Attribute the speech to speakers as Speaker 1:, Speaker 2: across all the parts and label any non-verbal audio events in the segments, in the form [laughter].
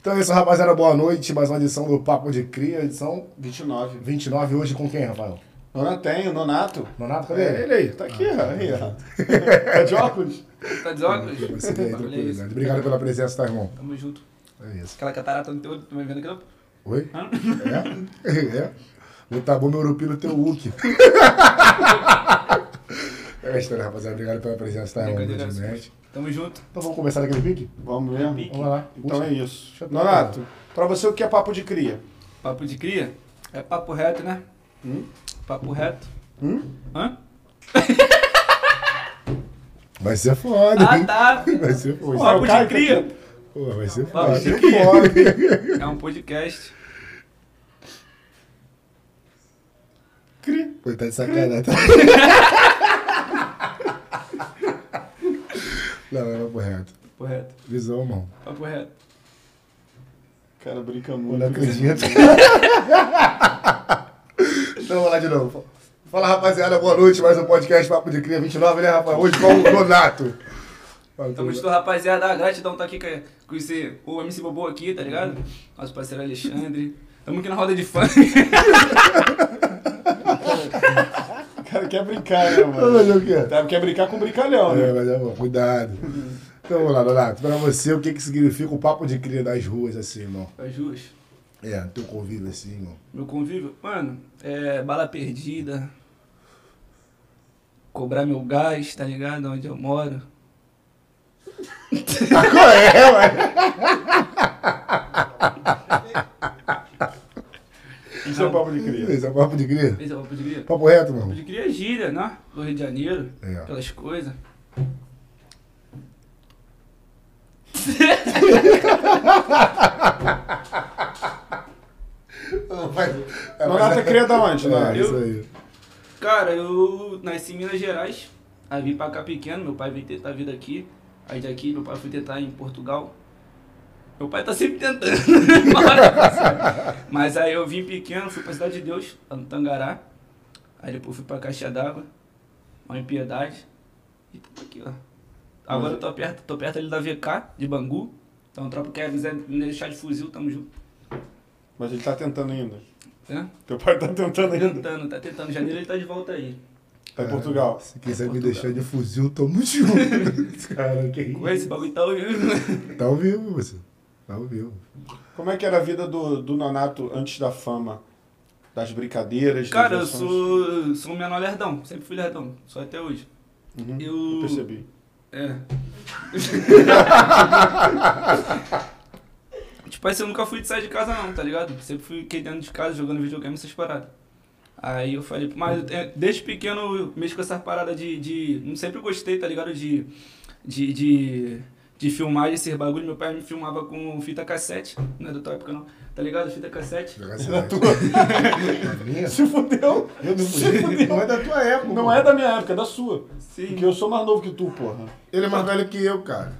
Speaker 1: Então é isso, rapaziada. Boa noite. Mais uma edição do Papo de Cria, edição
Speaker 2: 29.
Speaker 1: 29 hoje com quem, Rafael?
Speaker 2: Eu não tenho, Nonato.
Speaker 1: Nonato, cadê
Speaker 2: É
Speaker 1: ele? Ah,
Speaker 2: ele aí, tá aqui, ó.
Speaker 1: [laughs]
Speaker 2: aí, ó. Tá de óculos?
Speaker 3: Tá de óculos?
Speaker 1: Vai seguir aí,
Speaker 3: Olha isso.
Speaker 1: tranquilidade. Obrigado pela presença, tá, irmão?
Speaker 3: Tamo junto.
Speaker 1: É isso.
Speaker 3: Aquela catarata no teu olho, tu me vendo aqui? não?
Speaker 1: Oi?
Speaker 3: Hã?
Speaker 1: [laughs] É? É? Não tá bom meu urupi no teu uke. [laughs] É a história, rapaziada. Obrigado pela presença, tá, irmão?
Speaker 3: Brincadeira,
Speaker 1: Humildemente.
Speaker 3: Tamo junto.
Speaker 1: Então vamos começar daquele pique?
Speaker 2: Vamos mesmo?
Speaker 1: Vamos lá.
Speaker 2: Então é
Speaker 1: Puxa.
Speaker 2: isso.
Speaker 1: Deixa eu pegar.
Speaker 2: Nonato, pra você o que é papo de cria?
Speaker 3: Papo de cria é papo reto, né?
Speaker 2: Hum?
Speaker 3: Papo reto.
Speaker 2: Hum?
Speaker 3: Hã?
Speaker 1: Vai ser foda,
Speaker 3: Ah,
Speaker 1: hein?
Speaker 3: tá.
Speaker 1: Vai ser foda.
Speaker 3: Papo de cria
Speaker 1: Pô, vai ser foda. tá
Speaker 3: Papo
Speaker 1: Vai
Speaker 3: de
Speaker 1: ser
Speaker 3: cria.
Speaker 1: foda.
Speaker 3: é um podcast.
Speaker 2: Cri.
Speaker 1: Pô, tá de sacanagem.
Speaker 3: [laughs]
Speaker 1: tá? Não, não é papo reto.
Speaker 3: Papo reto.
Speaker 1: Visão, mano.
Speaker 3: Papo reto.
Speaker 2: O cara brinca
Speaker 1: Eu
Speaker 2: muito.
Speaker 1: não acredito. [laughs] então vamos lá de novo. Fala rapaziada, boa noite. Mais um podcast Papo de Cria 29, né, rapaz? Hoje com o Donato.
Speaker 3: Tamo junto, rapaziada. Ah, gratidão tá aqui com, com esse, o MC Bobo aqui, tá ligado? Nosso parceiro Alexandre. Tamo aqui na roda de fã. [laughs]
Speaker 2: O cara quer brincar, né,
Speaker 1: [laughs] Não, mas é
Speaker 2: mano?
Speaker 1: o quê?
Speaker 2: Tá, Quer brincar com brincalhão,
Speaker 1: É,
Speaker 2: né?
Speaker 1: mas é bom, cuidado. Então vamos lá, Donato. Pra você, o que, que significa o Papo de Cria das ruas, assim, irmão?
Speaker 3: As duas.
Speaker 1: É, teu convívio, assim,
Speaker 2: [laughs]
Speaker 1: irmão.
Speaker 3: Meu convívio, mano, é bala perdida. Cobrar meu gás, tá ligado? Onde eu moro.
Speaker 2: Ah,
Speaker 1: Qual é, mano?
Speaker 2: Isso é papo de cria.
Speaker 1: Isso é Papo de Cria?
Speaker 3: Fez a roupa de cria?
Speaker 1: Papo reto,
Speaker 3: Roupa
Speaker 1: mano.
Speaker 3: de cria é gíria, né? Do Rio de Janeiro.
Speaker 1: É.
Speaker 3: Aquelas coisas.
Speaker 2: Nonato Ah, é cria da onde,
Speaker 1: É,
Speaker 2: Nonato?
Speaker 1: isso aí.
Speaker 3: Cara, eu nasci em Minas Gerais. Aí vim pra cá pequeno. Meu pai veio tentar a vida aqui. Aí daqui meu pai foi tentar em Portugal. Meu pai tá sempre tentando. [laughs] Uma hora consegue. Mas aí eu vim pequeno, fui pra Cidade de Deus, lá no Tangará. Aí depois fui pra Caixa d'Água, lá em Piedade. E tô aqui, ó. Agora eu tô perto, tô perto ali da VK, de Bangu. Então, tropa quer quiser me deixar de fuzil, tamo junto.
Speaker 2: Mas ele tá tentando ainda.
Speaker 3: Né?
Speaker 2: Teu pai tá tentando
Speaker 3: Tá
Speaker 2: ainda.
Speaker 3: tentando, tá tentando. Janeiro ele tá de volta aí.
Speaker 2: Tá em Portugal.
Speaker 1: Se quiser
Speaker 3: É,
Speaker 1: me
Speaker 3: Portugal.
Speaker 1: deixar de fuzil, tamo
Speaker 2: [laughs]
Speaker 1: junto. Cara, que
Speaker 3: Ué, esse bagulho tá ouvindo. né?
Speaker 1: Tá ao vivo, você. Tá ao vivo.
Speaker 2: Como é que era a vida do, do Nonato antes da fama? Das brincadeiras? das
Speaker 3: Cara, eu
Speaker 2: versões?
Speaker 3: sou, sou um menor lerdão. Sempre fui lerdão. Só até hoje.
Speaker 2: Uhum,
Speaker 3: eu-
Speaker 2: eu percebi.
Speaker 3: É. [laughs] tipo assim, eu nunca fui de sair de casa não, tá ligado? Sempre fui fiquei dentro de casa jogando videogame, essas paradas. Aí eu falei, mas eu tenho- desde pequeno eu mexo com essas paradas de, de. não Sempre gostei, tá ligado? De. De. De, de filmagem, esses bagulho. Meu pai me filmava com fita cassete. Não é da tua época não. Tá ligado? Fita cassete.
Speaker 1: Jogar essa daí. [laughs] É minha?
Speaker 2: Se fudeu!
Speaker 1: Eu me fudi. Não é da tua época.
Speaker 2: Não
Speaker 1: pô.
Speaker 2: é da minha época, é da sua.
Speaker 3: Sim.
Speaker 2: Porque eu sou mais novo que tu, porra.
Speaker 1: Ele é mais velho que eu, cara.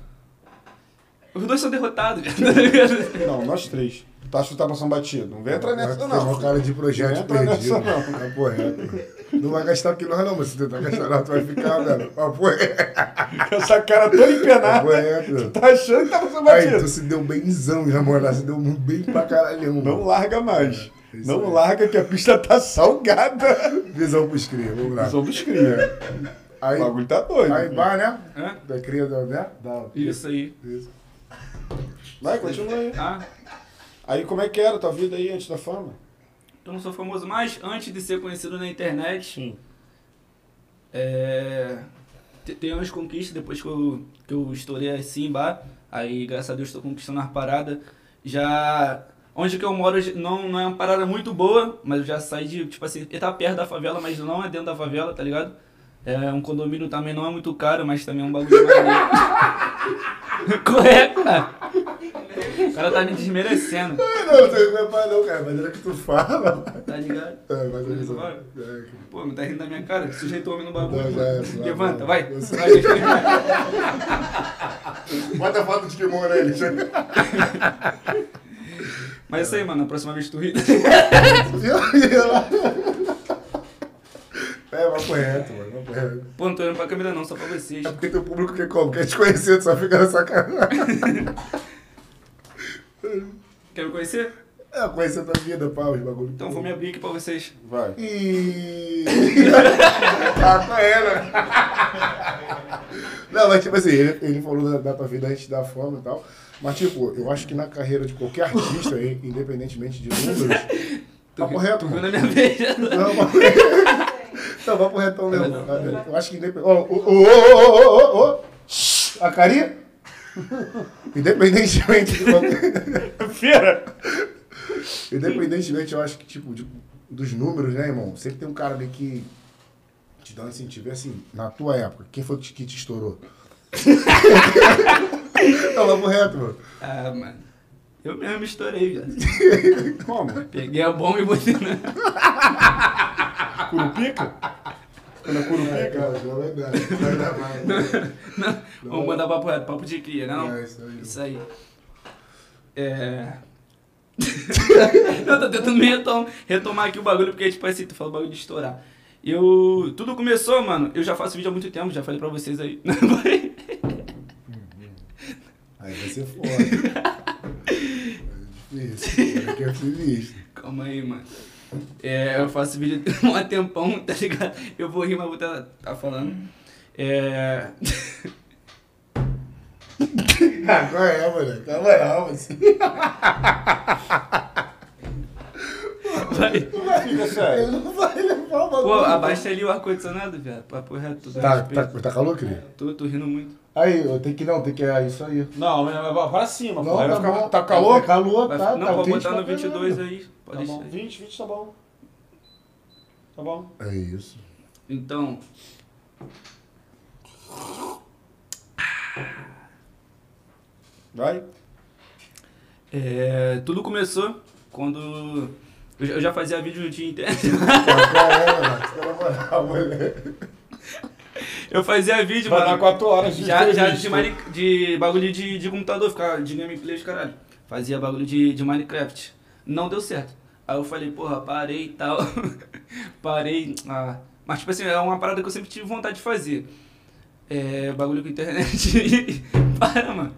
Speaker 3: Os dois são derrotados, [laughs] tá ligado?
Speaker 2: Não, nós três. Tá acho que tá passando batido. Não vem entrar nessa,
Speaker 1: Tem uma
Speaker 2: não.
Speaker 1: cara de projeto
Speaker 2: Não é entra
Speaker 1: perdido.
Speaker 2: nessa, não.
Speaker 1: Papo reto. Não vai gastar que nós não, mas se tentar gastar nós, tu vai ficar, velho. Papo reto.
Speaker 2: [laughs] Essa cara toda empenada.
Speaker 1: Papo reto.
Speaker 2: Tu tá achando que tá passando
Speaker 1: Aí,
Speaker 2: batido.
Speaker 1: tu se deu bemzão, já morar, se deu muito bem pra caralho.
Speaker 2: Não larga mais.
Speaker 1: isso
Speaker 2: não
Speaker 1: aí.
Speaker 2: larga que a pista tá salgada.
Speaker 1: Visão pros cria, vamos lá.
Speaker 2: Sou dos cria. O
Speaker 1: Aí,
Speaker 2: bagulho tá doido.
Speaker 1: aí bar, né?
Speaker 3: Hã?
Speaker 1: Da cria, da, né? Da,
Speaker 3: Isso aí.
Speaker 1: Isso.
Speaker 2: Vai, continua aí.
Speaker 3: Ah,
Speaker 2: Aí como é que era a tua vida aí antes da fama?
Speaker 3: Então, eu não sou famoso, mas antes de ser conhecido na internet,
Speaker 2: Sim.
Speaker 3: é, te- tem umas conquistas depois que eu, que eu estourei assim em bar. Aí, graças a Deus, estou conquistando as paradas. Já. Onde que eu moro hoje não, não é uma parada muito boa, mas eu já saí de, tipo assim, ele tá perto da favela, mas não é dentro da favela, tá ligado? É, um condomínio também não é muito caro, mas também é um bagulho maneiro. [laughs] Correto, cara? O cara tá me desmerecendo,
Speaker 1: Não, tu não é pai não, cara. Mas era que tu fala.
Speaker 3: tá ligado?
Speaker 1: É, mas é isso.
Speaker 3: Agora?
Speaker 1: É, cara.
Speaker 3: Pô, me tá rindo da minha cara? Sujeito homem no bagulho.
Speaker 1: Não, já é, já é.
Speaker 3: Levanta, vai.
Speaker 1: Eu sei.
Speaker 3: Vai, gente.
Speaker 1: É, Bota a foto de kimono aí, Alexandre.
Speaker 3: Mas é isso aí, mano. A próxima vez tu ri.
Speaker 1: É, papo reto, mano. Papo reto.
Speaker 3: Pô, não tô olhando pra câmera não, só pra vocês.
Speaker 1: É porque teu público quer como? Quer te conhecer, tu só fica na sacanagem.
Speaker 3: Quer me conhecer?
Speaker 1: É, conhecer a tua vida, pá, os bagulho.
Speaker 3: Então vou me abrir aqui pra vocês.
Speaker 2: Vai.
Speaker 1: E. tá com ela. Não, mas tipo assim, ele, ele falou da, da tua vida antes da fama e tal. Mas tipo, eu acho que na carreira de qualquer artista, in- independentemente de números.
Speaker 3: Tu,
Speaker 1: Papo reto,
Speaker 3: tu viu
Speaker 1: mano.
Speaker 3: na minha [laughs] veia?
Speaker 1: Não, papo- Não, papo retão mesmo.
Speaker 3: Não, não,
Speaker 1: Eu acho que independente. Ô, ô, ô, ô, ô, ô, ô! A carinha? Independentemente de qualquer.
Speaker 2: Feira!
Speaker 1: Independentemente, eu acho que, tipo, de- dos números, né, irmão? Sempre tem um cara ali que te dá um incentivo. E assim, na tua época, quem foi que te, que te [laughs] estourou? Não, vamos reto, mano.
Speaker 3: Ah, mano. Eu mesmo me estourei, viado.
Speaker 2: Como?
Speaker 3: Peguei a bomba e botei na.
Speaker 2: Curupica? Quando é
Speaker 1: É,
Speaker 2: curupica?
Speaker 1: cara, não é verdade. Não é verdade.
Speaker 3: Não, Vamos mandar papo reto, papo de cria, né? Não?
Speaker 1: É, isso aí.
Speaker 3: Isso aí. É. [laughs] eu tô tentando me retom- retomar aqui o bagulho, porque, tipo assim, tu fala o bagulho de estourar. Eu. Tudo começou, mano. Eu já faço vídeo há muito tempo, já falei pra vocês aí. [laughs]
Speaker 1: Aí vai ser foda. É difícil. Aqui é sinistro.
Speaker 3: Calma aí, mano. É, eu faço vídeo [laughs] há um tempão, tá ligado? Eu vou rir, mas vou estar tá falando. É. [laughs]
Speaker 1: Ah, qual é, moleque? Na moral, mas...
Speaker 3: Vai.
Speaker 2: Fica
Speaker 1: Ele
Speaker 2: sério.
Speaker 1: não vai levar o bagulho.
Speaker 3: Pô, abaixa ali o ar-condicionado, velho. Papo reto, tu
Speaker 1: Tá, tá, tá calor, querido?
Speaker 3: Tô, tô rindo muito.
Speaker 1: Aí, eu tenho que não, tem que... É isso aí.
Speaker 2: Não, mas vai pra cima,
Speaker 1: Não,
Speaker 2: pô. Aí vai
Speaker 1: tá,
Speaker 2: ficar-
Speaker 1: bom, tá calor? Tá calor,
Speaker 3: Vai-
Speaker 1: tá.
Speaker 3: não,
Speaker 1: tá
Speaker 3: vou
Speaker 1: quente
Speaker 3: botar
Speaker 1: pra
Speaker 3: no 22
Speaker 1: caralho.
Speaker 3: aí. Pode
Speaker 2: Tá bom.
Speaker 3: deixar aí.
Speaker 2: 20, 20 tá bom. Tá bom.
Speaker 1: É [laughs] isso.
Speaker 3: Então.
Speaker 2: Vai.
Speaker 3: É, tudo começou quando eu já- eu já fazia vídeo de internet. [laughs] eu fazia vídeo,
Speaker 2: Vai dar
Speaker 3: mano.
Speaker 2: 4 horas de
Speaker 3: Já, já
Speaker 2: entrevista.
Speaker 3: de, mari- de bagulho de, de computador, ficava de gameplay de caralho. Fazia bagulho de, de Minecraft. Não deu certo. Aí eu falei, porra, parei e tal. [laughs] parei. Ah. Mas tipo assim, é uma parada que eu sempre tive vontade de fazer. É, bagulho com internet. [laughs] Para, mano.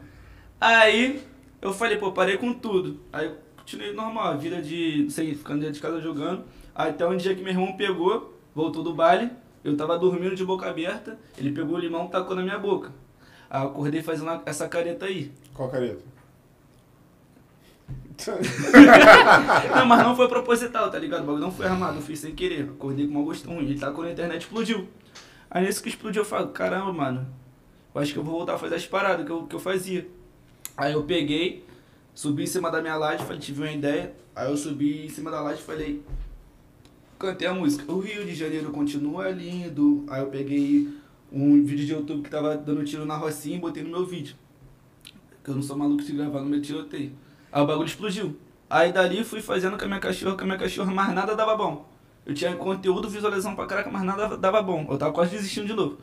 Speaker 3: Aí eu falei, pô, parei com tudo. Aí eu continuei normal, a vida de, não sei, ficando dentro de casa jogando. Até um dia que meu irmão pegou, voltou do baile, eu tava dormindo de boca aberta, ele pegou o limão e tacou na minha boca. Aí eu acordei fazendo a- essa careta aí.
Speaker 2: Qual [laughs] careta?
Speaker 3: [laughs] Não, mas não foi proposital, tá ligado? O bagulho não foi armado, eu fiz sem querer. Acordei com uma gosto ruim, ele tacou na internet e explodiu. Aí nesse que explodiu eu falo, caramba, mano, eu acho que eu vou voltar a fazer as paradas que eu, que eu fazia. Aí eu peguei, subi em cima da minha laje, falei, tive uma ideia. Aí eu subi em cima da laje e falei, cantei a música. O Rio de Janeiro continua lindo. Aí eu peguei um vídeo de YouTube que tava dando tiro na rocinha e botei no meu vídeo. Que eu não sou maluco de gravar no meu tiroteio. Aí o bagulho explodiu. Aí dali fui fazendo com a minha cachorra, com a minha cachorra, mas nada dava bom. Eu tinha conteúdo, visualização pra caraca, mas nada dava bom. Eu tava quase desistindo de novo.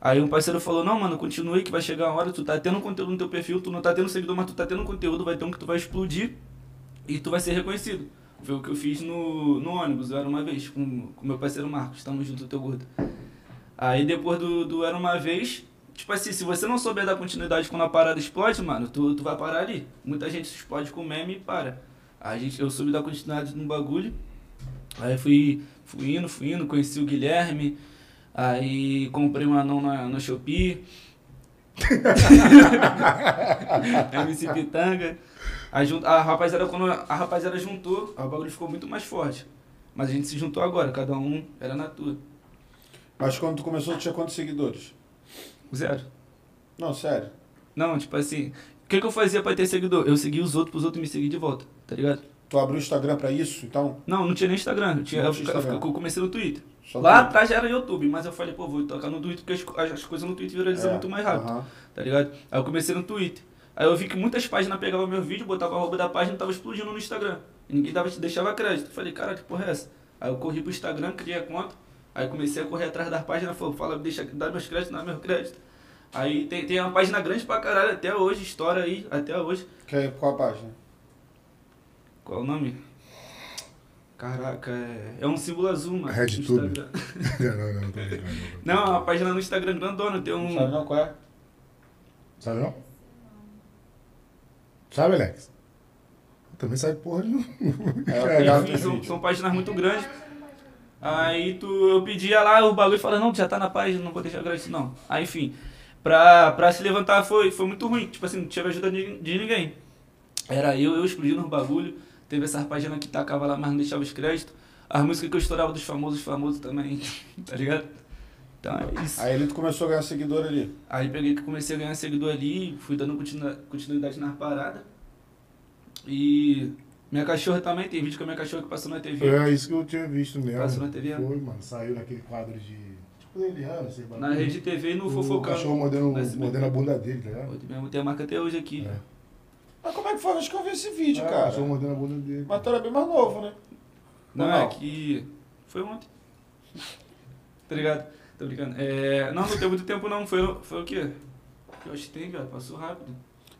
Speaker 3: Aí um parceiro falou, não, mano, continue aí que vai chegar a hora, tu tá tendo conteúdo no teu perfil, tu não tá tendo seguidor, mas tu tá tendo conteúdo, vai ter um que tu vai explodir e tu vai ser reconhecido. Foi o que eu fiz no, no ônibus, eu era uma vez, com o meu parceiro Marcos, tamo junto, teu gordo. Aí depois do, do Era Uma Vez, tipo assim, se você não souber dar continuidade quando a parada explode, mano, tu, tu vai parar ali. Muita gente se explode com meme e para. A gente, eu soube dar continuidade no bagulho. Aí fui, fui indo, fui indo, conheci o Guilherme. Aí comprei um anão na, na Shopee. [laughs] MC Pitanga. A, jun- a rapaziada, quando a rapaziada juntou, o bagulho ficou muito mais forte. Mas a gente se juntou agora, cada um era na tua.
Speaker 2: Mas quando tu começou, tu tinha quantos seguidores?
Speaker 3: Zero.
Speaker 2: Não, sério.
Speaker 3: Não, tipo assim, o que, que eu fazia pra ter seguidor? Eu seguia os outros pros outros me seguir de volta, tá ligado?
Speaker 2: Tu abriu o Instagram pra isso, então?
Speaker 3: Não, não tinha nem Instagram, eu, tinha,
Speaker 2: Não tinha
Speaker 3: eu, fica- eu fica-
Speaker 2: Instagram.
Speaker 3: eu comecei no Twitter.
Speaker 2: Só
Speaker 3: Lá
Speaker 2: tu-
Speaker 3: atrás já era YouTube, mas eu falei, pô, vou tocar no Twitter porque as co- as, as coisas no Twitter viralizam
Speaker 2: É,
Speaker 3: muito mais rápido,
Speaker 2: aham.
Speaker 3: tá ligado? Aí eu comecei no Twitter. Aí eu vi que muitas páginas pegavam meu vídeo, botavam a roupa da página e tava explodindo no Instagram. E ninguém dava, deixava crédito. Eu Falei, cara, que porra é essa? Aí eu corri pro Instagram, criei a conta. Aí comecei a correr atrás das páginas, falou, fala, deixa, dá meus créditos, dá meus créditos. Aí tem, tem uma página grande pra caralho até hoje, história aí, até hoje.
Speaker 2: Que é qual a página?
Speaker 3: Qual o nome? Caraca, é, é um símbolo azul, mano. no
Speaker 1: RedTube.
Speaker 3: Instagram.
Speaker 1: [laughs] Não, não, não, não tô brincando.
Speaker 3: Não, é uma página no Instagram grandona, tem
Speaker 2: Não sabe
Speaker 3: um.
Speaker 2: não qual é?
Speaker 1: Sabe não? Sabe, Alex? Também sai porra nenhuma.
Speaker 2: É,
Speaker 1: Legal,
Speaker 3: Enfim,
Speaker 2: tem
Speaker 3: são,
Speaker 2: vídeo.
Speaker 3: são páginas muito grandes. Aí tu, eu pedia lá o bagulho e falava, não, já tá na página, não vou deixar grátis não. Aí, enfim, pra, pra se levantar foi, foi muito ruim, tipo assim, não tive ajuda de, de ninguém. Era eu, eu explodindo no bagulho, teve essa página que tacava lá, mas não deixava os créditos. As músicas que eu estourava dos famosos, famosos também, [laughs] tá ligado? Então é isso.
Speaker 2: Aí ele começou a ganhar seguidor ali.
Speaker 3: Aí peguei que comecei a ganhar seguidor ali, fui dando continua- continuidade na parada. E minha cachorra também, tem vídeo com a minha cachorra que passou na TV.
Speaker 1: É isso que eu tinha visto mesmo.
Speaker 3: Passou na TV?
Speaker 1: Foi, mano. Saiu naquele quadro de. Tipo da Eliana, sei lá.
Speaker 3: Na rede TV e no
Speaker 1: O
Speaker 3: Fofocando.
Speaker 1: cachorro mordendo,
Speaker 3: no SBT.
Speaker 1: mordendo a bunda dele, tá ligado?
Speaker 3: Pô, Mesmo tem a marca até hoje aqui.
Speaker 1: É.
Speaker 2: Mas como é que foi? Acho que Ah, eu vi esse vídeo,
Speaker 1: É, O
Speaker 2: cara.
Speaker 1: cachorro mordendo a bunda dele.
Speaker 2: Mas tu
Speaker 3: tá-
Speaker 2: era bem mais novo, né?
Speaker 3: Não,
Speaker 2: Não.
Speaker 3: é que. Foi ontem. [laughs] tá ligado? Tô brincando. É... Não, não tem muito tempo não. Foi, foi o quê? Eu acho que tem, velho. Passou rápido.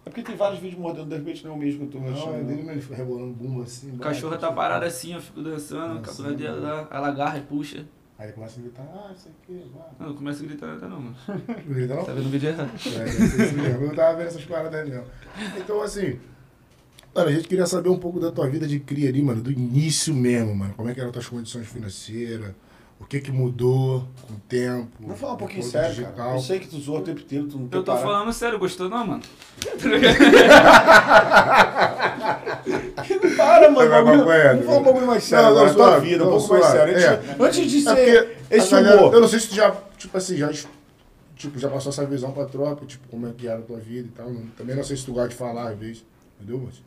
Speaker 2: É porque tem vários vídeos mordendo, de repente não é o mesmo que eu tô
Speaker 1: Não, é
Speaker 2: achando.
Speaker 1: dele mesmo, rebolando bumba assim.
Speaker 3: O
Speaker 1: bate,
Speaker 3: cachorro tá
Speaker 1: assim.
Speaker 3: parado assim, eu fico dançando,
Speaker 1: Dançando.
Speaker 3: capturando dela lá, ela agarra e puxa.
Speaker 1: Aí ele começa a gritar, ah, isso aqui, vai.
Speaker 3: Não, eu começo a gritar nada não, mano.
Speaker 1: Não grita não?
Speaker 3: Tá vendo o vídeo errado?
Speaker 1: É, deve ser isso mesmo. Eu tava vendo essas paradas mesmo. Então, assim, cara, a gente queria saber um pouco da tua vida de cria ali, mano, do início mesmo, mano. Como é que eram tuas condições financeiras, o que que mudou com o tempo.
Speaker 2: Vou falar um pouquinho
Speaker 1: depois do
Speaker 2: sério,
Speaker 1: digital.
Speaker 2: cara. Eu sei que tu zoou o tempo inteiro, tu não tem
Speaker 3: Eu tô
Speaker 2: Tá parado.
Speaker 3: falando sério, gostou não, [laughs] mano?
Speaker 2: Para, mano.
Speaker 1: Agora,
Speaker 2: bagulho-
Speaker 1: maconha,
Speaker 2: Vamos falar um bagulho mais
Speaker 1: não,
Speaker 2: sério
Speaker 1: não,
Speaker 2: agora, tua
Speaker 1: suave,
Speaker 2: vida, um
Speaker 1: não,
Speaker 2: pouco mais
Speaker 1: suave,
Speaker 2: sério. Antes, antes de
Speaker 1: É
Speaker 2: ser
Speaker 1: porque
Speaker 2: esse
Speaker 1: a galera-
Speaker 2: humor.
Speaker 1: Eu não sei se tu já, tipo assim, já, es- tipo, já passou essa visão pra tropa, tipo, como é que era a tua vida e tal. Não- também não sei se tu gosta de falar às vezes, entendeu, moço?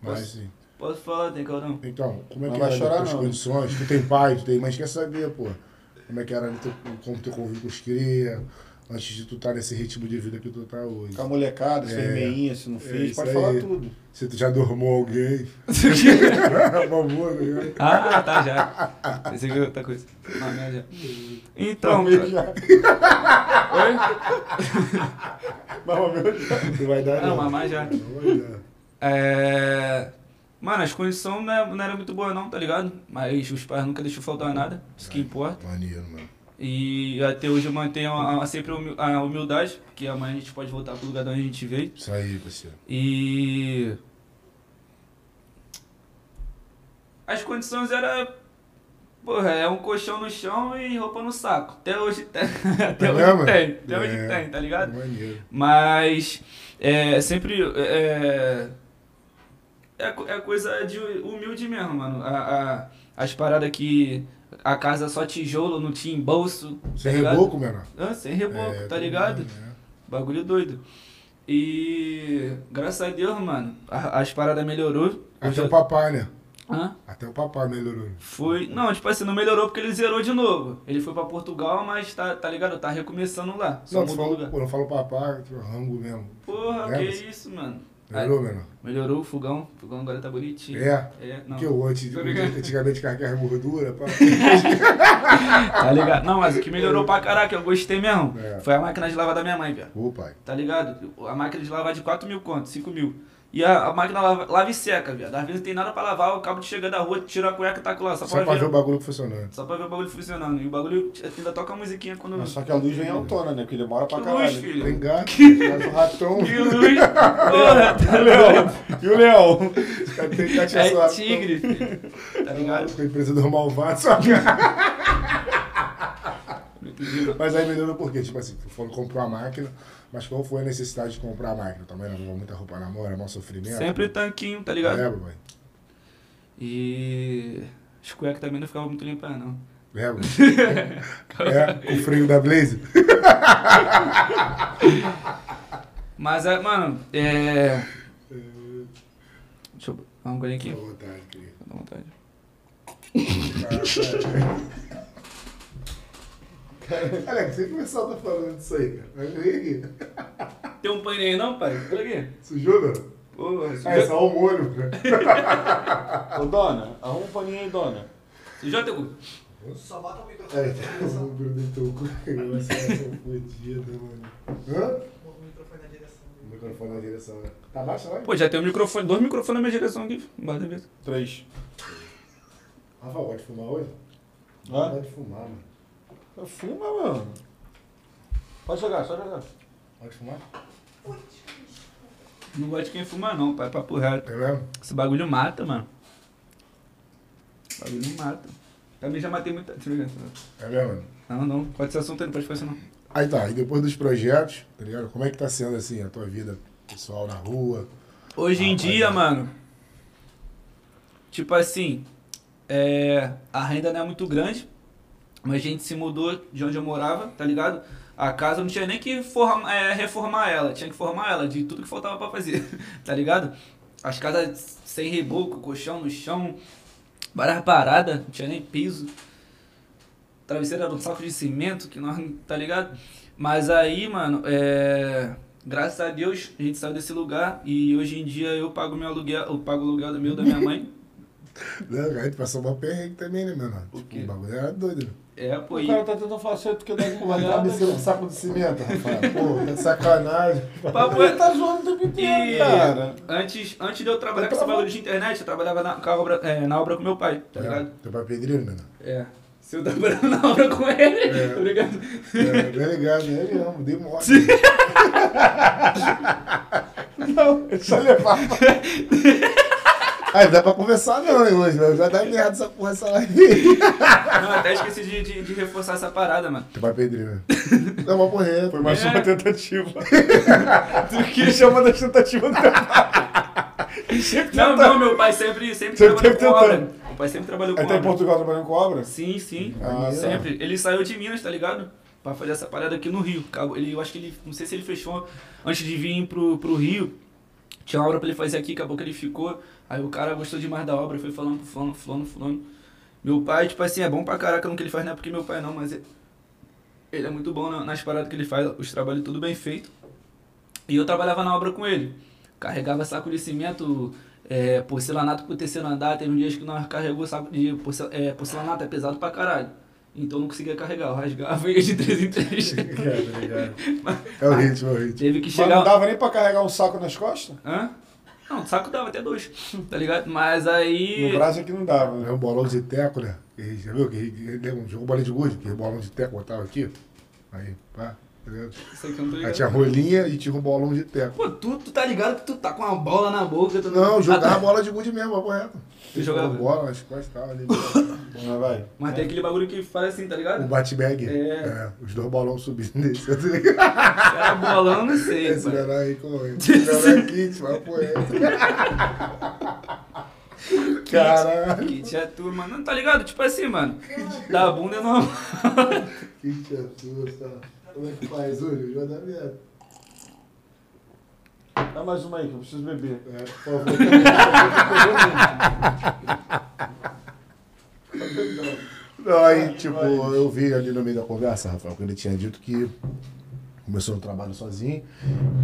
Speaker 1: Mas,
Speaker 3: Posso-
Speaker 1: assim,
Speaker 3: Posso falar, tem [laughs] calma não.
Speaker 1: então, como é
Speaker 2: Não
Speaker 1: que
Speaker 2: vai
Speaker 1: era
Speaker 2: chorar,
Speaker 1: as tuas
Speaker 2: não.
Speaker 1: condições? Tu tem pai, tu tem mãe, quer saber, pô. Como é que era ali teu, como teu convívio com os cria, antes de tu estar nesse ritmo de vida que tu tá hoje.
Speaker 2: Com a molecada, se
Speaker 1: É.
Speaker 2: fez meinha, se não
Speaker 1: É
Speaker 2: fez,
Speaker 1: isso
Speaker 2: pode falar
Speaker 1: aí.
Speaker 2: tudo.
Speaker 1: Se tu já dormou alguém, [laughs] uma boa, né?
Speaker 3: ah, tá, já. Pensei que era outra coisa. Uma merda. Então,
Speaker 2: Mamei
Speaker 3: cara.
Speaker 2: já. Mas mamei já.
Speaker 1: Não vai dar,
Speaker 3: Não,
Speaker 2: né?
Speaker 1: não.
Speaker 3: mamãe já.
Speaker 1: Não vai dar.
Speaker 3: É... Mano, as condições não, é- não eram muito boas não, tá ligado? Mas os pais nunca deixou faltar nada, isso
Speaker 1: É.
Speaker 3: que importa.
Speaker 1: Maneiro, mano.
Speaker 3: E até hoje eu mantenho a- a- sempre a humil- a humildade, porque amanhã a gente pode voltar pro lugar de onde a gente veio.
Speaker 1: Isso aí, parceiro.
Speaker 3: E... As condições eram... Porra, é um colchão no chão e roupa no saco. Até hoje tem. [laughs] Até
Speaker 1: Tá
Speaker 3: hoje
Speaker 1: mesmo?
Speaker 3: tem. Até hoje
Speaker 1: É.
Speaker 3: tem, tá ligado?
Speaker 1: Maneiro.
Speaker 3: Mas é sempre. É, é, co- é coisa de humilde mesmo, mano. A, a- as paradas que a casa só tijolo, não tinha embolso.
Speaker 1: Sem
Speaker 3: tá ligado?
Speaker 1: é reboco, menor.
Speaker 3: Ah, sem reboco,
Speaker 1: É,
Speaker 3: tá ligado?
Speaker 1: né?
Speaker 3: Bagulho doido. E graças a Deus, mano, a- as paradas melhorou.
Speaker 1: Até
Speaker 3: Eu
Speaker 1: o
Speaker 3: já-
Speaker 1: papai, né?
Speaker 3: Hã?
Speaker 1: Até o papai melhorou.
Speaker 3: Foi. Não, tipo assim, não melhorou porque ele zerou de novo. Ele foi pra Portugal, mas tá, tá ligado? Tá recomeçando lá. Só
Speaker 1: Não, tu
Speaker 3: mudou o
Speaker 1: falou,
Speaker 3: lugar.
Speaker 1: pô, não falou papai, tu é rango mesmo.
Speaker 3: Porra, que
Speaker 1: Lembra-se?
Speaker 3: isso, mano. Aí-
Speaker 1: Melhorou, menor?
Speaker 3: Melhorou o fogão. O fogão agora tá bonitinho.
Speaker 1: É.
Speaker 3: É, não.
Speaker 1: Porque eu antes,
Speaker 3: Tô ligado.
Speaker 1: antigamente carregava gordura, pá.
Speaker 3: Tá ligado? Não, mas o que melhorou pra caraca, eu gostei mesmo.
Speaker 1: É.
Speaker 3: Foi a máquina de lavar da minha mãe, velho.
Speaker 1: Ô, pai.
Speaker 3: Tá ligado? A máquina de lavar de 4 mil conto, 5 mil. E a, a máquina lava, lava e seca, viado. Às vezes não tem nada pra lavar, eu acabo de chegar da rua, tiro a cueca e taco lá, só,
Speaker 1: Só pra ver o
Speaker 3: ver.
Speaker 1: bagulho funcionando.
Speaker 3: Só pra ver o bagulho funcionando. E o bagulho ainda toca a musiquinha quando. [laughs]
Speaker 2: Mas só que a luz vem autona, né? Porque demora pra
Speaker 3: Que
Speaker 2: caralho.
Speaker 3: luz, filho.
Speaker 1: Tem gato, faz o ratão.
Speaker 3: Que luz!
Speaker 1: [laughs]
Speaker 3: Porra,
Speaker 2: E o
Speaker 3: tá
Speaker 2: leão? E o leão?
Speaker 1: Tem gato
Speaker 3: [laughs] É tigre, filho. Tá ligado?
Speaker 1: Com a empresa do malvado, sabe?
Speaker 3: Não entendi, não.
Speaker 1: Mas aí melhorou por quê? Tipo assim, tu falou comprou a máquina, mas qual foi a necessidade de comprar a máquina? Também não muita roupa na mão, era maior sofrimento.
Speaker 3: Sempre tanquinho, tá ligado?
Speaker 1: É, papai.
Speaker 3: E as cuecas também não ficavam muito limpas, não.
Speaker 1: É,
Speaker 3: [laughs]
Speaker 1: mano. é, o freio da Blaze.
Speaker 3: Mas, é, mano, é. Deixa eu. Vamos golinho aqui.
Speaker 1: Fica à vontade, querido.
Speaker 3: Dá vontade.
Speaker 1: Alex, o que o pessoal tá falando disso aí, cara? Vai ver aqui.
Speaker 3: Tem um paninho aí, não, pai? Por aqui.
Speaker 1: Sujou, mano?
Speaker 3: Porra,
Speaker 1: Ah, é
Speaker 3: sujou,
Speaker 1: só o molho, cara.
Speaker 2: Ô, dona, arruma um paninho aí, dona.
Speaker 3: sujou teu cu.
Speaker 4: Só bota o microfone.
Speaker 1: É, o Bruno teu cu. Nossa, essa
Speaker 4: um
Speaker 1: fodida, mano. Hã?
Speaker 4: né, O microfone na direção
Speaker 1: O
Speaker 4: dele.
Speaker 1: microfone na direção, né? Tá baixo lá? hein?
Speaker 3: Pô, já tem um microfone, dois microfones na minha direção aqui. Bota mesmo.
Speaker 2: Três.
Speaker 1: Rafa, pode fumar hoje?
Speaker 2: Hã?
Speaker 1: Pode fumar, mano.
Speaker 2: Fuma, mano. Pode jogar, só jogar.
Speaker 1: Pode fumar?
Speaker 3: Não gosto de quem fuma, não, pai. Papo reto.
Speaker 1: É mesmo?
Speaker 3: Esse bagulho mata, mano. Esse bagulho mata. Também já matei muita. Deixa eu ver.
Speaker 1: É mesmo?
Speaker 3: Não, não. Pode ser assunto, aí, não pode fazer isso, não.
Speaker 1: Aí tá, e depois dos projetos, tá ligado? Como é que tá sendo assim a tua vida pessoal na rua?
Speaker 3: Hoje em
Speaker 1: Ah,
Speaker 3: dia,
Speaker 1: mas-
Speaker 3: mano. Tipo assim. é, a renda não é muito grande. Mas a gente se mudou de onde eu morava, tá ligado? A casa eu não tinha nem que forma, é, reformar ela. Tinha que formar ela de tudo que faltava pra fazer, [laughs] tá ligado? As casas sem reboco, colchão no chão. Várias paradas, não tinha nem piso. Travesseiro era um saco de cimento, que nós, [laughs] não- tá ligado? Mas aí, mano, é. Graças a Deus, a gente saiu desse lugar e hoje em dia eu pago meu aluguel, eu pago o aluguel do meu da minha mãe.
Speaker 1: Né? A gente passou uma perrengue também, né, meu irmão?
Speaker 3: O
Speaker 1: Tipo,
Speaker 3: quê?
Speaker 1: o bagulho era doido, né?
Speaker 3: É, pô,
Speaker 2: [laughs] O
Speaker 3: e
Speaker 2: cara tá tentando falar certo que dá de
Speaker 1: Tá
Speaker 2: olhada.
Speaker 1: me sendo um saco de cimento, Rafael. Pô, tá de sacanagem.
Speaker 3: [laughs] papo
Speaker 2: Ele
Speaker 3: é-
Speaker 2: tá zoando o tempo inteiro,
Speaker 3: [laughs] E-
Speaker 2: cara.
Speaker 3: Antes, antes de eu trabalhar
Speaker 1: Eu
Speaker 3: com esse
Speaker 1: trabalho.
Speaker 3: bagulho de internet, eu trabalhava na, com a obra, é, na obra com meu pai, tá ligado?
Speaker 1: É, Teu pai é pedreiro, meu irmão?
Speaker 3: É. Se eu trabalhava [laughs] na obra com ele,
Speaker 1: É.
Speaker 3: [laughs] tá ligado?
Speaker 1: É, bem ligado, né? Ele ama, dei [laughs] morte.
Speaker 2: Não,
Speaker 1: Ele só levar. Aí, não dá pra conversar não, hein, hoje, velho. Já dá merda essa porra, essa live.
Speaker 3: Não, até esqueci de, de, de reforçar essa parada, mano.
Speaker 1: Teu pai é pedreiro. Não, uma porra.
Speaker 2: foi mais
Speaker 3: É.
Speaker 2: uma
Speaker 3: [laughs]
Speaker 2: tentativa. Tu que chama das tentativas do teu pai. Ele sempre
Speaker 3: Não,
Speaker 2: tenta-
Speaker 3: não, meu pai sempre, sempre
Speaker 2: Sempre
Speaker 3: trabalhou com
Speaker 2: tentando.
Speaker 3: obra. Meu pai sempre trabalhou com
Speaker 2: Ele tá em
Speaker 3: obra.
Speaker 2: Portugal trabalhando com obra?
Speaker 3: Sim, sim.
Speaker 1: Ah,
Speaker 3: sempre. Ele saiu de Minas, tá ligado? Pra fazer essa parada aqui no Rio. Cabo- Ele, eu acho que ele. Não sei se ele fechou antes de vir pro, pro Rio. Tinha uma obra pra ele fazer aqui, acabou que ele ficou. Aí o cara gostou demais da obra, foi falando pro fulano, fulano, fulano. Meu pai, tipo assim, é bom pra caraca no que ele faz, não é porque meu pai não, mas ele, ele é muito bom na- nas paradas que ele faz, os trabalhos tudo bem feito. E eu trabalhava na obra com ele. Carregava saco de cimento, é, porcelanato pro terceiro andar. Teve um dia que nós carregou saco de porcel, é, porcelanato, é pesado pra caralho. Então eu não conseguia carregar, eu rasgava e ia de 3
Speaker 1: [laughs]
Speaker 3: em 3.
Speaker 1: É o ritmo, é o ritmo.
Speaker 3: Teve que
Speaker 2: Mas não
Speaker 3: chegar.
Speaker 2: dava nem pra carregar um saco nas costas?
Speaker 3: Hã? Não, saco dava até dois, tá ligado? Mas aí.
Speaker 2: No braço aqui não dava,
Speaker 1: É
Speaker 2: né?
Speaker 1: um bolão de teco, né? Que, já viu? Que, né? Um que, que, jogou bolinha de gude, que bolão de teco botava aqui. Aí, pá, tá ligado?
Speaker 3: Isso aqui eu não tô
Speaker 1: Aí
Speaker 3: ligado.
Speaker 1: tinha rolinha e tinha um bolão de teco.
Speaker 3: Pô, tu, tu tá ligado que tu tá com uma bola na boca. Tu
Speaker 1: Não, jogava
Speaker 3: Ah, tá.
Speaker 1: bola de gude mesmo, papo reto.
Speaker 3: Tu jogava?
Speaker 1: bola, as costas e tal, ali.
Speaker 2: Mas vai.
Speaker 3: Mas tem aquele bagulho que faz assim, tá
Speaker 1: O
Speaker 3: ligado?
Speaker 1: bate-bag.
Speaker 3: É.
Speaker 1: os dois bolão subindo nesse. tá [laughs] ligado?
Speaker 3: Era bolão, eu não sei.
Speaker 1: [laughs] Esse
Speaker 3: pai.
Speaker 1: menor aí com
Speaker 3: [laughs]
Speaker 1: ele. Esse menor é kit, papo reto. Caralho.
Speaker 3: Kit é tu, mano. Não tá ligado? Tipo assim, mano. Da bunda é normal.
Speaker 1: Kit é tua, sabe? Como é que faz, Júlio? Joga merda.
Speaker 2: Dá mais uma aí que eu preciso beber.
Speaker 1: É, por favor. Não, aí, tipo, eu vi ali no meio da conversa, Rafael, que ele tinha dito que começou o trabalho sozinho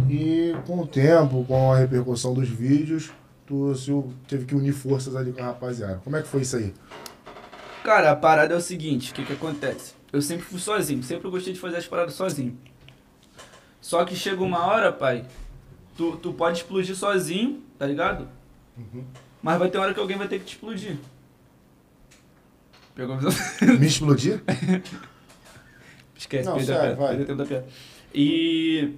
Speaker 1: e com o tempo, com a repercussão dos vídeos, tu se, teve que unir forças ali com a rapaziada. Como é que foi isso aí?
Speaker 3: Cara, a parada é o seguinte, o que que acontece? Eu sempre fui sozinho, sempre gostei de fazer as paradas sozinho. Só que chega uma hora, pai, tu, tu pode explodir sozinho, tá ligado? Mas vai ter hora que alguém vai ter que te explodir. Pegou a visão?
Speaker 1: Me [laughs] explodir?
Speaker 3: Esquece,
Speaker 2: Não,
Speaker 3: perdeu a
Speaker 2: sério,
Speaker 3: piada,
Speaker 2: vai.
Speaker 3: perdeu o tempo da piada. E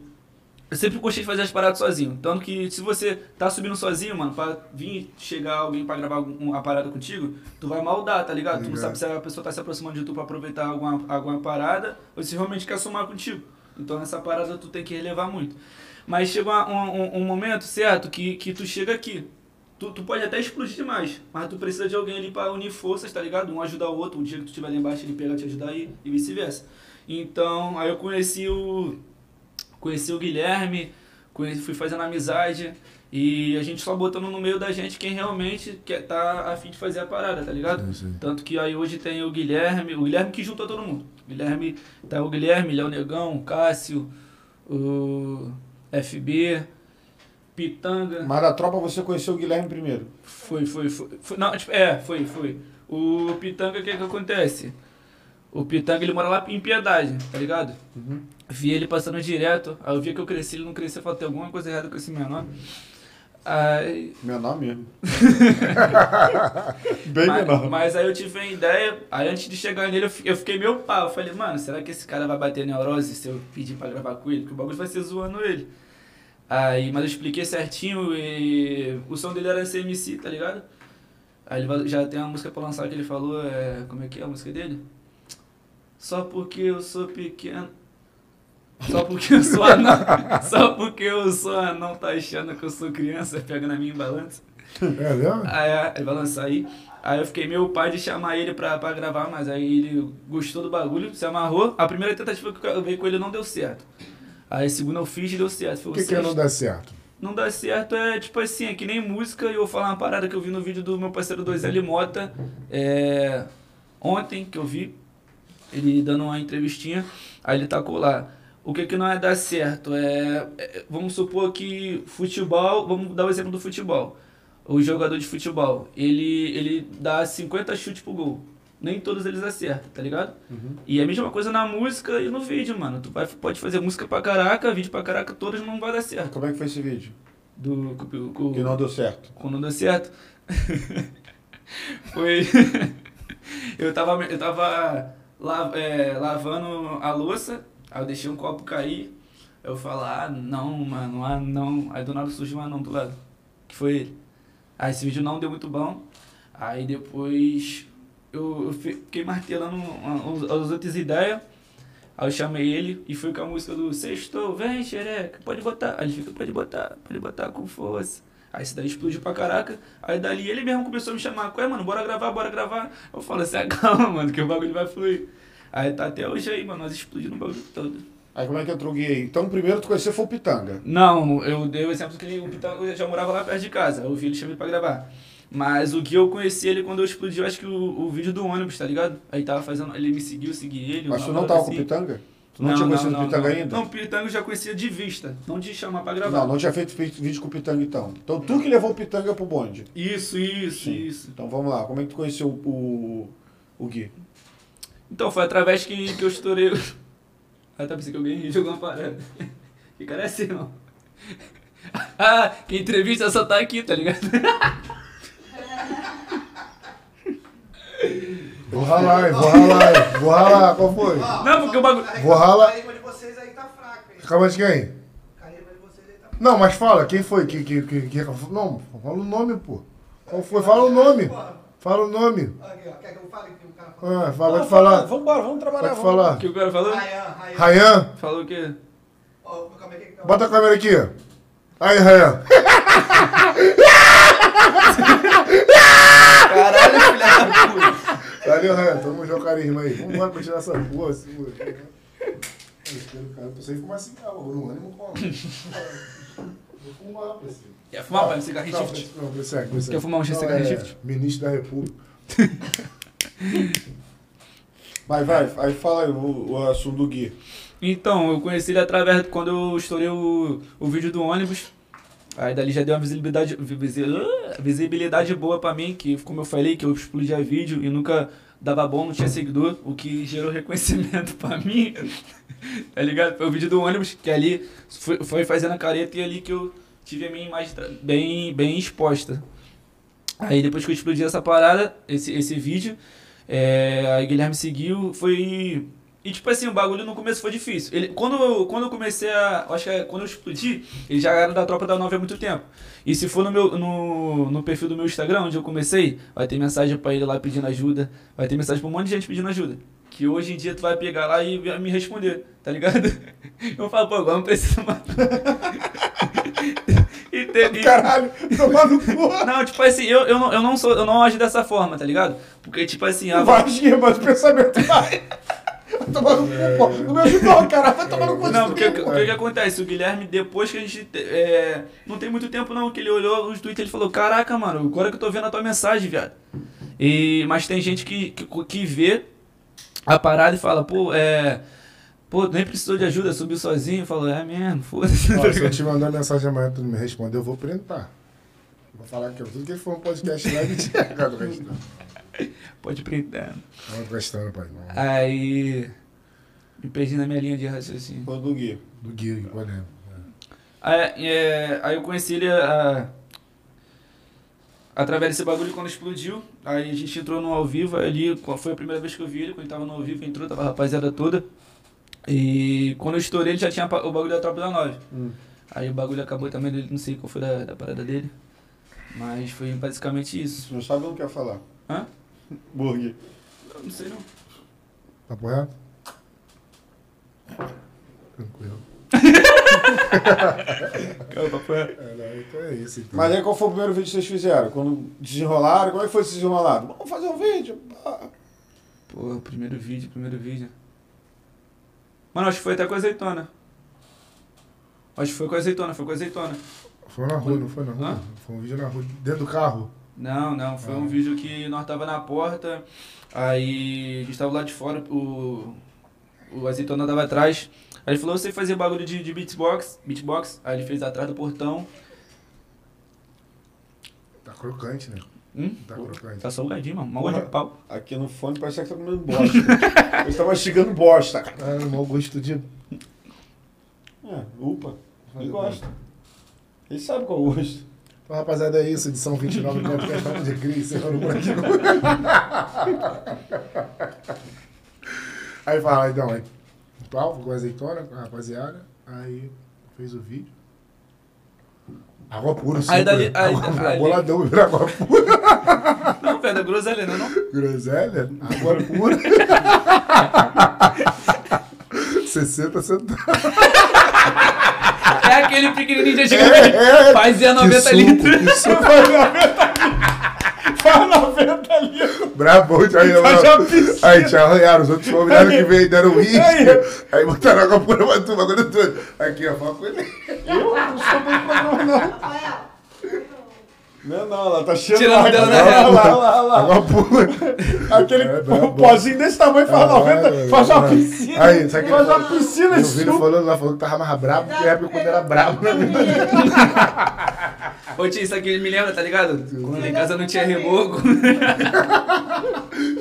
Speaker 3: eu sempre gostei de fazer as paradas sozinho. Tanto que se você tá subindo sozinho, mano, pra vir chegar alguém pra gravar algum- uma parada contigo, tu vai maldar, tá ligado? Tu não
Speaker 1: Ligado.
Speaker 3: sabe se a pessoa tá se aproximando de tu pra aproveitar alguma, alguma parada ou se realmente quer somar contigo. Então nessa parada tu tem que relevar muito. Mas chega uma- um, um- um momento, certo, que, que tu chega aqui. Tu, tu pode até explodir demais, mas tu precisa de alguém ali pra unir forças, tá ligado? Um ajudar o outro, um dia que tu estiver lá embaixo ele pega te ajudar aí e vice-versa. Então, aí eu conheci o conheci o Guilherme, conheci, fui fazendo amizade e a gente só botando no meio da gente quem realmente quer tá afim de fazer a parada, tá ligado?
Speaker 1: É
Speaker 3: Tanto que aí hoje tem o Guilherme, o Guilherme que juntou todo mundo. Guilherme, tá o Guilherme, Léo Negão, Cássio, o FB, Pitanga.
Speaker 2: Mas da tropa você conheceu o Guilherme primeiro.
Speaker 3: Foi, foi, foi. foi- não, tipo, é, foi, foi. O Pitanga, o que que acontece? O Pitanga, ele mora lá em Piedade, tá ligado?
Speaker 2: Uhum.
Speaker 3: Vi ele passando direto, aí eu vi que eu cresci, ele não cresceu, eu falei, tem alguma coisa errada com esse menor. Aí,
Speaker 2: Menor [laughs] mesmo. Bem
Speaker 3: mas,
Speaker 2: menor.
Speaker 3: mas aí eu tive uma ideia, aí antes de chegar nele eu, fi- eu fiquei meio pau. Eu falei, mano, será que esse cara vai bater neurose se eu pedir pra gravar com ele? Porque o bagulho vai ser zoando ele. Aí, mas eu expliquei certinho e o som dele era CMC, tá ligado? Aí ele va- já tem uma música pra lançar que ele falou, é, como é que é a música dele? Só porque eu sou pequeno. Só porque eu sou anão. [laughs] Só porque eu sou anão, tá achando que eu sou criança, pega na minha e balança.
Speaker 1: É mesmo?
Speaker 3: Aí é, ele vai lançar aí. Aí eu fiquei meio pai de chamar ele pra, pra gravar, mas aí ele gostou do bagulho, se amarrou. A primeira tentativa que eu veio com ele não deu certo. Aí a segunda eu fiz e deu certo. Foi
Speaker 1: O que, que é
Speaker 3: sexto.
Speaker 1: não dá certo?
Speaker 3: Não dá certo é tipo assim, é que nem música, e eu vou falar uma parada que eu vi no vídeo do meu parceiro 2L Mota é, ontem que eu vi, ele dando uma entrevistinha, aí ele tacou lá. O que, que não é dar certo? É, é, vamos supor que futebol, vamos dar o exemplo do futebol. O jogador de futebol, ele, ele dá 50 chutes pro gol. Nem todos eles acertam, tá ligado? E é a mesma coisa na música e no vídeo, mano. Tu vai, pode fazer música pra caraca, vídeo pra caraca, todas não vai dar certo
Speaker 2: Como é que foi esse vídeo?
Speaker 3: do com, com,
Speaker 2: Que não deu certo.
Speaker 3: quando não deu certo [laughs] foi [laughs] eu tava eu tava la- é, lavando a louça aí eu deixei um copo cair eu falo ah não mano ah não aí do nada surgiu um anão do lado que foi ele aí esse vídeo não deu muito bom aí depois eu, eu fi- fiquei martelando um- um- as outras ideias Aí eu chamei ele e fui com a música do Sextou, vem xereca, pode botar. Aí ele fica, pode botar, pode botar com força. Aí isso daí explodiu pra caraca. Aí dali ele mesmo começou a me chamar, qual é, mano, bora gravar, bora gravar. Eu falo assim, [laughs] calma, mano, que o bagulho vai fluir. Aí tá até hoje aí, mano, nós explodimos o bagulho todo.
Speaker 2: Aí como é que entrou o gay? Então primeiro tu conheceu foi o Pitanga.
Speaker 3: Não, eu dei o exemplo que ele, o Pitango já morava lá perto de casa. Eu vi ele chamei pra gravar. Mas o que eu conheci ele quando eu explodi, eu acho que o, o vídeo do ônibus, tá ligado? Aí tava fazendo, ele me seguiu, eu segui ele.
Speaker 2: Mas tu
Speaker 3: uma
Speaker 2: não
Speaker 3: parada
Speaker 2: tava com o
Speaker 3: assim.
Speaker 2: Pitanga? Tu não, tinha conhecido o Pitanga
Speaker 3: não.
Speaker 2: ainda?
Speaker 3: Não, o Pitanga eu já conhecia de vista, não de chamar pra gravar.
Speaker 2: Não, não tinha feito feito vídeo com o Pitanga então. Então tu que levou o Pitanga pro bonde.
Speaker 3: Isso, isso,
Speaker 2: Sim.
Speaker 3: isso.
Speaker 2: Então vamos lá, como é que tu conheceu o, o, o Gui?
Speaker 3: Então foi através que, que eu estourei. o- [laughs] Ah, tá pensando que alguém jogou uma parada. [laughs] Que cara é assim, não? [laughs] Ah, que entrevista só tá aqui, tá [laughs] ligado?
Speaker 1: Vou ralar, hein? Vou ralar, hein? Vou ralar, qual foi?
Speaker 3: Não, porque o bagulho-
Speaker 1: Vou ralar.
Speaker 4: A carisma de vocês aí tá fraca, hein?
Speaker 1: Calma de quem?
Speaker 4: A carisma de vocês aí tá
Speaker 1: Não, mas fala, quem foi? Que, que, que, que- Não, fala o nome, pô. Qual foi? Fala o nome. Fala o nome.
Speaker 4: Aqui, ó. Quer que eu fale que o cara falou?
Speaker 1: Ah, fala, pode falar.
Speaker 2: Vamos embora, vamos trabalhar.
Speaker 1: Pode
Speaker 2: vamos.
Speaker 3: O
Speaker 1: falar.
Speaker 3: que o cara falou?
Speaker 4: Rayan, Rayan.
Speaker 1: Rayan,
Speaker 3: Falou o quê?
Speaker 4: Ó, calma aí que- tá calma aí.
Speaker 1: bota a câmera aqui. Aí, Rayan.
Speaker 3: Caralho, filha da puta.
Speaker 1: Valeu, Rayan. Tamo junto, carisma aí. Vamos lá continuar essa porra, assim, mano. Eu cara, eu pensei em fumar cigarro, eu não ânimo como. Vou fumar, preciso.
Speaker 3: Quer fumar, pai? Um cigarrinho
Speaker 1: Não,
Speaker 3: shift?
Speaker 1: Não, prossegue, prossegue.
Speaker 3: Quer fumar um
Speaker 1: Não,
Speaker 3: cigarrinho
Speaker 1: é
Speaker 3: shift?
Speaker 1: Ministro da República.
Speaker 2: Vai, vai, aí fala aí o, o assunto do Gui.
Speaker 3: Então, eu conheci ele através quando eu estourei o, o vídeo do ônibus. Aí dali já deu uma visibilidade, visi- ah, visibilidade boa pra mim, que como eu falei, que eu explodia vídeo e nunca dava bom, não tinha seguidor, o que gerou [laughs] reconhecimento pra mim. [laughs] tá ligado? Foi o vídeo do ônibus, que ali foi, foi fazendo a careta e é ali que eu tive a minha imagem tra- bem, bem exposta. Aí depois que eu explodi essa parada, esse, esse vídeo, é, aí Guilherme seguiu, foi e tipo assim, o bagulho no começo foi difícil. Ele, quando, eu, quando eu comecei a. eu Acho que é, quando eu explodi, ele já era da tropa da 9 há muito tempo. E se for no, meu, no, no perfil do meu Instagram, onde eu comecei, vai ter mensagem pra ele lá pedindo ajuda. Vai ter mensagem pra um monte de gente pedindo ajuda. Que hoje em dia tu vai pegar lá e vai me responder, tá ligado? [laughs] Eu falo, pô, agora não precisa mais. [laughs] e teve. [laughs]
Speaker 2: Caralho, tomar no cu.
Speaker 3: Não, tipo assim, eu, eu, não, eu não sou, eu não ajo dessa forma, tá ligado? Porque, tipo assim, a,
Speaker 2: Vai, Gui, mas o pensamento vai. Vai tomar no cu, pô. Não me ajudou, caralho, vai tomar no cu.
Speaker 3: Não, porque o que, o que que acontece? O Guilherme, depois que a gente. é, não tem muito tempo não, que ele olhou os tweets ele falou: Caraca, mano, agora que eu tô vendo a tua mensagem, viado. E, mas tem gente que, que, que vê a parada e fala: Pô, é. Pô, nem precisou de ajuda, subiu sozinho. Falou: É mesmo, foda-se.
Speaker 1: Ó, se eu te mandar mensagem amanhã e tu não me responder, eu vou printar. Vou falar que tudo que for um podcast lá, ele tira. Não, tô
Speaker 3: [laughs] Pode prender.
Speaker 1: gastando, pai. Não.
Speaker 3: Aí. Me perdi na minha linha de raciocínio.
Speaker 2: Foi do Gui.
Speaker 1: Do Gui, qual é?
Speaker 3: Aí, é, aí eu conheci ele ah, através desse bagulho quando explodiu. Aí a gente entrou no ao vivo ali. qual- Foi a primeira vez que eu vi ele, quando ele tava no ao vivo, entrou,
Speaker 2: Hum.
Speaker 3: tava a rapaziada toda. E quando eu estourei, ele já tinha pa- o bagulho da Tropa da Nove. Aí o bagulho acabou também, dele, não sei qual foi da, da parada dele. Mas foi basicamente isso.
Speaker 2: Não sabe o que eu ia falar.
Speaker 3: Hã?
Speaker 2: Burg.
Speaker 3: Eu não sei não.
Speaker 1: Papo reto? Tranquilo. É, não, então é isso. Então.
Speaker 2: Mas aí qual foi o primeiro vídeo que vocês fizeram? Quando desenrolaram? Como é que foi esse desenrolado? Vamos fazer um vídeo? pá.
Speaker 3: Pô, primeiro vídeo, primeiro vídeo. Mano, acho que foi até com azeitona. Acho que foi com azeitona, foi com azeitona.
Speaker 2: é-
Speaker 1: Foi na rua, não foi na rua?
Speaker 3: Hã?
Speaker 1: Foi um vídeo na rua, dentro do carro.
Speaker 3: Não, não, foi
Speaker 1: Ah.
Speaker 3: um vídeo que nós tava na porta, aí a gente tava lá de fora, o, o azeitona tava atrás. Aí ele falou, você fazia bagulho de, de beatbox, beatbox, aí ele fez atrás do portão.
Speaker 1: Tá crocante, né?
Speaker 3: Hum?
Speaker 1: Tá crocante.
Speaker 3: Tá salgadinho, mano, mal gosto de pau.
Speaker 2: Aqui no fone parece que tá comendo
Speaker 1: [laughs]
Speaker 2: bosta. Eu estava mastigando bosta. cara.
Speaker 1: Ah, mau gosto de.
Speaker 2: É, upa. Ele gosta. Ele sabe qual é o gosto. [laughs]
Speaker 1: Então, rapaziada, é isso. Edição 29 do podcast Papo de Cris. Encerrando por aqui. Aí fala, então, aí. Pau, com azeitona, com a rapaziada. Aí fez o vídeo. Água pura, sim.
Speaker 3: Aí
Speaker 1: né?
Speaker 3: dali- aí-
Speaker 1: água,
Speaker 3: aí-
Speaker 1: boladão, vira água pura.
Speaker 3: Não, velho, é groselha, né, não?
Speaker 1: Groselha, água
Speaker 3: [laughs]
Speaker 1: pura. 60 centavos.
Speaker 3: É aquele pequenininho de antigamente,
Speaker 1: É, é.
Speaker 3: fazia
Speaker 1: Que
Speaker 3: 90
Speaker 1: suco,
Speaker 3: litros.
Speaker 1: Que suco.
Speaker 2: Faz 90 litros.
Speaker 1: Bravo, tchau. Aí,
Speaker 2: Faz uma
Speaker 1: mano.
Speaker 2: Tá piscina.
Speaker 1: aí te arranharam, os outros convidaram que veio, deram um uísque.
Speaker 2: Aí.
Speaker 1: Aí botaram água pura pra tu, bagulho todo. Aqui, ó, fala com ele.
Speaker 2: Eu não sou bom pra não, não.
Speaker 4: Rafael,
Speaker 2: Não, não, ela tá cheia
Speaker 3: Tirando
Speaker 2: de
Speaker 3: dela
Speaker 2: água.
Speaker 3: da
Speaker 2: Olha
Speaker 3: reta.
Speaker 2: lá, olha lá, olha lá.
Speaker 1: Água pura.
Speaker 2: Aquele
Speaker 1: né? É, não, é bom.
Speaker 2: pozinho desse tamanho faz 90, faz uma piscina.
Speaker 1: Aí, sabe que
Speaker 2: Faz
Speaker 1: é. ele
Speaker 2: uma piscina
Speaker 1: Meu
Speaker 2: esse
Speaker 1: filho falando lá, falou que tava mais brabo que época quando era brabo, [laughs] né?
Speaker 4: um
Speaker 3: Ô tio, isso aqui me lembra, tá ligado? Quando lá em casa não tinha reboco.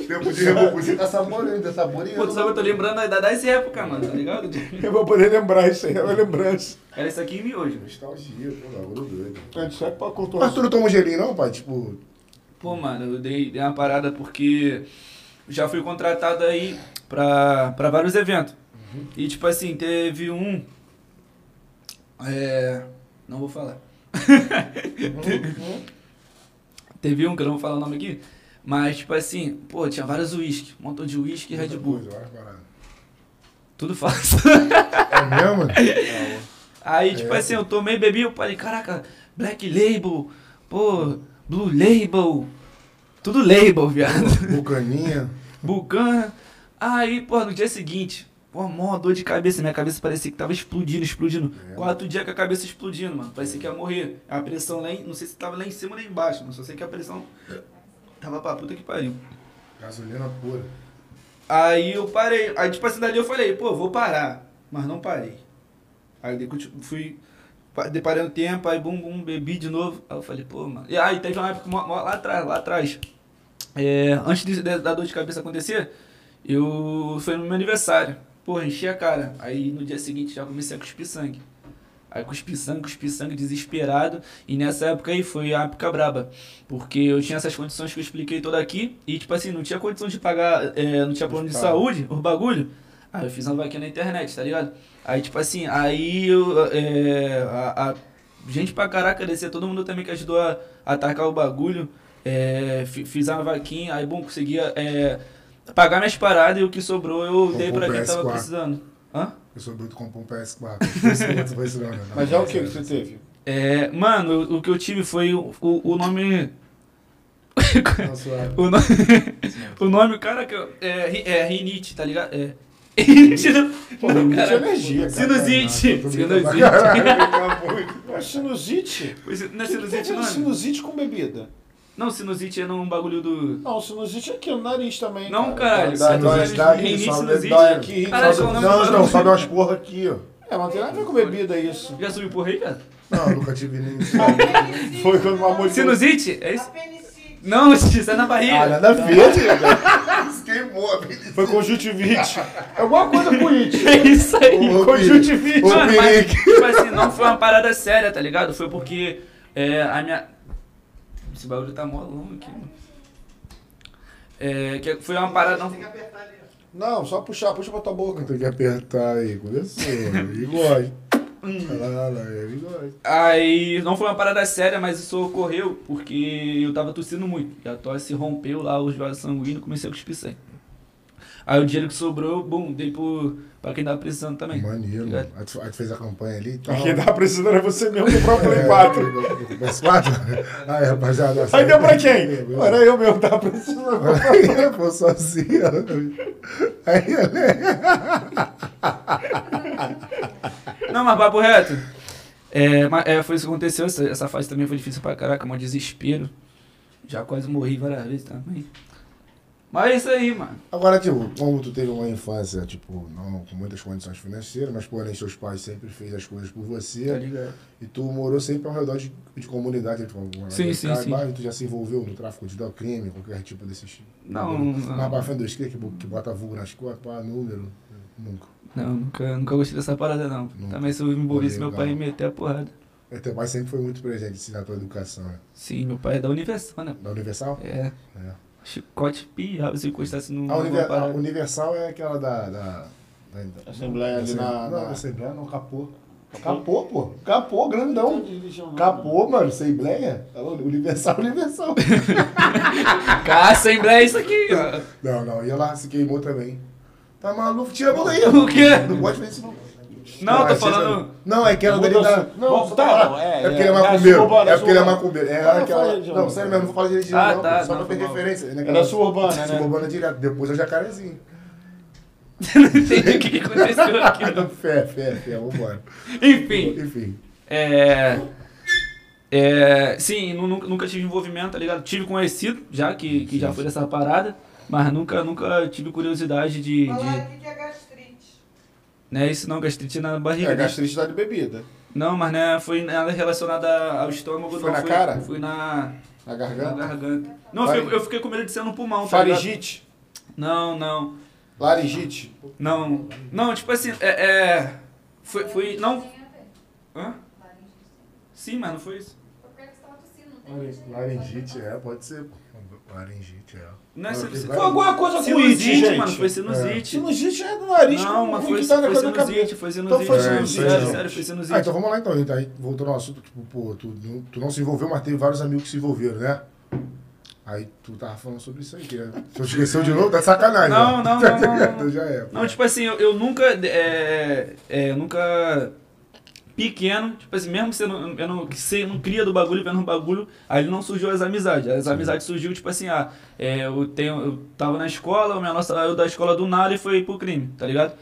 Speaker 1: Tempo de reboco, você tá saboreando, tá saboreando.
Speaker 3: Pô, tu sabe, eu tô lembrando da, das época, mano, tá ligado?
Speaker 2: Eu vou poder lembrar isso aí, é uma lembrança.
Speaker 3: Era isso aqui em miojo.
Speaker 1: Nostalgia, pô, bagulho doido.
Speaker 2: Antes só é pra
Speaker 1: Mas
Speaker 2: contornar.
Speaker 1: tu não toma um gelinho, não, pai? Tipo,
Speaker 3: Pô, mano, eu dei, dei uma parada porque já fui contratado aí pra, pra vários eventos. E tipo assim, teve um. É. Não vou falar. teve um que eu não vou falar o nome aqui. Mas, tipo assim, pô, tinha vários uísque, um montão de uísque e Red Bull.
Speaker 1: Coisa, várias paradas.
Speaker 3: Tudo fácil.
Speaker 1: É mesmo?
Speaker 3: [laughs] Aí, tipo assim, eu tomei, bebi, eu falei, caraca, Black Label, pô, Blue Label, tudo label, viado.
Speaker 1: Bucaninha.
Speaker 3: Bucana. Aí, pô, no dia seguinte, pô, mó dor de cabeça. Minha cabeça parecia que tava explodindo, explodindo.
Speaker 1: É.
Speaker 3: Quatro dias com a cabeça explodindo, mano. Parecia que ia morrer. A pressão lá em. Não sei se tava lá em cima ou lá embaixo, mas só sei que a pressão tava pra puta que pariu.
Speaker 1: Gasolina pura.
Speaker 3: Aí eu parei. Aí, tipo assim, dali eu falei, pô, vou parar. Mas não parei. Aí eu continu- fui. pa- Deparei um tempo, aí bum, bum, bebi de novo. Aí eu falei, pô, mano. E aí teve uma época mó- mó lá atrás, lá atrás. É, antes de- de- da dor de cabeça acontecer, eu. Foi no meu aniversário. Porra, enchi a cara. Aí no dia seguinte já comecei a cuspir sangue. Aí cuspi sangue, cuspi sangue, desesperado. E nessa época aí foi a época braba. Porque eu tinha essas condições que eu expliquei toda aqui. E tipo assim, não tinha condição de pagar, é, não tinha plano de
Speaker 2: Hospital.
Speaker 3: saúde, os bagulho. Aí eu fiz uma vaquinha na internet, tá ligado? Aí tipo assim, aí eu, é, a, a gente pra caraca descer, todo mundo também que ajudou a atacar o bagulho. É, fi- fiz uma vaquinha, aí bom, conseguia é, pagar minhas paradas e o que sobrou eu dei
Speaker 1: Comprou
Speaker 3: pra
Speaker 1: um
Speaker 3: quem tava
Speaker 1: PS4.
Speaker 3: precisando. Hã?
Speaker 1: Eu sou doido comprou um PS4. Não sei quanto foi isso, não, né?
Speaker 2: Mas é o que que você teve?
Speaker 3: É, mano, o- o que eu tive foi o, o, o nome. [laughs]
Speaker 1: Não, suave.
Speaker 3: O nome, [laughs] o nome, cara, que eu- é, ri- é rinite, tá ligado? É. Rinite do. [laughs]
Speaker 2: Pô, não tinha
Speaker 3: Cara,
Speaker 2: energia, cara.
Speaker 3: sinusite.
Speaker 1: Não, tô brincando pra
Speaker 3: Sinusite. [laughs]
Speaker 2: [laughs] É sinusite.
Speaker 3: Não é
Speaker 2: Por que
Speaker 3: sinusite,
Speaker 2: que é
Speaker 3: não?
Speaker 2: sinusite com bebida?
Speaker 3: Não, sinusite é num bagulho do.
Speaker 2: Não, sinusite é aqui no nariz também.
Speaker 3: Não,
Speaker 2: cara.
Speaker 3: caralho.
Speaker 1: dá- dá-
Speaker 3: sinusite,
Speaker 1: dá-
Speaker 3: rinite,
Speaker 1: dá-
Speaker 3: sinusite.
Speaker 2: dá- aqui,
Speaker 3: Caralho,
Speaker 1: Sobe-
Speaker 3: qual é o nome
Speaker 1: Não,
Speaker 3: do
Speaker 1: não,
Speaker 3: bagulho?
Speaker 1: sobe umas porra aqui, ó.
Speaker 2: É, mas não tem nada a ver com bebida isso.
Speaker 3: Já subiu porra aí, cara?
Speaker 1: Não, eu nunca tive
Speaker 2: [laughs]
Speaker 1: nem.
Speaker 4: Apendicite.
Speaker 2: Foi quando uma mulher-
Speaker 3: Sinusite? É isso?
Speaker 4: Apendicite.
Speaker 3: Não, [laughs] isso é na
Speaker 1: Ah,
Speaker 3: barriga.
Speaker 1: nada a ver, Diego. Queimou a beleza.
Speaker 2: Foi conjuntivite. É alguma coisa com it.
Speaker 3: É isso aí.
Speaker 1: Ô,
Speaker 2: Conjuntivite.
Speaker 1: Ô,
Speaker 3: Mano, mas,
Speaker 1: Pinique.
Speaker 3: tipo assim, não foi uma parada séria, tá ligado? Foi porque é, a minha. Esse bagulho tá mó longo aqui, mano. É, que foi uma parada. Não...
Speaker 4: Tem que apertar ali. ó.
Speaker 2: Não, só puxar, puxa pra tua boca.
Speaker 1: Tem que apertar aí, começou. E gosta. Caralho, é verdade.
Speaker 3: Aí, não foi uma parada séria, mas isso ocorreu porque eu tava tossindo muito. E a tosse rompeu lá os vasos sanguíneos, comecei a cuspir sangue. Aí o dinheiro que sobrou, bum, dei pro, pra quem tava precisando também.
Speaker 1: Maneiro,
Speaker 2: É.
Speaker 3: Tá ligado?
Speaker 1: mano. Aí tu- Aí tu fez a campanha ali e tal.
Speaker 2: Quem tava precisando era é você mesmo comprar o
Speaker 1: [laughs]
Speaker 2: Play 4.
Speaker 1: PS4? Aí, rapaziada.
Speaker 2: Aí deu pra
Speaker 1: É,
Speaker 2: quem?
Speaker 1: meu.
Speaker 2: Era eu mesmo, tava precisando.
Speaker 1: [laughs] Aí, pô, sozinho. Aí,
Speaker 3: Não, mas papo reto. É, ma- é, foi isso que aconteceu. Essa, essa fase também foi difícil pra caraca, um desespero. Já quase morri várias vezes também. Mas é isso aí, mano.
Speaker 1: Agora, tipo, como tu teve uma infância, tipo, não com muitas condições financeiras, mas porém seus pais sempre fez as coisas por
Speaker 3: Tá
Speaker 1: você,
Speaker 3: ligado?
Speaker 1: e tu morou sempre ao redor de, de comunidade, tipo, uma
Speaker 3: Sim,
Speaker 1: uma-
Speaker 3: sim,
Speaker 1: cara,
Speaker 3: sim.
Speaker 1: bairro, tu já se envolveu no tráfico de dar crime, qualquer tipo desses.
Speaker 3: Não,
Speaker 1: Mas
Speaker 3: não,
Speaker 1: pra frente dos que, que bo- que bota vulgo nas costas, pá, número, nunca.
Speaker 3: não, nunca, nunca gostei dessa parada, não.
Speaker 1: Não.
Speaker 3: Também se eu me envolvesse, meu
Speaker 1: Legal.
Speaker 3: pai ia meter a porrada.
Speaker 1: E É, teu pai sempre foi muito presente, assim, na tua educação, né?
Speaker 3: Sim, meu pai é da Universal, né?
Speaker 1: Da Universal?
Speaker 3: É.
Speaker 1: É.
Speaker 3: Chicote piava se encostasse no.
Speaker 1: A, Univer-
Speaker 3: numa
Speaker 1: a
Speaker 3: parada.
Speaker 1: Universal é aquela da. da, da, da
Speaker 3: É.
Speaker 2: Assembleia ali
Speaker 1: Não,
Speaker 2: na- na-
Speaker 1: Assembleia não, capô. Capô, pô. Capô,
Speaker 3: um
Speaker 1: grandão. Capô, mano, Assembleia. Alô, Universal,
Speaker 2: [laughs]
Speaker 1: Universal.
Speaker 3: Cara, a Assembleia é isso aqui, ó.
Speaker 1: não, não, e ela se queimou também. Tá maluco, tira a mão daí.
Speaker 3: O quê?
Speaker 1: Não pode fazer isso, não.
Speaker 3: Não,
Speaker 1: é
Speaker 3: tô
Speaker 1: César-
Speaker 3: falando.
Speaker 1: Não, é aquela dele da.
Speaker 2: Mudança.
Speaker 1: Não,
Speaker 2: Bom,
Speaker 1: só
Speaker 2: tá,
Speaker 1: pra
Speaker 2: não,
Speaker 1: falar.
Speaker 2: é,
Speaker 1: é porque ele é
Speaker 2: é,
Speaker 1: macumbeiro.
Speaker 2: suburbana,
Speaker 1: É porque ele é
Speaker 2: suburbana.
Speaker 1: macumbeiro. É
Speaker 2: Não, eu
Speaker 1: aquela.
Speaker 2: falei de
Speaker 1: Não,
Speaker 2: novo.
Speaker 1: sério mesmo, não vou falar direito.
Speaker 3: Ah,
Speaker 1: não,
Speaker 3: tá,
Speaker 1: Só pra
Speaker 3: não,
Speaker 1: perder
Speaker 3: foi mal.
Speaker 1: referência. né,
Speaker 2: Era
Speaker 1: cara?
Speaker 2: suburbana, né?
Speaker 1: Suburbana direto. Depois é o jacarezinho.
Speaker 3: Não [laughs] entendi o que que aconteceu aqui. não.
Speaker 1: Fé, fé, fé, vambora.
Speaker 3: Enfim.
Speaker 1: Enfim.
Speaker 3: É. É. Sim, nu- nunca, nunca tive envolvimento, tá ligado? Tive conhecido, já que, que já foi dessa parada, mas nunca, nunca tive curiosidade de.
Speaker 4: Falar
Speaker 3: de
Speaker 4: aqui que é gastrite.
Speaker 3: não é isso não, gastrite na barriga. né?
Speaker 2: É, gastrite dá de bebida.
Speaker 3: Não, mas né, foi nada relacionada ao estômago,
Speaker 2: Foi
Speaker 3: não.
Speaker 2: na cara? Tá
Speaker 3: Fui na,
Speaker 2: Na
Speaker 3: na
Speaker 2: garganta.
Speaker 3: garganta. Não, eu
Speaker 2: Fari-
Speaker 3: fiquei- eu fiquei com medo de ser no pulmão, tá ligado?
Speaker 2: Faringite.
Speaker 3: Não, não.
Speaker 2: Laringite.
Speaker 3: Não. Não, tipo assim, é. é foi, foi. Não. Hã? Sim, mas não foi isso.
Speaker 5: assim,
Speaker 1: Laringite, é, pode ser. Laringite, é.
Speaker 3: Não é
Speaker 1: Não,
Speaker 3: sinu-
Speaker 1: que
Speaker 3: foi
Speaker 1: vai-
Speaker 3: alguma coisa com
Speaker 2: Sinusite,
Speaker 3: it,
Speaker 2: gente.
Speaker 3: mano. Foi sinusite.
Speaker 2: Sinusite é do nariz.
Speaker 3: Não,
Speaker 2: como
Speaker 3: mas
Speaker 2: o
Speaker 3: foi,
Speaker 2: que tá na
Speaker 3: foi
Speaker 2: coisa da
Speaker 3: sinusite,
Speaker 2: cabeça.
Speaker 3: foi sinusite.
Speaker 2: Então foi
Speaker 3: É,
Speaker 1: sinusite.
Speaker 3: Sério, sério, foi sinusite.
Speaker 1: Ah, então vamos lá então, gente. Aí, voltando ao assunto, tipo, pô, tu, não- tu não se envolveu, mas teve vários amigos que se envolveram, né? Aí tu tava falando sobre isso aí, que né? Se eu esqueceu de novo, tá sacanagem.
Speaker 3: Não,
Speaker 1: né?
Speaker 3: não, não, não, não.
Speaker 1: Então já é.
Speaker 3: Não, tipo assim, eu, eu nunca. É, é, eu nunca. Pequeno, tipo assim, mesmo sendo. Eu não, que você não cria do bagulho, vendo um bagulho, aí não surgiu as amizades. As amizades surgiu, tipo assim, ah, é, eu, tenho, eu tava na escola, a minha nossa eu da escola do nada e foi pro crime, tá ligado?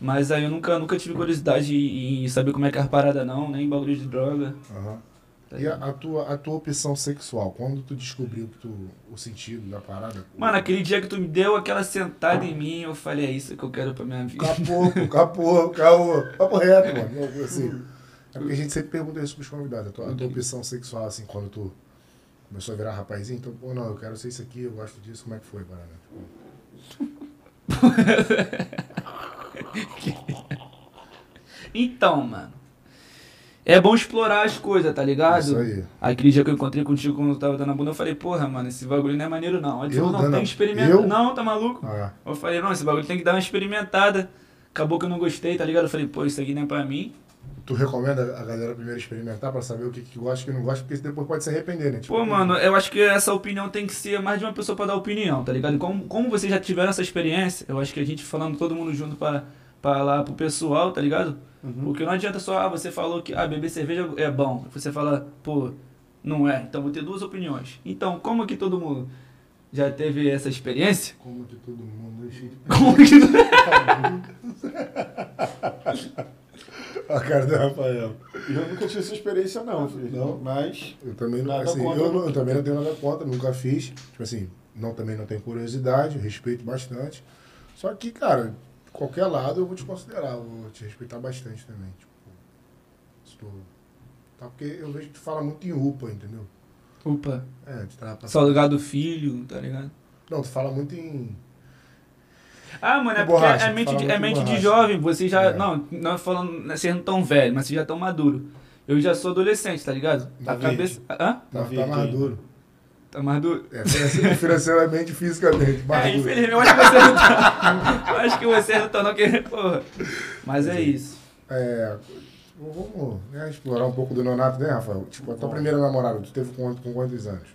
Speaker 3: Mas aí eu nunca, nunca tive curiosidade em em saber como é que é as paradas, não, nem bagulho de droga. tá
Speaker 1: Aham. E a, a tua, a tua opção sexual, quando tu descobriu que tu, o sentido da parada?
Speaker 3: Mano, aquele dia que tu me deu aquela sentada em mim, eu falei, é isso que eu quero pra minha vida.
Speaker 1: Capô, pô, capô, caô. Papo reto, mano. Não, Assim, é porque a gente sempre pergunta isso pros convidados. A tua, a tua opção sexual, assim, quando tu começou a virar rapazinho, então, pô, não, eu quero ser isso aqui, eu gosto disso. Como é que foi, Paraná?
Speaker 3: Então, mano. É bom explorar as coisas, tá ligado?
Speaker 1: Isso aí.
Speaker 3: Aquele dia que eu encontrei contigo quando eu tava dando a bunda, eu falei, porra, mano, esse bagulho não é maneiro não. Ele
Speaker 1: Eu
Speaker 3: falou, não,
Speaker 1: dando
Speaker 3: tem
Speaker 1: a-
Speaker 3: que experimentar.
Speaker 1: eu?
Speaker 3: Não, tá maluco?
Speaker 1: Ah,
Speaker 3: Eu falei, não, esse bagulho tem que dar uma experimentada. Acabou que eu não gostei, tá ligado? Eu falei, pô, isso aqui não é pra mim.
Speaker 1: tu recomenda a galera primeiro experimentar pra saber o que, que gosta e o que não gosta, porque depois pode se arrepender, né? Tipo,
Speaker 3: Pô, mano, eu acho que essa opinião tem que ser mais de uma pessoa pra dar opinião, tá ligado? Como, como vocês já tiveram essa experiência, eu acho que a gente falando todo mundo junto pra, pra lá pro pessoal, tá ligado? Porque não adianta só, ah, você falou que ah, beber cerveja é bom. Você fala, pô, não é. Então vou ter duas opiniões. Então, como que todo mundo já teve essa experiência? [laughs]
Speaker 1: Como que todo mundo. [laughs]
Speaker 3: Como que.
Speaker 1: A cara do Rafael.
Speaker 2: Eu nunca tive essa experiência, não, filho.
Speaker 1: Não?
Speaker 2: Mas.
Speaker 1: Eu também não,
Speaker 2: Nada
Speaker 1: assim,
Speaker 2: contra.
Speaker 1: eu, não- eu também não tenho nada contra, nunca fiz. Tipo assim, não, também não tenho curiosidade, respeito bastante. Só que, cara, qualquer lado eu vou te considerar, eu vou te respeitar bastante também. Tipo, se tu- tá? Porque eu vejo que tu fala muito em UPA, entendeu?
Speaker 3: Opa,
Speaker 1: É, tu tá passando.
Speaker 3: salgado filho, tá ligado?
Speaker 1: Não, tu fala muito em.
Speaker 3: Ah, mano, é porque
Speaker 1: Borracha,
Speaker 3: é mente,
Speaker 1: fala
Speaker 3: de, é
Speaker 1: muito
Speaker 3: mente de
Speaker 1: borracha.
Speaker 3: jovem, vocês já.
Speaker 1: É.
Speaker 3: Não, não é falando, né, vocês não tão velho, mas vocês já tão maduro. Eu já sou adolescente, tá ligado?
Speaker 1: Tá
Speaker 3: a cabeça. Hã?
Speaker 1: Tá, tá
Speaker 2: Verde né?
Speaker 1: maduro.
Speaker 3: Tá maduro?
Speaker 1: É, financeiramente, [laughs] financeiramente e fisicamente,
Speaker 3: É,
Speaker 1: maduro.
Speaker 3: infelizmente, eu acho que você não [laughs] tá. eu acho que você não tá, não, que. Porra. Mas é isso.
Speaker 1: É, Vamos né, explorar um pouco do Nonato, né, Rafael? Tipo, a tua primeira namorada, tu teve com, com quantos anos?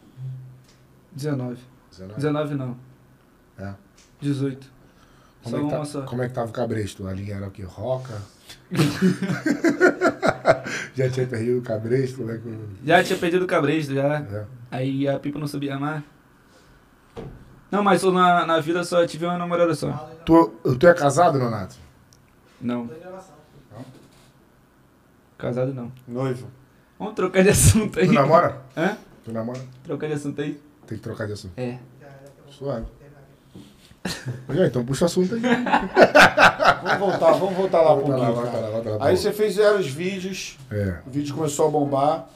Speaker 3: 19.
Speaker 1: 19?
Speaker 3: 19 não.
Speaker 1: É.
Speaker 3: 18.
Speaker 1: Como,
Speaker 3: só
Speaker 1: é que tá-
Speaker 3: uma só.
Speaker 1: como é que tava o cabresto? A linha era o que? Roca? Já tinha perdido o cabresto? Como é que...
Speaker 3: Já tinha perdido o cabresto, já.
Speaker 1: É.
Speaker 3: Aí a pipa não subia mais. Não, mas eu na, na vida só tive uma namorada só.
Speaker 4: Fala, ele
Speaker 1: Tu, tu é casado, Nonato?
Speaker 3: Não,
Speaker 4: não- gravação.
Speaker 3: casado não.
Speaker 2: Noivo.
Speaker 3: Vamos trocar de assunto aí.
Speaker 1: Tu namora?
Speaker 3: Hã?
Speaker 1: Tu namora?
Speaker 3: Trocar de assunto aí?
Speaker 1: Tem que trocar de assunto.
Speaker 3: É.
Speaker 4: Já era que eu vou
Speaker 1: Suave.
Speaker 4: terminar aqui.
Speaker 1: Mas, é, então puxa o assunto aí.
Speaker 2: Ah, Vamos voltar, vamos voltar lá um
Speaker 1: Volta
Speaker 2: pouquinho.
Speaker 1: lá, volta
Speaker 2: cara.
Speaker 1: lá, volta lá,
Speaker 2: Aí
Speaker 1: volta
Speaker 2: você fez vários vídeos,
Speaker 1: lá. É.
Speaker 2: o vídeo começou a bombar.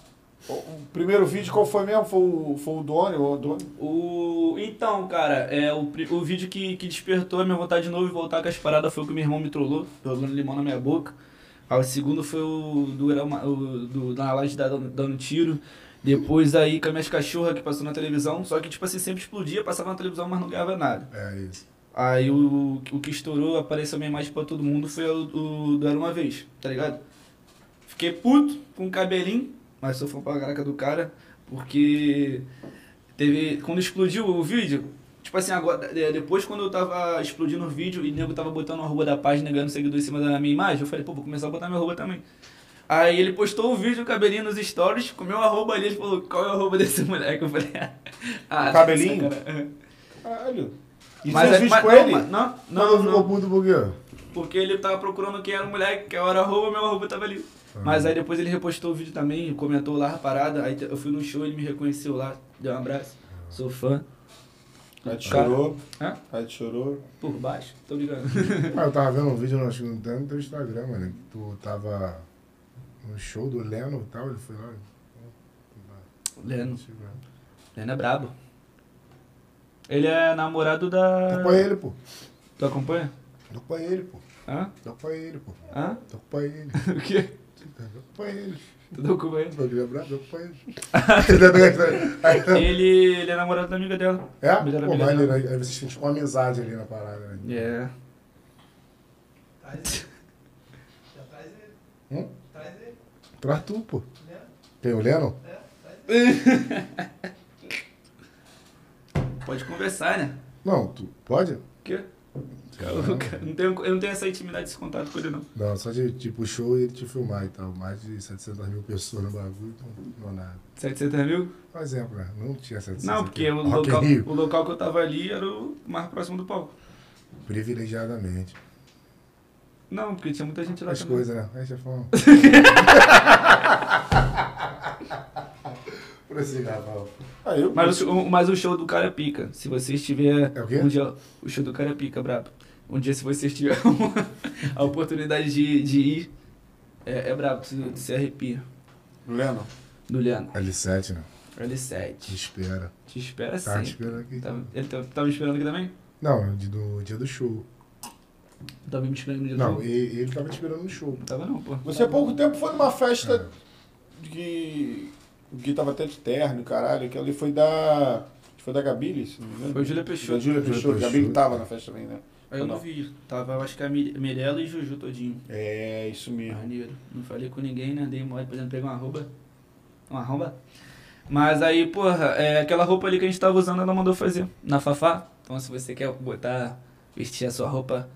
Speaker 2: O o primeiro vídeo, qual foi mesmo? Foi o, foi o Doni? O Doni?
Speaker 3: O... Então, cara, é o, pri- o vídeo que, que despertou a minha vontade de novo e voltar com as paradas foi o que meu irmão me trollou, jogando limão na minha boca. Aí o segundo foi o do, grau ma- o do na laje da- dando, dando tiro. Depois aí com as minhas cachorras que passou na televisão. Só que, tipo assim, sempre explodia, passava na televisão, mas não ganhava nada.
Speaker 1: É isso.
Speaker 3: Aí o, o que estourou, apareceu a minha imagem pra todo mundo, foi o, o do Era Uma Vez, tá ligado? Fiquei puto com o cabelinho, mas sou fã pra caraca do cara, porque teve. Quando explodiu o vídeo, tipo assim, agora, é, depois quando eu tava explodindo o vídeo e o nego tava botando o arroba da página, ganhando seguidor em cima da minha imagem, eu falei, pô, vou começar a botar meu arroba também. Aí ele postou o vídeo, o cabelinho nos stories, comeu o arroba ali, ele falou, qual é o arroba desse [laughs] moleque? Eu falei, ah, tá de
Speaker 2: cabelinho?
Speaker 3: sacanagem.
Speaker 2: Caralho. E
Speaker 3: Mas,
Speaker 2: fez vídeo
Speaker 3: aí- mas-
Speaker 2: com
Speaker 3: não,
Speaker 2: ele?
Speaker 3: mas- Não,
Speaker 1: Não,
Speaker 3: não,
Speaker 1: ficou
Speaker 3: não.
Speaker 1: puto por quê?
Speaker 3: Porque ele tava procurando quem era o moleque, que era arroba, meu arroba tava ali. Mas aí depois ele repostou o vídeo também, comentou lá a parada. Aí te- eu fui no show, ele me reconheceu lá, deu um abraço. Sou fã.
Speaker 2: Aí te chorou.
Speaker 3: Hã?
Speaker 2: Aí te chorou.
Speaker 3: Por baixo, tô ligando. [laughs]
Speaker 1: Ah, eu tava vendo um vídeo, acho que não tem no teu Instagram, mano. que Tu tava no show do Leno e tal, ele foi lá.
Speaker 3: Leno, Leno é brabo. Ele é namorado da.
Speaker 1: Tô com ele, pô.
Speaker 3: Tu acompanha?
Speaker 1: Tô com ele, pô.
Speaker 3: Hã?
Speaker 1: Tô com ele, pô.
Speaker 3: Hã? [laughs]
Speaker 1: Tô com ele.
Speaker 3: O quê?
Speaker 1: Tô com ele.
Speaker 3: Tu tá não
Speaker 1: [laughs]
Speaker 3: acompanha?
Speaker 1: Tô lembrar, tô com ele. Entendeu a história? Aí, então,
Speaker 3: Ele, ele é namorado da amiga dela.
Speaker 1: É?
Speaker 3: Melhor
Speaker 1: Pô,
Speaker 3: amiga
Speaker 1: maneiro.
Speaker 3: dela.
Speaker 1: Aí aí vocês têm tipo uma amizade ali na parada, né?
Speaker 3: É.
Speaker 4: Traz ele. Já traz ele.
Speaker 1: Hum?
Speaker 4: Traz ele.
Speaker 3: É.
Speaker 1: Pra tu, pô.
Speaker 4: Né?
Speaker 1: Tem o Leno?
Speaker 4: É, traz ele.
Speaker 3: Pode conversar, né?
Speaker 1: Não, tu pode?
Speaker 3: O quê? [laughs] Eu, cara, não tenho, eu não tenho essa intimidade, esse contato com ele, não.
Speaker 1: Não, só de tipo show e ele te filmar e tal. Mais de 700 mil pessoas no bagulho, então não é nada.
Speaker 3: 700 mil?
Speaker 1: Por exemplo, né? não tinha 700
Speaker 3: Não, porque
Speaker 1: aqui.
Speaker 3: o
Speaker 1: Rock é in
Speaker 3: local,
Speaker 1: Rio,
Speaker 3: o local que eu tava ali era o mais próximo do palco.
Speaker 1: privilegiadamente.
Speaker 3: Não, porque tinha muita gente lá
Speaker 1: As
Speaker 3: também.
Speaker 1: coisas, né? Aí, chefão.
Speaker 3: [laughs]
Speaker 1: Prossiga, Rafael.
Speaker 3: [laughs]
Speaker 2: Aí eu.
Speaker 3: Mas, o show- mas o show do cara é pica. Se você estiver.
Speaker 1: É o quê?
Speaker 3: Um dia, o show do cara é pica, brabo. Um dia, se você [laughs] estiver a oportunidade de, de ir, é, é brabo, se, se arrepia.
Speaker 2: Leno.
Speaker 3: Do Leandro.
Speaker 1: L7, né? Te
Speaker 3: L7.
Speaker 1: espera.
Speaker 3: Te espera
Speaker 1: Tá te
Speaker 3: sempre.
Speaker 1: esperando aqui.
Speaker 3: Tava, ele tava, tava me esperando aqui também?
Speaker 1: Não, de- do dia do show.
Speaker 3: Tava me esperando no dia
Speaker 1: Não,
Speaker 3: do...
Speaker 1: ele, ele tava te esperando no show.
Speaker 3: Não tava não, pô.
Speaker 2: Você há pouco tempo foi numa festa
Speaker 1: É.
Speaker 2: que. O Gui tava até de terno, caralho. Aquela ali foi da. Foi da Gabile, se não me engano.
Speaker 3: Foi o Júlia
Speaker 2: Da
Speaker 3: Peixoto.
Speaker 2: Júlia Peixoto.
Speaker 1: Peixoto.
Speaker 2: Gabile tava na festa também, né?
Speaker 3: Aí eu não
Speaker 2: Não.
Speaker 3: vi. Tava, eu acho que a Mi- Mirella e Juju todinho.
Speaker 2: É, isso mesmo.
Speaker 3: Maneiro. Não falei com ninguém, né? Dei mole, por exemplo, peguei uma roupa. Uma roupa. Mas aí, porra, é, aquela roupa ali que a gente tava usando, ela mandou fazer. Na Fafá. Então se você quer botar, vestir a sua roupa.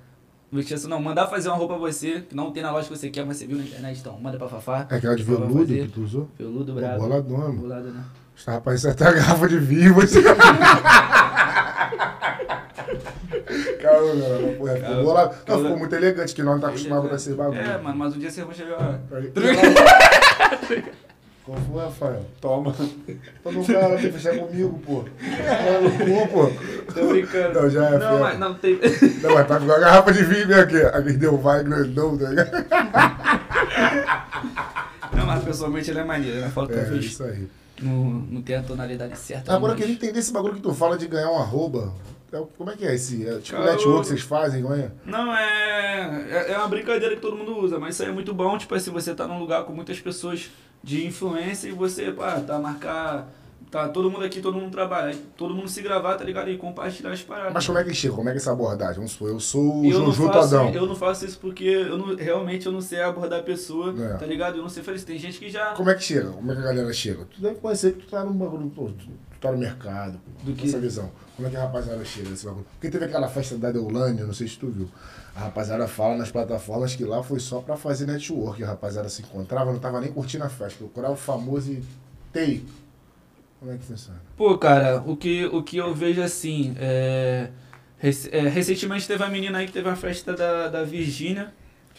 Speaker 3: Vestir a sua, não, mandar fazer uma roupa pra você, que não tem na loja que você quer, mas você viu na internet, então manda pra Fafá.
Speaker 1: É aquela de
Speaker 3: Fafá vai
Speaker 1: veludo
Speaker 3: fazer.
Speaker 1: que tu usou?
Speaker 3: Veludo
Speaker 1: Pô,
Speaker 3: brabo.
Speaker 1: Boladona, mano.
Speaker 3: Bolado, né?
Speaker 1: Os caras parecem até a garrafa de vinho, [laughs] mas... Calma, galera. Porra, é, ficou
Speaker 3: Calma.
Speaker 1: bolado. Não,
Speaker 3: Calma.
Speaker 1: ficou muito elegante, que nós não tá acostumado com esse bagulho.
Speaker 3: É, mano, Tá mas um dia você vai chegar. ó,
Speaker 1: [laughs] Qual foi, Rafael?
Speaker 2: Toma.
Speaker 1: Todo cara tem que fechar comigo, pô. Tá louco, pô.
Speaker 3: Tô brincando.
Speaker 1: [laughs] Não, já é
Speaker 3: Não,
Speaker 1: fera.
Speaker 3: mas não tem. [laughs]
Speaker 1: Não, mas tá com a garrafa de vinho mesmo aqui. Aqui deu um vai, grandão, tá ligado?
Speaker 3: Não, mas pessoalmente ela é maneira, né? Falta que eu
Speaker 1: É,
Speaker 3: fiz.
Speaker 1: isso aí.
Speaker 3: Não, não tem a tonalidade certa.
Speaker 1: Agora eu
Speaker 3: mas-
Speaker 1: queria entender esse bagulho que tu fala de ganhar um arroba. É o- Como é que é esse? É tipo
Speaker 3: Cara,
Speaker 1: network
Speaker 3: eu-
Speaker 1: que vocês fazem, não é?
Speaker 3: Não, é, é. é uma brincadeira que todo mundo usa, mas isso aí é muito bom, tipo assim, você tá num lugar com muitas pessoas de influência e você, pá, tá marcar Tá todo mundo aqui, todo mundo trabalha. Todo mundo se gravar, tá ligado? E compartilhar as paradas.
Speaker 1: Mas como é que chega? Como é que é essa abordagem? Vamos supor, eu sou o
Speaker 3: eu não
Speaker 1: Jojo
Speaker 3: faço,
Speaker 1: Todão.
Speaker 3: Eu não faço isso porque eu não, realmente eu não sei abordar a pessoa,
Speaker 1: É.
Speaker 3: tá ligado? Eu não sei fazer isso. Tem gente que já.
Speaker 1: Como é que chega? Como é que a galera chega? Tu deve conhecer que tu tá no bagulho, pô, tu, tu tá no mercado, pô,
Speaker 3: Do
Speaker 1: com
Speaker 3: quê?
Speaker 1: essa visão. Como é que a rapaziada chega nesse bagulho? Porque teve aquela festa da Deolândia, não sei se tu viu. A rapaziada fala nas plataformas que lá foi só pra fazer network. A rapaziada se encontrava, não tava nem curtindo a festa. Procurava o famoso e tei. Como é que funciona?
Speaker 3: Pô, cara, o que, o que eu vejo assim. É... rec- é, recentemente teve uma menina aí que teve uma festa da, da Virgínia.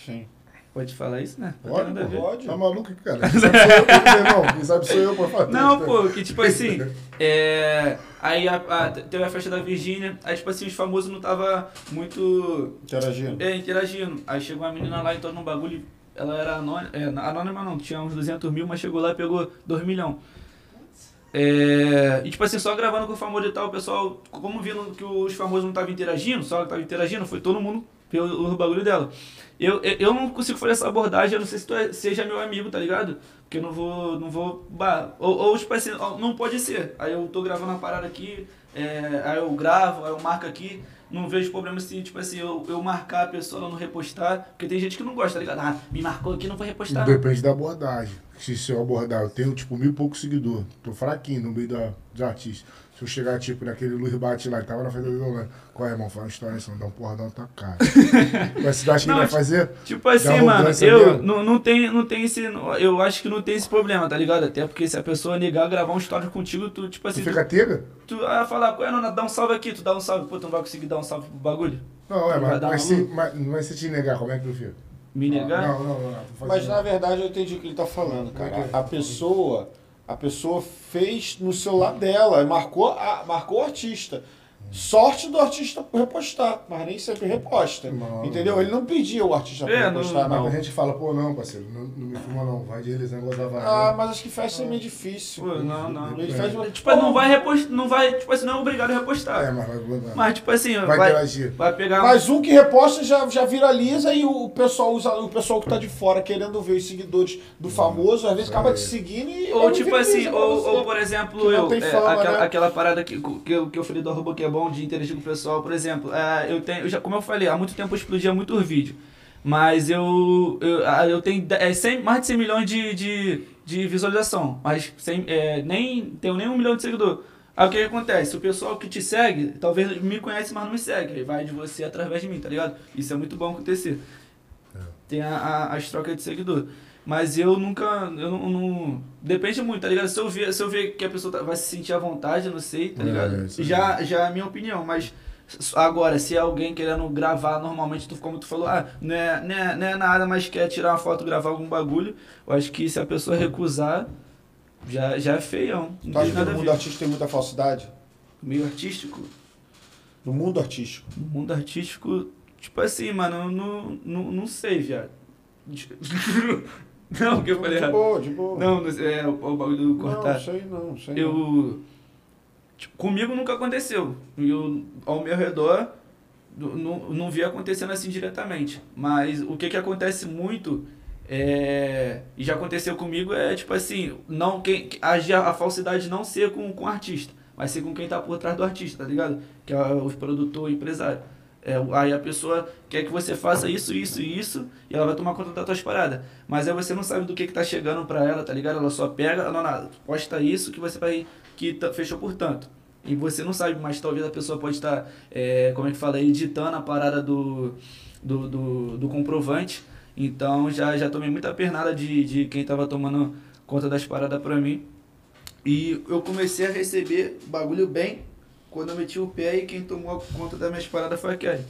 Speaker 2: Sim.
Speaker 3: Pode falar isso, né? Não tem
Speaker 1: Pode,
Speaker 3: nada a
Speaker 1: pô,
Speaker 3: ver.
Speaker 1: pode. Tá maluco, cara?
Speaker 3: [laughs]
Speaker 1: Quem sabe sou eu, pô, meu irmão. Quem sabe sou eu, pô. fala,
Speaker 3: Não,
Speaker 1: tá-
Speaker 3: pô, que tipo [laughs] assim, é, aí a, a- teve a festa da Virgínia, aí tipo assim, os famosos não tava muito
Speaker 2: Interagindo.
Speaker 3: é, interagindo. Aí chegou uma menina lá e todo um bagulho, e ela era anônima, é, anônima não, tinha uns 200 mil, mas chegou lá e pegou 2 milhão. É, e tipo assim, só gravando com o famoso e tal, o pessoal, como viram que os famosos não estavam interagindo, só ela tava interagindo, foi todo mundo pelo o bagulho dela. Eu, eu, eu não consigo fazer essa abordagem, eu não sei se tu é- seja meu amigo, tá ligado? Porque eu não vou. Não vou bah, ou, ou tipo assim, ó, não pode ser. Aí eu tô gravando uma parada aqui, é, aí eu gravo, aí eu marco aqui. Não vejo problema se, tipo assim, eu, eu marcar a pessoa, ela não repostar. Porque tem gente que não gosta, tá ligado? Ah, me marcou aqui, não vou repostar. não.
Speaker 1: Depende da abordagem. Se, se eu abordar, eu tenho tipo mil e poucos seguidores. Tô fraquinho no meio da, dos artistas. Se eu chegar, tipo, naquele Luiz Bate lá, que tava na frente do violão. Qual é, irmão? Fala uma história, senão dá um porradão na tua
Speaker 3: [laughs]
Speaker 1: cara. Mas você acha que ele
Speaker 3: Não,
Speaker 1: vai
Speaker 3: acho-
Speaker 1: fazer?
Speaker 3: Tipo assim,
Speaker 1: arrogância
Speaker 3: mano, eu
Speaker 1: mesmo.
Speaker 3: não, não tem não tem esse. não- Eu acho que não tem esse problema, tá ligado? Até porque se a pessoa negar gravar um story contigo, tu, tipo
Speaker 1: Você
Speaker 3: assim, tu,
Speaker 1: fica tega?
Speaker 3: tu ah, falar, qual é, Nona? Dá um salve aqui, tu dá um salve, pô, tu não vai conseguir dar um salve pro bagulho?
Speaker 1: Não, é,
Speaker 3: Vai
Speaker 1: mas,
Speaker 3: dar
Speaker 1: mas,
Speaker 3: uma
Speaker 1: se,
Speaker 3: luta.
Speaker 1: mas, mas se te negar, como é que tu fica?
Speaker 3: Me negar?
Speaker 1: Não, não, não. não tô
Speaker 2: Mas
Speaker 1: fazendo-
Speaker 2: na verdade eu entendi o que ele tá falando, cara.
Speaker 1: Por quê?
Speaker 2: A pessoa, a pessoa fez no celular dela, marcou, a, marcou o artista. Sorte do artista repostar, mas nem sempre reposta.
Speaker 1: Não.
Speaker 2: Entendeu? Ele não pedia o artista
Speaker 3: É,
Speaker 2: pra repostar,
Speaker 1: Mas
Speaker 2: não.
Speaker 1: a gente fala, pô, não, parceiro, não, não me filma não. Vai de Elisandro igual da
Speaker 2: Ah,
Speaker 1: varanda.
Speaker 2: mas acho que festa é meio difícil.
Speaker 3: Pô, não, não.
Speaker 2: Meio difícil,
Speaker 3: Tipo, não vai repostar, não vai, tipo assim, não é obrigado a repostar.
Speaker 1: É, mas vai, vai,
Speaker 3: Mas, tipo assim,
Speaker 1: vai
Speaker 3: vai, vai,
Speaker 1: interagir.
Speaker 3: pegar.
Speaker 2: Mas um que reposta já, já viraliza e o pessoal usa, o pessoal que tá de fora querendo ver os seguidores do famoso, às vezes acaba te seguindo e.
Speaker 3: Ou
Speaker 2: ele
Speaker 3: tipo
Speaker 2: viraliza
Speaker 3: assim,
Speaker 2: pra
Speaker 3: ou,
Speaker 2: você.
Speaker 3: ou, por exemplo,
Speaker 2: Que não
Speaker 3: eu,
Speaker 2: tem
Speaker 3: é,
Speaker 2: fama,
Speaker 3: aquela,
Speaker 2: né?
Speaker 3: aquela parada que, que, eu, que eu falei do arroba que é bom, de interagir com o pessoal, por exemplo, é, eu tenho, eu já, como eu falei, há muito tempo eu explodia muito vídeo, mas eu, eu, ah, eu tenho de- é, 100, mais de 100 milhões de, de, de visualização, mas sem, é, nem, tenho nem um milhão de seguidor. Aí o que, que acontece? O pessoal que te segue, talvez me conhece, mas não me segue, aí vai de você através de mim, tá ligado? Isso é muito bom acontecer. Tem a, a- as trocas de seguidor. Mas eu nunca. Eu não, não- Depende muito, tá ligado? Se eu ver, se eu ver que a pessoa tá- vai se sentir à vontade, eu não sei, tá
Speaker 1: É,
Speaker 3: ligado?
Speaker 1: é isso aí.
Speaker 3: já, já é a minha opinião, mas. s- Agora, se é alguém querendo gravar normalmente, tu, como tu falou, ah, não é, não, é, não é nada, mas quer tirar uma foto, gravar algum bagulho, eu acho que se a pessoa recusar, já, já é feião. Não
Speaker 2: Tu acha
Speaker 3: tem
Speaker 2: que no
Speaker 3: nada a
Speaker 2: mundo
Speaker 3: ver.
Speaker 2: artístico tem muita falsidade?
Speaker 3: Meio artístico,
Speaker 2: No mundo artístico.
Speaker 3: no mundo artístico, tipo assim, mano, eu não, não, não sei, viado. [laughs] Não, o que eu falei
Speaker 2: de
Speaker 3: errado.
Speaker 2: boa, de boa.
Speaker 3: Não, não sei, é o, o bagulho do
Speaker 2: não
Speaker 3: cortar.
Speaker 2: isso aí não, isso aí não.
Speaker 3: eu. tipo, comigo nunca aconteceu. E eu, ao meu redor, nu- nu- não vi acontecendo assim diretamente. Mas o que, que acontece muito. É, e já aconteceu comigo é tipo assim, não quem a, já- a falsidade não ser com, com o artista, mas ser com quem tá por trás do artista, tá ligado? Que é os produtor, o empresário. É, o- aí a pessoa quer que você faça isso, isso e isso, e ela vai tomar conta das tuas paradas. Mas aí você não sabe do que, que tá chegando pra ela, tá ligado? Ela só pega, não, não, posta isso que você vai. que tá- fechou por tanto. E você não sabe, mas talvez a pessoa pode estar, é, como é que fala, editando a parada do, do, do, do comprovante. Então já, já tomei muita pernada de, de quem tava tomando conta das paradas pra mim. E eu comecei a receber bagulho bem quando eu meti o pé e quem tomou conta das minhas paradas foi a Kelly.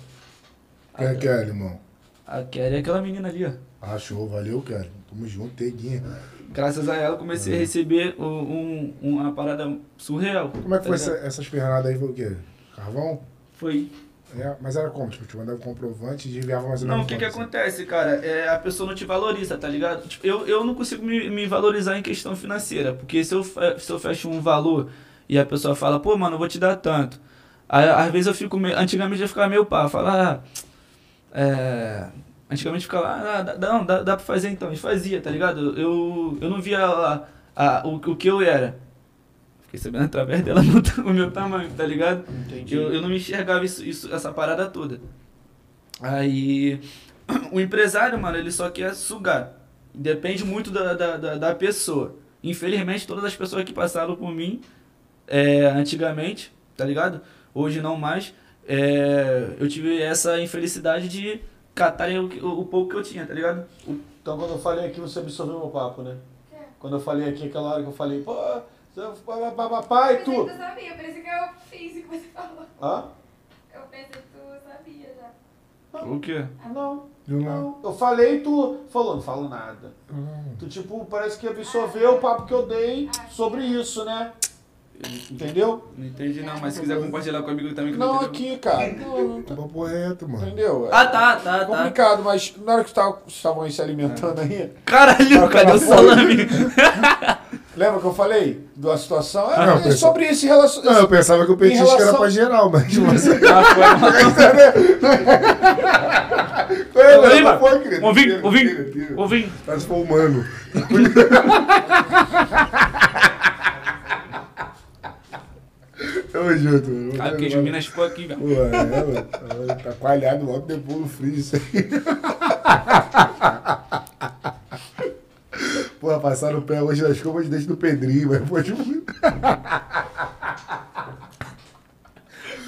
Speaker 1: Quem é que é, irmão?
Speaker 3: A Kelly é aquela menina ali, ó.
Speaker 1: Achou, valeu, cara. Tamo junto, teguinha.
Speaker 3: É. Graças a ela eu
Speaker 1: Uhum.
Speaker 3: comecei a receber o- um, um- uma parada surreal.
Speaker 1: Como é que
Speaker 3: tá
Speaker 1: foi
Speaker 3: ligado?
Speaker 1: essa, essas pernadas aí? Foi o quê? Carvão?
Speaker 3: Foi.
Speaker 1: É, mas era como? Tipo, te mandava um comprovante e enviava mais ou
Speaker 3: Não,
Speaker 1: menos.
Speaker 3: o que que
Speaker 1: quanto, assim?
Speaker 3: acontece, cara? É, a pessoa não te valoriza, tá ligado? Tipo, eu, eu não consigo me, me valorizar em questão financeira, porque se eu, fe- se eu fecho um valor e a pessoa fala, pô, mano, eu vou te dar tanto. Aí, às vezes eu fico meio. Antigamente eu ficava meio pá, falar. Ah, é. Antigamente eu ficava, ah, dá- dá, não, dá, dá pra fazer então. E fazia, tá ligado? Eu, eu não via a, a- o, o que eu era. Fiquei sabendo através dela [laughs] meu ta- o meu tamanho, tá ligado?
Speaker 2: Entendi.
Speaker 3: Eu, eu não me enxergava isso, isso- essa parada toda. Aí, [clears throat] o empresário, mano, ele só quer sugar. Depende muito da, da, da, da pessoa. Infelizmente, todas as pessoas que passaram por mim, é, antigamente, tá ligado? Hoje não mais, é, eu tive essa infelicidade de catarem o, que- o, o pouco que eu tinha, tá ligado?
Speaker 2: Então quando eu falei aqui, você absorveu meu papo, né?
Speaker 5: É.
Speaker 2: Quando eu falei aqui, aquela hora que eu falei, pô, papai,
Speaker 5: Eu pensei
Speaker 2: tu.
Speaker 5: que tu sabia, por isso que eu fiz o que você [laughs] falou.
Speaker 2: Hã?
Speaker 5: Eu pensei que tu sabia já.
Speaker 3: O quê?
Speaker 2: Não,
Speaker 1: Eu não.
Speaker 2: não. Eu falei, tu falou, não falo nada.
Speaker 1: eu não.
Speaker 2: Tu, tipo, parece que absorveu o papo que eu dei sobre isso, né? Entendeu?
Speaker 3: Não entendi não, mas se quiser compartilhar com o amigo também que
Speaker 2: Não
Speaker 3: entendeu.
Speaker 2: aqui, cara. Não, não.
Speaker 1: Papo é reto, mano.
Speaker 2: Entendeu?
Speaker 3: Ah, tá, tá,
Speaker 2: É
Speaker 3: tá.
Speaker 2: complicado, mas na hora que tava- vocês estavam aí se alimentando aí,
Speaker 3: Caralho, cadê o salame?
Speaker 2: lembra que eu falei da situação? É,
Speaker 1: Ah, não,
Speaker 2: é
Speaker 1: pessoal.
Speaker 2: sobre esse relacionamento.
Speaker 1: Não, eu pensava que o petisco era
Speaker 2: relação-
Speaker 1: pra geral,
Speaker 3: [laughs]
Speaker 1: mas você.
Speaker 3: Tá, Ei,
Speaker 1: Não
Speaker 3: mano,
Speaker 1: foi, querido.
Speaker 3: Ouvi,
Speaker 1: Tira,
Speaker 3: ouvi,
Speaker 1: tira, tira.
Speaker 3: ouvi.
Speaker 1: Tá se
Speaker 3: [laughs]
Speaker 1: formando. Tamo junto, mano.
Speaker 3: Cara, porque as minas ficou aqui, velho.
Speaker 1: Pô, é, mano. Ela Tá coalhado logo depois do frio isso aí. [laughs] Pô, passaram o pé hoje na escova de dente do Pedrinho, mas pô, tipo, é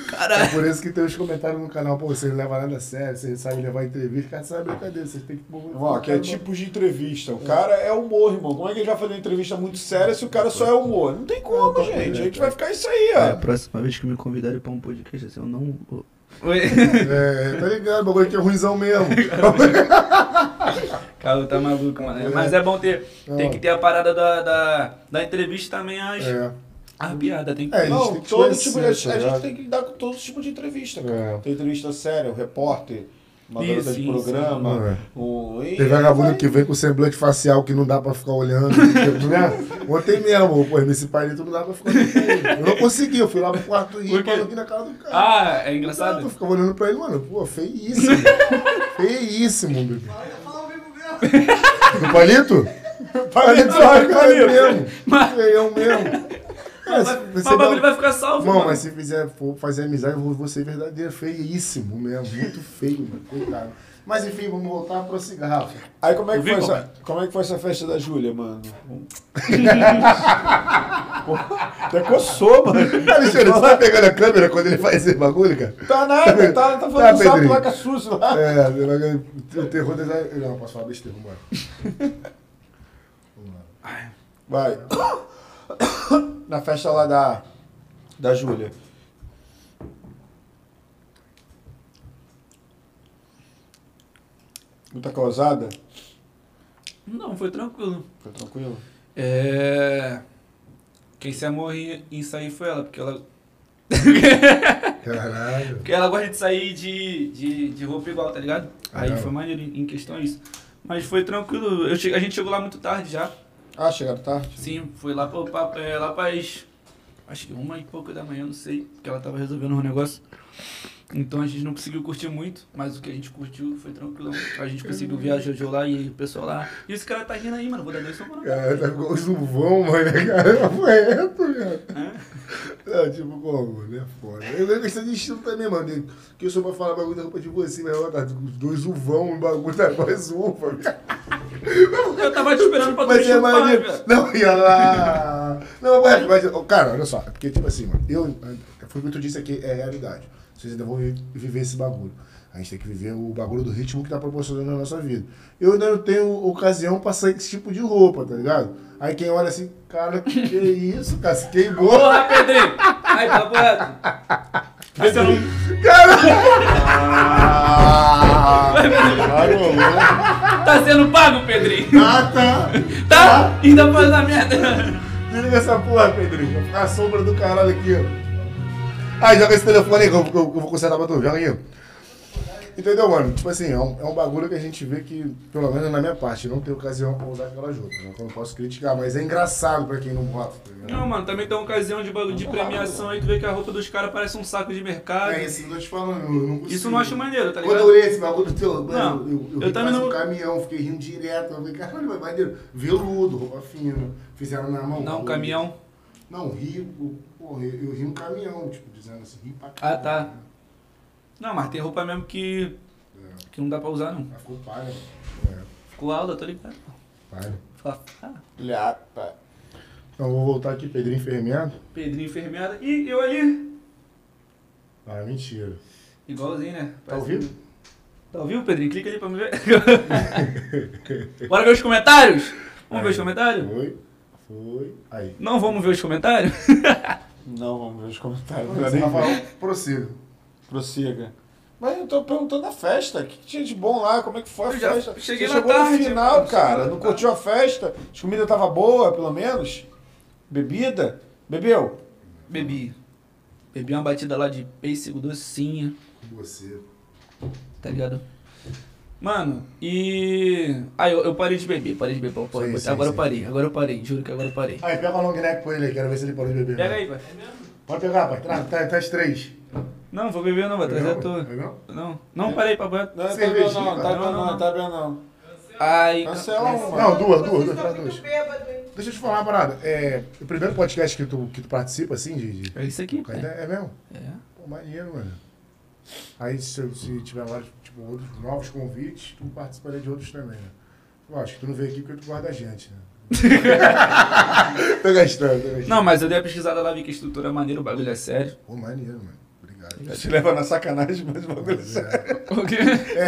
Speaker 3: Caralho.
Speaker 1: é por isso que tem os comentários no canal, pô, vocês não levam nada a sério, vocês sabem levar entrevista, cara, sabe brincadeira, vocês têm que... um
Speaker 2: Ó, que é tipos de entrevista. O cara é humor, irmão. Como é que ele vai fazer uma entrevista muito séria se o cara só é humor? Não É, tem como, gente. A gente vai ficar isso aí, ó.
Speaker 3: É próxima vez que me convidarem pra um podcast, assim, eu não. Oi. [laughs]
Speaker 2: tipo-
Speaker 1: É, tá ligado, o bagulho aqui é ruimzão mesmo.
Speaker 3: Cara, tá maluco, mano. Mas é bom ter. Tem que ter a parada da, da, da entrevista também, as,
Speaker 1: É.
Speaker 3: as piadas. Tem que.
Speaker 1: É, a gente
Speaker 2: Não,
Speaker 1: tem que
Speaker 2: todo
Speaker 1: conhecer,
Speaker 2: tipo de, a
Speaker 1: tá
Speaker 2: gente
Speaker 1: ligado?
Speaker 2: tem que lidar com todo tipo de entrevista, cara.
Speaker 1: É.
Speaker 2: Tem entrevista séria, o repórter, uma
Speaker 3: Isso,
Speaker 2: garota de
Speaker 3: isso.
Speaker 2: programa.
Speaker 1: É.
Speaker 2: O... e-
Speaker 1: Tem vagabundo que vem com semblante facial que não dá pra ficar olhando, [laughs] né? Ontem mesmo, pô, esse palito não dá pra ficar olhando. Eu não consegui, eu fui lá pro quarto e
Speaker 3: Por quê?
Speaker 1: falando aqui na cara do cara.
Speaker 3: Ah, é
Speaker 1: Não, Eu
Speaker 3: engraçado?
Speaker 1: ficava olhando pra ele, mano, pô, feíssimo. feíssimo, bebê.
Speaker 4: Fala, fala ao vivo mesmo. [laughs]
Speaker 1: O palito?
Speaker 2: Palito,
Speaker 1: olha, cara, é
Speaker 2: palito.
Speaker 1: mesmo.
Speaker 3: Mas-
Speaker 1: Feião mesmo. É,
Speaker 3: Mas
Speaker 1: se
Speaker 3: mas
Speaker 1: você
Speaker 3: o bagulho
Speaker 1: dá-
Speaker 3: vai ficar salvo,
Speaker 1: Irmão,
Speaker 3: mano.
Speaker 1: mas se fizer, for fazer amizade, eu vou- vou ser verdadeiro. Feíssimo mesmo, muito feio, mano, coitado. Mas enfim, vamos voltar pro cigarro.
Speaker 2: Aí como é, que
Speaker 3: Ouvi,
Speaker 2: foi essa,
Speaker 3: papai?
Speaker 2: como é que foi essa festa da Júlia,
Speaker 1: [laughs]
Speaker 2: mano? Até coçou, mano.
Speaker 1: Alexandre, você tá pegando a câmera quando ele faz esse bagulho, cara?
Speaker 2: Tá nada, tá, tá falando
Speaker 1: Tá,
Speaker 2: do sapo
Speaker 1: Pedrinho.
Speaker 2: lá com a Suzy lá.
Speaker 1: É, o terror das. Eu não posso falar besteira, vambora.
Speaker 2: Vai. Na festa lá da, da Júlia. Muita tá causada?
Speaker 3: Não, foi tranquilo.
Speaker 2: Foi tranquilo?
Speaker 3: É. Quem se amou em em sair foi ela, porque ela
Speaker 1: [laughs] Caralho.
Speaker 3: Porque ela gosta de sair de, de, de roupa igual, tá ligado? Aí
Speaker 1: Ah.
Speaker 3: foi maneiro em em questão a isso. Mas foi tranquilo. Eu che... A gente chegou lá muito tarde já.
Speaker 2: Ah, chegaram tarde?
Speaker 3: Sim, foi lá pra, pra, é, lá pras. Acho que uma e pouca da manhã, não sei. Porque ela tava resolvendo um negócio. Então a gente não conseguiu curtir muito, mas o que a gente curtiu foi tranquilo. A
Speaker 1: [laughs]
Speaker 3: gente conseguiu ver a Jojo lá e o pessoal lá. E esse cara tá rindo aí, mano. Vou dar dois só pra
Speaker 1: Cara, tá igual o Zuvão, mano. né, Cara, É um foi reto, velho. Não, tipo, como, né? Foda. Eu lembro questão de estilo também, mano. de- Que eu sou pra falar bagulho da roupa de você, mas ela tá com os dois Zuvão, o bagulho tá quase uva, velho.
Speaker 3: Eu tava te esperando pra tu me
Speaker 1: Mas é
Speaker 3: chupar,
Speaker 1: maneiro.
Speaker 3: velho.
Speaker 1: Não, ia lá. Não, mas, mas ô, cara, olha só. é Porque, tipo assim, mano, eu. Foi o que tu disse aqui, é realidade. Vocês ainda vão vi- viver esse bagulho. A gente tem que viver o bagulho do ritmo que tá proporcionando na nossa vida. Eu ainda não tenho ocasião pra sair com esse tipo de roupa, tá ligado? Aí quem olha assim, cara, que isso, cara, se queimou.
Speaker 3: Porra, Pedrinho! Aí, tá papo
Speaker 1: [laughs]
Speaker 3: reto. Vê se eu não.
Speaker 1: Ah,
Speaker 3: Tá sendo pago, Pedrinho!
Speaker 1: ah, tá.
Speaker 3: Tá? Ainda faz a merda!
Speaker 1: Desliga essa porra, Pedrinho. Vai ficar a sombra do caralho aqui, ó. Aí, joga esse telefone aí que eu, que eu- que eu vou consertar pra tu. Joga aí. Entendeu, mano? Tipo assim, é um, é um bagulho que a gente vê que, pelo menos na minha parte, não tem ocasião pra usar aquelas roupas. né? Então eu posso criticar, mas é engraçado pra quem não bota, tá ligado?
Speaker 3: Não, mano, também tem uma ocasião de bagulho de premiação aí, tu vê que a roupa dos caras parece um saco de mercado.
Speaker 1: É isso que eu tô te falando, eu não consigo.
Speaker 3: Isso eu não acho maneiro, tá
Speaker 1: Quando eu
Speaker 3: ligado?
Speaker 1: olhei esse bagulho do teu, mano,
Speaker 3: Não,
Speaker 1: eu, eu,
Speaker 3: eu
Speaker 1: ri
Speaker 3: também
Speaker 1: quase
Speaker 3: não-
Speaker 1: um caminhão, fiquei rindo direto. Eu falei, caralho, mas maneiro. Veludo, roupa fina, fizeram na mão.
Speaker 3: Não,
Speaker 1: bagulho.
Speaker 3: caminhão.
Speaker 1: Não, rio, eu- porra, eu, eu ri um caminhão, tipo, dizendo assim, ri pra
Speaker 3: Ah,
Speaker 1: caralho.
Speaker 3: tá.
Speaker 1: né?
Speaker 3: Não, mas tem roupa mesmo que,
Speaker 1: É,
Speaker 3: que não dá pra usar, não.
Speaker 1: mas ficou palha, mano. É,
Speaker 3: Ficou aula, tô ligado.
Speaker 1: palha.
Speaker 3: Fala, ah,
Speaker 2: Lhapa.
Speaker 1: Então, eu vou voltar aqui, Pedrinho fermento.
Speaker 3: Pedrinho enfermeada. Ih, eu ali.
Speaker 1: Ah, mentira.
Speaker 3: Igualzinho, né?
Speaker 1: Tá
Speaker 3: Parece-
Speaker 1: ouvindo?
Speaker 3: Tá ouvindo, Pedrinho? Clica ali pra me ver. [laughs] Bora ver os comentários? Vamos ver os comentários?
Speaker 1: Foi, foi. Aí.
Speaker 3: Não vamos ver os comentários?
Speaker 2: Não, vamos ver os comentários. Não dá nem pra-
Speaker 1: Rafael, prossiga.
Speaker 2: Prossiga. Mas eu tô perguntando a festa. O que que tinha de bom lá? Como é que foi a
Speaker 3: Eu já
Speaker 2: festa?
Speaker 3: cheguei
Speaker 2: Você
Speaker 3: na
Speaker 2: chegou
Speaker 3: tarde,
Speaker 2: no final,
Speaker 3: cara.
Speaker 2: cara.
Speaker 3: Cheguei
Speaker 2: Não
Speaker 3: na
Speaker 2: curtiu a festa? As comidas tava boa, pelo menos? Bebida? Bebeu?
Speaker 3: Bebi. Bebi uma batida lá de pêssego docinha,
Speaker 1: Com você.
Speaker 3: tá ligado? Mano, e. Ah, eu, eu parei de beber, parei de beber. Porra,
Speaker 1: Sim,
Speaker 3: agora
Speaker 1: sim,
Speaker 3: eu
Speaker 1: sim.
Speaker 3: parei, agora eu parei, juro que agora eu parei.
Speaker 1: Aí, pega o long neck com ele aí, quero ver se ele pode beber.
Speaker 3: Pega aí, pai.
Speaker 1: Pode pegar, pai. Traz, traz, traz três.
Speaker 3: Não, vou beber não, vai trazer a
Speaker 1: Legal?
Speaker 3: é tua.
Speaker 1: Legal?
Speaker 3: Não, não, parei, papai.
Speaker 2: Não, tá bebendo
Speaker 1: Cervejinha,
Speaker 2: não, tá
Speaker 1: cara.
Speaker 2: bebendo
Speaker 3: Não,
Speaker 2: não,
Speaker 3: não.
Speaker 2: tá bebendo não.
Speaker 3: Ai,
Speaker 2: Cancela uma.
Speaker 1: Não, duas, duas, duas, traz
Speaker 4: muito
Speaker 1: duas.
Speaker 4: bêbado, hein?
Speaker 1: Deixa eu te falar uma parada. É, o primeiro podcast que tu, que tu participa, assim, de.
Speaker 2: um.
Speaker 1: de...
Speaker 3: É isso aqui,
Speaker 1: É,
Speaker 3: pai.
Speaker 1: mesmo?
Speaker 3: É.
Speaker 1: Pô, maneiro, mano. Aí, se, se tiver vários, tipo, outros novos convites, tu participaria de outros também, né? Eu acho que tu não veio aqui porque tu guarda a gente,
Speaker 2: [laughs]
Speaker 1: né? tô gastando, tô gastando.
Speaker 3: Não, mas eu dei a pesquisada lá, vi que a estrutura é maneira, o bagulho é sério. [laughs]
Speaker 1: Pô, maneiro, mano.
Speaker 2: [laughs]
Speaker 1: Obrigado.
Speaker 2: Você leva na sacanagem, mas o bagulho é sério.
Speaker 3: O quê?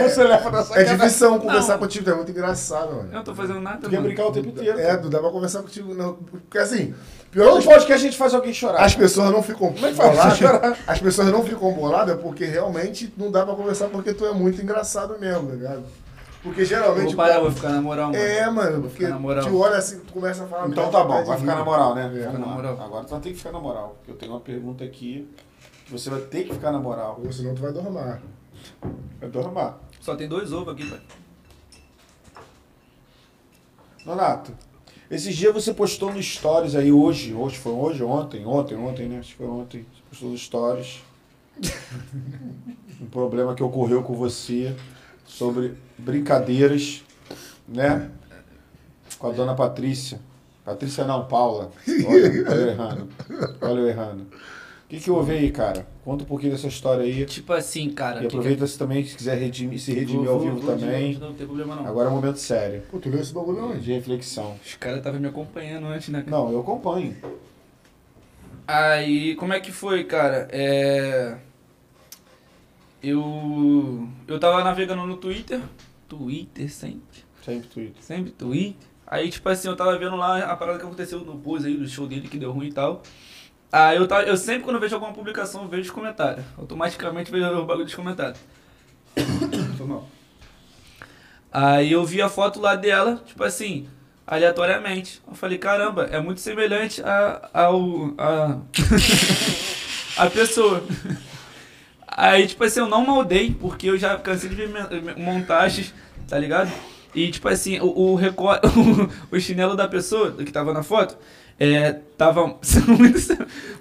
Speaker 2: Você leva na
Speaker 1: É
Speaker 2: sacanagem.
Speaker 1: diversão conversar contigo, é muito engraçado, mano.
Speaker 3: Eu não tô fazendo nada,
Speaker 2: Tu quer
Speaker 3: mano.
Speaker 2: brincar o tempo inteiro.
Speaker 1: É, não dá pra conversar contigo, não. Porque assim, pior
Speaker 2: Todo
Speaker 1: das
Speaker 2: podcast a gente faz alguém chorar.
Speaker 1: As pessoas não ficam
Speaker 2: Como é que faz pra
Speaker 1: boladas.
Speaker 2: chorar?
Speaker 1: As pessoas não ficam boladas porque realmente não dá pra conversar porque tu é muito engraçado mesmo, tá ligado? Porque
Speaker 3: Eu
Speaker 1: geralmente.
Speaker 3: vou
Speaker 1: o
Speaker 3: parar,
Speaker 1: cara-
Speaker 3: vou ficar na moral, mano.
Speaker 1: É, mano,
Speaker 3: Vou
Speaker 1: porque
Speaker 3: ficar na moral.
Speaker 1: te olha assim, tu começa a falar.
Speaker 2: Então
Speaker 1: merda,
Speaker 2: tá bom,
Speaker 1: perde
Speaker 2: vai ficar
Speaker 1: rir.
Speaker 2: na moral, né?
Speaker 1: É.
Speaker 2: Fica na
Speaker 3: na
Speaker 2: moral.
Speaker 3: moral.
Speaker 2: Agora tu vai ter que ficar na moral, porque eu tenho uma pergunta aqui que você vai ter que ficar na moral.
Speaker 1: Ou senão tu vai dormir.
Speaker 2: Eu tô arrumado.
Speaker 3: Só tem dois ovos aqui, pai.
Speaker 2: Nonato, esses dias você postou no Stories aí hoje, hoje foi hoje, ontem, ontem, ontem, né? Acho que foi ontem. Você postou no Stories. um problema que ocorreu com você sobre brincadeiras, né? Com a dona Patrícia. Patrícia não, Paula. Olha, olha eu errando. Olha eu errando. O que, que houve aí, cara? Conta um pouquinho dessa história aí.
Speaker 3: Tipo assim, cara.
Speaker 2: E
Speaker 3: que que-
Speaker 2: aproveita se também, se quiser redimir, se redimir
Speaker 3: Vou-
Speaker 2: ao
Speaker 3: vou-
Speaker 2: vivo
Speaker 3: vou de
Speaker 2: também.
Speaker 3: novo, Não tem problema, não.
Speaker 2: Agora é um momento sério.
Speaker 1: Pô, tu leu esse bagulho onde?
Speaker 2: De reflexão.
Speaker 3: Os caras estavam me acompanhando antes, né? cara?
Speaker 2: Não, eu acompanho.
Speaker 3: Aí, como é que foi, cara? É... Eu... Eu tava navegando no Twitter. Twitter sempre.
Speaker 2: Sempre Twitter.
Speaker 3: Sempre Twitter. Aí, tipo assim, eu tava vendo lá a parada que aconteceu no Buzz aí, do show dele que deu ruim e tal. Aí eu, tava, eu sempre quando eu vejo alguma publicação, eu vejo os comentários. Automaticamente vejo o bagulho dos comentários. [coughs] Foi mal. Aí eu vi a foto lá dela, tipo assim, aleatoriamente. Eu falei, caramba, é muito semelhante a, ao. A, [laughs] a pessoa. Aí, tipo assim, eu não maldei, porque eu já cansei de ver men- men- montagens, tá ligado? E, tipo assim, o, o recorte, [laughs] o chinelo da pessoa que tava na foto, é, tava [laughs] muito, se-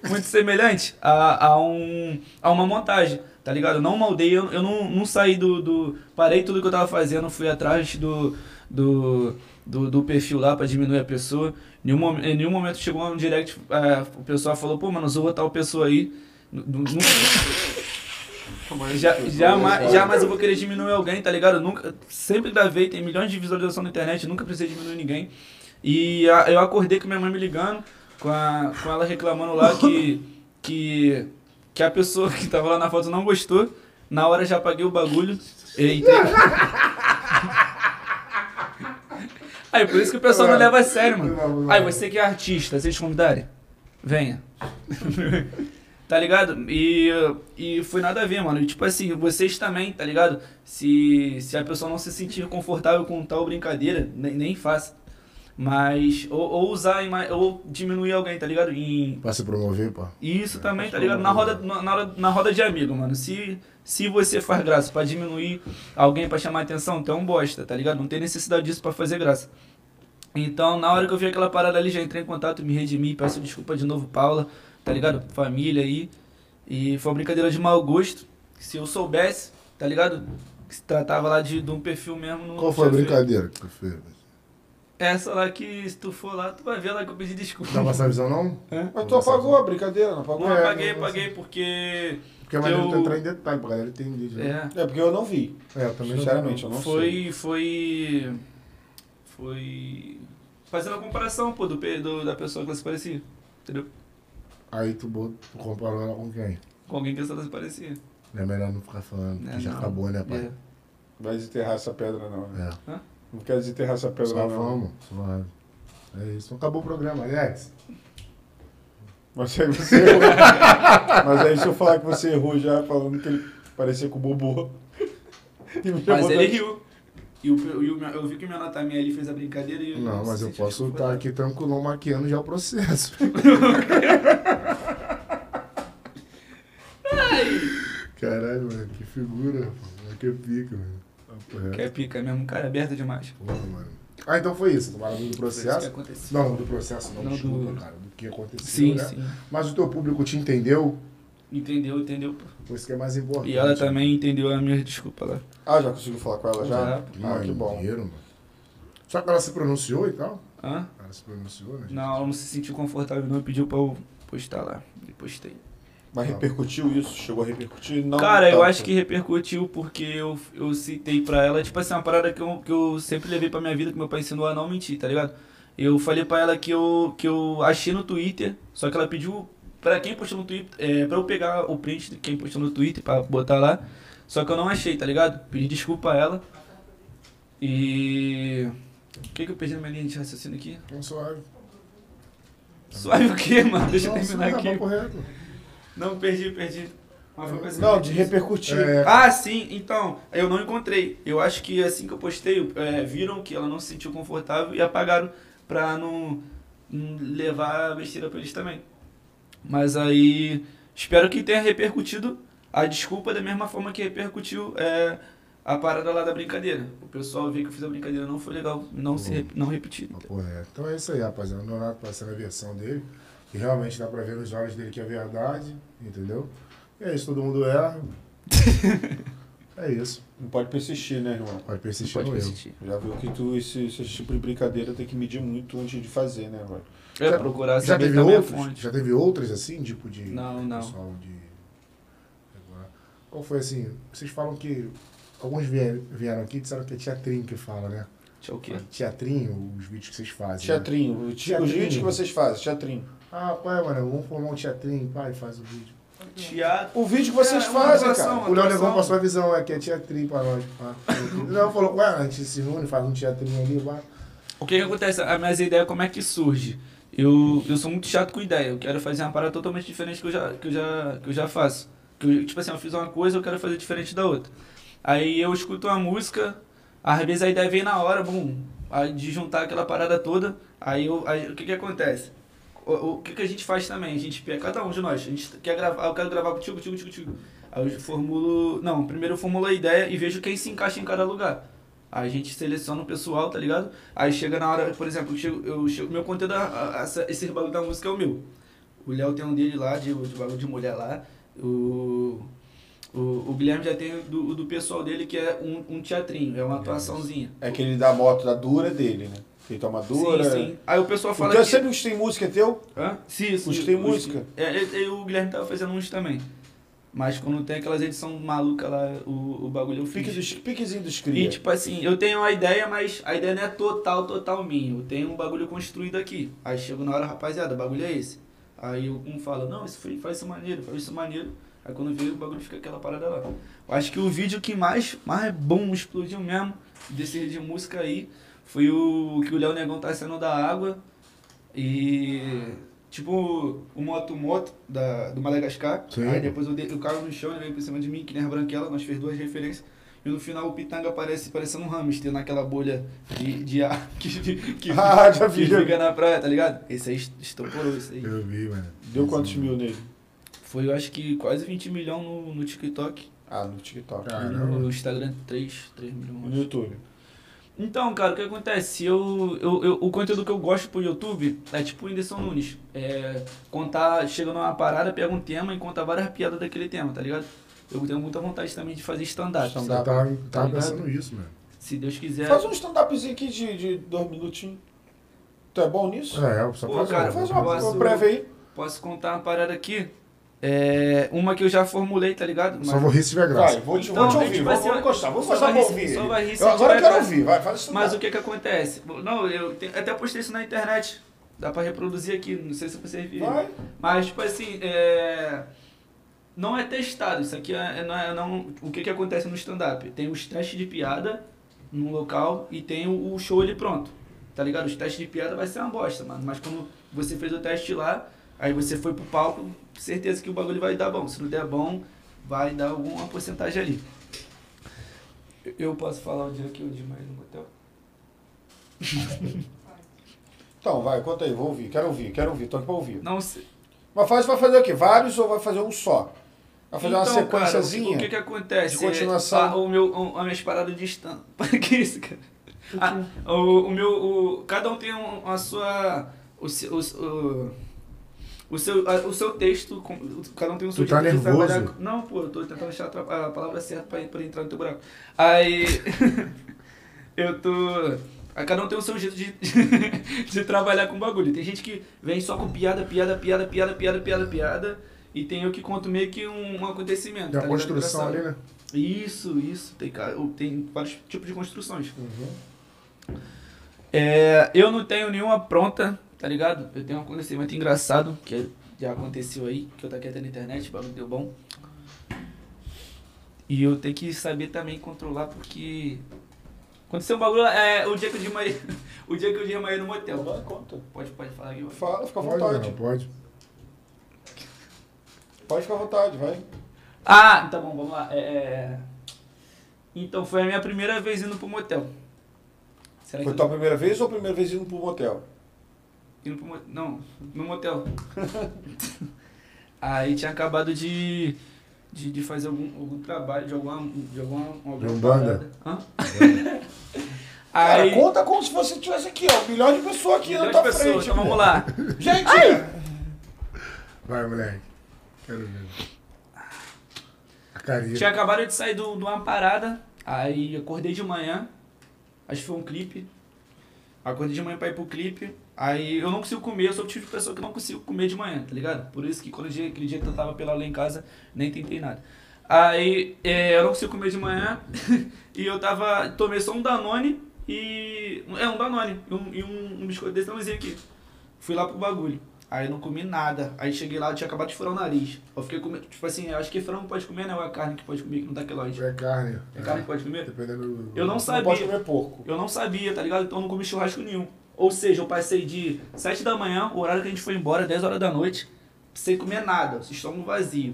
Speaker 3: muito semelhante a, a, um, a uma montagem, tá ligado? Eu não maldei, eu, eu não, não saí do, do. Parei tudo que eu tava fazendo, fui atrás do, do, do, do perfil lá pra diminuir a pessoa. Em nenhum, mom- em nenhum momento chegou um direct, é, o pessoal falou, pô, mano, zoa tal pessoa aí. Nu- nu- nu- já, jamais, jamais eu vou querer diminuir alguém, tá ligado? Eu nunca, sempre gravei, tem milhões de visualizações na internet, eu nunca precisei diminuir ninguém. E a- eu acordei com minha mãe me ligando, com, a, com ela reclamando lá que, que, que a pessoa que tava lá na foto não gostou. Na hora já apaguei o bagulho. e entrei- Aí por isso que o pessoal não leva a sério, mano. Aí você que é artista, vocês convidarem? Venha. Tá ligado? E, e foi nada a ver, mano. E tipo assim, vocês também, tá ligado? Se, se a pessoa não se sentir confortável com tal brincadeira, nem, nem faça. Mas, ou, ou usar, a ima- ou diminuir alguém, tá ligado? Em,
Speaker 1: Pra se promover, pá.
Speaker 3: e isso também, tá
Speaker 1: acho
Speaker 3: ligado?
Speaker 1: que
Speaker 3: Na
Speaker 1: eu É, não
Speaker 3: roda, na, na hora- na roda de amigo, mano. Se, se você faz graça pra diminuir alguém pra chamar atenção, tu é um bosta, tá ligado? Não tem necessidade disso pra fazer graça. Então, na hora que eu vi aquela parada ali, já entrei em contato, me redimi, peço desculpa de novo, Paula, tá ligado? Família aí. E foi uma brincadeira de mau gosto. Se eu soubesse, tá ligado? Que se tratava lá de, de um perfil mesmo. não
Speaker 1: Qual foi a
Speaker 3: tinha feito.
Speaker 1: brincadeira que tu fez?
Speaker 3: Essa lá que se tu for lá, tu vai ver lá que eu pedi desculpa.
Speaker 1: Não passa a visão, não?
Speaker 2: Mas tu apagou a brincadeira, não apagou?
Speaker 3: Não,
Speaker 1: É,
Speaker 3: apaguei,
Speaker 1: não-
Speaker 3: apaguei, porque
Speaker 1: Porque é maneiro
Speaker 3: Eu-
Speaker 1: tu entrar em detalhe pra galera entender. já.
Speaker 3: é,
Speaker 2: É porque eu não vi,
Speaker 1: É, eu também
Speaker 2: sinceramente, eu não sei.
Speaker 3: foi, foi, foi fazendo a comparação, pô, do, pe- do- da pessoa que ela se parecia, entendeu?
Speaker 1: Aí tu, bota, tu comparou ela com quem?
Speaker 3: Com alguém que ela se parecia.
Speaker 1: É melhor não ficar falando, porque
Speaker 3: É,
Speaker 1: já
Speaker 3: não.
Speaker 1: acabou, né, pai?
Speaker 3: É.
Speaker 2: Vai desenterrar essa pedra não, né?
Speaker 1: É.
Speaker 2: Não quer desenterrar essa pedra
Speaker 1: Só
Speaker 2: não. né?
Speaker 1: vamos, suave. É isso, acabou o programa, Alex.
Speaker 2: Mas aí você errou. [laughs] Mas aí se eu falar que você errou já, falando que ele parecia com o Bobô. [laughs] E me
Speaker 3: Mas
Speaker 2: chamou
Speaker 3: ele
Speaker 2: da-
Speaker 3: riu. E, o, e o meu- eu vi que o meu Natamia ali fez a brincadeira e...
Speaker 1: Não, mas eu
Speaker 3: senti
Speaker 1: posso
Speaker 3: desculpa.
Speaker 1: estar aqui tranquilão maquiando já o processo. Caralho, mano, que figura, pô. Que é pica, mano. né?
Speaker 3: Que é pica mesmo, cara, aberta demais.
Speaker 1: Porra, mano. Ah, então foi isso, tu fala do
Speaker 3: Foi isso
Speaker 1: processo.
Speaker 3: que aconteceu.
Speaker 1: Não, do processo não,
Speaker 3: Não,
Speaker 1: desculpa,
Speaker 3: do-
Speaker 1: cara, do que aconteceu,
Speaker 3: Sim,
Speaker 1: né?
Speaker 3: sim.
Speaker 1: Mas o teu público te entendeu,
Speaker 3: Entendeu, entendeu, pô.
Speaker 1: isso que é mais importante.
Speaker 3: E ela também né? entendeu a minha desculpa lá.
Speaker 2: Ah, já conseguiu falar com ela já?
Speaker 1: Tá. Que
Speaker 2: Ah, que bom.
Speaker 1: maneiro, mano. Só que ela se pronunciou e tal?
Speaker 3: Hã?
Speaker 1: Ela se pronunciou, né?
Speaker 3: Não, ela não se sentiu confortável não, pediu pra eu postar lá. E postei.
Speaker 2: Mas repercutiu isso? Chegou a repercutir? Não.
Speaker 3: Cara, eu
Speaker 2: tanto.
Speaker 3: acho que repercutiu porque eu, eu citei pra ela, tipo assim, uma parada que eu, que eu sempre levei pra minha vida, que meu pai ensinou a não mentir, tá ligado? Eu falei pra ela que eu, que eu achei no Twitter, só que ela pediu pra quem postou no Twitter, é, pra eu pegar o print de quem postou no Twitter pra botar lá, só que eu não achei, tá ligado? Pedi desculpa a ela. E. O que, que eu perdi na minha linha de raciocínio aqui?
Speaker 1: Não suave.
Speaker 3: Suave o quê, mano? Deixa eu
Speaker 1: Não,
Speaker 3: terminar
Speaker 1: suave,
Speaker 3: aqui.
Speaker 1: é papo reto.
Speaker 3: Não, perdi, perdi. Mas foi coisa
Speaker 2: Não,
Speaker 3: que
Speaker 2: de
Speaker 3: eu disse.
Speaker 2: repercutir.
Speaker 1: É,
Speaker 3: Ah, sim, então, eu não encontrei. Eu acho que assim que eu postei, é, viram que ela não se sentiu confortável e apagaram pra não não levar a besteira pra eles também. Mas aí, espero que tenha repercutido a desculpa da mesma forma que repercutiu é, a parada lá da brincadeira. O pessoal viu que eu fiz a brincadeira, não foi legal, não, se, rep- não repetir.
Speaker 1: Papo reto. Então é isso aí, rapaziada. O Donato passando a versão dele. Que realmente dá pra ver nos olhos dele que é verdade, entendeu? E é isso, todo mundo
Speaker 2: [laughs]
Speaker 1: erra. é isso.
Speaker 2: Não pode persistir, né, irmão?
Speaker 1: Pode persistir
Speaker 3: Pode
Speaker 1: no erro.
Speaker 3: persistir.
Speaker 2: Já viu que tu, esse, esse tipo de brincadeira tem que medir muito antes de fazer, né, velho?
Speaker 3: É,
Speaker 1: Já-
Speaker 3: procurar
Speaker 1: Já
Speaker 3: saber
Speaker 1: teve,
Speaker 3: também a
Speaker 1: outros,
Speaker 3: fonte.
Speaker 1: já teve outras assim, tipo de
Speaker 3: Não, não.
Speaker 1: pessoal de. Qual foi assim? Vocês falam que. Alguns vieram, vieram aqui e disseram que é teatrinho que fala, né?
Speaker 3: Deixa eu o quê?
Speaker 1: Teatrinho, os vídeos que vocês fazem. né?
Speaker 2: Teatrinho. o ti-
Speaker 1: Teatrinho.
Speaker 2: Os vídeos que vocês fazem, teatrinho.
Speaker 1: Ah, pai, mano, vamos formar um teatrinho, pai, faz o vídeo.
Speaker 3: Teatro.
Speaker 2: O vídeo que vocês
Speaker 3: É, uma
Speaker 2: fazem,
Speaker 3: atuação,
Speaker 2: cara.
Speaker 1: O Léo levou pra sua visão, é que é teatrinho pra nós. pá. Não, falou, ué, a gente se reúne, faz um teatrinho ali, vai.
Speaker 3: O que que acontece? As minhas ideias, como é que surge? Eu, eu sou muito chato com ideia. Eu quero fazer uma parada totalmente diferente que eu já, que eu já, que eu já faço. Que eu- tipo assim, eu fiz uma coisa, eu quero fazer diferente da outra. Aí eu escuto uma música, às vezes a ideia vem na hora, bum, aí de juntar aquela parada toda. Aí, eu, aí o que que acontece? O, o que que a gente faz também? A gente pega, cada um de nós, a gente quer gravar, eu quero gravar contigo, contigo, contigo, contigo. Aí eu formulo, não, primeiro eu formulo a ideia e vejo quem se encaixa em cada lugar. Aí a gente seleciona o pessoal, tá ligado? Aí chega na hora, por exemplo, eu chego, eu chego meu conteúdo, a- a- essa- esse bagulho da música é o meu. O Léo tem um dele lá, de, de bagulho de mulher lá. O, o, o Guilherme já tem o do, o do pessoal dele, que é um, um teatrinho, é uma atuaçãozinha.
Speaker 2: É aquele da moto, da dura dele, né? Que toma dura.
Speaker 3: Sim, sim. Aí o pessoal
Speaker 2: O
Speaker 3: fala
Speaker 2: teu
Speaker 3: que...
Speaker 2: sempre gostei de música, é teu?
Speaker 3: Hã? Sim, sim.
Speaker 2: Os que tem
Speaker 3: os-
Speaker 2: música.
Speaker 3: É, e- e o Guilherme tava fazendo uns também. Mas quando tem aquelas edições malucas lá, o, o bagulho eu fiz.
Speaker 2: Pique dos, piquezinho dos
Speaker 3: E
Speaker 2: cria.
Speaker 3: tipo assim, eu tenho uma ideia, mas a ideia não é total, total minha. Eu tenho um bagulho construído aqui. Aí chego na hora, rapaziada, o bagulho é esse. Aí um fala, não, isso foi, faz isso maneiro, faz isso maneiro. Aí quando veio o bagulho fica aquela parada lá. Eu acho que o vídeo que mais, mais bom explodiu mesmo, desse de música aí, foi o que o Léo Negão tá saindo da água. E tipo o Moto Moto da, do Madagascar.
Speaker 1: Sim.
Speaker 3: Aí depois eu, dei, eu caio no chão, ele veio por cima de mim, que nem a branquela, nós fez duas referências. E no final o Pitanga aparece parecendo um hamster naquela bolha de, de ar [laughs] que, que, que
Speaker 2: Ah, já vi.
Speaker 3: fica na praia, tá ligado? Esse aí estourou, esse aí.
Speaker 1: Eu vi, mano.
Speaker 2: Deu quantos mil nele?
Speaker 3: Foi, eu acho que quase 20 milhões no, no TikTok.
Speaker 2: Ah, no TikTok.
Speaker 1: Ah.
Speaker 3: e
Speaker 1: Caramba.
Speaker 3: no Instagram, 3, 3
Speaker 2: No
Speaker 3: milhões.
Speaker 2: YouTube.
Speaker 3: Então, cara, o que acontece? Eu, eu, eu- o conteúdo que eu gosto pro YouTube é tipo o Whindersson Nunes. É contar, chega numa parada, pega um tema e conta várias piadas daquele tema, tá ligado? Eu tenho muita vontade também de fazer stand-up.
Speaker 1: Eu
Speaker 2: Stand-up.
Speaker 1: tava, tava
Speaker 3: ligado?
Speaker 1: pensando nisso, mano.
Speaker 3: Se Deus quiser.
Speaker 2: Faz um stand-upzinho aqui de, de dois minutinhos. Tu é bom nisso?
Speaker 1: É, só
Speaker 3: Pô,
Speaker 1: faz
Speaker 3: cara,
Speaker 1: um.
Speaker 2: Faz uma,
Speaker 3: Posso-
Speaker 2: uma prévia aí.
Speaker 3: Posso contar uma parada aqui? É, uma que eu já formulei, tá ligado?
Speaker 1: Só
Speaker 3: Mas-
Speaker 1: vou rir se tiver É graça.
Speaker 2: Vai, vou te,
Speaker 3: Então,
Speaker 2: vou te
Speaker 3: a
Speaker 2: ouvir.
Speaker 3: gente
Speaker 2: Vou,
Speaker 3: vai
Speaker 2: vou
Speaker 3: ser-
Speaker 2: encostar, vou
Speaker 3: só
Speaker 2: encostar
Speaker 3: vai
Speaker 2: pra
Speaker 3: rir-
Speaker 2: ouvir.
Speaker 3: só vai rir se
Speaker 2: eu agora eu
Speaker 3: tiver
Speaker 2: quero
Speaker 3: graça.
Speaker 2: ouvir, vai, faz isso.
Speaker 3: Mas o que que acontece? Não, eu te- até postei isso na internet. Dá pra reproduzir aqui, não sei se vocês viram.
Speaker 2: Vai.
Speaker 3: Mas, tipo assim, é... não é testado. Isso aqui é, é- não, é- não- O que, que acontece no stand-up? Tem os testes de piada num local e tem o, o show ali pronto. Tá ligado? Os testes de piada vai ser uma bosta, mano. Mas quando você fez o teste lá, aí você foi pro palco, certeza que o bagulho vai dar bom. Se não der bom, vai dar alguma porcentagem ali. Eu- Eu posso falar o dia que eu demais no motel? um
Speaker 2: Então, vai, conta aí, vou ouvir, quero ouvir, quero ouvir, tô aqui pra ouvir.
Speaker 3: Não sei.
Speaker 2: Mas faz, vai fazer o quê? Vários ou vai fazer um só? Vai fazer uma
Speaker 3: Então, Cara,
Speaker 2: sequenciazinha?
Speaker 3: o que, o que que acontece?
Speaker 2: de continuação.
Speaker 3: Ah, o meu, o, as minhas paradas de stand. [laughs] Para que isso, cara? Ah, o, o meu. O, cada um tem um, a sua. O, seu- o, o, o seu, a- o seu texto. com- o- Cada um tem o seu
Speaker 1: Tu tá
Speaker 3: jeito de
Speaker 1: nervoso?
Speaker 3: trabalhar com- Não, pô, eu tô tentando achar a tra- a, palavra certa pra, pra entrar no teu buraco. Aí. [laughs] eu tô. a Cada um tem o seu jeito de, [laughs] de trabalhar com o bagulho. Tem gente que vem só com piada, piada, piada, piada, piada, piada, piada. E tem eu que conto meio que um, um acontecimento.
Speaker 1: Tem
Speaker 3: tá
Speaker 1: uma
Speaker 3: ligado?
Speaker 1: construção
Speaker 3: Engraçado.
Speaker 1: ali, né?
Speaker 3: Isso, isso. Tem, ca- tem vários tipos de construções.
Speaker 2: Uhum.
Speaker 3: É, eu não tenho nenhuma pronta, tá ligado? Eu tenho um acontecimento engraçado que já aconteceu aí, que eu taquei até na internet, o bagulho deu bom. E eu tenho que saber também controlar, porque. Aconteceu um bagulho, é o dia que eu desmaiei. [laughs] o dia que eu desmaiei no motel.
Speaker 2: Vai, conta.
Speaker 3: Pode, pode falar aqui, vai.
Speaker 2: Fala, fica à
Speaker 1: Pode,
Speaker 2: vontade.
Speaker 1: não, pode.
Speaker 2: Pode ficar à vontade, vai.
Speaker 3: Ah, tá bom, vamos lá. É, é... Então foi a minha primeira vez indo pro motel. Será
Speaker 2: Foi
Speaker 3: eu-
Speaker 2: tua primeira vez ou a primeira vez indo pro motel?
Speaker 3: Indo pro mo- Não, no motel. aí tinha acabado de. De, de fazer algum, algum trabalho, de alguma. De alguma. alguma
Speaker 1: Não
Speaker 3: parada. Hã?
Speaker 2: Cara,
Speaker 3: [laughs] Aí.
Speaker 2: conta como se você tivesse aqui, ó, um milhão de pessoas aqui
Speaker 3: milhão
Speaker 2: na
Speaker 3: de
Speaker 2: tua
Speaker 3: pessoas,
Speaker 2: frente.
Speaker 3: então
Speaker 2: pô.
Speaker 3: vamos lá.
Speaker 2: Gente, é,
Speaker 1: Vai, moleque. Quero ver. A carinha.
Speaker 3: Tinha acabado de sair do- de uma parada, aí acordei de manhã, acho que foi um clipe. Acordei de manhã pra ir pro clipe, aí eu não consigo comer, eu sou o tipo de pessoa que não consigo comer de manhã, tá ligado? Por isso que quando eu cheguei- aquele dia que eu tava pela lá em casa, nem tentei nada. Aí é, eu não consigo comer de manhã [laughs] e eu tava. Tomei só um Danone e. É, um Danone e um, e um, um biscoito desse tamanhozinho aqui. Fui lá pro bagulho. Aí não comi nada. Aí cheguei lá, eu tinha acabado de furar o nariz. Eu fiquei comendo, tipo assim, eu acho que frango pode comer, né? Ou é carne que pode comer, que não dá queloide.
Speaker 1: É carne.
Speaker 3: É carne que pode comer?
Speaker 1: Dependendo do...
Speaker 3: Eu não
Speaker 2: não pode
Speaker 3: sabia.
Speaker 2: comer porco.
Speaker 3: Eu não sabia, tá ligado? Então eu não comi churrasco nenhum. Ou seja, eu passei de 7 da manhã, o horário que a gente foi embora, 10 horas da noite, sem comer nada, o estômago vazio.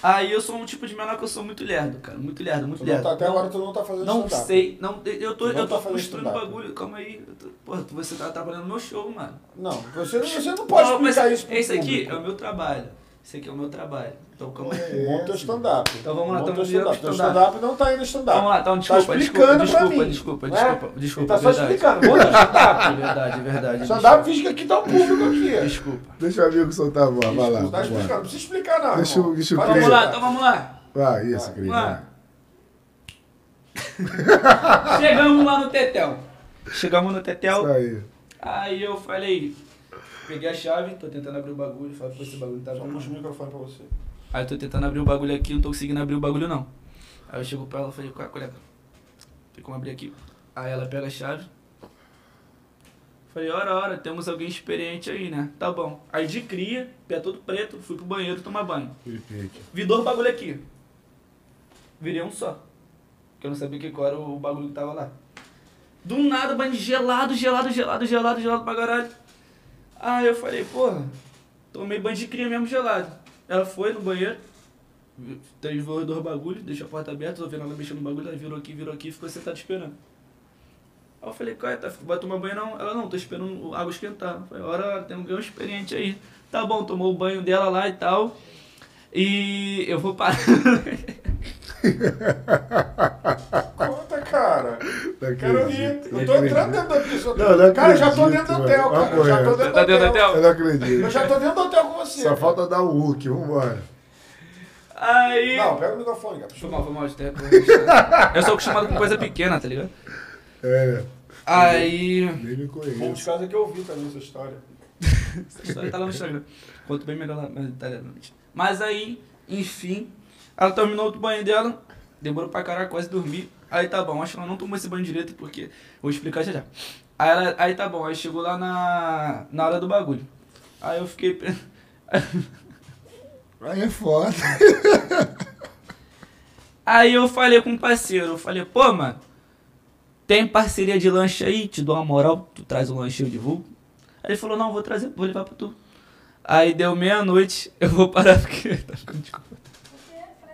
Speaker 3: Aí eu sou um tipo de menor que eu sou muito lerdo, cara. Muito lerdo, muito
Speaker 2: Tu não
Speaker 3: lerdo.
Speaker 2: tá, até agora tu não tá fazendo
Speaker 3: Não
Speaker 2: stand-up.
Speaker 3: sei, não, eu tô,
Speaker 2: Não
Speaker 3: eu
Speaker 2: tá
Speaker 3: tô
Speaker 2: fazendo
Speaker 3: construindo
Speaker 2: stand-up.
Speaker 3: bagulho, calma aí. Eu tô- Porra, tu- você tá trabalhando no meu show, mano.
Speaker 2: Não, você, você não pode
Speaker 3: Não, mas
Speaker 2: explicar isso pro
Speaker 3: Esse aqui
Speaker 2: público. É,
Speaker 3: é o meu trabalho. Esse aqui é o meu trabalho. Então calma aí.
Speaker 2: Monta o stand-up.
Speaker 3: Então vamos lá,
Speaker 2: Monta
Speaker 3: tamo
Speaker 2: o stand-up.
Speaker 3: virando
Speaker 2: Teu stand-up não tá aí no stand-up.
Speaker 3: Vamos lá, então, desculpa,
Speaker 2: tá
Speaker 3: desculpa,
Speaker 2: explicando
Speaker 3: desculpa,
Speaker 2: pra mim.
Speaker 3: desculpa,
Speaker 2: né?
Speaker 3: desculpa,
Speaker 2: Ele
Speaker 3: desculpa,
Speaker 2: Tá só
Speaker 3: verdade.
Speaker 2: explicando. Monta o
Speaker 3: É [laughs]
Speaker 2: stand-up.
Speaker 3: verdade, é verdade.
Speaker 2: stand-up
Speaker 3: Desculpa.
Speaker 2: finge que aqui tá um público aqui.
Speaker 3: Desculpa.
Speaker 1: Deixa o amigo soltar a voz, vai lá.
Speaker 2: Tá explicando,
Speaker 1: Vai,
Speaker 2: não precisa explicar não.
Speaker 1: Deixa
Speaker 2: irmão.
Speaker 1: eu- deixa eu
Speaker 2: Vai,
Speaker 1: crer.
Speaker 3: Vamos lá, então vamos lá.
Speaker 1: Vai, isso, Cris.
Speaker 3: Vai.
Speaker 1: vai.
Speaker 3: Chegamos lá no Tetel. Chegamos no
Speaker 1: Isso
Speaker 3: Tetel.
Speaker 1: aí.
Speaker 3: Aí eu falei, peguei a chave, tô tentando abrir o bagulho, falei, pô, esse bagulho tá
Speaker 2: Só puxa o
Speaker 3: bom.
Speaker 2: microfone pra você.
Speaker 3: Aí eu tô tentando abrir o bagulho aqui, não tô conseguindo abrir o bagulho não. Aí eu chego pra ela e falei, qual é, colega? Tem como abrir aqui? Aí ela pega a chave. Falei, ora, ora, temos alguém experiente aí, né? Tá bom. Aí de cria, pé todo preto, fui pro banheiro tomar banho.
Speaker 1: Pipique.
Speaker 3: Vi dois bagulho aqui. Virei um só. Porque eu não sabia que qual era o bagulho que tava lá. Do nada, banho gelado, gelado, gelado, gelado, gelado pra caralho. Aí eu falei, porra, tomei banho de cria mesmo gelado. Ela foi no banheiro, vi- transviou dois bagulhos, deixou a porta aberta, tô vendo ela mexendo no bagulho, ela virou aqui, virou aqui, ficou sentada esperando. Aí eu falei, cara, tá, vai tomar banho não? Ela, não, tô esperando a água esquentar. Eu falei, hora, tem alguém experiente aí. Tá bom, tomou o banho dela lá e tal. E eu vou parar. [laughs]
Speaker 2: Conta, cara.
Speaker 1: Tá
Speaker 2: Quero
Speaker 1: acredito,
Speaker 2: rir.
Speaker 1: não
Speaker 2: Eu tô entrando
Speaker 1: acredito.
Speaker 2: dentro da pessoa.
Speaker 1: Não, não
Speaker 2: cara, eu já tô
Speaker 1: acredito,
Speaker 2: dentro do hotel,
Speaker 1: mano.
Speaker 2: cara. Eu já tô
Speaker 1: Você
Speaker 2: dentro
Speaker 3: tá
Speaker 2: do
Speaker 3: dentro do
Speaker 2: hotel.
Speaker 1: Eu
Speaker 3: hotel?
Speaker 1: não
Speaker 2: Eu
Speaker 1: acredito.
Speaker 2: já tô dentro do hotel com você.
Speaker 1: Só falta dar o Hulk, vambora.
Speaker 3: Aí.
Speaker 2: Não, pega o microfone, cara.
Speaker 3: Foi mal, foi mal. até- Eu sou acostumado com coisa pequena, tá ligado?
Speaker 1: É,
Speaker 3: Aí.
Speaker 1: nem me
Speaker 2: Foi um dos
Speaker 1: conheço.
Speaker 2: casos que eu vi também essa história.
Speaker 3: Essa história tá lá no Instagram. Conto bem melhor lá mais detalhadamente. Mas aí, enfim, ela terminou o banho dela, demorou pra caralho, quase dormi. Aí tá bom, acho que ela não tomou esse banho direito, porque. Vou explicar já já. Aí, ela- aí tá bom, aí chegou lá na, na hora do bagulho. Aí eu fiquei. pe- [laughs]
Speaker 1: Aí é foda.
Speaker 3: Aí eu falei com um parceiro, eu falei, pô, mano, tem parceria de lanche aí? Te dou uma moral, tu traz um lanche, eu divulgo. Aí ele falou, não, vou trazer, vou levar pra tu. Aí deu meia-noite, [laughs] eu vou parar porque tá com desconto.
Speaker 5: Por quê? Não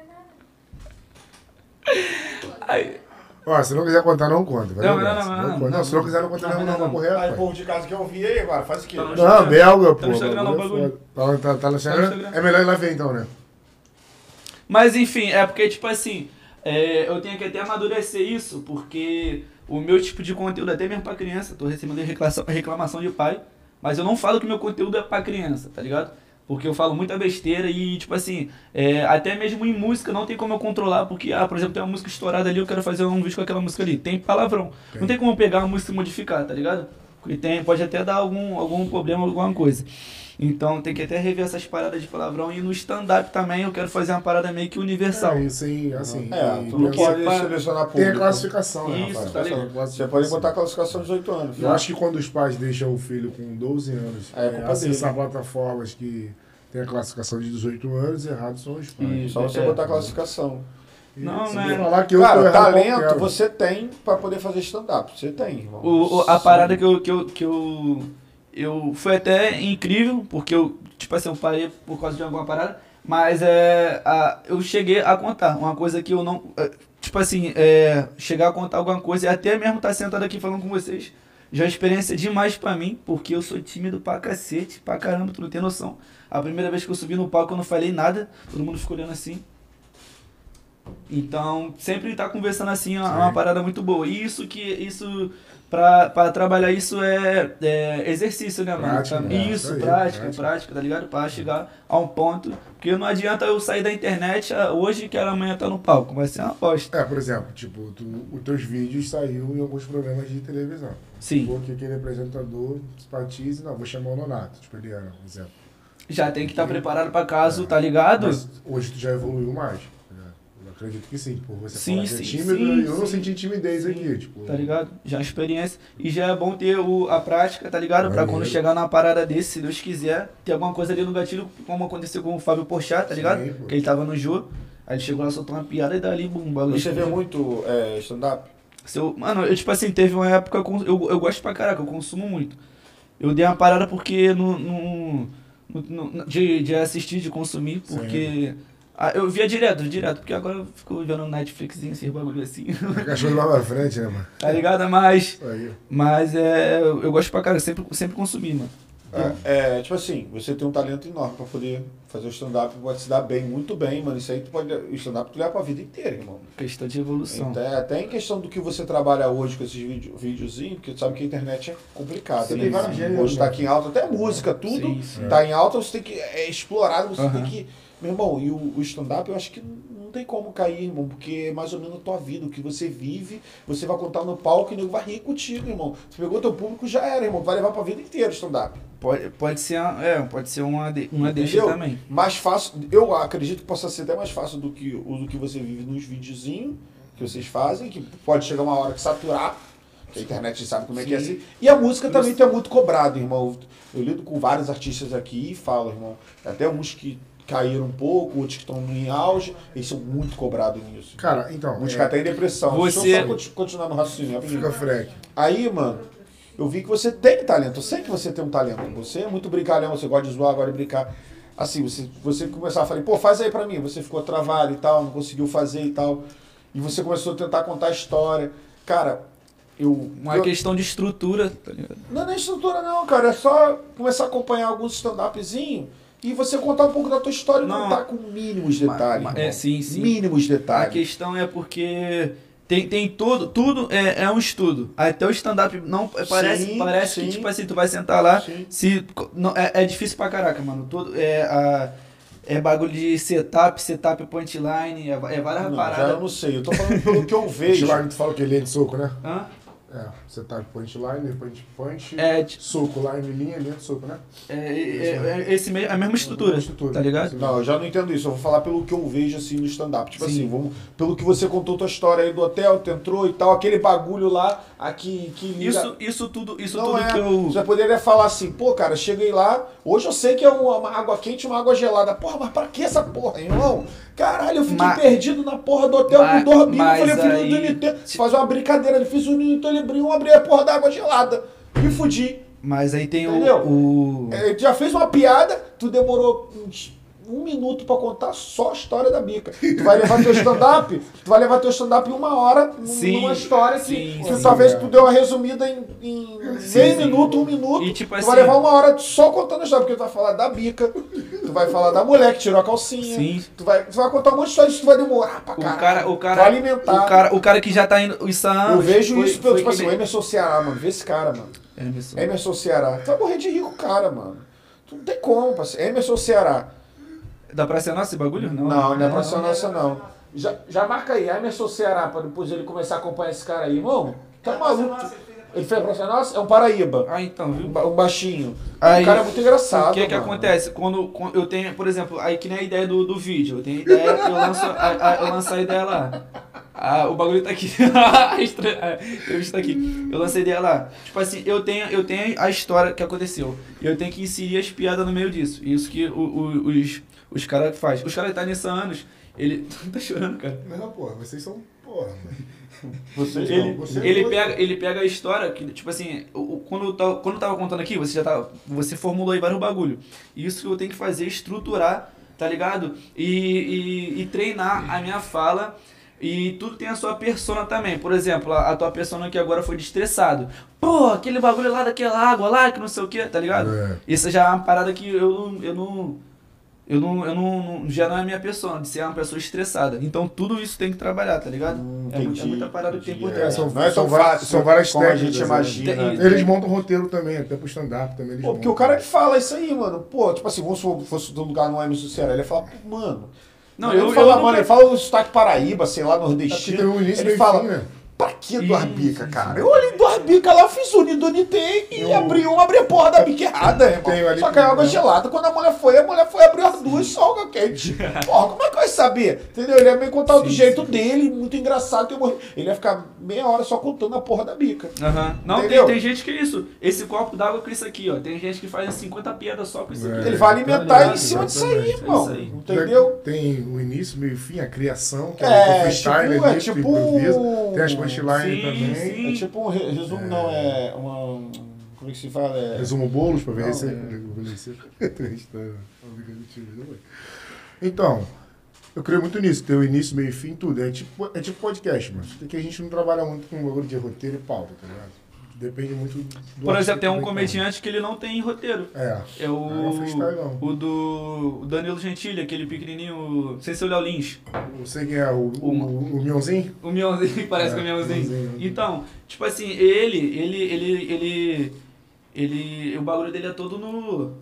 Speaker 5: falei nada.
Speaker 3: Aí,
Speaker 1: Ó, se não quiser contar, não conta. vai
Speaker 3: Não,
Speaker 1: ver
Speaker 3: não,
Speaker 1: essa.
Speaker 3: não, não, não.
Speaker 1: conta. Não, se não quiser, não conta, não,
Speaker 3: Não, não,
Speaker 1: não,
Speaker 3: não.
Speaker 1: vai correr.
Speaker 2: Aí,
Speaker 1: rapaz.
Speaker 2: povo de casa que eu vi aí agora, faz o quê? É,
Speaker 3: Tá
Speaker 2: Não,
Speaker 3: no
Speaker 1: Não,
Speaker 3: Instagram.
Speaker 1: belga,
Speaker 3: Tá
Speaker 1: pô.
Speaker 3: no Instagram, não,
Speaker 1: bagulho é
Speaker 3: bagulho.
Speaker 1: foda. Tá, tá, tá no Instagram?
Speaker 3: Instagram.
Speaker 1: É melhor ir lá ver então, né?
Speaker 3: Mas enfim, é porque, tipo assim, é, eu tenho que até amadurecer isso, porque o meu tipo de conteúdo, até mesmo pra criança, tô recebendo reclamação, reclamação de pai, mas eu não falo que meu conteúdo é pra criança, tá ligado? Porque eu falo muita besteira e, tipo assim, é, até mesmo em música não tem como eu controlar, porque, ah, por exemplo, tem uma música estourada ali, eu quero fazer um vídeo com aquela música ali. Tem palavrão. Não tem como eu pegar a música e modificar, tá ligado? Porque tem, pode até dar algum, algum problema, alguma coisa. Então tem que até rever essas paradas de palavrão. E no stand-up também eu quero fazer uma parada meio que universal.
Speaker 1: É, isso aí, assim.
Speaker 2: É,
Speaker 1: e-
Speaker 2: tu não
Speaker 1: e-
Speaker 2: pode
Speaker 3: Porque-
Speaker 2: selecionar
Speaker 1: Tem
Speaker 2: público.
Speaker 1: a classificação, né,
Speaker 3: Isso,
Speaker 1: rapaz?
Speaker 3: tá ligado?
Speaker 2: Você pode botar a classificação de 18 anos.
Speaker 1: Eu acho que quando os pais deixam o filho com 12 anos
Speaker 2: É, é culpa
Speaker 1: acessar plataformas que tem a classificação de 18 anos, errados são os pais.
Speaker 3: Isso.
Speaker 2: Só você
Speaker 3: É.
Speaker 2: botar a classificação.
Speaker 1: E
Speaker 3: Não,
Speaker 1: se
Speaker 3: né?
Speaker 1: falar que eu tô
Speaker 2: Cara,
Speaker 1: errado,
Speaker 2: talento
Speaker 1: qualquer.
Speaker 2: você tem pra poder fazer stand-up. Você tem, irmão.
Speaker 3: O, o- a parada que eu, que eu. que eu. eu. Foi até incrível, porque eu, tipo assim, eu parei por causa de alguma parada. Mas é. a- eu cheguei a contar. Uma coisa que eu não. é, tipo assim, é. Chegar a contar alguma coisa e até mesmo estar sentado aqui falando com vocês. Já é uma experiência demais pra mim, porque eu sou tímido pra cacete, pra caramba, tu não tem noção. A primeira vez que eu subi no palco eu não falei nada, todo mundo ficou olhando assim. Então, sempre estar conversando assim é uma- é uma
Speaker 1: Sim.
Speaker 3: parada muito boa. E isso que. Isso. Pra, pra trabalhar isso é, é exercício, né, mano?
Speaker 1: Prática,
Speaker 3: Tá-
Speaker 1: né?
Speaker 3: isso,
Speaker 1: Isso aí,
Speaker 3: prática, prática,
Speaker 1: prática.
Speaker 3: tá ligado? Pra chegar a um ponto. Porque não adianta eu sair da internet ah, hoje e que amanhã tá no palco. Vai ser uma aposta.
Speaker 1: É, por exemplo, tipo, tu, os teus vídeos saíram em alguns programas de televisão.
Speaker 3: Sim.
Speaker 1: Vou que aquele apresentador simpatize, não, vou chamar o Nonato, tipo, ele era, por exemplo.
Speaker 3: Já tem que estar preparado pra caso, tá ligado?
Speaker 1: É. Mas hoje tu já evoluiu mais. né? Eu acredito que sim, por você
Speaker 3: Sim,
Speaker 1: falar que é
Speaker 3: sim,
Speaker 1: tímido,
Speaker 3: sim,
Speaker 1: eu não
Speaker 3: sim.
Speaker 1: senti timidez
Speaker 3: Sim,
Speaker 1: aqui, tipo.
Speaker 3: Tá ligado? Já é uma experiência. E já é bom ter o, a prática, tá ligado? Pra quando
Speaker 1: Maneiro.
Speaker 3: chegar numa parada desse, se Deus quiser, ter alguma coisa ali no gatilho, como aconteceu com o Fábio Porchat, tá ligado?
Speaker 1: Sim, pô.
Speaker 3: que ele tava no Jô. Aí ele chegou lá, soltou uma piada e dali, bum, bagulho.
Speaker 2: Você vê muito é, stand-up?
Speaker 3: Seu, mano, eu, tipo assim, teve uma época. com- Eu, eu gosto pra caraca, eu consumo muito. Eu dei uma parada porque. No, no, no- no- de, de assistir, de consumir,
Speaker 1: Sim.
Speaker 3: porque. ah, eu via direto, direto, porque agora eu fico vendo Netflixzinho, esses bagulho assim, [laughs]
Speaker 1: Cachorro lá pra frente, né, mano?
Speaker 3: tá ligado? Mas.
Speaker 1: Isso aí.
Speaker 3: Mas é. Eu eu gosto pra caralho, sempre, sempre consumi, mano.
Speaker 2: É, é, tipo assim, você tem um talento enorme pra poder fazer o stand-up, pode se dar bem, muito bem, mano. Isso aí tu pode. O stand-up tu leva pra vida inteira, irmão.
Speaker 3: Questão de evolução.
Speaker 2: Até, até em questão do que você trabalha hoje com esses vídeo, videozinhos, porque tu sabe que a internet é complicada.
Speaker 1: Sim,
Speaker 2: tem vários
Speaker 1: sim.
Speaker 2: gêneros, Hoje tá aqui em alta, até música, tudo
Speaker 3: Sim, sim.
Speaker 2: tá em alta, você tem que. É explorado, você tem
Speaker 3: Aham.
Speaker 2: que. Meu irmão, e o, o stand-up eu acho que não tem como cair, irmão, porque é mais ou menos a tua vida, o que você vive, você vai contar no palco e o nego vai rir contigo, irmão. Você pegou teu público, já era, irmão. Vai levar pra vida inteira o stand-up.
Speaker 3: Pode, pode ser, a- é, pode ser uma, de- uma deixa
Speaker 2: Entendeu?
Speaker 3: também.
Speaker 2: mais fácil. Eu acredito que possa ser até mais fácil do que o do que você vive nos videozinhos que vocês fazem, que pode chegar uma hora que saturar. que A internet sabe como é que é
Speaker 3: Sim.
Speaker 2: assim. E a música também tem muito cobrado, irmão. Eu lido com vários artistas aqui e falo, irmão. Até uns que caíram um pouco, outros que estão em auge, eles são muito cobrados nisso.
Speaker 1: Cara, então.
Speaker 2: Muitos
Speaker 1: é,
Speaker 2: que até em depressão.
Speaker 3: Você-
Speaker 2: Deixa eu só conti- continuar no raciocínio. rapidinho.
Speaker 1: Fica freque.
Speaker 2: Aí, mano, eu vi que você tem talento. Eu sei que você tem um talento. Você é muito brincalhão, você gosta de zoar, gosta de brincar. Assim, você, você começava a falar, pô, faz aí pra mim. Você ficou travado e tal, não conseguiu fazer e tal. E você começou a tentar contar a história. Cara, eu.
Speaker 3: Uma
Speaker 2: eu-
Speaker 3: questão de estrutura, tá ligado?
Speaker 2: Não é nem estrutura, não, cara. É só começar a acompanhar alguns stand-upzinho e você contar um pouco da tua história e
Speaker 3: Não.
Speaker 2: contar com mínimos detalhes.
Speaker 3: Ma- ma-
Speaker 2: irmão.
Speaker 3: é, sim, sim.
Speaker 2: Mínimos
Speaker 3: A
Speaker 2: detalhes.
Speaker 3: questão é porque tem, tem todo, tudo é, é um estudo. Até o stand-up não é, parece,
Speaker 2: Sim,
Speaker 3: parece que
Speaker 2: sim.
Speaker 3: tipo assim, tu vai sentar lá,
Speaker 2: Sim.
Speaker 3: se não, é, é difícil pra caraca, mano. Todo é a É bagulho de setup, setup punchline, é, va- é várias
Speaker 2: Não, já um eu
Speaker 3: paradas.
Speaker 2: não sei, eu tô falando pelo
Speaker 3: [laughs]
Speaker 2: que eu vejo.
Speaker 1: Punchline, tu fala que ele é de soco, né?
Speaker 3: Hã?
Speaker 1: É, você tá punchline, punch, punch,
Speaker 3: É, ti-
Speaker 1: soco, line, linha, linha de soco, né?
Speaker 3: é, é, é- é esse mesmo, a mesma estrutura,
Speaker 1: Estrutura.
Speaker 3: tá ligado?
Speaker 2: Não, eu já não entendo isso. Eu vou falar pelo que eu vejo assim no stand-up. Tipo
Speaker 3: Sim.
Speaker 2: assim, vamos, pelo que você contou tua história aí do hotel, tu entrou e tal, aquele bagulho lá, aqui que liga.
Speaker 3: Isso, isso tudo, isso
Speaker 2: não
Speaker 3: tudo
Speaker 2: é.
Speaker 3: que eu...
Speaker 2: Você poderia falar assim, pô, cara, cheguei lá, hoje eu sei que é uma, uma água quente e uma água gelada. Porra, mas pra que essa porra, irmão? Caralho, eu fiquei
Speaker 3: Mas-
Speaker 2: perdido na porra do hotel
Speaker 3: mas-
Speaker 2: com dois bicos. Eu falei,
Speaker 3: mas
Speaker 2: filho
Speaker 3: aí-
Speaker 2: do Nintendo, faz uma brincadeira. Ele fez o Nintendo, ele abriu, abri a porra da água gelada. Me fudi.
Speaker 3: Mas aí tem
Speaker 2: Entendeu?
Speaker 3: o... o...
Speaker 2: É, tu já fez uma piada, tu demorou uns um minuto pra contar só a história da bica. Tu vai levar teu stand-up, tu vai levar teu stand-up em uma hora num-
Speaker 3: Sim,
Speaker 2: numa história que,
Speaker 3: sim,
Speaker 2: que
Speaker 3: sim.
Speaker 2: talvez tu deu uma resumida em, em
Speaker 3: Sim,
Speaker 2: meio
Speaker 3: sim.
Speaker 2: minuto, um minuto.
Speaker 3: E, tipo
Speaker 2: tu
Speaker 3: assim-
Speaker 2: vai levar uma hora só contando a história, porque tu vai falar da bica, tu vai falar da mulher que tirou a calcinha.
Speaker 3: Sim.
Speaker 2: Tu vai, tu vai contar um monte de história, isso tu vai demorar pra
Speaker 3: O
Speaker 2: caralho.
Speaker 3: cara, o cara,
Speaker 2: Vai alimentar.
Speaker 3: O cara, o cara que já tá indo isso há
Speaker 2: Eu
Speaker 3: anos,
Speaker 2: vejo
Speaker 3: foi-
Speaker 2: isso pelo,
Speaker 3: foi
Speaker 2: tipo
Speaker 3: que
Speaker 2: assim, é o
Speaker 3: nem-
Speaker 2: Emerson Ceará, mano. Vê esse cara, mano.
Speaker 3: Emerson.
Speaker 2: Emerson Ceará. Tu vai morrer de rico, cara, mano. Tu não tem como, parceiro. Emerson Ceará.
Speaker 3: Dá pra ser nosso esse bagulho? né?
Speaker 2: Não, não, é pra ser nossa, não. Já, já marca aí, Emerson Ceará, pra depois ele começar a acompanhar esse cara aí, irmão. Tá maluco. Ele fez pra ser nossa? É um Paraíba.
Speaker 3: Ah, então,
Speaker 2: Um
Speaker 3: viu?
Speaker 2: ba- um baixinho.
Speaker 3: Aí,
Speaker 2: o cara é muito engraçado.
Speaker 3: o que que
Speaker 2: mano.
Speaker 3: acontece? Quando, quando eu tenho, por exemplo, aí que nem a ideia do, do vídeo. Eu tenho a ideia, eu lanço a, a- eu lanço a ideia lá. Ah, o bagulho tá aqui. [laughs] a estra- a entrevista tá aqui. Eu lancei a ideia lá. Tipo assim, eu tenho, eu tenho a história que aconteceu. E eu tenho que inserir as piadas no meio disso. Isso que o- o- os, os caras que faz. Os caras que tá nisso há anos, ele. [laughs] tá chorando, cara.
Speaker 1: Não, porra, vocês são porra, mano.
Speaker 2: Vocês
Speaker 1: Ele-
Speaker 2: não, vocês
Speaker 3: Ele
Speaker 2: não.
Speaker 3: pega, ele pega a história, que, tipo assim, o- o- quando, eu tava, quando eu tava contando aqui, você já tava, você formulou aí vários bagulho. E isso que eu tenho que fazer, é estruturar, tá ligado? E, e- e treinar a minha fala. E tudo tem a sua persona também. Por exemplo, a, a tua persona que agora foi de estressado. Pô, aquele bagulho lá daquela água lá, que não sei o que, tá ligado?
Speaker 1: É.
Speaker 3: Isso já é uma parada que eu não. Eu não eu, não, eu não, não- já não é a minha persona, de ser uma pessoa estressada. Então tudo isso tem que trabalhar, tá ligado?
Speaker 2: Hum,
Speaker 3: é, muita, é
Speaker 2: entendi,
Speaker 3: muita parada que tem por
Speaker 2: entendi.
Speaker 3: trás.
Speaker 1: É, são-
Speaker 2: não é
Speaker 1: são
Speaker 2: tão
Speaker 1: várias-
Speaker 2: fácil
Speaker 1: são várias
Speaker 2: como a gente
Speaker 1: técnicas, né?
Speaker 2: imagina.
Speaker 3: Tem-
Speaker 1: Eles montam roteiro também, até pro stand-up também. Eles
Speaker 2: Pô, porque
Speaker 1: montam.
Speaker 2: o cara que fala isso aí, mano. Pô, tipo assim, vamos supor que fosse do lugar no Emerson Ceará. Ele ia falar, pô, mano.
Speaker 3: Não,
Speaker 2: ele
Speaker 3: eu-
Speaker 2: fala,
Speaker 3: eu
Speaker 2: mano,
Speaker 3: nunca-
Speaker 2: ele fala o sotaque paraíba, sei lá,
Speaker 1: É porque tem
Speaker 2: nordestino.
Speaker 1: um início
Speaker 2: ele
Speaker 1: meio
Speaker 2: fala,
Speaker 1: fim, né?
Speaker 2: pra que
Speaker 3: Isso,
Speaker 2: do Arbica, cara? Eu olhei do Arbica lá, eu fiz o Nidonitei e abri um, abri a porra da bica errada,
Speaker 1: Tenho
Speaker 2: irmão.
Speaker 1: ali
Speaker 2: Só que a água
Speaker 1: também. né?
Speaker 2: gelada, quando a mulher foi, a mulher foi abrir as duas, só água
Speaker 3: [laughs]
Speaker 2: quente. Porra, como é que vai saber? Entendeu? Ele ia me contar do jeito dele, muito engraçado. Que eu morri. Ele ia ficar meia hora só contando a porra da bica.
Speaker 3: Aham. Não, tem,
Speaker 2: Entendeu?
Speaker 3: tem gente que é isso. Esse copo d'água com isso aqui, ó. Tem gente que faz 50 piadas só com isso
Speaker 1: É,
Speaker 3: aqui.
Speaker 2: Ele vai
Speaker 1: tá
Speaker 2: alimentar
Speaker 1: ligado,
Speaker 2: em cima disso aí,
Speaker 1: exatamente,
Speaker 3: é
Speaker 2: irmão.
Speaker 3: isso aí.
Speaker 2: Entendeu?
Speaker 1: Tem o início, meio e fim, a criação, que é, o
Speaker 2: É, tipo,
Speaker 1: freestyle,
Speaker 2: é
Speaker 1: ali,
Speaker 2: tipo.
Speaker 1: tu improvisa. Tem as
Speaker 2: um-
Speaker 1: punchlines
Speaker 3: Sim,
Speaker 1: também.
Speaker 3: sim.
Speaker 2: É tipo um re- resumo, não, é uma. um- Como é que se fala? É,
Speaker 1: Resumo bolos pra ver
Speaker 2: Não,
Speaker 1: se
Speaker 2: é.
Speaker 1: eu vou vencer. [laughs] É né? Entrevista, a amiga do time, não é? Então, eu creio muito nisso, ter o início, meio e fim, tudo. É tipo, é tipo podcast, mano. Porque a gente não trabalha muito com um bagulho de roteiro e pauta, tá ligado? Depende muito do.
Speaker 3: Por
Speaker 1: artista
Speaker 3: exemplo, tem um
Speaker 1: também,
Speaker 3: comediante que ele não tem roteiro.
Speaker 1: cara. É.
Speaker 3: É
Speaker 2: um
Speaker 1: Não é freestyle,
Speaker 3: o.
Speaker 1: não.
Speaker 3: O do. O Danilo Gentili, aquele pequenininho. Sem ser o Léo Lins.
Speaker 1: Não sei quem é, o, o, o, Mionzinho?
Speaker 3: O Mionzinho, [laughs] parece
Speaker 1: É,
Speaker 3: com o Mionzinho.
Speaker 1: Mionzinho.
Speaker 3: Então, tipo assim, ele, ele, ele, ele. Ele. O bagulho dele é todo no.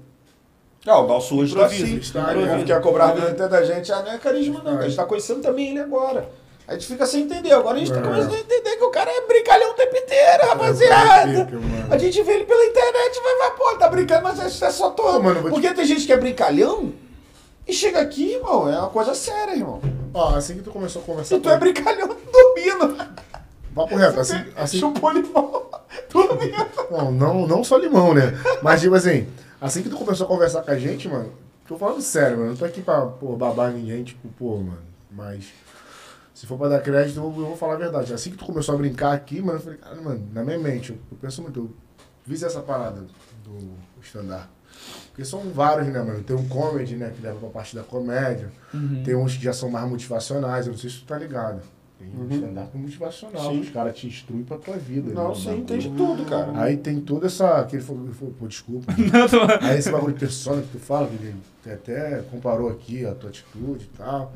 Speaker 2: É, o nosso hoje tá assim.
Speaker 1: Improviso, tá,
Speaker 2: O povo
Speaker 1: é.
Speaker 2: quer cobrar
Speaker 3: É.
Speaker 2: até da gente, ah, não é carisma não,
Speaker 1: É.
Speaker 2: a gente tá conhecendo também ele agora. A gente fica sem entender, agora a gente
Speaker 1: É.
Speaker 2: tá começando a entender que o cara é brincalhão o tempo inteiro,
Speaker 1: É,
Speaker 2: rapaziada.
Speaker 1: pica, mano.
Speaker 2: A gente vê ele pela internet, vai, vai, pô, tá brincando, mas isso é só
Speaker 1: Pô,
Speaker 2: todo.
Speaker 1: mano, eu vou te-
Speaker 2: Porque tem gente que é brincalhão e chega aqui, irmão, é uma coisa séria, irmão.
Speaker 1: Ó, assim que tu começou a conversar.
Speaker 2: Se tu é brincalhão, [laughs] tu domina.
Speaker 1: Papo reto, assim, assim
Speaker 2: Chupou limão, [laughs] domina.
Speaker 1: Não, não, não só limão, né? Mas, tipo assim, assim que tu começou a conversar com a gente, mano, tô falando sério, mano. Não tô aqui pra pô, babar ninguém, tipo, pô, mano. Mas, se for pra dar crédito, eu vou, eu vou falar a verdade. Assim que tu começou a brincar aqui, mano, eu falei, cara, mano, na minha mente, eu, eu penso muito, eu vi essa parada do stand-up. Porque são vários, né, mano? Tem um comedy, né, que leva pra parte da comédia. Tem uns que já são mais motivacionais, eu não sei se tu tá ligado. Tem um stand-up motivacional,
Speaker 2: Sim.
Speaker 1: os caras te instruem pra tua vida. né,
Speaker 2: Não,
Speaker 1: o
Speaker 2: você
Speaker 1: bagulho.
Speaker 2: entende tudo, cara.
Speaker 1: Aí tem toda essa. Que ele falou, ele falou, pô, desculpa.
Speaker 3: Não, tô-
Speaker 1: [laughs] Aí esse bagulho de persona que tu fala, que ele até comparou aqui a tua atitude e tal.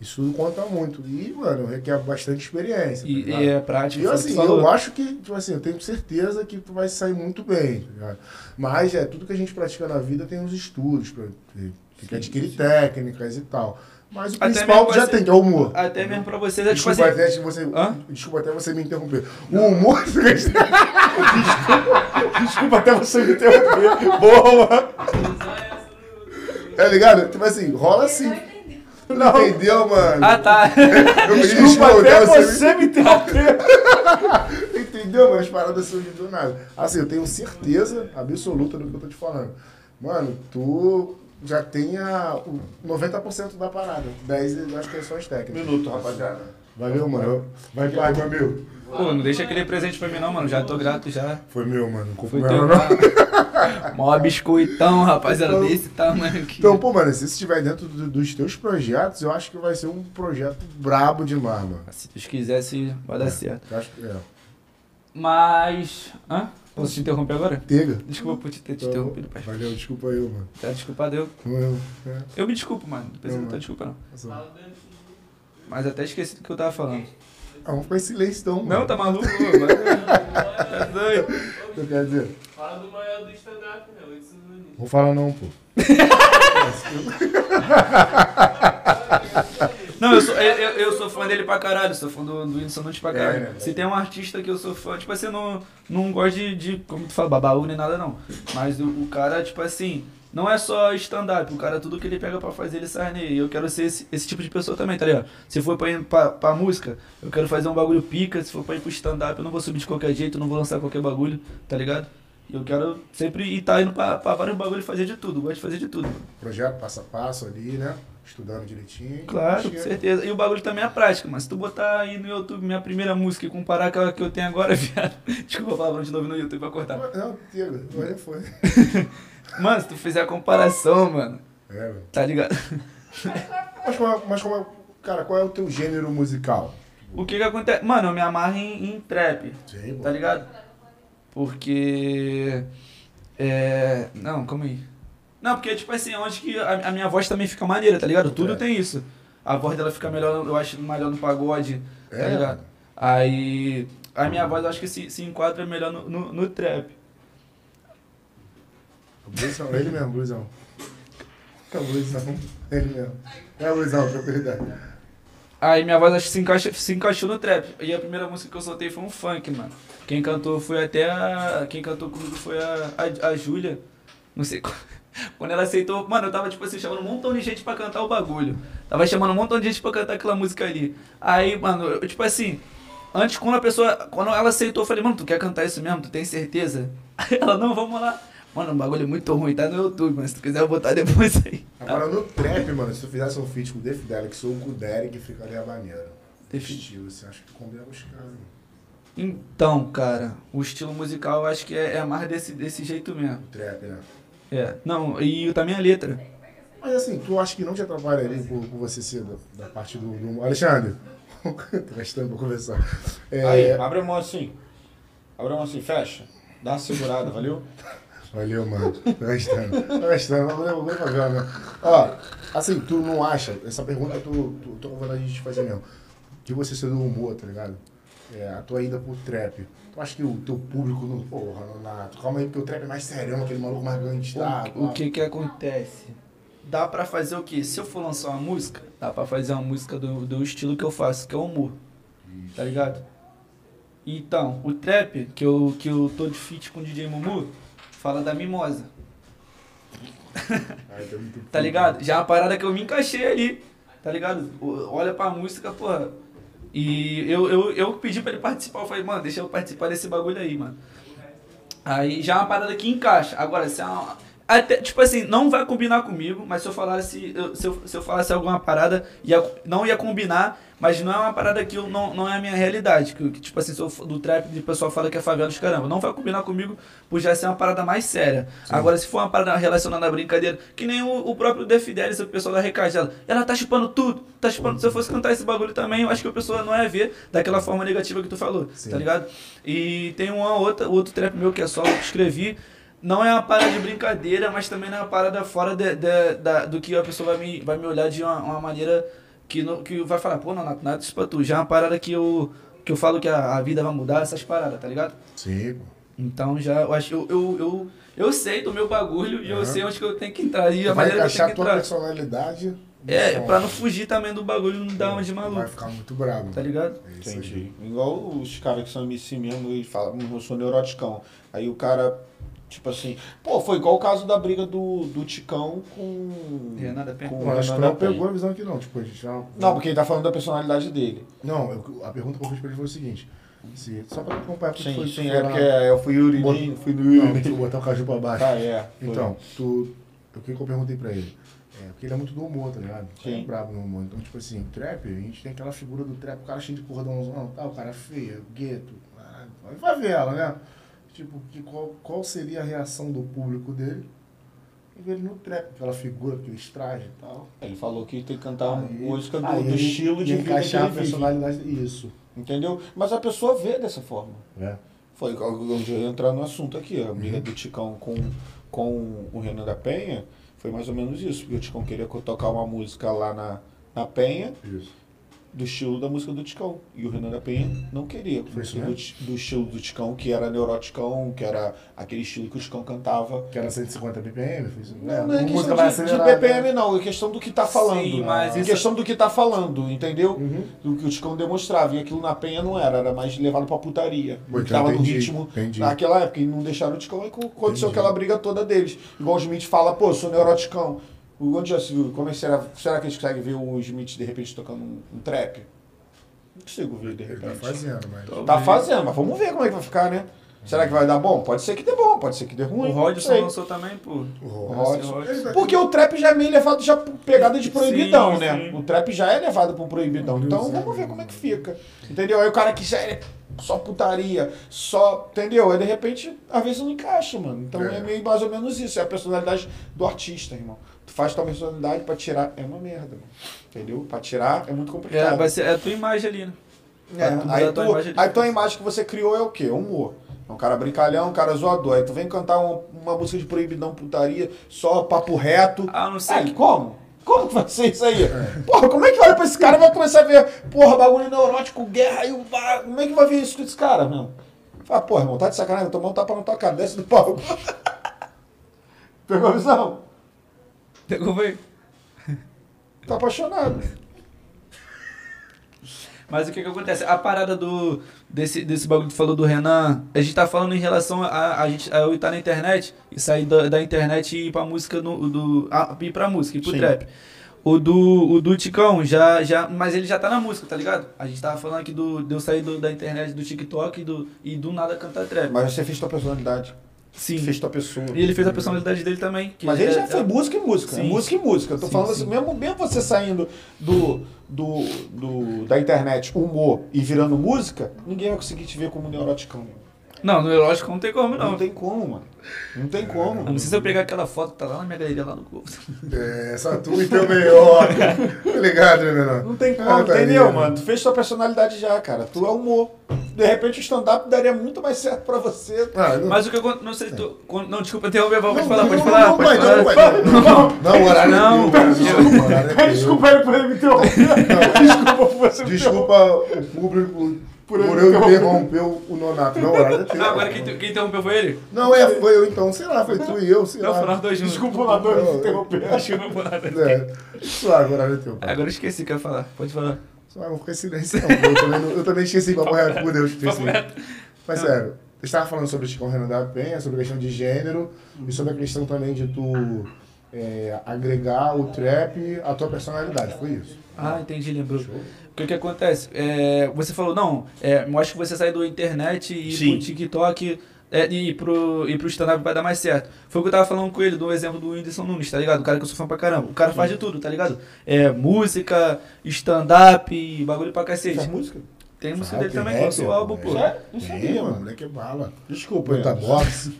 Speaker 1: Isso tudo conta muito. E, mano, requer bastante experiência. tá
Speaker 3: E,
Speaker 1: ligado?
Speaker 3: e é prática.
Speaker 1: E eu,
Speaker 3: foi o que
Speaker 1: assim,
Speaker 3: tu falou.
Speaker 1: eu acho que, tipo assim, eu tenho certeza que tu vai sair muito bem, tá ligado? Mas é, tudo que a gente pratica na vida tem uns estudos, pra, tem tem que
Speaker 3: Sim,
Speaker 1: adquirir técnicas e tal. Mas o
Speaker 3: Até
Speaker 1: principal
Speaker 3: mesmo
Speaker 1: já
Speaker 3: você-
Speaker 1: tem, que é o humor.
Speaker 3: Até mesmo pra vocês, é tipo
Speaker 1: Desculpa,
Speaker 3: assim.
Speaker 1: até você,
Speaker 3: Hã?
Speaker 1: desculpa até você me interromper. O humor. [laughs]
Speaker 2: Desculpa até você me interromper. Boa!
Speaker 1: Tá ligado? Tipo assim, rola assim.
Speaker 5: Não entendi.
Speaker 1: Não. Entendeu, mano?
Speaker 3: Ah, tá.
Speaker 1: [laughs] Eu me
Speaker 2: Desculpa até
Speaker 1: você me-
Speaker 2: você me interromper.
Speaker 1: Entendeu? Mas as paradas surgem do nada. Assim, eu tenho certeza absoluta do que eu tô te falando. Mano, tu já tem a, o 90% da parada. 10 das questões é técnicas.
Speaker 2: Minuto, rapaziada.
Speaker 1: Valeu, mano. Vai, vai, meu amigo.
Speaker 3: Pô, não deixa aquele presente pra mim não, mano. Já tô grato já.
Speaker 1: Foi meu, mano. Não compro
Speaker 3: Foi
Speaker 1: meu,
Speaker 3: teu.
Speaker 1: não.
Speaker 3: [laughs] Mó biscoitão, rapaz. Era
Speaker 1: Então-
Speaker 3: desse tamanho aqui.
Speaker 1: Então, pô, mano, se isso estiver dentro do- dos teus projetos, eu acho que vai ser um projeto brabo demais, mano.
Speaker 3: Se tu quisesse, vai dar certo.
Speaker 1: Eu acho que é.
Speaker 3: Mas. Hã? Posso te interromper agora?
Speaker 1: Tega.
Speaker 3: Desculpa por te ter um te
Speaker 1: Então,
Speaker 3: interrompido, pai.
Speaker 1: Valeu, desculpa eu, mano.
Speaker 3: Tá desculpado eu.
Speaker 1: Não eu. É, assim,
Speaker 3: Eu me desculpo, mano. Depois eu
Speaker 1: Não,
Speaker 3: não tô
Speaker 1: mano.
Speaker 3: desculpa, não.
Speaker 1: eu sou-
Speaker 3: Mas até esqueci do que eu tava falando.
Speaker 1: Ah, vamos ficar em silêncio então, mano.
Speaker 3: Não, tá maluco? mano? [laughs] Tá doido?
Speaker 1: Eu quero Então, dizer,
Speaker 4: Fala do maior do stand-up, né? O Edson Nunes.
Speaker 1: vou falar não, pô.
Speaker 3: Não, eu sou, eu, eu- eu sou fã dele pra caralho, sou fã do, do Whindersson Nunes pra caralho.
Speaker 2: É, né?
Speaker 3: Se tem um artista que eu sou fã, tipo assim, eu não, não gosto de, de, como tu fala, babaú nem nada não. Mas o, o cara, tipo assim, não é só stand-up, o cara, tudo que ele pega pra fazer, ele sai nele. E eu quero ser esse, esse tipo de pessoa também, tá ligado? Se for pra, ir pra, pra música, eu quero fazer um bagulho pica, se for pra ir pro stand-up, eu não vou subir de qualquer jeito, eu não vou lançar qualquer bagulho, tá ligado? E eu quero sempre ir tá indo pra, pra vários bagulhos e fazer de tudo, eu gosto de fazer de tudo.
Speaker 1: Projeto passo a passo ali, né? Estudando direitinho.
Speaker 3: Claro, com
Speaker 1: Chega.
Speaker 3: certeza. E o bagulho também é prática, mas se tu botar aí no YouTube minha primeira música e comparar com a que eu tenho agora, [laughs] viado. Desculpa falar de novo no YouTube pra cortar.
Speaker 1: Não, Diego, agora foi.
Speaker 3: Mano, se tu fizer a comparação, mano,
Speaker 1: É, mano.
Speaker 3: tá ligado? [laughs]
Speaker 1: Mas como é, mas como é- cara, qual é o teu gênero musical?
Speaker 3: O que que acontece? Mano, eu me amarro em, em trap,
Speaker 1: Sim,
Speaker 3: tá ligado? Porque. É. Não, calma aí. Não, porque, tipo assim, onde que a, a minha voz também fica maneira, tá ligado? Tudo
Speaker 1: É.
Speaker 3: tem isso. A voz dela fica melhor, eu acho, melhor no pagode, tá
Speaker 1: É,
Speaker 3: ligado? Aí a minha voz eu acho que se, se enquadra melhor no, no, no trap.
Speaker 1: O Bluesão, ele mesmo, Bluesão. É o Bluesão, ele mesmo. É o Bluesão, tranquilidade.
Speaker 3: Aí minha voz acho que se, encaixa, se encaixou no trap. E a primeira música que eu soltei foi um funk, mano. Quem cantou foi até a. Quem cantou comigo foi a, a, a Júlia. Não sei. qu- [laughs] Quando ela aceitou. Mano, eu tava, tipo assim, chamando um montão de gente pra cantar o bagulho. Tava chamando um montão de gente pra cantar aquela música ali. Aí, mano, eu, tipo assim. Antes, quando a pessoa. Quando ela aceitou, eu falei, mano, tu quer cantar isso mesmo? Tu tem certeza? [laughs] Aí ela, não, vamos lá. Mano, o bagulho é muito ruim, tá no YouTube, mas se tu quiser eu vou botar depois aí.
Speaker 1: Agora no trap, mano, se tu fizesse um feat com o Def Delic, sou com o Derek, ficaria maneiro.
Speaker 3: Defi-
Speaker 1: Estilo, assim, acho que combina com os caras. mano.
Speaker 3: Então, cara, o estilo musical eu acho que é, é mais desse, desse jeito mesmo.
Speaker 1: O trap, né?
Speaker 3: É. Não, e também a letra.
Speaker 1: Mas assim, tu acha que não te atrapalharia por, por você ser da, da parte do, do- Alexandre, [laughs] gastando pra conversar. É,
Speaker 2: Aí, abre a mão assim. Abre a mão assim, fecha. Dá uma segurada, valeu?
Speaker 1: Valeu, mano. Tá gastando. Tá gastando. Vamos levar vamos levar, né? Ó, assim, tu não acha, essa pergunta tu, tu, tô com vontade de te fazer mesmo. De você ser do humor, tá ligado? É, a tua ida pro trap. Tu acha que o teu público não. Porra, não nato. Calma aí, porque o trap é mais sério, aquele maluco mais gangsta.
Speaker 3: O, o que que acontece? Dá pra fazer o quê? Se eu for lançar uma música, dá pra fazer uma música do, do estilo que eu faço, que é o humor. Tá ligado? Então, o trap, que eu, que eu tô de feat com o DJ Mumu, fala da mimosa.
Speaker 1: Ai, tá, muito
Speaker 3: Tá ligado? Já é uma parada que eu me encaixei ali. Tá ligado? O- Olha pra música, porra. E eu, eu, eu pedi pra ele participar. Eu falei, mano, deixa eu participar desse bagulho aí, mano. Aí já é uma parada que encaixa. Agora, se é uma. Até, tipo assim, não vai combinar comigo, mas se eu falasse. eu- se, eu, se eu falasse alguma parada, ia, não ia combinar, mas não é uma parada que eu, não, não é a minha realidade. Que, que, tipo assim, se eu for do trap o pessoal fala que é favela dos caramba. Não vai combinar comigo por já ser uma parada mais séria. Agora, se for uma parada relacionada à brincadeira, que nem o, o próprio Defidelis, o pessoal da Recajela, ela tá chupando tudo, tá chupando. Se eu fosse cantar esse bagulho também, eu acho que a pessoa não ia ver daquela forma negativa que tu falou,
Speaker 1: Sim.
Speaker 3: tá ligado? E tem uma outra, outro trap meu que é só eu que escrevi. Não é uma parada de brincadeira, mas também não é uma parada fora de- de- da- do que a pessoa vai me, vai me olhar de uma, uma maneira que, não, que vai falar, pô, Nonato, nada disso pra tu. Já é uma parada que eu, que eu falo que a, a vida vai mudar, essas paradas, tá ligado?
Speaker 1: Sim, pô.
Speaker 3: Então já, eu acho, eu, eu, eu, eu sei do meu bagulho e eu
Speaker 1: Aham.
Speaker 3: sei onde que eu tenho que entrar e a
Speaker 1: Vai
Speaker 3: maneira que eu
Speaker 1: encaixar
Speaker 3: tenho que
Speaker 1: tua
Speaker 3: entrar.
Speaker 1: personalidade. no
Speaker 3: É,
Speaker 1: som.
Speaker 3: pra não fugir também do bagulho, não dar uma de
Speaker 1: Vai
Speaker 3: maluco,
Speaker 1: ficar muito brabo.
Speaker 3: tá ligado?
Speaker 1: É isso aí.
Speaker 2: Entendi. Igual os caras que são MC mesmo e falam, hum, eu sou neuroticão. Aí o cara, tipo assim, pô, foi igual o caso da briga do, do Ticão com.
Speaker 3: Renan da Penha.
Speaker 2: com
Speaker 1: Pô,
Speaker 2: o
Speaker 1: acho que
Speaker 2: Renan
Speaker 1: tu
Speaker 2: da
Speaker 1: não
Speaker 2: Penha.
Speaker 1: pegou a visão aqui, não. Tipo, a gente já.
Speaker 2: Não, porque ele tá falando da personalidade dele.
Speaker 1: Não, eu- a pergunta que eu fiz pra ele foi o seguinte. se- só pra acompanhar o que
Speaker 2: Sim,
Speaker 1: foi
Speaker 2: sim,
Speaker 1: foi
Speaker 2: é
Speaker 1: lá-
Speaker 2: porque eu fui Yuri,
Speaker 1: Bot-
Speaker 2: Lin, fui no
Speaker 1: Não,
Speaker 2: [laughs]
Speaker 1: tem que
Speaker 2: Yuri.
Speaker 1: botar o caju pra baixo.
Speaker 2: Tá, é. foi.
Speaker 1: Então, tu, o que que eu perguntei pra ele? É, porque ele é muito do humor, tá ligado? O cara É
Speaker 2: Sim.
Speaker 1: brabo no humor. Então, tipo assim, trap, a gente tem aquela figura do trap, o cara cheio de cordãozão, tal, o cara é feio, gueto, ah, favela, né? Tipo, que qual, qual seria a reação do público dele? E ver ele no trap, aquela figura que eles trazem e tal.
Speaker 2: Então, Ele falou que tem que cantar uma
Speaker 1: Aí-
Speaker 2: música do,
Speaker 1: aí
Speaker 2: do
Speaker 1: ele
Speaker 2: estilo de vida que
Speaker 1: encaixar
Speaker 2: ele
Speaker 1: a
Speaker 2: vive,
Speaker 1: personalidade. Isso.
Speaker 2: entendeu? Mas a pessoa vê dessa forma.
Speaker 1: É.
Speaker 2: Foi igual eu já ia entrar no assunto aqui. A briga
Speaker 1: Uhum.
Speaker 2: do Ticão com, com o Renan da Penha foi mais ou menos isso. Porque o Ticão queria co- tocar uma música lá na, na Penha,
Speaker 1: Isso.
Speaker 2: do estilo da música do Ticão. E o Renan da Penha não queria.
Speaker 1: Foi isso
Speaker 2: Música do, Ti- do estilo do Ticão, que era neuroticão, que era aquele estilo que o Ticão cantava.
Speaker 1: Que era 150 BPM, fez isso.
Speaker 2: Não, não é
Speaker 1: música
Speaker 2: questão
Speaker 1: mais
Speaker 2: de, de
Speaker 1: acelerada.
Speaker 2: BPM, não. É questão do que tá falando.
Speaker 3: Sim, mas
Speaker 2: é
Speaker 3: isso-
Speaker 2: questão do que tá falando, entendeu?
Speaker 1: Uhum.
Speaker 2: do que o Ticão demonstrava. E aquilo na Penha não era, era mais levado pra putaria.
Speaker 1: Pô,
Speaker 2: que
Speaker 1: então
Speaker 2: tava
Speaker 1: entendi,
Speaker 2: no ritmo
Speaker 1: entendi.
Speaker 2: naquela época. E não deixaram o Ticão e co-
Speaker 1: Entendi.
Speaker 2: aconteceu aquela briga toda deles. Igual o Smith fala, pô, eu sou neuroticão. O onde já se viu? Como é que será, será que eles conseguem ver o Smith de repente tocando um, um trap? Não consigo ver de
Speaker 1: Ele tá
Speaker 2: repente.
Speaker 1: fazendo, mas.
Speaker 2: Tá fazendo, mas vamos ver como é que vai ficar, né? Será que vai dar bom? Pode ser que dê bom, pode ser que dê ruim. não
Speaker 3: O Rodson
Speaker 2: sei.
Speaker 3: lançou também, pô.
Speaker 1: Porra.
Speaker 2: Rodson.
Speaker 3: Esse Rodson.
Speaker 2: Porque o trap já é meio levado já por pegada de proibidão,
Speaker 3: Sim,
Speaker 2: né?
Speaker 3: sim.
Speaker 2: O trap já é levado pro proibidão.
Speaker 1: Meu
Speaker 2: Então
Speaker 1: Deus,
Speaker 2: vamos
Speaker 1: é.
Speaker 2: ver como é que fica. Entendeu? Aí o cara que já é só putaria, só. Entendeu? Aí de repente, às vezes não encaixa, mano. Então é,
Speaker 1: É.
Speaker 2: meio mais ou menos isso. É a personalidade do artista, irmão. Tu faz tua personalidade pra tirar. É uma merda, mano. Entendeu? Pra tirar é muito
Speaker 3: É,
Speaker 2: complicado.
Speaker 3: vai ser, é a tua imagem ali, né?
Speaker 2: É,
Speaker 3: Pra tu mudar
Speaker 2: aí,
Speaker 3: a tua
Speaker 2: tu-
Speaker 3: imagem, ele
Speaker 2: aí tua
Speaker 3: faz.
Speaker 2: imagem que você criou é o quê? Humor. É um cara brincalhão, um cara zoador. Aí tu vem cantar uma, uma música de proibidão, putaria, só papo reto.
Speaker 3: Ah, não sei.
Speaker 2: Aí, como? Como que vai ser isso aí? Porra, como é que olha pra esse cara e vai começar a ver, porra, bagulho neurótico, guerra, e o va- como é que vai ver isso com esse cara, meu? Fala, porra, irmão, tá de sacanagem, tomar um tapa na tua cara, desce do palco. [laughs] Pegou a visão?
Speaker 3: Pegou, foi?
Speaker 2: Tá apaixonado.
Speaker 3: Mas o que que acontece? A parada do desse, desse bagulho que tu falou do Renan, a gente tá falando em relação a, a gente a eu estar na internet e sair da, da internet e ir pra música no, do a, ir pra música, ir pro
Speaker 2: Sim.
Speaker 3: trap. O do, o do Ticão já, já. Mas ele já tá na música, tá ligado? A gente tava falando aqui do, de eu sair do- da internet do TikTok e do, e do nada cantar trap.
Speaker 2: Mas você fez tua personalidade,
Speaker 3: Sim.
Speaker 2: fez tua pessoa.
Speaker 3: E ele fez a personalidade dele também. que
Speaker 2: Mas ele
Speaker 3: é-
Speaker 2: já foi música e música, né?
Speaker 3: Sim.
Speaker 2: música e música. Eu tô
Speaker 3: Sim,
Speaker 2: falando
Speaker 3: sim.
Speaker 2: assim, mesmo, mesmo você saindo do, do, do- da internet, humor e virando música, ninguém vai conseguir te ver como neuroticão.
Speaker 3: Não, no lógico não tem como
Speaker 2: Não,
Speaker 3: não.
Speaker 2: tem como, mano. Não tem
Speaker 3: A
Speaker 2: como.
Speaker 3: não ser se eu pegar aquela foto que tá lá na minha galeria lá no Google.
Speaker 1: É, só tu e teu melhor. tá ligado, né, Renan?
Speaker 2: Não tem como,
Speaker 1: Ah, tá
Speaker 2: entendeu,
Speaker 1: aí,
Speaker 2: mano? Tu fez tua personalidade já, cara. Tu é humor. De repente o stand-up daria muito mais certo pra você. tá
Speaker 1: Ah, não,
Speaker 3: Mas o que eu não sei, tu, quando- não, desculpa interromper, vamos
Speaker 1: não,
Speaker 3: falar,
Speaker 1: não,
Speaker 3: pode
Speaker 1: não,
Speaker 3: falar,
Speaker 1: não,
Speaker 3: pode
Speaker 1: vai,
Speaker 3: falar.
Speaker 1: não, vai, não, não, não, o horário
Speaker 3: Não,
Speaker 1: é teu, cara,
Speaker 3: desculpa.
Speaker 1: desculpa, o horário é
Speaker 2: [laughs]
Speaker 1: teu.
Speaker 2: Desculpa ele por um ele me interromper. Desculpa por você me
Speaker 1: Desculpa o público por,
Speaker 2: Por
Speaker 1: eu
Speaker 2: interromper.
Speaker 1: interromper o o Nonato. Não, o horário é teu.
Speaker 3: Não, Ah, agora quem, quem interrompeu foi ele?
Speaker 1: Não, é, foi eu então, sei lá, foi tu e eu, sei
Speaker 3: Não,
Speaker 1: lá.
Speaker 3: foram nós dois juntos.
Speaker 2: Desculpa o
Speaker 3: [laughs]
Speaker 2: Nador [laughs] me interromper.
Speaker 3: Desculpa, por nada.
Speaker 1: É, suave, o horário é teu, cara.
Speaker 3: Agora eu esqueci o que eu ia falar, pode falar.
Speaker 1: Suave, vou ficar em silêncio, é não. Eu também, não- eu também esqueci, papo reto, por Deus, esqueci. Mas
Speaker 3: Ah.
Speaker 1: sério, eu estava falando sobre o Chicão Renan da Penha, sobre a questão de gênero e sobre a questão também de tu é, agregar o trap à tua personalidade, foi isso.
Speaker 3: Ah, entendi, lembrou. O que que acontece? É, você falou, não, é, eu acho que você sair do internet e ir
Speaker 2: Sim.
Speaker 3: pro TikTok é, e ir pro, ir pro stand-up vai dar mais certo. Foi o que eu tava falando com ele, do exemplo do Whindersson Nunes, tá ligado? O cara que eu sou fã pra caramba. O cara faz de tudo, tá ligado? É, música, stand-up, bagulho
Speaker 2: [laughs]
Speaker 3: pra
Speaker 2: Faz
Speaker 3: cacete.
Speaker 2: música?
Speaker 3: Tem música
Speaker 1: Fala,
Speaker 3: dele
Speaker 1: tem
Speaker 3: também, que lançou o
Speaker 1: rapper,
Speaker 3: álbum, pô.
Speaker 1: moleque.
Speaker 2: Sério? Não
Speaker 1: É,
Speaker 2: sabia,
Speaker 1: mano,
Speaker 2: mano.
Speaker 1: moleque é bala.
Speaker 2: Desculpa, é.
Speaker 1: Puta
Speaker 2: Leandro.
Speaker 1: box.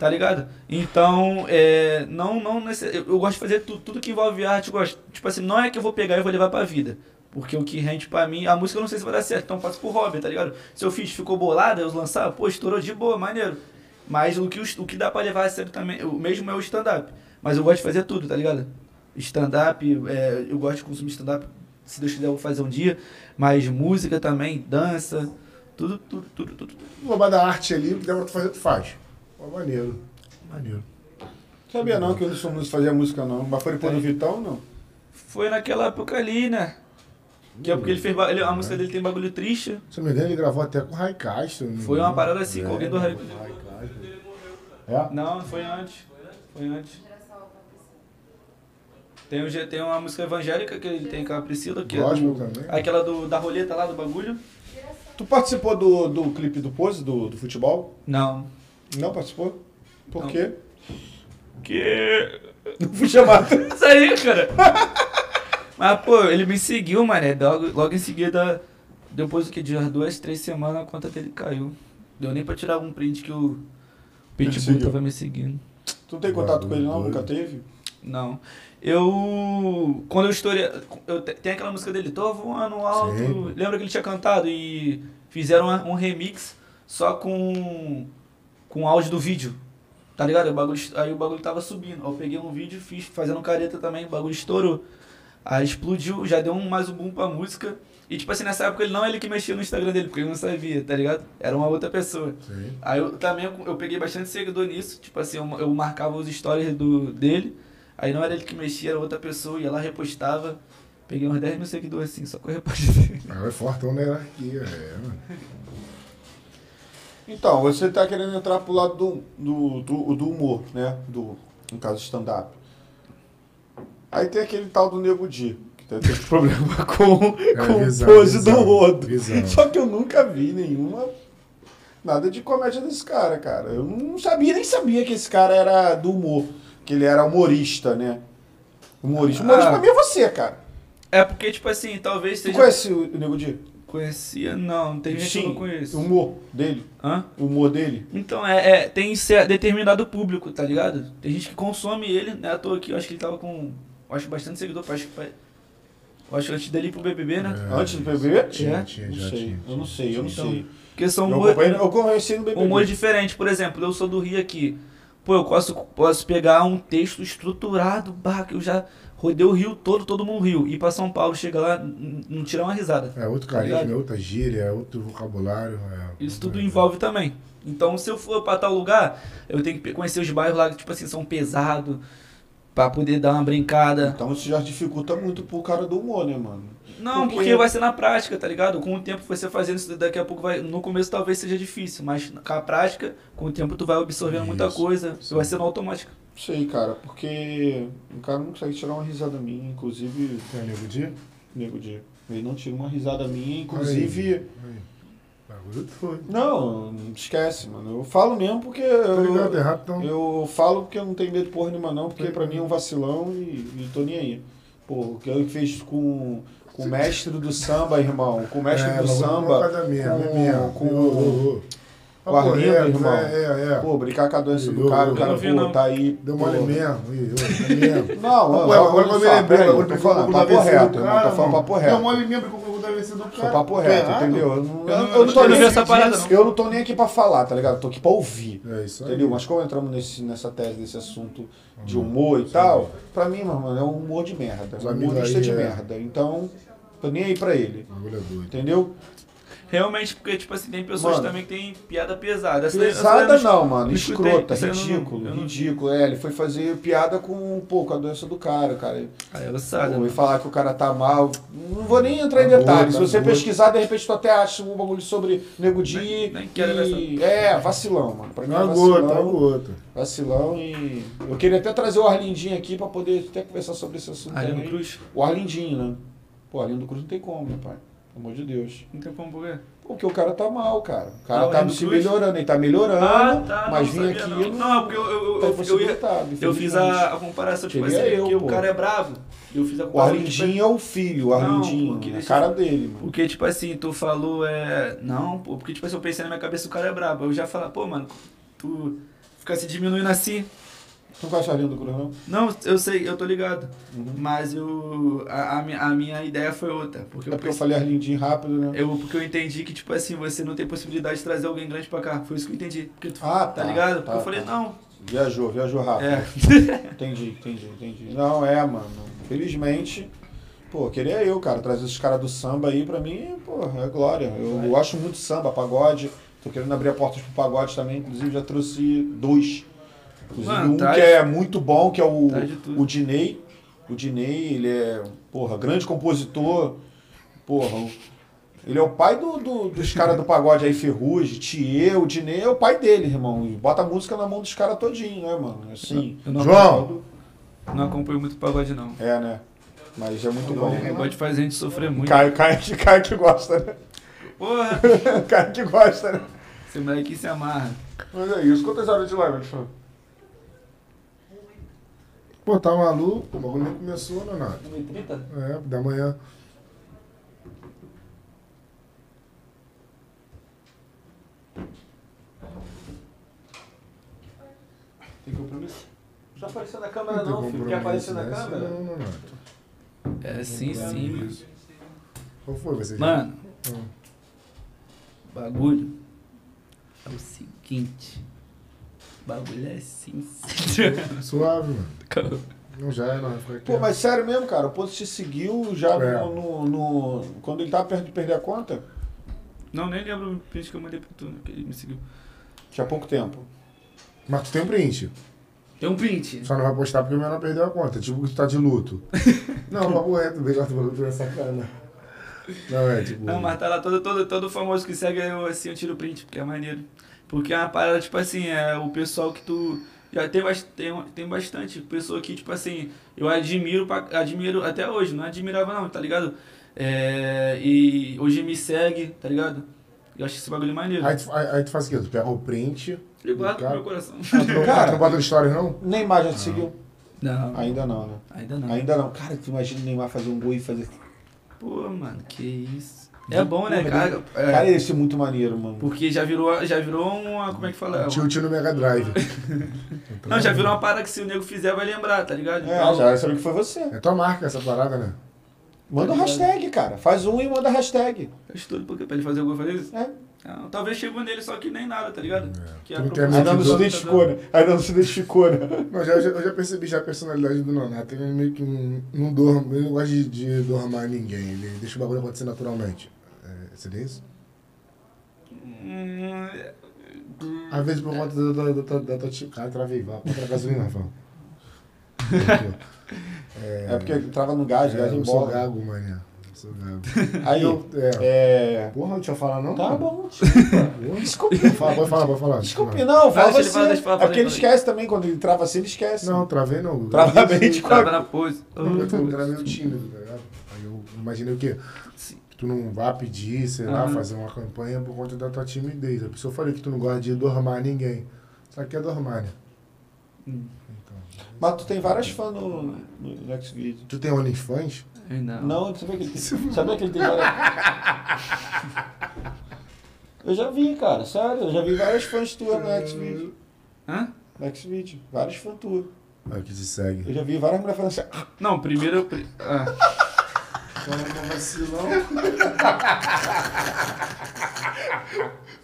Speaker 3: Tá ligado? Então, é, não, não nesse, eu, eu gosto de fazer tudo, tudo que envolve arte, eu gosto. Tipo assim, não é que eu vou pegar e vou levar pra vida. Porque o que rende pra mim, a música eu não sei se vai dar certo, então eu faço por hobby, tá ligado? Se eu fiz, ficou bolada, eu lançar, pô, estourou de boa, maneiro. Mas o que, os- o que dá pra levar a sério também, o mesmo é o stand-up. Mas eu gosto de fazer tudo, tá ligado? Stand-up, é, eu gosto de consumir stand-up se Deus quiser, eu vou fazer um dia. Mas música também, dança, tudo, tudo, tudo, tudo. tudo.
Speaker 1: Uma da arte ali, o que der pra tu fazer, tu faz. Pô, maneiro. Maneiro.
Speaker 2: Sabia não que o Nilson Nunes fazia música, não. Mas foi depois do Vitão, não?
Speaker 3: Foi naquela época ali, né? Que é porque ele fez. ba- ele- a música dele tem bagulho triste.
Speaker 1: Se eu não me engano, ele gravou até com o Raikais.
Speaker 3: Foi uma parada assim, com alguém do Harry.
Speaker 1: É?
Speaker 3: Não, foi antes. Foi antes.
Speaker 5: Girassol, Patrícia.
Speaker 3: Tem, um, tem uma música evangélica que ele tem com a Priscila, que é
Speaker 1: Gospel
Speaker 3: do-
Speaker 1: também.
Speaker 3: aquela do, da roleta lá do bagulho.
Speaker 5: Girassol.
Speaker 2: Tu participou do, do clipe do Pose, do, do futebol?
Speaker 3: Não.
Speaker 2: Não participou? Por
Speaker 3: Não.
Speaker 2: quê? [laughs]
Speaker 3: Que.
Speaker 2: Não fui chamado.
Speaker 3: Isso aí, cara. Mas, pô, ele me seguiu, mané. Logo, logo em seguida, depois do que? De umas duas, três semanas, a conta dele caiu. Deu nem pra tirar um print que o Pitbull
Speaker 2: seguiu.
Speaker 3: tava me seguindo.
Speaker 2: Tu não tem contato com ele, não? Nunca teve?
Speaker 3: Não. Eu. Quando eu estourei. Eu, te- tem aquela música dele, tô voando alto.
Speaker 1: Sim.
Speaker 3: Lembra que ele tinha cantado e fizeram uma- um remix só com. com áudio do vídeo. Tá ligado? O bagulho, est- aí o bagulho tava subindo. Aí Eu peguei um vídeo, fiz fazendo careta também, o bagulho estourou. Aí explodiu, já deu um, mais um boom pra música. E tipo assim, nessa época ele não é ele que mexia no Instagram dele, porque ele não sabia, tá ligado? Era uma outra pessoa.
Speaker 1: Sim.
Speaker 3: Aí eu também eu, eu peguei bastante seguidor nisso, tipo assim, eu, eu marcava os stories do, dele, aí não era ele que mexia, era outra pessoa, e ela repostava. Peguei uns 10 mil seguidores assim, só que eu repostei. [laughs]
Speaker 1: Ah, é fortão na hierarquia, é, mano.
Speaker 2: Então, você tá querendo entrar pro lado do, do, do, do humor, né? Do, no caso, stand-up. Aí tem aquele tal do Nego Di, que tem aquele [laughs] problema com, com
Speaker 1: visão,
Speaker 2: o pose
Speaker 1: visão,
Speaker 2: do rodo.
Speaker 1: visão.
Speaker 2: Só que eu nunca vi nenhuma... Nada de comédia desse cara, cara. Eu não sabia, nem sabia que esse cara era do humor. Que ele era humorista, né? Humorista. Humorista
Speaker 3: Ah.
Speaker 2: pra mim é você, cara.
Speaker 3: É porque, tipo assim, talvez
Speaker 2: Você
Speaker 3: seja.
Speaker 2: conhece o Nego Di?
Speaker 3: Conhecia? Não, tem gente que eu não
Speaker 2: O
Speaker 3: conheço.
Speaker 2: humor dele.
Speaker 3: Hã?
Speaker 2: O humor dele.
Speaker 3: Então, é, é, tem cer- determinado público, tá ligado? Tem gente que consome ele, né? À toa aqui, eu acho que ele tava com. Eu acho bastante seguidor, eu acho que. foi- Eu acho que antes dele ir pro BBB, né?
Speaker 2: Antes do BBB?
Speaker 1: Tinha,
Speaker 3: É?
Speaker 1: tinha,
Speaker 2: Não
Speaker 1: É. já
Speaker 2: sei,
Speaker 1: tinha.
Speaker 2: eu não sei, eu não
Speaker 3: Então,
Speaker 2: sei.
Speaker 3: Porque são.
Speaker 2: Eu
Speaker 3: mo-
Speaker 2: acompanhei- eu conheci no BBB.
Speaker 3: humor um diferente. Por exemplo, eu sou do Rio aqui. Pô, eu posso, posso pegar um texto estruturado, bah, que eu já rodei o Rio todo, todo mundo riu. E pra São Paulo, chega lá, n- não tirar uma risada.
Speaker 1: É outro
Speaker 3: Tá
Speaker 1: carisma,
Speaker 3: ligado?
Speaker 1: é outra gíria, é outro vocabulário. é-
Speaker 3: Isso tudo
Speaker 1: é-
Speaker 3: envolve também. Então, se eu for pra tal lugar, eu tenho que pe- conhecer os bairros lá que, tipo assim, são pesados, pra poder dar uma brincada.
Speaker 2: Então isso já dificulta muito pro cara do humor, né, mano?
Speaker 3: Não,
Speaker 2: Porque-
Speaker 3: porque... vai ser na prática, tá ligado? Com o tempo você fazendo isso, daqui a pouco vai. No começo talvez seja difícil, mas com a prática, com o tempo tu vai absorvendo muita
Speaker 1: Isso,
Speaker 3: coisa,
Speaker 1: sim.
Speaker 3: vai sendo automático.
Speaker 2: Não sei, cara, porque o cara não consegue tirar uma risada minha, inclusive,
Speaker 1: Tem nego de?
Speaker 2: nego de. Ele não tira uma risada minha, inclusive.
Speaker 1: Aí. Bagulho foi.
Speaker 2: Não, não esquece, mano. Eu falo mesmo porque.
Speaker 1: Tá ligado? É
Speaker 2: Eu,
Speaker 1: rápido, então. Tá
Speaker 2: eu falo porque eu não tenho medo porra nenhuma, não, porque pra mim é um vacilão e, e tô nem aí. Pô, o que ele fez com, com o mestre do samba, irmão. Com o
Speaker 1: É,
Speaker 2: mestre do samba. com- com-
Speaker 1: o
Speaker 2: com a
Speaker 1: arredo,
Speaker 2: renda, irmão.
Speaker 1: É, é, é.
Speaker 2: Pô, brincar com a doença do
Speaker 1: Eu-
Speaker 2: cara, o
Speaker 1: eu
Speaker 2: cara,
Speaker 3: não vi,
Speaker 2: pô,
Speaker 3: não.
Speaker 2: tá aí.
Speaker 1: Deu
Speaker 2: pô.
Speaker 1: mole mesmo. Ih, eu- eu mesmo.
Speaker 2: [laughs] Não,
Speaker 1: Pô, é
Speaker 2: não, é
Speaker 1: agora que eu me lembrei, agora
Speaker 2: tô
Speaker 1: que
Speaker 2: falando
Speaker 1: eu me
Speaker 2: papo
Speaker 1: lembrei,
Speaker 2: reto,
Speaker 1: do
Speaker 2: irmão, tô
Speaker 1: cara,
Speaker 2: falando
Speaker 1: mano.
Speaker 2: papo
Speaker 1: Deu
Speaker 2: reto.
Speaker 1: mole mesmo porque o corpo da vencida do cara.
Speaker 2: Sou papo
Speaker 1: Tá
Speaker 2: reto,
Speaker 1: errado.
Speaker 2: entendeu? Eu não,
Speaker 3: Eu não-
Speaker 2: eu não tô
Speaker 3: eu não
Speaker 2: nem,
Speaker 3: vi essa parada, não.
Speaker 2: eu não tô nem aqui pra falar, tá ligado? Eu Tô aqui pra ouvir.
Speaker 1: É isso aí.
Speaker 2: Entendeu? Mas como entramos nesse, nessa tese desse assunto de humor e tal, pra mim, mano, é um humor de merda.
Speaker 1: Os
Speaker 2: Um
Speaker 1: amigos
Speaker 2: humorista
Speaker 1: aí,
Speaker 2: de
Speaker 1: é.
Speaker 2: merda. Então, tô nem aí pra ele.
Speaker 1: Bagulho é doido.
Speaker 2: Entendeu?
Speaker 3: Realmente, porque, tipo assim, tem pessoas
Speaker 2: Mano.
Speaker 3: também que tem piada pesada. Essa- essa
Speaker 2: Pesada
Speaker 3: eu
Speaker 2: não, mano.
Speaker 3: não escutei.
Speaker 2: Escrota,
Speaker 3: Essa eu não-
Speaker 2: ridículo,
Speaker 3: eu não-
Speaker 2: ridículo. É, ele foi fazer piada com, pô, com a doença do cara, cara.
Speaker 3: Ah, ela
Speaker 2: Pô,
Speaker 3: sabe.
Speaker 2: e falar que o cara tá mal. Não vou nem entrar em
Speaker 1: Tá
Speaker 2: detalhes.
Speaker 1: boa, tá
Speaker 2: Se você
Speaker 1: boa.
Speaker 2: pesquisar, de repente tu até acha um bagulho sobre Nego Di.
Speaker 3: Nem- nem quero
Speaker 2: e-
Speaker 3: ver
Speaker 2: É, vacilão, mano. Pra mim é
Speaker 1: Uma gota, uma
Speaker 2: vacilão.
Speaker 1: gota.
Speaker 2: Vacilão e. Eu queria até trazer o Arlindinho aqui pra poder até conversar sobre esse assunto.
Speaker 3: Arlindo
Speaker 2: também.
Speaker 3: Cruz.
Speaker 2: O Arlindinho, né? Pô, Arlindo Cruz não tem como, meu pai. Pelo amor de Deus.
Speaker 3: Não tem como por quê?
Speaker 2: Porque o cara tá mal, cara. O cara
Speaker 3: Ah, o
Speaker 2: tá
Speaker 3: Arlindo
Speaker 2: se
Speaker 3: Cruz? tá,
Speaker 2: melhorando, ele tá melhorando, mas
Speaker 3: Ah, não
Speaker 2: vim
Speaker 3: sabia,
Speaker 2: aqui.
Speaker 3: Não, não é porque eu, eu,
Speaker 2: tá
Speaker 3: eu, eu, ia-
Speaker 2: impossibilitado,
Speaker 3: eu fiz
Speaker 2: infelizmente.
Speaker 3: a, a comparação, tipo
Speaker 2: Queria
Speaker 3: assim,
Speaker 2: eu,
Speaker 3: porque
Speaker 2: pô.
Speaker 3: o cara é bravo. Eu fiz a
Speaker 2: O
Speaker 3: comparação. tipo,
Speaker 2: Arlindinho é o filho, o
Speaker 3: Não,
Speaker 2: Arlindinho. né?
Speaker 3: porque
Speaker 2: a
Speaker 3: deixa-
Speaker 2: cara dele, mano.
Speaker 3: Porque, tipo assim, tu falou, é. Não, pô, porque, tipo assim, eu pensei na minha cabeça, o cara é brabo. Eu já falo, pô, mano, tu fica se diminuindo assim.
Speaker 2: Tu não conhece o Arlindo Cruz, não?
Speaker 3: Não, eu sei, eu tô ligado.
Speaker 2: Uhum.
Speaker 3: Mas eu. A, a, minha- a minha ideia foi outra. Porque
Speaker 2: É porque
Speaker 3: eu
Speaker 2: eu
Speaker 3: pensei.
Speaker 2: falei Arlindinho rápido, né?
Speaker 3: Eu, porque eu entendi que, tipo assim, você não tem possibilidade de trazer alguém grande pra cá. Foi isso que eu entendi. Porque tu,
Speaker 2: Ah,
Speaker 3: tá,
Speaker 2: tá,
Speaker 3: ligado?
Speaker 2: tá,
Speaker 3: porque eu falei,
Speaker 2: tá.
Speaker 3: não.
Speaker 2: Viajou, viajou rápido.
Speaker 3: É.
Speaker 2: [laughs] Entendi, entendi, entendi. Não, é, mano. Felizmente, Pô, queria eu, cara, trazer esses caras do samba aí pra mim, pô, é glória. Eu gosto muito de samba, pagode. Tô querendo abrir portas pro pagode também, inclusive já trouxe dois. Inclusive
Speaker 3: Mano,
Speaker 2: um
Speaker 3: traz-
Speaker 2: que é muito bom, que é o,
Speaker 3: traz de tudo.
Speaker 2: o Dinei. O Dinei, ele é, porra, grande compositor. Porra, o- ele é o pai do, do- dos caras do pagode aí, Ferrugem, Thier, o Dinei é o pai dele, irmão. E bota a música na mão dos caras todinho, né, mano? Assim.
Speaker 3: Eu não,
Speaker 1: João!
Speaker 3: não acompanho muito o pagode, não.
Speaker 2: É, né? Mas é muito bom.
Speaker 3: O pagode faz a gente sofrer muito.
Speaker 2: Caio, Caio, [laughs] que- Caio que gosta, né? [laughs]
Speaker 3: Porra,
Speaker 2: Caio que gosta, né?
Speaker 3: esse moleque se amarra.
Speaker 2: Mas é isso. Quantas horas de live, Alexandre?
Speaker 1: Pô, tá maluco? O bagulho nem começou, Leonardo.
Speaker 3: 1h30?
Speaker 1: É, da manhã.
Speaker 3: Tem compromisso?
Speaker 4: Já apareceu na câmera
Speaker 1: tem compromisso nessa, Não, Leonardo.
Speaker 3: É, sim, sim, mano.
Speaker 1: Qual foi, você?
Speaker 3: Mano,
Speaker 1: Hum.
Speaker 3: o bagulho é o seguinte. O bagulho é assim.
Speaker 1: Suave, mano.
Speaker 3: Calma.
Speaker 1: Não já é, não. vai ficar
Speaker 2: Pô, mas sério mesmo, cara. O Pozo te seguiu já
Speaker 1: É.
Speaker 2: no, no- no- Quando ele tava perto de perder a conta?
Speaker 3: não, nem lembro o print que eu mandei pra tu, né? Que ele me seguiu.
Speaker 2: Tinha pouco tempo.
Speaker 1: Mas tu tem print.
Speaker 3: Tem um print.
Speaker 1: Só não vai postar porque o menor perdeu a conta. Tipo que tu tá de
Speaker 2: [laughs]
Speaker 1: luto. não, papo reto. Obrigado pelo luto, é sacana. Não, é tipo...
Speaker 3: Não, mas tá lá todo, todo, todo famoso que segue, eu assim, eu tiro o print, porque é maneiro. Porque é uma parada, tipo assim, é o pessoal que tu. Já tem, bas- tem, tem bastante pessoa que, tipo assim, eu admiro, pra- admiro até hoje, não admirava não, tá ligado? É, e hoje me segue, tá ligado? Eu acho esse bagulho maneiro.
Speaker 1: Aí tu, aí, aí tu faz o quê? Tu pega o print...
Speaker 3: Ele guarda no
Speaker 1: cara-
Speaker 3: meu coração.
Speaker 2: [laughs]
Speaker 1: Ah, tu não,
Speaker 2: Cara.
Speaker 1: tu não bota no stories, não?
Speaker 2: Neymar já te seguiu?
Speaker 3: Não,
Speaker 2: Ainda não, né?
Speaker 3: ainda não.
Speaker 2: Ainda não. Cara, tu imagina o Neymar fazer um gol e fazer.
Speaker 3: Pô, mano, que isso. É bom, né,
Speaker 2: Porra,
Speaker 3: cara? É,
Speaker 2: Cara, ia ser muito maneiro, mano.
Speaker 3: porque já virou, já virou uma. Como é que fala?
Speaker 1: Tilt no Mega Drive.
Speaker 3: [laughs] Não, já virou uma parada que se o nego fizer, vai lembrar, tá ligado?
Speaker 2: né? É,
Speaker 3: Então,
Speaker 2: já sabia que foi você.
Speaker 1: É tua marca essa parada, né?
Speaker 2: Manda um hashtag, cara. Faz um e manda hashtag.
Speaker 3: Eu estudo porque pra ele fazer o gol fazer isso?
Speaker 2: É.
Speaker 3: Não, talvez chegou nele, só que nem nada, tá ligado? Que
Speaker 1: tu não
Speaker 3: a
Speaker 1: tem a
Speaker 3: proposta
Speaker 2: Ainda não
Speaker 3: do
Speaker 2: se
Speaker 3: jogo tá
Speaker 2: identificou,
Speaker 3: dando.
Speaker 2: né? Ainda não se identificou, né?
Speaker 1: Não, já, já- eu já percebi já a personalidade do Nonato. Ele é meio que não, não dorme, ele não gosta de, de dormar ninguém. Ele deixa o bagulho acontecer naturalmente. É, seria isso?
Speaker 3: Hum, é,
Speaker 1: Às vezes por conta da, da, da, da, da tua tia. Cara, travei, vá. Pra gasolina,
Speaker 2: [laughs]
Speaker 1: Rafael.
Speaker 2: É porque ele trava no gás,
Speaker 1: É,
Speaker 2: gás em
Speaker 1: eu sou
Speaker 2: bola.
Speaker 1: gago, mané. Eu sou gago.
Speaker 2: Aí,
Speaker 1: Eu, é.
Speaker 2: é.
Speaker 1: Porra, não tinha falar não?
Speaker 2: Tá
Speaker 1: mano?
Speaker 2: bom.
Speaker 1: Porra.
Speaker 2: [laughs] Desculpa.
Speaker 1: Fala, pode falar, pode falar.
Speaker 2: é. Desculpe, não,
Speaker 3: Fala,
Speaker 2: fala
Speaker 3: deixa ele
Speaker 2: você.
Speaker 3: falar, deixa ele falar,
Speaker 2: é porque
Speaker 3: fala aí,
Speaker 2: ele
Speaker 3: fala
Speaker 2: esquece também, quando ele trava assim, ele esquece.
Speaker 1: Não, travei não.
Speaker 2: Trava bem de
Speaker 3: Tava na pose.
Speaker 1: Eu
Speaker 3: então,
Speaker 1: tô era meio tímido, tá ligado? Aí eu imaginei o quê?
Speaker 3: Sim.
Speaker 1: Que tu não vá pedir, sei lá,
Speaker 3: Aham.
Speaker 1: fazer uma campanha por conta da tua timidez. A pessoa falou que tu não gosta de dormar ninguém. Só que é dormar, né?
Speaker 3: Hum.
Speaker 2: Mas tu tem várias fãs no, no, no Xvideo.
Speaker 1: Tu tem OnlyFans?
Speaker 3: Não.
Speaker 2: Não, tu sabia que ele tem, [laughs] sabia que ele tem várias. Eu já vi, cara, sério, eu já vi várias fãs tuas no Xvideo.
Speaker 3: Hã?
Speaker 2: No Xvideo, várias fãs tuas.
Speaker 1: É o que te
Speaker 2: Eu
Speaker 1: segue.
Speaker 2: já vi várias mulheres falando assim. "Ah,
Speaker 3: Não, primeiro eu. pre- Ah,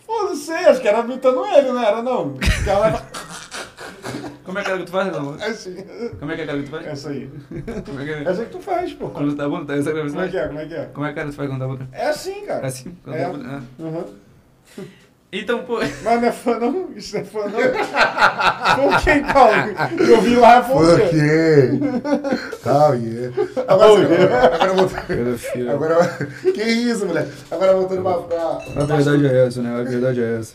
Speaker 2: Pô, não sei, "Ah, acho que era imitando ele, não era não? Ela
Speaker 3: como é que é que tu faz, não?
Speaker 2: assim,
Speaker 3: Como é que é que tu faz?
Speaker 2: essa aí.
Speaker 3: Como é que é?
Speaker 2: Essa que tu faz, pô. Como
Speaker 3: Quando tu tá bom, tá? Essa que tu
Speaker 2: é que
Speaker 3: faz?
Speaker 2: é, como é que é?
Speaker 3: Como é que tu faz quando tá bom?
Speaker 2: É assim,
Speaker 3: É
Speaker 2: cara.
Speaker 3: assim? Quando
Speaker 2: É.
Speaker 3: tá bom? Ah.
Speaker 2: Uhum.
Speaker 3: Então, pô.
Speaker 2: Mas não é fã não, isso não é fã não. Foi quem, Paulo? Eu vi lá, é foi o quê?
Speaker 1: Ok. Tal, yeah. Agora,
Speaker 2: Oh, yeah.
Speaker 1: agora, agora voltando.
Speaker 3: [laughs]
Speaker 1: Agora, que isso, moleque? Agora voltando pra. pra-
Speaker 3: A verdade é essa, né? A verdade é essa.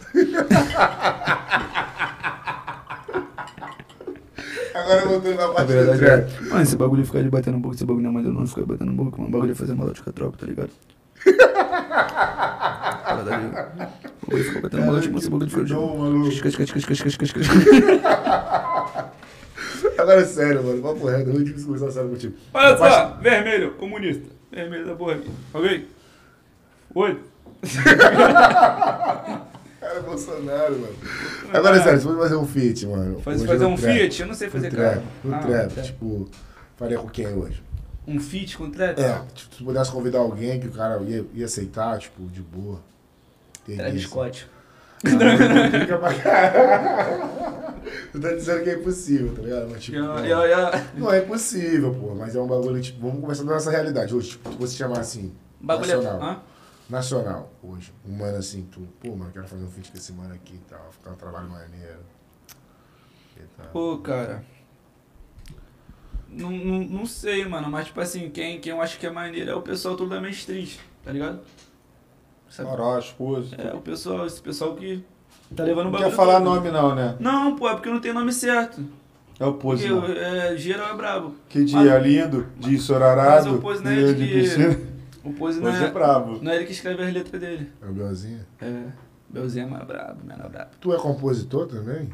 Speaker 1: agora voltando pra parte do trap.
Speaker 3: é. Mano, esse bagulho ficar de bater no boca, esse bagulho não é mais eu não ficar batendo no boca, mano. O bagulho é fazer maldade com a tropa, tá
Speaker 1: [laughs]
Speaker 3: ligado? Parada ali. O bagulho ficar batendo maldade, mano. Esse bagulho fica de.
Speaker 1: Não, maluco.
Speaker 3: Esquece, esquece, esquece, esquece, esquece,
Speaker 1: Agora é sério, mano. Papo reto, eu não tive que conversar sério contigo.
Speaker 3: Olha
Speaker 1: Eu faço-
Speaker 3: só, vermelho, comunista. Vermelho da porra aqui. Ok? Oi?
Speaker 1: Cara, Bolsonaro, mano. Agora, sério, se fosse fazer um feat, mano.
Speaker 3: Faz,
Speaker 1: hoje
Speaker 3: fazer
Speaker 1: no
Speaker 3: um
Speaker 1: trap,
Speaker 3: feat? Eu não sei fazer
Speaker 1: No
Speaker 3: cara.
Speaker 1: trap, no
Speaker 3: Ah,
Speaker 1: trap, tipo, faria com quem hoje?
Speaker 3: Um feat com trap?
Speaker 1: É, tipo, se pudesse convidar alguém que o cara ia, ia aceitar, tipo, de boa. Teria
Speaker 3: Travis
Speaker 1: isso.
Speaker 3: Scott.
Speaker 1: Fica pra caralho. [laughs] Tu tá dizendo que é impossível, tá ligado? Mas, tipo,
Speaker 3: Eu,
Speaker 1: não.
Speaker 3: eu, eu-
Speaker 1: Não é impossível, pô. Mas é um bagulho, tipo, vamos conversar da nossa realidade hoje. Tipo, se você chamar assim,
Speaker 3: Bagulho é.
Speaker 1: Nacional.
Speaker 3: Hã?
Speaker 1: nacional, hoje, um mano assim, tu, pô, mano, quero fazer um feat com esse mano aqui e tal, ficar um trabalho maneiro. E tal.
Speaker 3: Pô, cara. Não, não, não sei, mano. Mas, tipo assim, quem, quem eu acho que é maneiro é o pessoal todo da Main Street, tá ligado? Sabe?
Speaker 2: Moral, esposa.
Speaker 3: É, o pessoal, esse pessoal que tá levando
Speaker 2: Não
Speaker 3: o bagulho.
Speaker 2: quer falar
Speaker 3: todo.
Speaker 2: nome não, né?
Speaker 3: Não, pô, é porque não tem nome certo.
Speaker 2: É o Pose.
Speaker 3: Porque
Speaker 2: não.
Speaker 3: é, geral é brabo.
Speaker 2: Que dia lindo, de ensorarado.
Speaker 3: mas o Pose não é
Speaker 2: dia
Speaker 3: de
Speaker 2: de
Speaker 3: que- [laughs]
Speaker 2: piscina.
Speaker 3: O Pose não
Speaker 2: Pose é
Speaker 3: é,
Speaker 2: brabo.
Speaker 3: não é ele que escreve as letras dele.
Speaker 1: É o Belzinho.
Speaker 3: É, Belzinho é mais brabo, menor brabo.
Speaker 1: Tu é compositor também?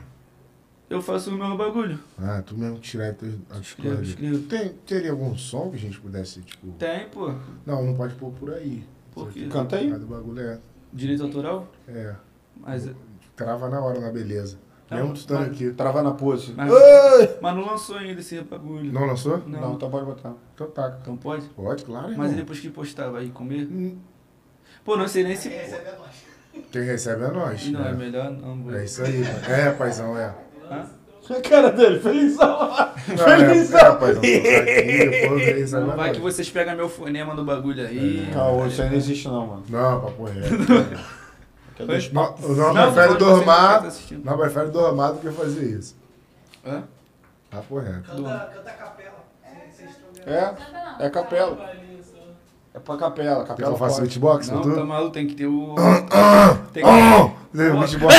Speaker 3: Eu faço os meus bagulho.
Speaker 1: Ah, tu mesmo tirar as tuas- as
Speaker 3: Escrevo,
Speaker 1: coisas.
Speaker 3: escrevo.
Speaker 1: Tem, teria algum som que a gente pudesse, tipo.
Speaker 3: Tem, pô.
Speaker 1: Não, não pode pôr por aí.
Speaker 3: Por quê?
Speaker 2: Canta aí.
Speaker 1: Ah, do bagulho é.
Speaker 3: Direito autoral?
Speaker 1: É.
Speaker 3: Mas,
Speaker 1: Trava na hora na beleza.
Speaker 3: Não,
Speaker 1: mesmo tu estando
Speaker 3: mas-
Speaker 1: aqui.
Speaker 2: Trava na pose.
Speaker 3: Mas-
Speaker 2: Ei!
Speaker 3: mas não lançou ainda esse bagulho.
Speaker 1: Não lançou?
Speaker 3: Não.
Speaker 2: Não, então pode botar.
Speaker 1: Então taca.
Speaker 3: Então pode?
Speaker 1: Pode, claro, irmão.
Speaker 3: Mas e depois que postar, vai comer? Pô, não sei nem se.
Speaker 1: Quem recebe é nós.
Speaker 3: Não, é
Speaker 1: né?
Speaker 3: melhor não,
Speaker 1: é.
Speaker 3: boi.
Speaker 1: isso aí, mano. É, paizão,
Speaker 3: [laughs]
Speaker 1: é.
Speaker 2: A cara dele, felizão.
Speaker 1: Não, é,
Speaker 2: Felizão.
Speaker 1: é, paizão. Aqui, pô,
Speaker 3: [laughs]
Speaker 1: quem recebe é
Speaker 3: Vai que
Speaker 1: nós.
Speaker 3: vocês pegam meu fonema do bagulho aí.
Speaker 2: Caô, isso aí não existe não, mano.
Speaker 1: Não, papo
Speaker 3: [laughs]
Speaker 1: reto.
Speaker 2: Quer dois
Speaker 1: Nó-
Speaker 2: papos?
Speaker 1: Nós
Speaker 3: Não,
Speaker 1: prefere
Speaker 3: pode, você não
Speaker 1: dormar.
Speaker 3: tá assistindo.
Speaker 1: Nós prefere dormar do que fazer isso.
Speaker 3: Hã?
Speaker 1: Papo reto.
Speaker 3: Do-
Speaker 2: É,
Speaker 5: Canta não.
Speaker 2: é capela.
Speaker 4: Balinha só.
Speaker 2: É pra
Speaker 1: Quer
Speaker 2: capela,
Speaker 1: que eu
Speaker 2: capela
Speaker 1: faça
Speaker 2: pode.
Speaker 1: beatbox com
Speaker 3: Não,
Speaker 1: tu?
Speaker 3: tá maluco, tem que ter o. Tem que,
Speaker 1: Ah! Beatbox.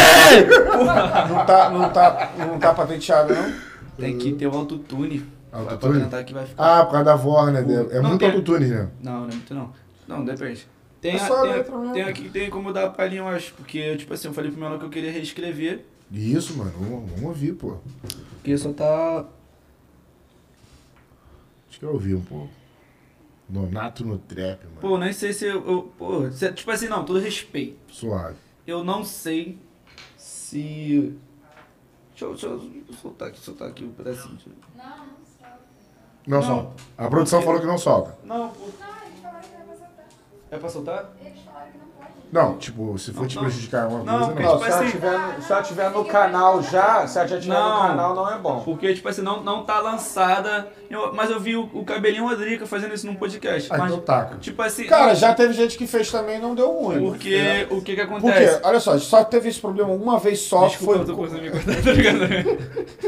Speaker 2: Não tá, não tá, não tá patenteado não?
Speaker 3: tem que ter o autotune. Vai pra
Speaker 1: Autotune?
Speaker 3: cantar que vai ficar.
Speaker 1: Ah, por causa da voz, né? Débora? É
Speaker 3: Não,
Speaker 1: muito
Speaker 3: tem-
Speaker 1: autotune, né?
Speaker 3: Não, não é muito não. Não, depende. Tem,
Speaker 2: É
Speaker 3: a-
Speaker 2: só a
Speaker 3: tem, a-
Speaker 2: letra mesmo.
Speaker 3: tem aqui que tem como dar a palhinha, eu acho. Porque, tipo assim, eu falei pro meu aluno que eu queria reescrever.
Speaker 1: Isso, mano. Vamos, vamos ouvir, pô.
Speaker 3: Porque só tá.
Speaker 1: Acho que eu ouvi um pouco. Nonato no trap, mano.
Speaker 3: Pô, nem sei se eu. eu- pô, se- tipo assim, não, todo respeito.
Speaker 1: Suave.
Speaker 3: Eu não sei se. Deixa eu, deixa eu soltar aqui, soltar aqui um pedacinho.
Speaker 5: Não, não solta.
Speaker 1: Não,
Speaker 3: Não.
Speaker 1: solta. A produção falou que não solta.
Speaker 3: Não, pô.
Speaker 5: Não, eles falaram que não vai soltar.
Speaker 3: É pra soltar?
Speaker 5: Eles falaram que não pode.
Speaker 1: Não, tipo, se for
Speaker 3: Não,
Speaker 1: te
Speaker 3: não.
Speaker 1: prejudicar uma
Speaker 3: Não,
Speaker 1: coisa,
Speaker 3: porque,
Speaker 1: não.
Speaker 2: Não,
Speaker 3: tipo
Speaker 2: se ela,
Speaker 3: assim-
Speaker 2: tiver, se ela tiver no canal já, se ela já tiver
Speaker 3: Não.
Speaker 2: no canal, não é bom.
Speaker 3: Porque, tipo assim, não, não tá lançada. Eu- mas eu vi o, o Cabelinho Rodrigo fazendo isso num podcast.
Speaker 1: Ah,
Speaker 3: mas,
Speaker 1: então taca.
Speaker 3: tipo assim.
Speaker 2: Cara, já teve gente que fez também e não deu ruim.
Speaker 1: É.
Speaker 3: Porque o
Speaker 2: Por
Speaker 3: que que
Speaker 2: quê?
Speaker 1: Ah,
Speaker 3: acontece?
Speaker 2: Olha só, só teve esse problema uma vez só, que
Speaker 3: Desculpa,
Speaker 2: foi...
Speaker 3: eu tô começando a me cortar, [laughs] tá ligado?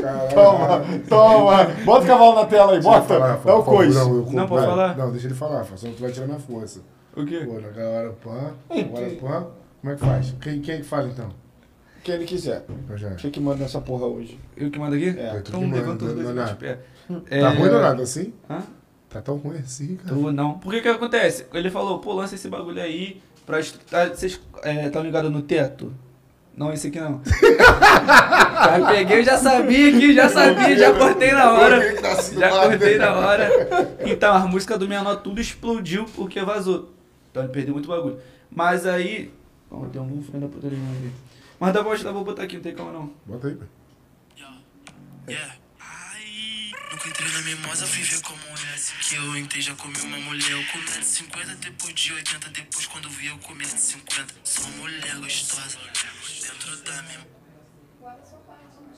Speaker 1: Caralho.
Speaker 2: Toma, toma. Bota o cavalo na tela aí,
Speaker 1: Deixa ele
Speaker 2: bota.
Speaker 1: falar,
Speaker 2: Dá o
Speaker 1: por favor,
Speaker 2: coice.
Speaker 1: eu
Speaker 3: Não,
Speaker 1: compro-
Speaker 3: pode falar?
Speaker 1: Não, deixa ele falar, fa- senão tu vai tirar minha força.
Speaker 3: O quê?
Speaker 1: Pô, naquela hora pã, agora pã. Como é que faz? Quem, quem é que fala então?
Speaker 2: Quem ele quiser.
Speaker 1: Eu já.
Speaker 2: Você que manda nessa porra hoje.
Speaker 3: Eu que mando aqui?
Speaker 2: É,
Speaker 1: tu que
Speaker 3: então
Speaker 1: manda,
Speaker 3: levanta os dois
Speaker 1: não é
Speaker 3: de
Speaker 1: nada.
Speaker 3: pé.
Speaker 1: Tá ruim ou nada assim?
Speaker 3: É, Hã?
Speaker 1: Tá tão ruim assim, cara.
Speaker 3: Então, não. Por que que acontece? Ele falou, pô, lança esse bagulho aí pra... est- Tá, vocês é, tá ligado no teto? Não, esse aqui não. [laughs] já peguei, já sabia que já sabia, já cortei na hora.
Speaker 2: tá assim
Speaker 3: Já cortei na hora. Então, a música do Menor tudo explodiu porque vazou. Então ele perdeu muito bagulho. Mas aí... Ó, tem um filho da puta ali, vamos ver. Mas tá dá pra vou botar aqui, não tem calma não.
Speaker 1: Bota aí, velho.
Speaker 6: Yeah. Ai, nunca entrei na mimosa, fui ver como é assim que eu entrei. Já comi uma mulher, eu comi de 50, depois de 80, depois quando vi eu comi de 50. Sou mulher gostosa, dentro da mim.
Speaker 5: Guarda a sua parte. né?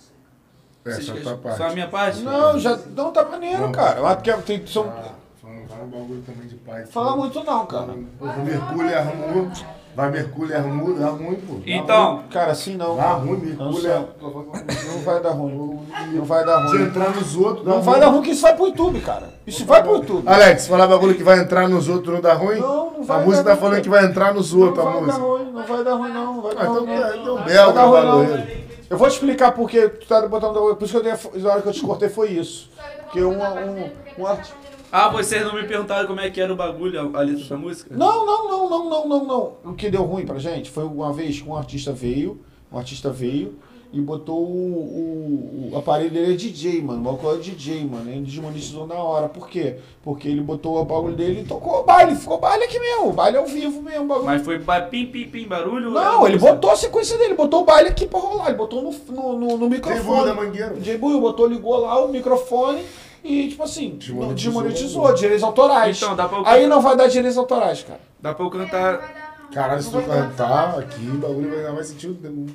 Speaker 1: É,
Speaker 3: Vocês
Speaker 1: só a tua
Speaker 3: querem-
Speaker 1: parte.
Speaker 3: Só a minha parte?
Speaker 2: Não, já não tá maneiro,
Speaker 1: Não.
Speaker 2: cara. Mas porque tem, são,
Speaker 1: Ah, falando vários bagulho também de pai.
Speaker 2: Fala muito não, cara.
Speaker 1: Vai Mercúrio e arrumou. Vai Mercúrio e arrumou, dá ruim, pô.
Speaker 3: Então,
Speaker 2: Cara, assim não.
Speaker 1: Dá ruim,
Speaker 2: Não,
Speaker 1: Mercúrio
Speaker 2: só-
Speaker 1: é...
Speaker 2: não vai dar ruim. Não vai dar
Speaker 1: Se
Speaker 2: ruim.
Speaker 1: entrar nos outros, dá
Speaker 2: Não vai dar ruim que isso vai pro YouTube, cara. Isso vai pro YouTube.
Speaker 1: Alex, falar bagulho que vai entrar nos outros não dá ruim?
Speaker 2: Não, não vai
Speaker 1: A música
Speaker 2: dar
Speaker 1: tá
Speaker 2: ruim.
Speaker 1: falando que vai entrar nos
Speaker 2: Não
Speaker 1: outros, a
Speaker 2: vai dar
Speaker 1: música.
Speaker 2: ruim, não vai dar ruim não. Não vai
Speaker 1: tá Ah,
Speaker 2: dar
Speaker 1: então
Speaker 2: ruim não.
Speaker 1: deu um
Speaker 2: Vai
Speaker 1: belo
Speaker 2: dar ruim, não.
Speaker 1: valor.
Speaker 2: Eu vou te explicar porque tu tá botando... Por isso que eu dei... a- Na hora que eu te cortei foi isso.
Speaker 5: Só eu
Speaker 2: Porque
Speaker 5: não
Speaker 2: um-
Speaker 5: vou soltar a parte
Speaker 2: um-
Speaker 5: dele, porque tá
Speaker 2: um
Speaker 5: eu
Speaker 2: arti-
Speaker 5: tava fazendo-
Speaker 3: Ah, vocês não me perguntaram como é que era o bagulho, a, a letra da música?
Speaker 2: Não, não, não, não, não, não, não. O que deu ruim pra gente foi uma vez que um artista veio, um artista veio e botou o, o- o aparelho, ele é DJ, mano. O balcão é DJ, mano. Ele desmonetizou na hora. Por quê? Porque ele botou o bagulho dele e tocou o baile, ficou baile aqui mesmo. O baile ao vivo mesmo, o bagulho.
Speaker 3: Mas foi ba- pim, pim, pim, barulho?
Speaker 2: Não, ele botou a sequência dele, botou o baile aqui pra rolar, ele botou no, no, no, no
Speaker 1: Tem voo da
Speaker 2: microfone.
Speaker 1: mangueira.
Speaker 2: J. Bull botou, ligou lá o microfone e, tipo assim, não
Speaker 1: Desmonetizou.
Speaker 2: desmonetizou, direitos autorais.
Speaker 3: Então, dá pra eu-
Speaker 2: Aí não vai dar direitos autorais, cara.
Speaker 3: Dá pra eu
Speaker 5: É, não
Speaker 3: cantar.
Speaker 5: vai dar, não.
Speaker 1: Caralho, se
Speaker 5: Não
Speaker 1: tu
Speaker 5: vai dar, não vai
Speaker 1: cantar
Speaker 5: dar.
Speaker 1: aqui, né? o bagulho vai dar mais sentido o,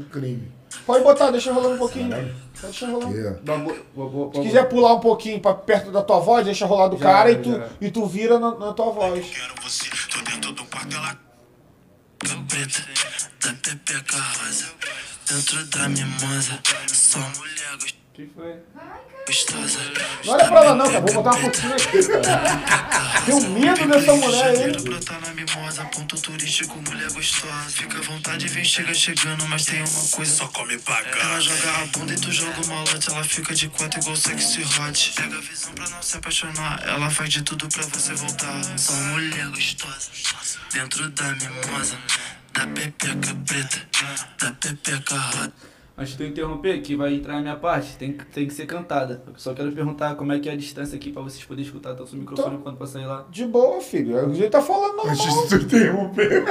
Speaker 1: o- o crime.
Speaker 2: Pode botar, deixa rolando um pouquinho. Deixa rolando.
Speaker 1: Que-
Speaker 3: Dá uma bo- bo- bo-
Speaker 2: Se quiser pular um pouquinho pra perto da tua voz, deixa rolar do
Speaker 3: Já
Speaker 2: cara
Speaker 3: era,
Speaker 2: e, tu,
Speaker 3: já era.
Speaker 2: e tu vira na, na tua voz.
Speaker 6: Quero você, tô dentro do quarto, ela. Fica preta, da pepeca rosa. Dentro da mimosa, só mulher
Speaker 3: Que foi?
Speaker 6: gostosa.
Speaker 2: Não olha pra lá não, cara. Vou botar uma cortina aqui, cara. Tenho um medo dessa mulher aí.
Speaker 6: Janeiro, brota na mimosa, ponto turístico, mulher gostosa. Fica à vontade, vem, chega chegando, mas tem uma coisa. Só come pagar. Ela joga a bunda e tu joga o malote. Ela fica de quatro igual sexy hot. Pega a visão pra não se apaixonar. Ela faz de tudo pra você voltar. Só mulher gostosa, dentro da mimosa. Da pepeca preta, da pepeca rota.
Speaker 3: Antes de eu interromper, que vai entrar a minha parte, tem, que- tem que ser cantada. Eu só quero perguntar como é que é a distância aqui pra vocês poderem escutar tanto o microfone quando passar lá.
Speaker 2: De boa, filho. O jeito tá falando
Speaker 1: Antes
Speaker 2: normal.
Speaker 1: de tu interromper.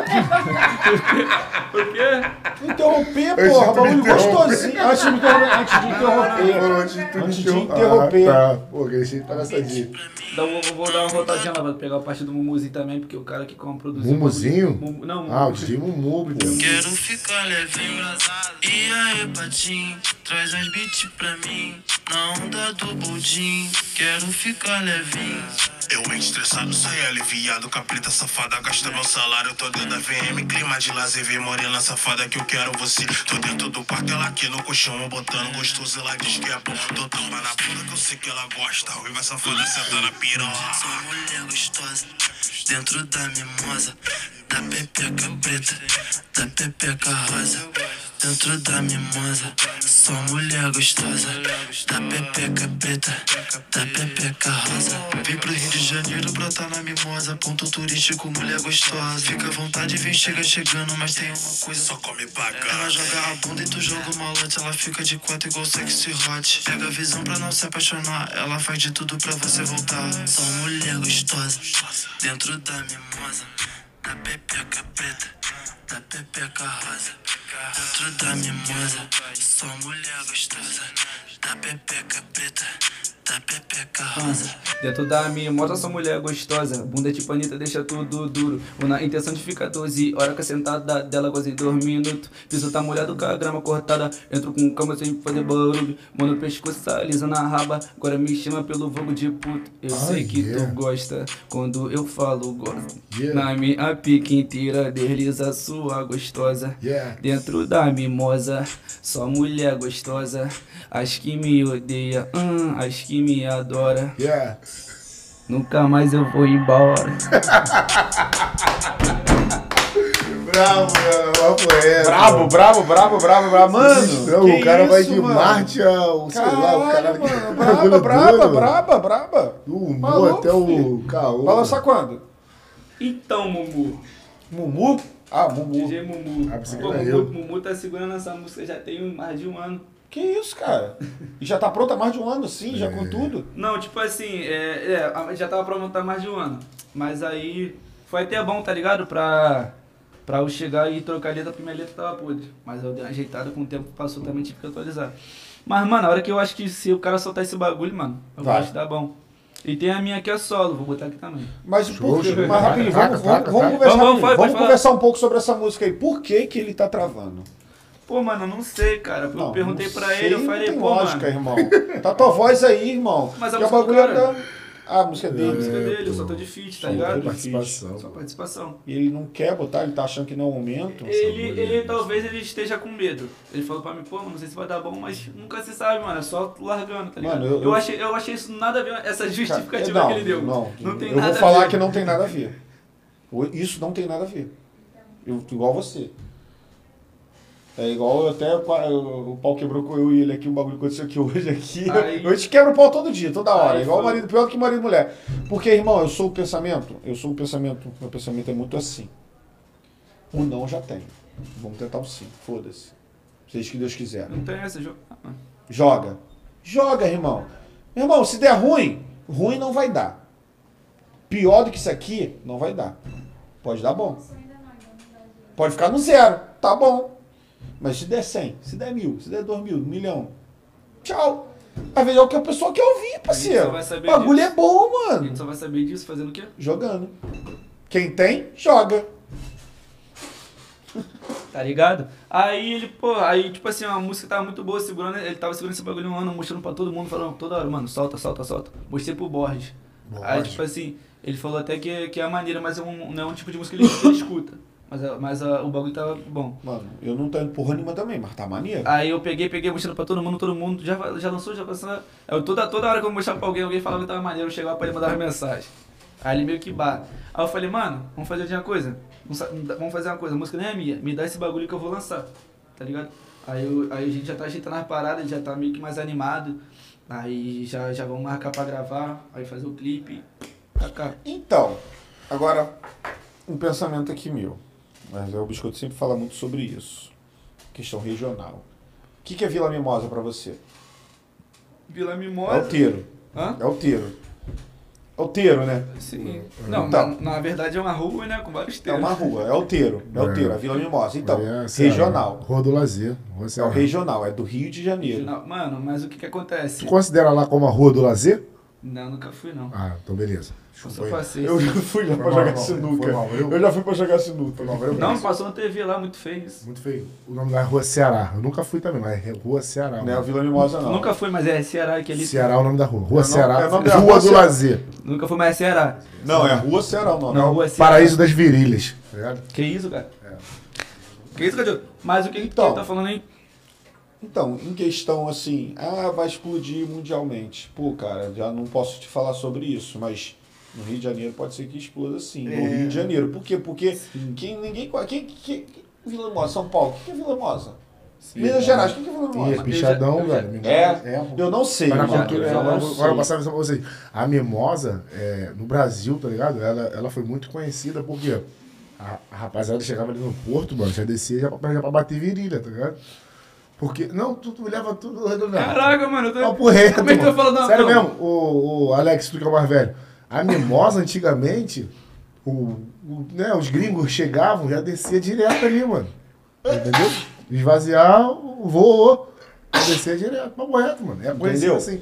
Speaker 3: Por quê?
Speaker 2: Interromper,
Speaker 1: Antes de
Speaker 2: porra.
Speaker 1: tu me
Speaker 2: Bagulho
Speaker 1: interromper.
Speaker 2: gostoinho. Antes de me interromper. Antes de Ah,
Speaker 1: Falou
Speaker 2: interromper.
Speaker 1: antes de tu
Speaker 2: Antes de
Speaker 1: interrom-
Speaker 2: interromper.
Speaker 1: Ah, tá. Pô, deixei pra essa dica.
Speaker 3: Dá um- eu vou dar uma voltadinha lá pra pegar a parte do Mumuzinho também, porque o cara que como produziu.
Speaker 1: Mumuzinho?
Speaker 3: Mumu- não,
Speaker 1: Ah, o Didi Mumu, pô.
Speaker 6: Quero ficar levinho, e aí patim, traz uns beats pra mim, na onda do budim, quero ficar levinho. Eu entro estressado, saio aliviado, caprita safada, gasta meu salário, tô dentro da VM, clima de lazer, vem morena safada que eu quero você, tô dentro do quarto, ela aqui no colchão, botando gostoso, ela diz que é bom, tô tamba na bunda que eu sei que ela gosta, ruiva safada senta na piroca. Sou mulher gostosa, dentro da mimosa, da pepeca preta, da pepeca rosa. Dentro da mimosa, sou mulher gostosa. Da pepeca preta, da pepeca rosa. Vem pro Rio de Janeiro brotar na mimosa. Ponto turístico, mulher gostosa. Fica à vontade, vem, chega chegando, mas tem uma coisa. Só come pagar. Ela joga a bunda e tu joga o malote. Ela fica de quatro igual sexy hot. Pega a visão pra não se apaixonar. Ela faz de tudo pra você voltar. Sou mulher gostosa. Dentro da mimosa. Da pepeca preta, da pepeca rosa, dentro da mimosa, sou mulher gostosa. Da pepeca preta, da pepeca rosa.
Speaker 3: Dentro da mimosa, sou mulher gostosa. Bunda de panita deixa tudo duro. Ou na intenção de ficar 12 horas que a sentada dela gozei dois minutos. Piso tá molhado com a grama cortada. Entro com cama sem fazer barulho. Mano, o pescoço tá alisando a raba. Agora me chama pelo vulgo de puto. Eu
Speaker 1: Ah,
Speaker 3: sei que
Speaker 1: yeah.
Speaker 3: tu gosta quando eu falo gosto.
Speaker 1: Yeah.
Speaker 3: Na minha pique inteira, desliza sua gostosa.
Speaker 1: Yeah.
Speaker 3: Dentro da mimosa, só mulher gostosa. As que me odeia, hum, as que me adora.
Speaker 1: Yeah.
Speaker 3: Nunca mais eu vou embora.
Speaker 1: Bravo, mano. Papo reto.
Speaker 2: Brabo, brabo, brabo, brabo, brabo.
Speaker 1: é. Não,
Speaker 2: Mano,
Speaker 1: o
Speaker 2: que
Speaker 1: cara vai
Speaker 2: isso,
Speaker 1: de
Speaker 2: mano?
Speaker 1: Marte ao, sei lá, o cara...
Speaker 2: Caralho,
Speaker 1: [laughs]
Speaker 2: mano.
Speaker 1: Bagulho
Speaker 2: Braba,
Speaker 1: doido,
Speaker 2: braba,
Speaker 1: mano.
Speaker 2: braba, braba.
Speaker 1: Do humor
Speaker 2: Maluco,
Speaker 1: até o
Speaker 2: filho.
Speaker 1: caô.
Speaker 2: Vai lançar quando?
Speaker 3: Então, Mumu,
Speaker 2: Mumu? Ah, Mumu.
Speaker 3: DJ Mumu.
Speaker 1: Ah, pensei que
Speaker 3: Pô,
Speaker 2: é
Speaker 1: era
Speaker 3: Mumu,
Speaker 1: eu.
Speaker 3: Mumu tá segurando essa música já tem um- mais de um ano.
Speaker 2: Que isso, cara? E já tá pronta há mais de um ano, sim, já
Speaker 1: É.
Speaker 2: com tudo.
Speaker 3: Não, tipo assim, é, é, a- já tava pra montar mais de um ano. Mas aí foi até bom, tá ligado? Pra, pra eu chegar e trocar a letra, porque minha letra tava podre. Mas eu dei uma ajeitada com o tempo que passou também, tive que atualizar. Mas, mano, a hora que eu acho que se o cara soltar esse bagulho, mano, eu
Speaker 2: Vai.
Speaker 3: acho que dá bom. E tem a minha que é solo, vou botar aqui também.
Speaker 2: Mas, por quê?
Speaker 1: show.
Speaker 2: Mas rapidinho,
Speaker 1: Taca,
Speaker 2: vamos, vamos,
Speaker 1: taca,
Speaker 2: vamos
Speaker 1: taca.
Speaker 2: conversar,
Speaker 3: Vamos, vamos,
Speaker 2: rapidinho.
Speaker 3: vai,
Speaker 2: vamos
Speaker 3: vai,
Speaker 2: conversar um pouco sobre essa música aí. Por que que ele tá travando?
Speaker 3: Pô, mano, eu não sei, cara. Eu
Speaker 2: Não,
Speaker 3: perguntei
Speaker 2: não
Speaker 3: pra
Speaker 2: sei,
Speaker 3: ele, eu
Speaker 2: não
Speaker 3: falei,
Speaker 2: tem
Speaker 3: pô,
Speaker 2: lógica,
Speaker 3: mano.
Speaker 2: irmão. Tá tua voz aí, irmão.
Speaker 3: Mas a
Speaker 2: Que
Speaker 3: música do
Speaker 2: bagulho é
Speaker 3: cara.
Speaker 2: da- Ah, a música é
Speaker 3: A música
Speaker 2: dele.
Speaker 3: dele, eu só tô de feat,
Speaker 2: Só
Speaker 3: tá ligado?
Speaker 2: tô de feat.
Speaker 1: Participação.
Speaker 3: Só participação.
Speaker 2: E ele não quer botar, ele tá achando que não aumenta.
Speaker 3: Ele, ele talvez ele esteja com medo. Ele falou pra mim, pô, mano, não sei se vai dar bom, mas nunca se sabe, mano. É só largando, tá ligado?
Speaker 2: Mano,
Speaker 3: eu,
Speaker 2: eu- eu-
Speaker 3: achei, eu achei isso nada a ver, essa
Speaker 2: Cara,
Speaker 3: justificativa que ele deu.
Speaker 2: Não,
Speaker 3: tem
Speaker 2: eu
Speaker 3: nada
Speaker 2: vou falar
Speaker 3: a ver.
Speaker 2: que não tem nada a ver. O- Isso não tem nada a ver. Eu, igual você. É igual eu até pa- eu- o pau quebrou com eu e ele aqui, um bagulho aconteceu aqui hoje aqui.
Speaker 3: Aí-
Speaker 2: Eu te quebro o pau todo dia, toda hora.
Speaker 3: Aí
Speaker 2: igual o
Speaker 3: foi.
Speaker 2: marido, pior que marido e mulher. Porque, irmão, eu sou o pensamento, eu sou o pensamento, meu pensamento é muito assim. O não já tem. Vamos tentar o sim, foda-se. Seja o que Deus quiser.
Speaker 3: Não tem essa, Ah, jogo.
Speaker 2: Joga. Joga, irmão. Meu irmão, se der ruim, ruim não vai dar. Pior do que isso aqui, não vai dar. Pode dar bom. Pode ficar no zero. Tá bom. Mas se der 100, se der mil, se der dois mil, um milhão. Tchau. Às vezes é o que a pessoa quer ouvir, parceiro.
Speaker 3: só vai saber
Speaker 2: bagulho
Speaker 3: disso. Então-
Speaker 2: é bom,
Speaker 3: A
Speaker 2: mano.
Speaker 3: gente só vai saber disso fazendo o quê?
Speaker 2: Jogando. Quem tem, joga.
Speaker 3: Tá ligado? Aí ele, pô, aí tipo assim, a música tava muito boa, segurando, ele tava segurando esse bagulho um ano, mostrando pra todo mundo, falando toda hora, mano, solta, solta, solta. Mostrei pro Borges. Aí tipo assim, ele falou até que, que é a maneira, mas é um, não é um tipo de música que ele, que ele escuta. Mas, a- mas a- o bagulho tava bom.
Speaker 2: Mano, eu não tô indo porra nenhuma também, mas tá maneiro.
Speaker 3: Aí eu peguei, peguei, mostrando pra todo mundo, todo mundo, já, já lançou, já passou. Eu, toda, toda hora que eu mostrava pra alguém, alguém falava que tava maneiro, eu chegava pra ele mandar uma mensagem. Aí ele meio que bate. Aí eu falei, mano, vamos fazer uma coisa. Vamos sa- Vamos fazer uma coisa, a música nem é minha, me dá esse bagulho que eu vou lançar, tá ligado? Aí, eu- aí a gente já tá ajeitando as paradas, ele já tá meio que mais animado. Aí já, já vamos marcar pra gravar, aí fazer o clipe. Cacá.
Speaker 2: Então, agora, um pensamento aqui meu. Mas é, o Biscoito sempre fala muito sobre isso. Questão regional. O que, que é Vila Mimosa pra você?
Speaker 3: Vila
Speaker 2: É o
Speaker 3: Mimosa.
Speaker 2: Teiro.
Speaker 3: Hã?
Speaker 2: É o Teiro. É o Teiro, né?
Speaker 3: Sim. Não,
Speaker 2: Então.
Speaker 3: na, na verdade é uma rua, né? Com vários
Speaker 2: É
Speaker 3: termos.
Speaker 2: uma rua, é o Teiro. É o
Speaker 1: É.
Speaker 2: Teiro, a Vila Mimosa. Então,
Speaker 1: Aí é, sei lá,
Speaker 2: regional.
Speaker 1: Rua do Lazer. Rua
Speaker 2: É o
Speaker 1: Serra.
Speaker 2: regional, é do Rio de Janeiro.
Speaker 3: Não, Mano, mas o que que acontece?
Speaker 1: Tu considera lá como a Rua do Lazer?
Speaker 3: Não, nunca fui não.
Speaker 1: Ah, então beleza.
Speaker 3: Eu só passei.
Speaker 2: Eu já fui
Speaker 1: Foi
Speaker 2: lá pra
Speaker 1: mal,
Speaker 2: jogar
Speaker 1: mal.
Speaker 2: sinuca.
Speaker 1: Foi mal, eu-
Speaker 2: Eu já fui pra jogar sinuca.
Speaker 3: Não, passou na TV lá, muito feio isso.
Speaker 1: Muito feio. O nome lá é Rua Ceará. Eu nunca fui também, mas é Rua Ceará.
Speaker 2: Não é o
Speaker 1: mano.
Speaker 2: Vila Mimosa, não.
Speaker 3: Nunca fui, mas é Ceará aquele.
Speaker 1: Ceará é o nome da rua. Rua
Speaker 2: É o nome-
Speaker 1: Ceará.
Speaker 2: é o nome da
Speaker 1: Rua
Speaker 2: rua
Speaker 1: do
Speaker 2: Ceará.
Speaker 1: Lazer.
Speaker 3: Nunca fui, mas é Ceará.
Speaker 2: Não, é Rua Ceará o nome.
Speaker 3: Não, rua é Ceará.
Speaker 1: Paraíso das Virilhas. tá ligado?
Speaker 3: Que isso, cara?
Speaker 1: É.
Speaker 3: Que isso, cara? Mas o que que tu
Speaker 2: Então.
Speaker 3: tá falando aí?
Speaker 2: Então, em questão assim, ah, vai explodir mundialmente. Pô, cara, já não posso te falar sobre isso, mas no Rio de Janeiro pode ser que exploda sim. No
Speaker 1: É.
Speaker 2: Rio de Janeiro. Por quê? Porque quem, ninguém. co- Quem, quem, quem- Vila Mimosa, São Paulo, o que é Vila Mimosa? Minas Gerais, o que é Vila
Speaker 1: Ih,
Speaker 2: Mimosa?
Speaker 1: bichadão,
Speaker 3: eu já-
Speaker 1: velho.
Speaker 2: É,
Speaker 1: é
Speaker 2: eu não sei.
Speaker 1: Vai na
Speaker 2: mano,
Speaker 1: cultura,
Speaker 2: eu
Speaker 1: ela-
Speaker 2: não
Speaker 1: agora eu vou
Speaker 2: sei.
Speaker 1: passar a visão pra vocês. A mimosa, é, no Brasil, tá ligado? Ela, ela foi muito conhecida porque a, a rapaziada chegava ali no porto, mano, já descia já pra, já pra bater virilha, tá ligado? Porque, não, tu, tu leva tudo redondado.
Speaker 3: Caraca, mano, eu tô.
Speaker 1: Papo reto,
Speaker 3: Como é que tu
Speaker 1: Tá um mano.
Speaker 3: falando da-
Speaker 1: Sério
Speaker 3: não.
Speaker 1: mesmo, o, o Alex, tu que é o mais velho. A mimosa, antigamente, o, o- né, os gringos chegavam, já descia direto ali, mano. Entendeu? Esvaziar, voou. Já descia direto. Papo reto, mano. É conhecido
Speaker 2: Entendeu?
Speaker 1: assim.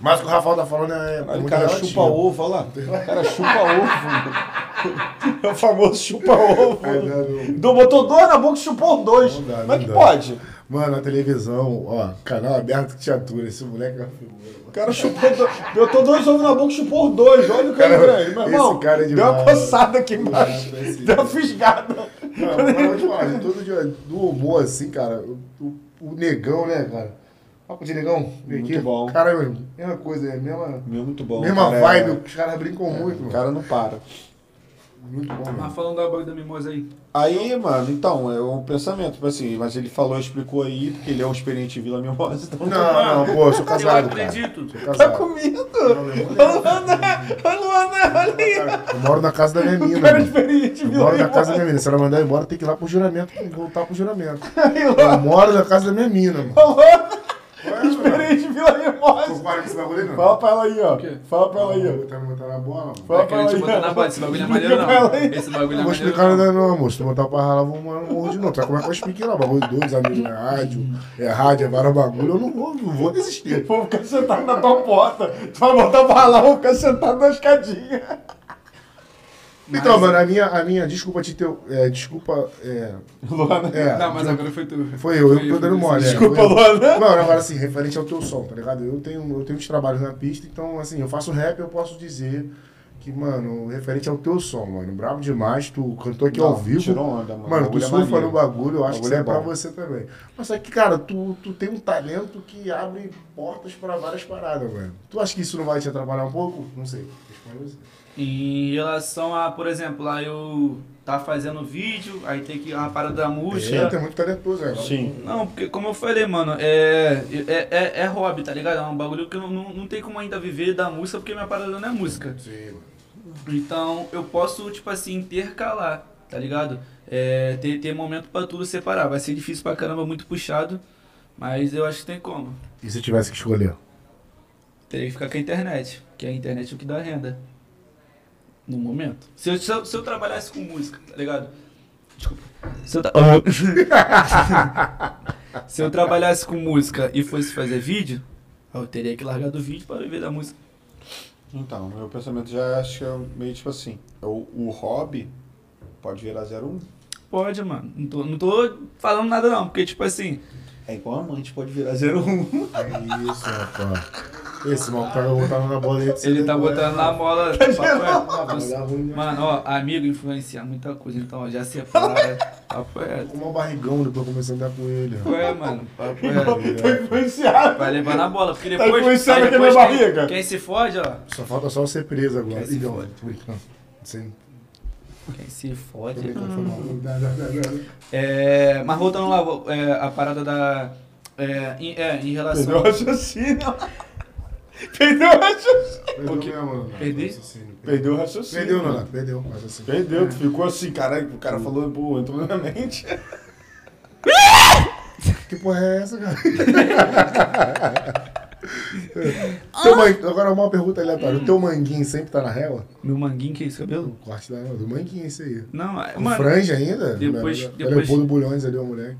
Speaker 1: Mas o que o Rafael tá falando é.
Speaker 2: Olha,
Speaker 1: muito
Speaker 2: O cara
Speaker 1: relativo.
Speaker 2: chupa ovo, olha lá. O cara chupa ovo. [laughs] É o famoso chupa ovo.
Speaker 1: É, né,
Speaker 2: Do, botou dois na boca e chupou dois.
Speaker 1: Não dá,
Speaker 2: Como
Speaker 1: não
Speaker 2: é que
Speaker 1: dá.
Speaker 2: pode?
Speaker 1: Mano, a televisão, ó, canal aberto que te atura. Esse moleque é uma figura.
Speaker 2: O cara chupou dois. Botou dois ovos na boca e chupou os dois. Olha o cara,
Speaker 1: Cara,
Speaker 2: velho. Meu
Speaker 1: esse
Speaker 2: irmão,
Speaker 1: cara é
Speaker 2: deu uma
Speaker 1: demais.
Speaker 2: coçada aqui embaixo.
Speaker 1: Demais, esse
Speaker 2: Deu uma
Speaker 1: cara.
Speaker 2: fisgada.
Speaker 1: Não, mas eu vou te falar, de todo dia do humor assim, cara, o, o- o negão, né, cara? Papo de negão, vem
Speaker 2: Muito
Speaker 1: aqui.
Speaker 2: bom.
Speaker 1: Cara, meu, mesma coisa, é mesma,
Speaker 2: Meu, muito bom.
Speaker 1: mesma
Speaker 2: cara.
Speaker 1: vibe, os caras brincam muito,
Speaker 2: O
Speaker 1: mano.
Speaker 2: cara não para.
Speaker 1: Muito bom, mano.
Speaker 3: Mas Ah, falando da bagulho da mimosa aí.
Speaker 2: Aí, mano, então, é um pensamento, tipo assim, mas ele falou, explicou aí, porque ele é um experiente em Vila Mimosa, então
Speaker 1: Não, não, pô, eu sou casado,
Speaker 3: eu
Speaker 1: Tá cara.
Speaker 3: acredito.
Speaker 1: Sou
Speaker 2: tá
Speaker 1: casado.
Speaker 2: comigo.
Speaker 1: Não, meu irmão,
Speaker 2: Luana, olha aí.
Speaker 1: Eu moro na casa da
Speaker 2: [laughs]
Speaker 1: minha mina,
Speaker 2: Cara
Speaker 1: mano.
Speaker 2: experiente,
Speaker 1: Eu
Speaker 2: viu?
Speaker 1: moro na casa da minha mina. Se ela mandar embora, tem que ir lá pro juramento, tem que voltar pro
Speaker 2: [laughs]
Speaker 1: juramento. Eu moro na casa da minha mina, mano.
Speaker 2: Experiente Vila Mimosa.
Speaker 1: para com esse bagulho, não.
Speaker 2: Fala pra ela aí, ó. Fala pra ela aí, ó.
Speaker 1: Tá me botando na bola, mano.
Speaker 2: Fala
Speaker 3: Tá
Speaker 2: pra ela
Speaker 3: querendo te
Speaker 2: aí.
Speaker 3: botar na
Speaker 2: ó.
Speaker 3: bota, esse bagulho não é maneiro
Speaker 2: Explica pra ela
Speaker 3: não.
Speaker 2: aí.
Speaker 3: Esse bagulho
Speaker 1: Não
Speaker 3: não
Speaker 1: vou
Speaker 3: é
Speaker 1: explicar
Speaker 3: maneiro não.
Speaker 1: nada não, amor. Se tu botar pra ralar, eu vou morar no morro de novo. Tu vai comer com as piques lá, bagulho dois amigos na rádio, é rádio, é vários bagulho. Eu não vou, não vou desistir.
Speaker 2: Vou ficar sentado na tua porta. Tu vai botar pra lá, eu vou ficar sentado
Speaker 1: [laughs]
Speaker 2: na escadinha.
Speaker 1: Então, mano, a minha, a minha, desculpa te ter, é, desculpa, é,
Speaker 2: Luana.
Speaker 1: é,
Speaker 3: Não, mas agora foi tu.
Speaker 1: foi eu, eu que tô dando mole. é.
Speaker 2: Desculpa,
Speaker 1: Foi eu.
Speaker 2: Luana.
Speaker 1: Não, agora assim, referente ao teu som, tá ligado? Eu tenho, eu tenho uns trabalhos na pista, então assim, eu faço rap, eu posso dizer que, mano, referente ao teu som, mano, brabo demais, tu cantou aqui
Speaker 2: Não,
Speaker 1: ao vivo.
Speaker 2: tirou onda, mano.
Speaker 1: Mano,
Speaker 2: O
Speaker 1: tu
Speaker 2: bagulho é
Speaker 1: surfa
Speaker 2: maneiro.
Speaker 1: no bagulho, eu acho
Speaker 2: O
Speaker 1: que
Speaker 2: bagulho
Speaker 1: isso é
Speaker 2: é
Speaker 1: pra
Speaker 2: bom.
Speaker 1: você também. Mas só que, cara, tu, tu tem um talento que abre portas pra várias paradas, mano. Tu acha que isso não vai te atrapalhar um pouco? Não sei. Responde você.
Speaker 3: Em relação a, por exemplo, lá eu tava fazendo vídeo, aí tem que uma parada da música.
Speaker 1: É, tu é muito talentoso, velho.
Speaker 2: Sim.
Speaker 3: Não, porque como eu falei, mano, é, é, é, é hobby, tá ligado? É um bagulho que eu não, não, não tem como ainda viver da música, porque minha parada não é música.
Speaker 1: Sim, mano.
Speaker 3: Então eu posso, tipo assim, intercalar, tá ligado? É, ter, ter momento pra tudo separar. Vai ser difícil pra caramba, muito puxado, mas eu acho que tem como.
Speaker 1: E se eu tivesse que escolher?
Speaker 3: Teria que ficar com a internet, que a internet é o que dá renda. No momento. Se eu, se eu, se eu trabalhasse com música, tá ligado? Desculpa. Se eu, tra- [laughs] Se eu trabalhasse com música e fosse fazer vídeo, eu teria que largar do vídeo pra viver da música.
Speaker 2: Então, meu pensamento já acho que é meio tipo assim. O, o hobby pode virar 01.
Speaker 3: pode, mano. Não tô, não tô falando nada não, porque tipo assim,
Speaker 2: É igual amante, pode virar 01.
Speaker 1: É isso, rapaz. Esse maluco tá botando na boleta.
Speaker 3: ele tá botando na bola. papo
Speaker 1: Vai dar
Speaker 3: reto.
Speaker 1: ruim, né?
Speaker 3: Mano, ó, amigo influencia muita coisa, então ó, já separa. papo reto.
Speaker 1: Com um barrigão depois eu comecei a andar com ele. ó.
Speaker 3: Ué, mano, papo reto.
Speaker 2: Tô influenciado.
Speaker 3: Vai levar na bola, porque
Speaker 2: Tá
Speaker 3: depois.
Speaker 2: influenciando
Speaker 3: aí
Speaker 2: aqui
Speaker 3: depois
Speaker 2: na
Speaker 3: quem-
Speaker 2: barriga.
Speaker 3: Quem se fode, ó.
Speaker 1: Só falta só eu ser preso agora.
Speaker 3: Quer se
Speaker 1: Ih, não,
Speaker 3: fode.
Speaker 1: tô brincando. Sim.
Speaker 3: Quem se
Speaker 1: Tô
Speaker 3: fode.
Speaker 1: brincando, foi mal. Dá, dá, dá, dá.
Speaker 3: É, mas voltando lá, vo- é, a parada da. É, em, é, em
Speaker 2: Perdeu o
Speaker 3: relação.
Speaker 2: raciocínio. [laughs] Perdeu o raciocínio.
Speaker 1: Perdeu né,
Speaker 3: que-
Speaker 1: mesmo, Leonardo.
Speaker 3: Perdi?
Speaker 1: Raciocínio.
Speaker 2: Perdeu o raciocínio.
Speaker 1: Perdeu, Leonardo. Perdeu. Mas assim.
Speaker 2: Perdeu, tu ficou assim, caralho. O cara falou, pô, entrou na minha mente.
Speaker 1: Que porra é essa, cara? Teu man- Agora uma pergunta aleatória. O teu manguinho sempre tá na régua?
Speaker 3: Meu manguinho, que é esse cabelo?
Speaker 1: O corte da régua do manguinho, esse aí.
Speaker 3: Não, é-
Speaker 1: Com
Speaker 3: mano.
Speaker 1: franja ainda?
Speaker 3: depois-
Speaker 1: Era- Era
Speaker 3: depois-
Speaker 1: o Paulo Bulhões ali, o moleque.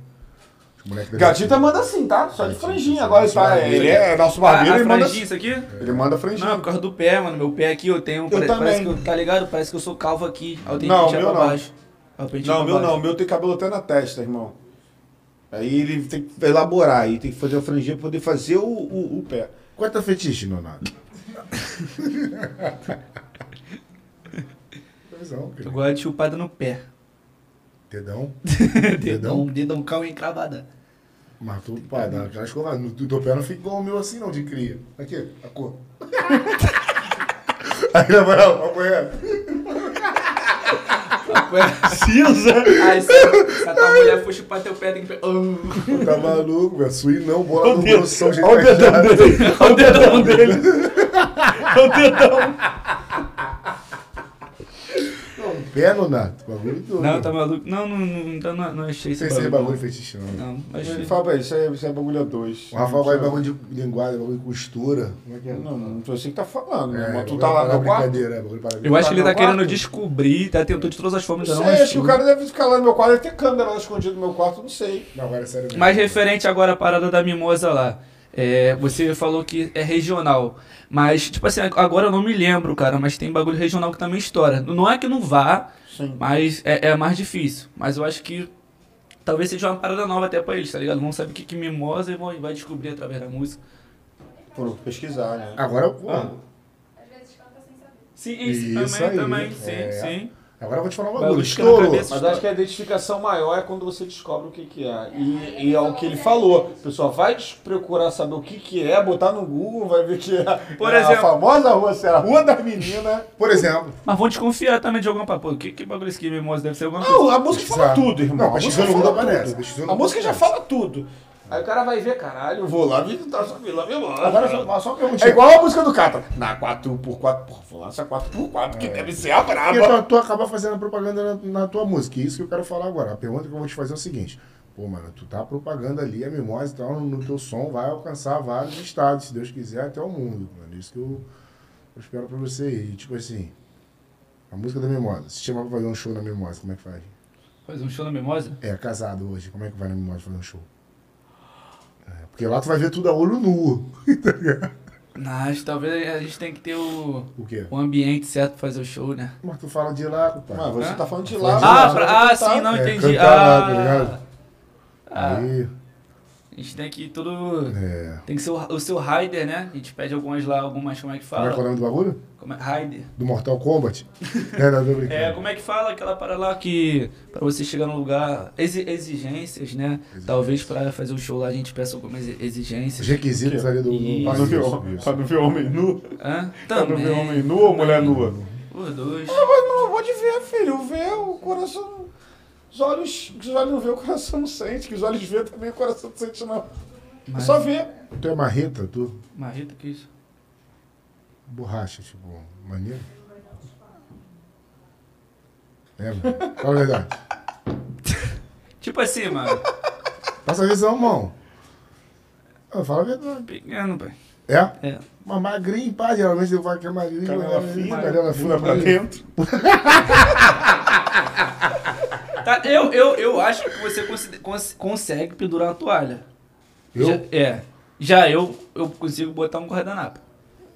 Speaker 1: Os moleque dele-
Speaker 2: Gatita manda assim, tá? Só de franjinha. Agora ele tá. Ele é nosso
Speaker 3: A, a
Speaker 2: barbeiro, ele manda.
Speaker 3: franjinha, isso aqui?
Speaker 2: Ele manda franjinha.
Speaker 3: Não, é por causa do pé, mano. Meu pé aqui eu tenho. um pare-
Speaker 2: também.
Speaker 3: Parece que eu, tá ligado? Parece que eu sou calvo aqui. Aí eu tenho
Speaker 2: Não,
Speaker 3: que pentear
Speaker 2: meu
Speaker 3: pra
Speaker 2: não.
Speaker 3: baixo. Aí eu penteio
Speaker 2: Não,
Speaker 3: pra
Speaker 2: meu
Speaker 3: baixo.
Speaker 2: não, meu tem cabelo até na testa, irmão. Aí ele tem que elaborar, aí tem que fazer a franjinha pra poder fazer o, o, o pé.
Speaker 1: Qual é teu fetiche,
Speaker 2: [laughs]
Speaker 1: Leonardo? Pois não,
Speaker 3: Eu
Speaker 1: cara.
Speaker 3: gosto de chupada no pé. [laughs]
Speaker 1: Dedão.
Speaker 3: Dedão, dedão calmo e encravada.
Speaker 1: Mas tu, pai, dá aquela escovada. No do teu pé não fica igual o meu assim, não, de cria. Aqui, a
Speaker 2: [laughs]
Speaker 1: cor. Aí, na moral, papo reto.
Speaker 2: Cinza!
Speaker 3: Aí se, se a tua mulher for chupar teu pé, tem que. Oh.
Speaker 1: Tá maluco, velho. Suí não, bola
Speaker 2: Olha o
Speaker 1: no
Speaker 2: dedo,
Speaker 1: grossão, gente.
Speaker 2: olha o dedão
Speaker 1: cajado.
Speaker 2: dele! [laughs] Olha o dedão dele! Olha o dedão!
Speaker 1: Pé, Leonardo. Bagulho doido.
Speaker 3: Não, tá maluco? Não, não, não, então não, não achei esse
Speaker 1: Sem ser
Speaker 3: bagulho.
Speaker 1: é bagulho fetiche, não.
Speaker 3: Não, não
Speaker 2: Ele
Speaker 3: achei.
Speaker 2: fala pra ele, isso aí, isso aí é bagulho a dois.
Speaker 1: O Rafael vai bagulho de linguagem, bagulho de costura. Como é que é?
Speaker 2: Não, não sei o que tá falando, né?
Speaker 1: É,
Speaker 2: Mas tu
Speaker 1: bagulho
Speaker 2: tá lá
Speaker 1: para
Speaker 2: no quarto?
Speaker 1: brincadeira, é, bagulho para
Speaker 3: Eu acho que ele tá
Speaker 2: Tá no quarto?
Speaker 3: querendo descobrir, tá tentou de todas as formas,
Speaker 2: Não
Speaker 3: ainda
Speaker 2: sei,
Speaker 3: não
Speaker 2: acho que
Speaker 3: achou.
Speaker 2: o cara deve ficar lá no meu quarto, deve ter câmera lá escondida no meu quarto, não sei.
Speaker 1: Não, agora é sério mesmo.
Speaker 3: Mas referente agora à parada da mimosa lá. é, você falou que é regional. Mas, tipo assim, agora eu não me lembro, cara. Mas tem bagulho regional que também estoura. Não é que não vá,
Speaker 2: Sim.
Speaker 3: mas é, é mais difícil. Mas eu acho que talvez seja uma parada nova até pra eles, tá ligado? Vão saber o que, que mimosa e vão, vai descobrir através da música.
Speaker 2: Por pesquisar, né?
Speaker 1: Agora, pô,
Speaker 3: Ah.
Speaker 5: Às vezes canta sem saber.
Speaker 3: Sim,
Speaker 1: Isso
Speaker 3: também,
Speaker 1: aí,
Speaker 3: também. Sim,
Speaker 1: é.
Speaker 3: sim.
Speaker 1: agora eu vou te falar um
Speaker 3: Bagulho
Speaker 1: bagulho.
Speaker 3: que fica na
Speaker 1: Estourou.
Speaker 3: cabeça.
Speaker 2: Mas eu acho que a identificação maior é quando você descobre o que, que é. E, e é o que ele falou. O pessoal vai des- procurar saber o que, que é, botar no Google, vai ver que é
Speaker 3: Por
Speaker 2: é
Speaker 3: exemplo.
Speaker 2: a famosa rua, será a Rua das Meninas.
Speaker 1: Por exemplo.
Speaker 3: Mas vão desconfiar também de alguma parada. Pô, que, que bagulho é esse que mimosa deve ser alguma coisa?
Speaker 2: Não, Ah, a música fala
Speaker 1: Pesquisar.
Speaker 2: tudo, irmão.
Speaker 1: Não,
Speaker 2: a música
Speaker 1: pesquisando no
Speaker 2: fala
Speaker 1: Google
Speaker 2: tudo.
Speaker 1: aparece, pesquisando no
Speaker 2: A música já
Speaker 1: Google
Speaker 2: fala tudo. Aí o cara vai ver, caralho, eu vou lá visitar essa vila, mimosa.
Speaker 1: Agora só, só uma perguntinha.
Speaker 2: É igual a música do Catra. Na 4x4, porra, vou lançar 4x4, É. que deve ser a braba.
Speaker 1: Porque tu, tu acaba fazendo propaganda na, na tua música. E isso que eu quero falar agora. A pergunta que eu vou te fazer é o seguinte. Pô, mano, tu tá propagando ali a mimosa e tal, no, no teu som vai alcançar vários estados, se Deus quiser, até o mundo, mano. Isso que eu, eu espero pra você. E tipo assim, a música da mimosa. Se chamar pra fazer um show na mimosa, como é que faz?
Speaker 3: Fazer um show na mimosa?
Speaker 1: É, casado hoje, como é que vai na mimosa fazer um show? É, porque lá tu vai ver tudo a olho nu.
Speaker 3: Não, acho que talvez a gente tem que ter o,
Speaker 1: O quê?
Speaker 3: o ambiente certo pra fazer o show, né?
Speaker 1: Mas tu fala de lá, compadre.
Speaker 2: Mas você
Speaker 3: Hã?
Speaker 2: tá falando de lá.
Speaker 3: Ah,
Speaker 2: mano, você
Speaker 3: pra-
Speaker 2: vai
Speaker 3: ah,
Speaker 2: botar-
Speaker 3: sim, não
Speaker 1: É,
Speaker 3: entendi.
Speaker 1: cantar lá,
Speaker 3: ah,
Speaker 1: tá ligado?
Speaker 3: ah,
Speaker 1: Aí,
Speaker 3: a gente tem que ir tudo.
Speaker 1: é...
Speaker 3: Tem que ser o, o seu rider, né? A gente pede algumas lá, algumas, como é que
Speaker 1: Como é
Speaker 3: fala?
Speaker 1: que é o nome do bagulho?
Speaker 3: Como é- rider.
Speaker 1: Do Mortal
Speaker 3: [laughs]
Speaker 1: Kombat? é, não, tô brincando.
Speaker 3: É, como é que fala aquela para lá que pra você chegar no lugar, exi- exigências, né? Talvez pra fazer o show lá a gente peça algumas exi-
Speaker 1: Os
Speaker 3: exigências.
Speaker 1: requisitos ali do... do
Speaker 3: Isso.
Speaker 2: Pra não ver homem- pra não ver homem nu.
Speaker 3: Hã?
Speaker 2: Pra não
Speaker 3: Também.
Speaker 2: ver homem nu ou mulher nua.
Speaker 3: Os dois.
Speaker 2: Mas não, pode ver, filho. Ver o coração. Os olhos. Que os olhos não vê, o coração não sente. Que os olhos vê também, o coração não sente, não. É
Speaker 3: Mas,
Speaker 2: só ver.
Speaker 1: Tu é marreta, tu?
Speaker 3: Marreta, que isso?
Speaker 1: Borracha, tipo, maneiro? É, mano. Fala a verdade.
Speaker 3: Tipo assim, mano.
Speaker 1: Passa a visão, mão. Ah, Fala a verdade.
Speaker 3: Pequeno, pai.
Speaker 1: É?
Speaker 3: É.
Speaker 1: Mas magrinho, pá, geralmente eu falo que é magrinho.
Speaker 2: Canela
Speaker 1: né?
Speaker 2: fina,
Speaker 1: canela
Speaker 2: pula
Speaker 1: fina.
Speaker 2: pra dentro.
Speaker 3: Tá, eu, eu, eu acho que você consi- cons- consegue pendurar uma toalha.
Speaker 1: Eu?
Speaker 3: Já- é. Já eu, eu consigo botar um guardanapo.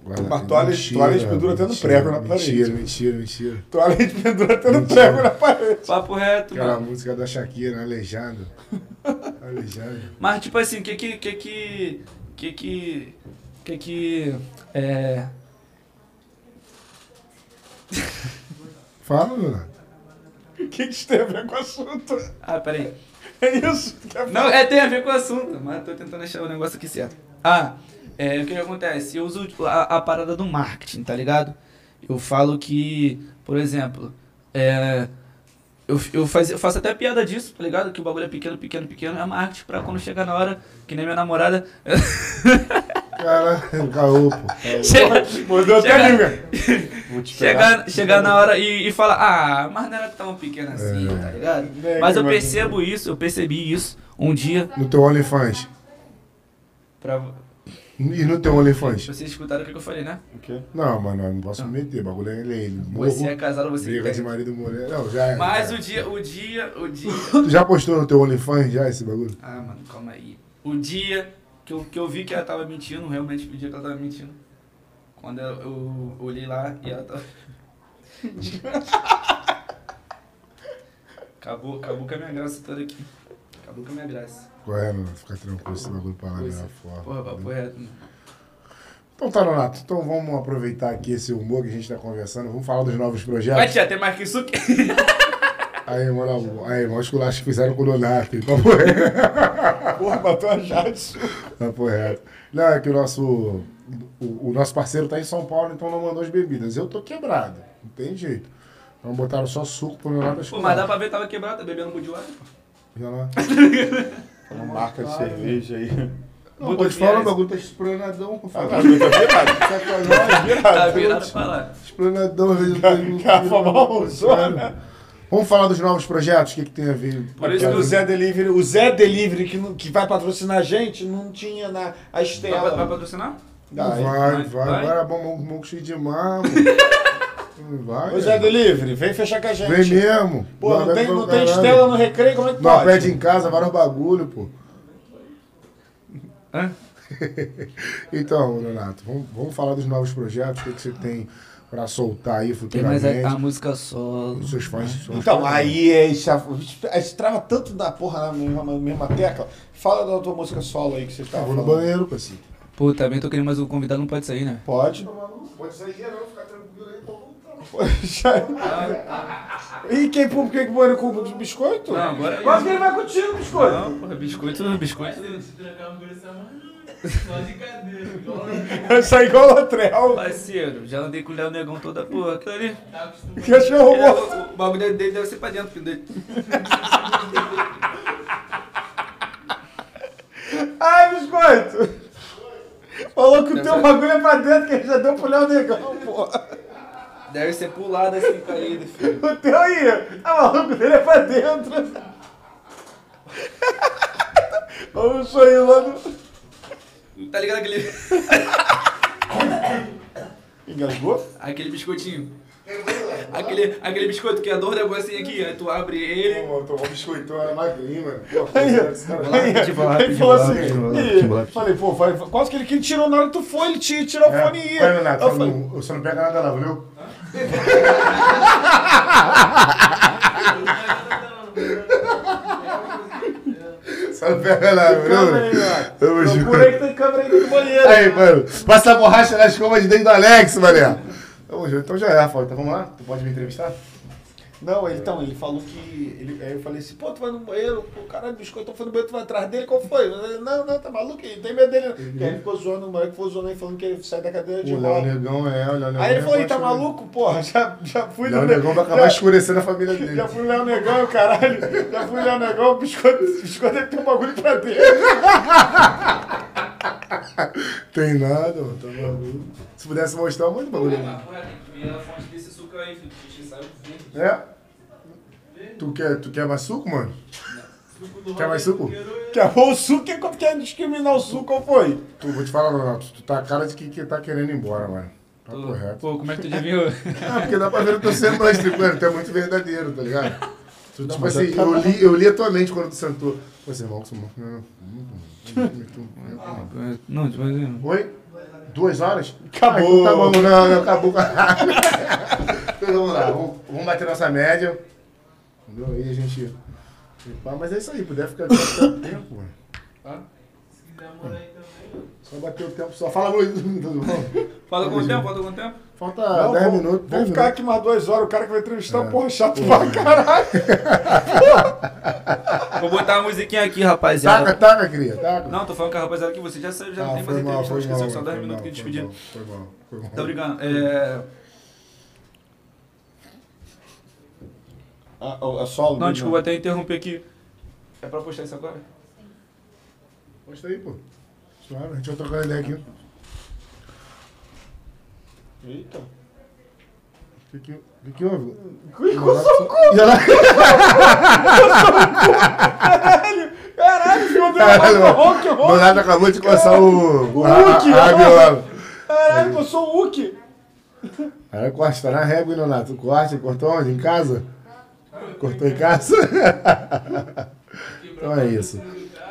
Speaker 1: Guarda-
Speaker 2: Mas toalha-
Speaker 1: mentira,
Speaker 2: toalha de pendura até no prego na
Speaker 1: Mentira,
Speaker 2: parede. né?
Speaker 1: mentira, mentira.
Speaker 2: Toalha de pendura tendo
Speaker 1: Mentira.
Speaker 2: prego né, na parede.
Speaker 3: Papo reto,
Speaker 1: Aquela
Speaker 3: mano.
Speaker 1: música da Shakira,
Speaker 2: [laughs]
Speaker 1: Aleijado. Aleijado.
Speaker 3: Mas, tipo assim, o que que. que que. que que. que que. É.
Speaker 1: Fala, Luna.
Speaker 2: O que, que isso tem a ver com o assunto?
Speaker 3: Ah, peraí.
Speaker 2: É isso? que é-
Speaker 3: Não, é, tem a ver com o assunto, mas tô tentando achar o negócio aqui certo. Ah, é, o que que acontece? Eu uso tipo, a, a parada do marketing, tá ligado? Eu falo que, por exemplo, é, eu, eu, faz, eu faço até piada disso, tá ligado? Que o bagulho é pequeno, pequeno, pequeno, é marketing pra quando chegar na hora, que nem minha namorada. [laughs]
Speaker 1: Cara, [laughs] caô,
Speaker 2: [laughs]
Speaker 1: pô.
Speaker 3: chega-
Speaker 2: Mudou até
Speaker 3: É Chega-
Speaker 2: a língua.
Speaker 3: [laughs]
Speaker 2: Vou te pegar.
Speaker 3: Chegar, chegar na hora e, e falar, ah, mas não era tão pequeno assim,
Speaker 1: É.
Speaker 3: tá ligado?
Speaker 2: É,
Speaker 3: Mas eu
Speaker 2: mas-
Speaker 3: percebo isso, eu percebi isso um dia
Speaker 1: No teu OnlyFans.
Speaker 3: pra.
Speaker 1: E no teu OnlyFans?
Speaker 3: Vocês escutaram o que que eu falei, né?
Speaker 2: O quê?
Speaker 1: Não, mano, eu não posso me meter. O bagulho é lei. Morro,
Speaker 3: Você é casado, você
Speaker 1: briga de
Speaker 3: entende.
Speaker 1: marido mulher. Não, já é.
Speaker 3: Mas
Speaker 1: já.
Speaker 3: o dia, o dia, o dia.
Speaker 1: Tu já postou no teu OnlyFans já esse bagulho?
Speaker 3: Ah, mano, calma aí. O dia que eu, que eu vi que ela tava mentindo, realmente o dia que ela tava mentindo. Quando eu, eu olhei lá e ela tava. [laughs] acabou, acabou com a minha graça toda aqui. Acabou com a minha graça.
Speaker 1: Qual é, mano? Fica tranquilo esse bagulho pra lá
Speaker 3: Pois
Speaker 1: mesmo.
Speaker 3: é. Porra, papo reto, mano.
Speaker 1: Então tá, Nonato. Então vamos aproveitar aqui esse humor que a gente tá conversando. Vamos falar dos novos
Speaker 3: Vai,
Speaker 1: projetos.
Speaker 3: tia, tem mais que isso que.
Speaker 1: Aí, mano, aí, mó esculacho que fizeram com o Nonato. hein? Papo reto.
Speaker 2: Porra, matou a Jade.
Speaker 1: Papo reto. Não, é que o nosso, o, o nosso parceiro tá em São Paulo, então não mandou as bebidas. Eu tô quebrado. Não tem jeito. Então botaram só suco pro Nonato
Speaker 3: Pô, mas dá
Speaker 1: escular.
Speaker 3: pra ver, tava quebrado, tá bebendo um de água.
Speaker 1: Já lá.
Speaker 2: Uma marca de cerveja aí.
Speaker 1: Não, pode falar, o bagulho tá esplanadão. pô.
Speaker 2: Ah, tá, eu tô virado.
Speaker 1: Sacanagem.
Speaker 3: [laughs] Tá
Speaker 2: Virado.
Speaker 3: virado pra lá.
Speaker 1: Explanadão, às vezes, eu tô-
Speaker 2: Garrafa
Speaker 1: tá,
Speaker 2: malzona.
Speaker 1: Cara, Vamos falar dos novos projetos, o que, que tem a ver?
Speaker 3: Por
Speaker 2: Porque
Speaker 3: isso que
Speaker 2: o Zé Delivery, o Zé Delivery que, não- que vai patrocinar a gente, não tinha na a
Speaker 3: Vai,
Speaker 2: Estela.
Speaker 3: vai patrocinar?
Speaker 1: Não
Speaker 2: Vai,
Speaker 1: vai, vai,
Speaker 3: vai, vai.
Speaker 1: agora é bom, bom cheio de mar, mano. Não vai.
Speaker 2: Ô Zé Delivery, vem fechar com a gente.
Speaker 1: Vem mesmo.
Speaker 2: Pô, não
Speaker 1: Vai
Speaker 2: tem,
Speaker 1: pra
Speaker 2: não tem
Speaker 1: caralho.
Speaker 2: Estela no recreio, como é que
Speaker 1: Não
Speaker 2: pode?
Speaker 1: pede em casa, vários bagulho, pô.
Speaker 3: Hã?
Speaker 1: Então, Leonardo, vamos, vamos falar dos novos projetos, o que, que você tem pra soltar aí futuramente.
Speaker 3: é música solo.
Speaker 1: Os seus fãs são
Speaker 2: Então,
Speaker 1: fãs.
Speaker 2: aí é, isso, a gente trava tanto da porra na mesma, na mesma tecla. Fala da tua música solo aí que você
Speaker 1: Ah,
Speaker 2: tava
Speaker 1: vou no
Speaker 2: falando.
Speaker 1: banheiro, parceiro.
Speaker 3: Pô, também tô querendo mais um convidado, não pode sair, né?
Speaker 2: Pode.
Speaker 1: Pode sair geral, ficar tranquilo aí,
Speaker 3: [laughs]
Speaker 2: e quem por que que banheiro com de biscoito?
Speaker 3: Não,
Speaker 2: [laughs]
Speaker 3: agora é
Speaker 2: Quase
Speaker 3: isso.
Speaker 2: que ele vai contigo, biscoito.
Speaker 3: Não, porra, biscoito, biscoito.
Speaker 4: Mas ele te trocar uma coisa, mas não. Só de cadeira. igual ele.
Speaker 2: Vai sair igual o
Speaker 3: [laughs]
Speaker 2: Latrel.
Speaker 3: Parceiro, já andei com o Léo Negão toda porra. Aquilo ali.
Speaker 4: Tá acostumado.
Speaker 2: Cachorro
Speaker 3: ele-
Speaker 2: morto.
Speaker 3: o, o bagulho dele deve ser pra dentro. porque dele-
Speaker 2: Ai, biscoito. Falou que o teu bagulho é pra dentro, que ele já deu pro Léo Negão, porra.
Speaker 3: Deve ser pulado assim, caído, filho.
Speaker 2: O teu aí, a maluco dele é pra dentro. Olha o sonho lá no...
Speaker 3: Tá ligado aquele,
Speaker 2: Engasgou?
Speaker 3: aquele biscoitinho? Aquele, aquele biscoito que é dois negocinho aqui, aí tu abre ele.
Speaker 1: Pô, tomou um biscoitão, era magrinho, mano.
Speaker 2: Aí,
Speaker 3: lá,
Speaker 2: ele
Speaker 3: pedi
Speaker 2: falou
Speaker 3: lá,
Speaker 2: assim,
Speaker 3: pedi lá,
Speaker 2: "Ih",
Speaker 3: pedi lá.
Speaker 2: falei, pô, vai, vai- quase que ele, que ele tirou na hora que tu foi, ele te- tirou o
Speaker 1: É,
Speaker 2: fone e ia.
Speaker 1: olha, Leonardo,
Speaker 2: Eu
Speaker 1: você
Speaker 2: falei,
Speaker 1: não- você não pega nada lá, valeu? Você não pega nada,
Speaker 2: câmera aí, ó.
Speaker 1: Tamo
Speaker 2: Procura aí
Speaker 1: junto.
Speaker 2: que tem câmera aí dentro do banheiro.
Speaker 1: Aí, mano, passa a borracha na escova de dentro do Alex, mané. Tamo junto, então já é, Rafael. Então vamos lá? Tu pode me entrevistar?
Speaker 2: Não, ele, então, ele falou que. Ele, aí eu falei assim, pô, tu vai no banheiro, pô, caralho, biscoito, foi no banheiro, tu vai atrás dele, qual foi? Eu falei, não, não, tá maluco, ele tem medo dele. não. Que aí ele ficou zoando, o moleque ficou zoando aí, falando que ele sai da cadeira de
Speaker 1: O Léo
Speaker 2: roda.
Speaker 1: Negão é, o Léo Negão.
Speaker 2: Aí ele
Speaker 1: é
Speaker 2: falou, "Ih, tá
Speaker 1: apaixonado.
Speaker 2: maluco, porra, já, já fui
Speaker 1: Léo
Speaker 2: no-
Speaker 1: Negão vai acabar
Speaker 2: já-
Speaker 1: escurecendo a
Speaker 2: [laughs]
Speaker 1: família dele.
Speaker 2: Já fui o Léo Negão, caralho. Já fui o Léo Negão, biscoito, biscoito ele tem um bagulho pra dentro.
Speaker 1: Tem nada, mano, tá maluco. Se pudesse mostrar, manda o bagulho. ali.
Speaker 3: Papo reto, tem que ver a fonte desse suco aí, filho. Xixi saiu verde.
Speaker 1: É? Tu quer, tu quer mais suco, mano? Quer mais suco?
Speaker 2: Que é o suco, é como quer discriminar o suco, qual foi?
Speaker 1: Tu, vou te falar, Nonato, tu tá a cara de que, que tá querendo ir embora, mano. Tá correto.
Speaker 3: Pô, como é que tu adivinhou?
Speaker 1: Ah, porque dá pra ver o teu semblante, tipo, mano, tu é muito verdadeiro, tá ligado? Tu, tipo
Speaker 2: mas
Speaker 1: assim,
Speaker 2: eu
Speaker 1: eu
Speaker 2: tava-
Speaker 1: li, eu li a tua mente quando tu sentou. Pô, você é maluco, você é maluco. Não, não, não, não, não, não, não.
Speaker 3: Não, tipo assim.
Speaker 1: Oi? Duas horas?
Speaker 2: Acabou.
Speaker 1: Ah, então tá bom, não, não, acabou. [laughs] então vamos lá, vamos, vamos bater nossa média. Entendeu? Aí a gente. Pá, Mas é isso aí, puder ficar aqui até o tempo, mano.
Speaker 4: Se quiser morar aí também,
Speaker 1: Só bater o tempo, só fala muito. [laughs] tudo bom?
Speaker 3: Falta quanto tempo? Falta quanto tempo?
Speaker 1: Falta 10
Speaker 2: vou,
Speaker 1: Ah, minutos.
Speaker 2: Vou
Speaker 1: 10
Speaker 2: ficar
Speaker 1: minutos. É.
Speaker 2: aqui mais duas horas, o cara que vai entrevistar, porra, chato pra caralho.
Speaker 3: Vou botar a musiquinha aqui,
Speaker 1: Taca,
Speaker 3: rapaziada.
Speaker 1: taca, cria, taca.
Speaker 3: Não, tô falando com a rapaziada que você já saiu, já não
Speaker 1: Ah,
Speaker 3: tem mais
Speaker 1: foi mal,
Speaker 3: entrevista.
Speaker 1: foi mal.
Speaker 3: Esqueceu só
Speaker 1: foi
Speaker 3: 10
Speaker 1: mal,
Speaker 3: minutos que
Speaker 1: foi mal,
Speaker 3: despediram.
Speaker 1: Foi mal, foi mal.
Speaker 3: Tá brincando. É...
Speaker 2: Ah, é solo?
Speaker 3: Não, desculpa, até interromper aqui. É pra postar isso agora?
Speaker 1: Posta aí, pô. Claro, a gente vai trocar ideia aqui.
Speaker 3: Tá.
Speaker 2: Eita.
Speaker 1: O que que, o que que houve? é Já lá-
Speaker 2: [laughs] Caralho, filho, deu uma
Speaker 1: Caralho,
Speaker 2: boca rock,
Speaker 1: mano.
Speaker 2: rock.
Speaker 1: Donato acabou de coçar o.
Speaker 2: O
Speaker 1: a- a-
Speaker 2: Hulk,
Speaker 1: a
Speaker 2: ó.
Speaker 1: rabiola.
Speaker 2: Caralho, eu sou o Uki.
Speaker 1: Aí corta, tá na régua, hein, Donato? Corta, cortou onde? Em casa? Cortou em casa? [laughs] então é isso.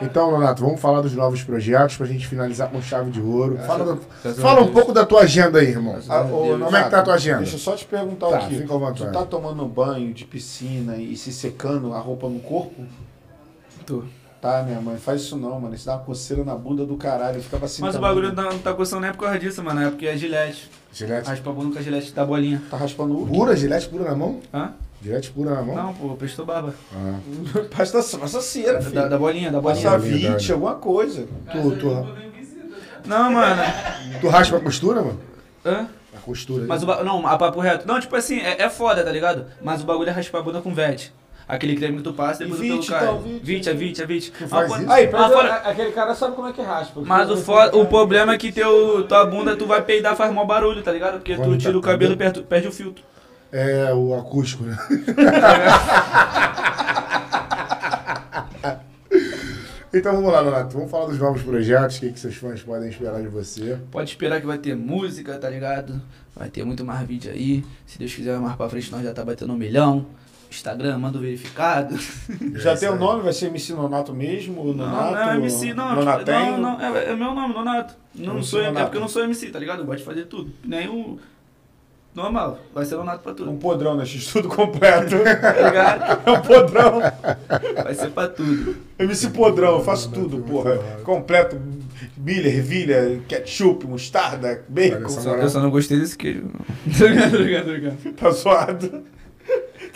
Speaker 1: Então, Donato, vamos falar dos novos projetos pra gente finalizar com chave de ouro. Fala, do-
Speaker 3: graças
Speaker 1: fala
Speaker 3: a
Speaker 1: um
Speaker 3: Deus.
Speaker 1: pouco da tua agenda aí, irmão.
Speaker 2: Ah, ô,
Speaker 1: Como é que tá a tua agenda?
Speaker 2: Deixa eu só te perguntar
Speaker 1: Tá,
Speaker 2: aqui.
Speaker 1: fica à vontade.
Speaker 2: Tu tá tomando banho de piscina e se secando a roupa no corpo?
Speaker 3: Tô.
Speaker 2: Tá, minha mãe, faz isso não, mano. Isso dá uma coceira na bunda do caralho. Eu ficava assim.
Speaker 3: Mas o
Speaker 2: também.
Speaker 3: bagulho não tá gostando nem é por causa disso, mano. É porque é gilete.
Speaker 1: Gilete.
Speaker 3: Raspa a bunda com a gilete da bolinha.
Speaker 2: Tá raspando [laughs] o Uki.
Speaker 1: Pura, gilete pura na mão?
Speaker 3: Hã?
Speaker 1: Gilete pura na mão?
Speaker 3: Não, pô, prestou barba.
Speaker 1: Ah.
Speaker 2: Passa, passa cera, filho.
Speaker 3: Da, da bolinha, da
Speaker 2: Passa
Speaker 3: bolinha.
Speaker 1: Passar.
Speaker 2: vinte, alguma coisa.
Speaker 1: Tu, tu,
Speaker 4: eu nem visita.
Speaker 3: Não, mano.
Speaker 1: tu raspa a costura, mano?
Speaker 3: Hã?
Speaker 1: A costura.
Speaker 3: Mas o ba... Não, a papo reto. Não, tipo assim, é, é foda, tá ligado? Mas o bagulho é raspar a bunda com vete. Aquele creme que tu passa e depois
Speaker 2: E
Speaker 3: tu pelo
Speaker 2: vinte,
Speaker 3: cara.
Speaker 2: então, vinte.
Speaker 3: 20, é 20, é 20.
Speaker 1: tá, faz isso?
Speaker 2: Aí,
Speaker 3: Ah, fora-
Speaker 2: aquele cara sabe como é que raspa.
Speaker 3: Mas o, fo- o problema é que teu, tua bunda tu vai peidar faz mó barulho, tá ligado? Porque tu
Speaker 1: Olha,
Speaker 3: tira o
Speaker 1: tá
Speaker 3: cabelo
Speaker 1: vendo?
Speaker 3: perto, perde o filtro.
Speaker 1: É o acústico, né? então vamos lá, Donato. Vamos falar dos novos projetos, o que, que seus fãs podem esperar de você.
Speaker 3: Pode esperar que vai ter música, tá ligado? Vai ter muito mais vídeo aí. Se Deus quiser, mais pra frente nós já tá batendo um milhão. Instagram, manda o [laughs] verificado.
Speaker 2: Já
Speaker 1: É
Speaker 2: tem
Speaker 1: isso
Speaker 2: o
Speaker 1: aí.
Speaker 2: nome? Vai ser MC Nonato mesmo? Ou
Speaker 3: Não,
Speaker 2: Nonato?
Speaker 3: não é MC, não. tipo,
Speaker 2: Nonatenho?
Speaker 3: não, não, é, é meu nome, Nonato. Não,
Speaker 2: MC
Speaker 3: sou, é
Speaker 2: Nonato.
Speaker 3: porque eu não sou MC, tá ligado? Eu gosto de fazer tudo. Nem o. Normal, vai ser Nonato pra
Speaker 2: Um
Speaker 3: tudo.
Speaker 2: podrão, né? X tudo completo.
Speaker 3: Tá ligado?
Speaker 2: É um podrão.
Speaker 3: Vai ser pra tudo.
Speaker 2: MC podrão, eu faço tudo, porra. Completo. Milha, ervilha, ketchup, mostarda, bacon.
Speaker 1: Olha
Speaker 3: Só que eu só não gostei desse [laughs] queijo. não. Tá ligado, tá ligado, tá ligado.
Speaker 2: Tá zoado.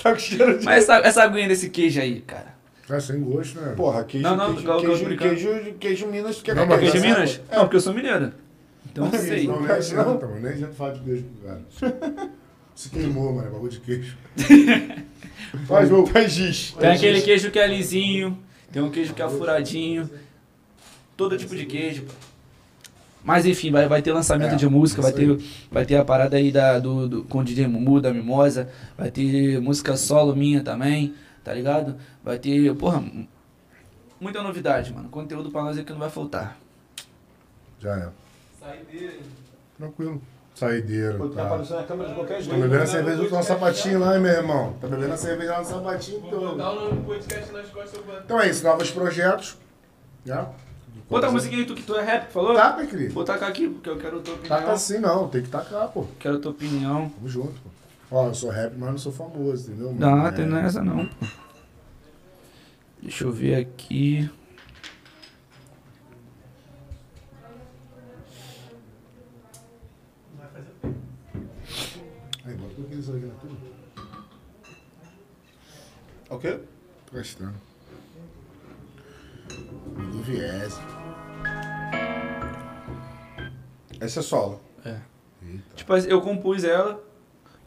Speaker 2: Tá com cheiro de...
Speaker 3: Mas essa, essa aguinha desse queijo aí, cara.
Speaker 1: Tá sem gosto, né?
Speaker 2: Porra, queijo,
Speaker 3: Não, não,
Speaker 2: queijo,
Speaker 3: igual- igual
Speaker 2: queijo,
Speaker 3: brincando.
Speaker 2: queijo, queijo Minas. Que
Speaker 1: Não, mas
Speaker 3: Queijo de
Speaker 1: Nossa,
Speaker 3: Minas? Não, porque eu sou mineiro. Então eu sei.
Speaker 1: Não, é nem
Speaker 2: Não,
Speaker 1: adianta, mano. Nem adianta falar de queijo pro cara. Se queimou, mano. É bagulho de queijo. Faz jogo.
Speaker 2: Faz Tá giz.
Speaker 3: Tem aquele queijo que é lisinho, tem um queijo que é furadinho. Todo tipo de queijo. pô. Mas enfim, vai, vai ter lançamento
Speaker 1: É,
Speaker 3: de música, vai
Speaker 1: isso
Speaker 3: ter, vai ter a parada aí da, do, do, com o DJ Mumu, da Mimosa, vai ter música solo minha também, tá ligado? Vai ter, porra, m- muita novidade, mano. Conteúdo pra nós aqui não vai faltar.
Speaker 1: Já é.
Speaker 4: Sai dele.
Speaker 1: Tranquilo. Saideiro,
Speaker 2: Tá
Speaker 1: tá.
Speaker 2: aparecendo na câmera de qualquer
Speaker 1: Tô
Speaker 2: jeito. Tá
Speaker 1: bebendo a cerveja do nosso sapatinho lá, hein, meu irmão? Tá bebendo a cerveja lá no sapatinho
Speaker 4: Vou
Speaker 1: todo.
Speaker 3: tá
Speaker 4: botar o nome do podcast nas costas, eu boto.
Speaker 1: Então é isso, novos projetos. Já?
Speaker 3: Outra musiquinha aí, tu que tu é rap, falou?
Speaker 1: Taca, querido.
Speaker 3: Vou tacar aqui, porque eu quero tua opinião.
Speaker 1: Taca assim não, tem que tacar, pô.
Speaker 3: Quero tua opinião.
Speaker 1: Tamo junto, pô. Ó, eu sou rap, mas não sou famoso, entendeu?
Speaker 3: Não,
Speaker 1: É.
Speaker 3: tem não é essa não. pô. Deixa eu ver aqui.
Speaker 1: Aí, bota um pouquinho disso aqui na tudo.
Speaker 2: O quê?
Speaker 1: Tô gostando. Do viés.
Speaker 2: Essa é solo.
Speaker 3: Tipo, assim, eu compus ela.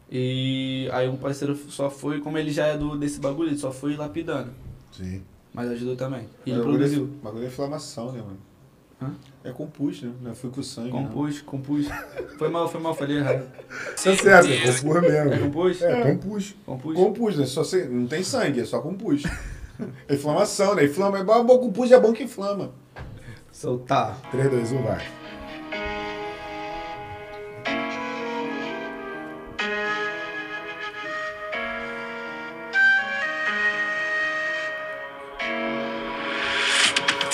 Speaker 3: E aí um parceiro só foi, como ele já é do, desse bagulho, ele só foi lapidando.
Speaker 1: Sim.
Speaker 3: Mas ajudou também. E
Speaker 2: Bagulho
Speaker 3: ele
Speaker 2: é-
Speaker 3: produziu.
Speaker 2: Bagulho é inflamação, né, mano?
Speaker 3: Hã?
Speaker 2: É compus, né? Não é fui com sangue. Não.
Speaker 3: Compus, compus. Foi mal, foi mal, falei errado.
Speaker 1: Tá certo, é compor
Speaker 3: É
Speaker 1: mesmo.
Speaker 3: compus?
Speaker 1: É, compus.
Speaker 3: Compus?
Speaker 2: Compus, né? Só se- Não tem sangue, é só compus. É inflamação, né? Inflama. É bom, compus é bom que inflama.
Speaker 3: Soltar.
Speaker 1: 3, 2, 1, vai.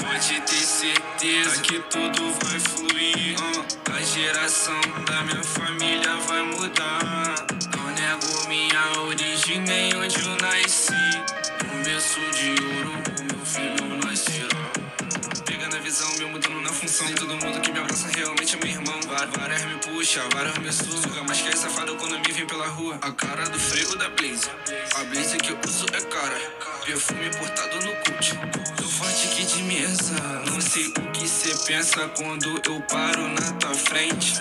Speaker 6: Pode ter certeza que tudo vai fluir. ah. A geração da minha família vai mudar. Não nego minha origem nem onde eu nasci. Um berço de ouro, o meu filho nascerá. Pegando a visão, me mudando na função. Todo mundo que me abraça realmente é meu irmão. Vá- Várias me puxa, várias me suga. Mas que é safado quando me vem pela rua. A cara do freio da Blaze. A Blaze que eu uso é cara. Perfume portado no cult. Eu forte que de mesa. Não sei o que cê pensa quando eu paro na tua frente.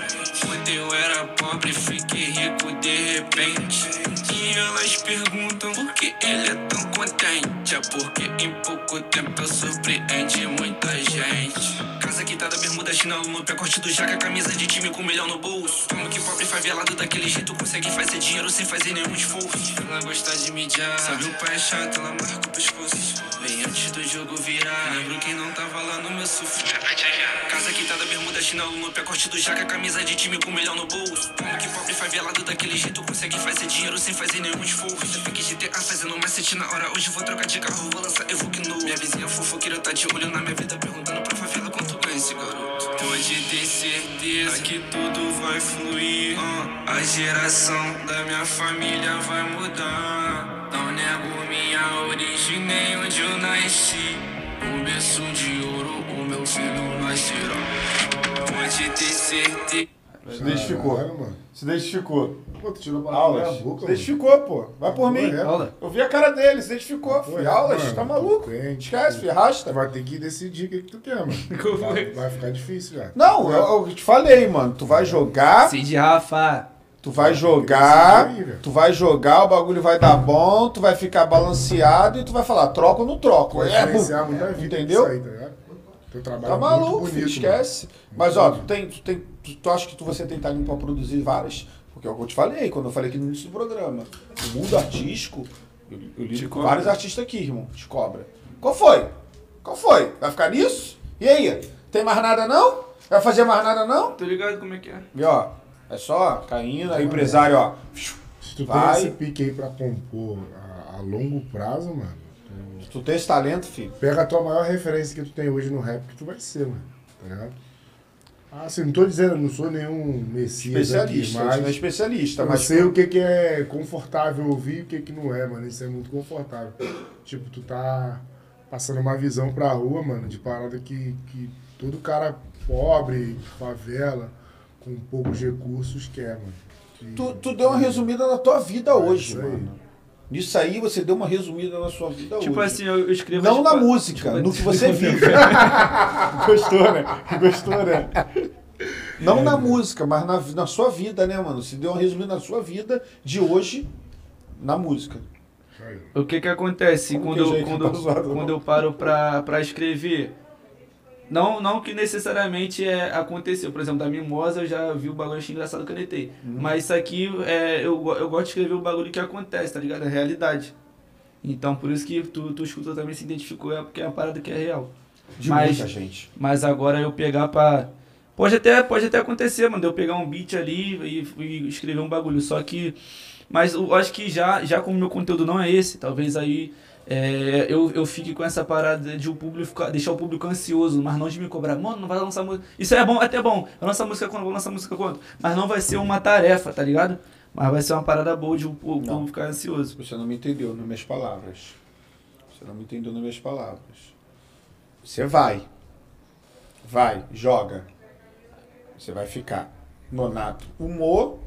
Speaker 6: Quando eu era pobre, fiquei rico de repente. E elas perguntam por que ele é tão contente. É porque em pouco tempo eu surpreende muita gente. Casa quitada, bermuda, chinelo no pé, corte do jaca, camisa de time com um milhão no bolso. Como que pobre favelado daquele jeito consegue fazer dinheiro sem fazer nenhum esforço? Ela gosta de midiar, sabe o pai é chato, ela marca o pescoço. Bem antes do jogo virar, lembro quem não tava lá no meu sofá. Casa quitada, bermuda, chinelo no pé, corte do jaca, camisa de time com um milhão no bolso. Como que pobre favelado daquele jeito consegue fazer dinheiro sem fazer nenhum esforço? Já fiquei GTA fazendo um macete na hora, hoje vou trocar de carro, vou lançar Evoque novo. Minha vizinha fofoqueira tá de olho na minha vida, perguntando pra favela quanto ganha esse garoto. Pode ter certeza que tudo vai fluir. Ah, a geração da minha família vai mudar. Não nego minha origem nem onde eu nasci. Um berço de ouro, o meu filho nascerá. Pode ter certeza.
Speaker 2: Se identificou.
Speaker 1: Caralho, mano.
Speaker 2: Se identificou.
Speaker 1: Pô, tu tirou a palavra da
Speaker 2: Aulas.
Speaker 1: minha boca,
Speaker 2: se
Speaker 1: mano.
Speaker 2: identificou, pô. Vai por mim.
Speaker 1: É,
Speaker 3: Aula.
Speaker 2: Eu vi a cara dele, se identificou.
Speaker 1: Pô,
Speaker 2: Fui
Speaker 1: é,
Speaker 2: aulas,
Speaker 1: mano,
Speaker 2: tá maluco?
Speaker 1: doente,
Speaker 2: Esquece,
Speaker 1: pô.
Speaker 2: filho, arrasta.
Speaker 1: Tu vai ter que decidir o que, que tu quer, mano.
Speaker 2: [laughs]
Speaker 3: Qual foi?
Speaker 1: Vai, vai ficar difícil, já.
Speaker 2: é? Não, eu, eu te falei, mano. Tu vai jogar,
Speaker 3: Cid Rafa.
Speaker 2: tu vai
Speaker 1: Tem que
Speaker 2: jogar,
Speaker 1: decidir aí, velho.
Speaker 2: tu vai jogar, o bagulho vai dar bom, tu vai ficar balanceado e tu vai falar, troco ou não troco.
Speaker 1: Vai
Speaker 2: É,
Speaker 1: influenciar
Speaker 2: bum.
Speaker 1: muita vida
Speaker 2: entendeu?
Speaker 1: isso aí, tá ligado? Teu trabalho
Speaker 2: Tá
Speaker 1: é
Speaker 2: maluco,
Speaker 1: muito
Speaker 2: filho,
Speaker 1: bonito,
Speaker 2: esquece. Mas ó, tu tem, tu tem, tu, tu acha que tu, você tem talento pra produzir várias? Porque é o que eu te falei, quando eu falei aqui no início do programa. O mundo artístico, eu, eu lido com
Speaker 3: cobra.
Speaker 2: vários artistas aqui, irmão, te cobra. Qual foi? Qual foi? Vai ficar nisso? E aí? Tem mais nada não? Vai fazer mais nada não?
Speaker 3: Tô ligado como é que é.
Speaker 2: E ó, é só caindo, aí o empresário, ó.
Speaker 1: Se tu
Speaker 2: Vai.
Speaker 1: tem esse pique aí pra compor a, a longo prazo, mano, tu
Speaker 2: Tu tem esse talento, filho.
Speaker 1: pega a tua maior referência que tu tem hoje no rap, que tu vai ser, mano. Tá ligado? Ah, assim, não tô dizendo, eu não sou nenhum messias aqui,
Speaker 2: Especialista,
Speaker 1: mas...
Speaker 2: não é especialista,
Speaker 1: Eu
Speaker 2: mas.
Speaker 1: sei o que, que é confortável ouvir e o que, que não é, mano. Isso é muito confortável. tipo, tu tá passando uma visão pra rua, mano, de parada que, que todo cara pobre, favela, com poucos recursos quer, mano. Que- É,
Speaker 2: Tu, tu deu um uma resumida na tua vida hoje,
Speaker 1: isso aí.
Speaker 2: mano. Nisso aí você deu uma resumida na sua vida
Speaker 3: Tipo
Speaker 2: hoje.
Speaker 3: assim, eu eu escrevo.
Speaker 2: Não
Speaker 3: tipo,
Speaker 2: na música,
Speaker 3: tipo,
Speaker 2: no que você vive.
Speaker 3: [laughs]
Speaker 1: [laughs]
Speaker 2: Gostou, né? Gostou, né? Não na música, mas na, na sua vida, né, mano? Se deu uma resumida na sua vida de hoje na música.
Speaker 1: Aí.
Speaker 3: O que que acontece
Speaker 2: Como
Speaker 3: quando,
Speaker 2: que
Speaker 3: eu,
Speaker 2: gente
Speaker 3: quando,
Speaker 2: tá zoado,
Speaker 3: eu, quando
Speaker 2: não?
Speaker 3: eu paro pra, pra escrever? Não, não que necessariamente é, aconteceu. Por exemplo, da Mimosa eu já vi o bagulho achei engraçado que eu netei.
Speaker 2: Uhum.
Speaker 3: Mas isso aqui, é, eu, go- eu gosto de escrever o bagulho que acontece, tá ligado? É realidade. Então, por isso que tu, tu escutou também, se identificou, é porque é uma parada que é real.
Speaker 2: De
Speaker 3: Mas-
Speaker 2: muita gente.
Speaker 3: Mas agora eu pegar pra. Pode até, pode até acontecer, mano, de eu pegar um beat ali e, e escrever um bagulho. Só que. Mas eu acho que já, já como meu conteúdo não é esse, talvez aí é, eu, eu fique com essa parada de o público ficar- deixar o público ansioso, mas não de me cobrar, mano, não vai lançar música. Isso é bom, até bom. Eu lanço a música quando, vou lançar a música quando. Mas não vai ser uma tarefa, tá ligado? Mas vai ser uma parada boa de o pú-
Speaker 2: Não.
Speaker 3: público ficar ansioso.
Speaker 2: Você não me entendeu nas minhas palavras. Você não me entendeu nas minhas palavras. Você vai. Vai, joga. Você vai ficar. Nonato humor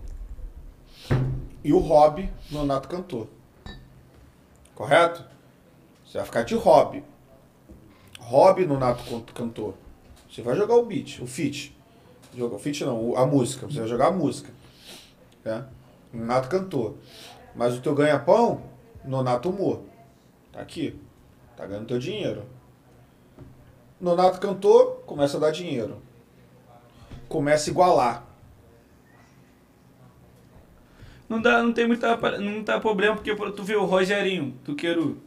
Speaker 2: e o hobby, Nonato cantor. Correto? Você vai ficar de hobby. Hobby, Nonato con- cantor. Você vai jogar o beat, o feat. Joga, o feat não, o- a música. Você vai jogar a música. Né? Nonato cantor. Mas o teu ganha-pão, Nonato Humor. Tá aqui. Tá ganhando teu dinheiro. Nonato cantor, começa a dar dinheiro. Começa a igualar.
Speaker 3: Não, dá, não tem muita, par- não tá problema, porque pô, tu vê o Rogerinho, tu quero.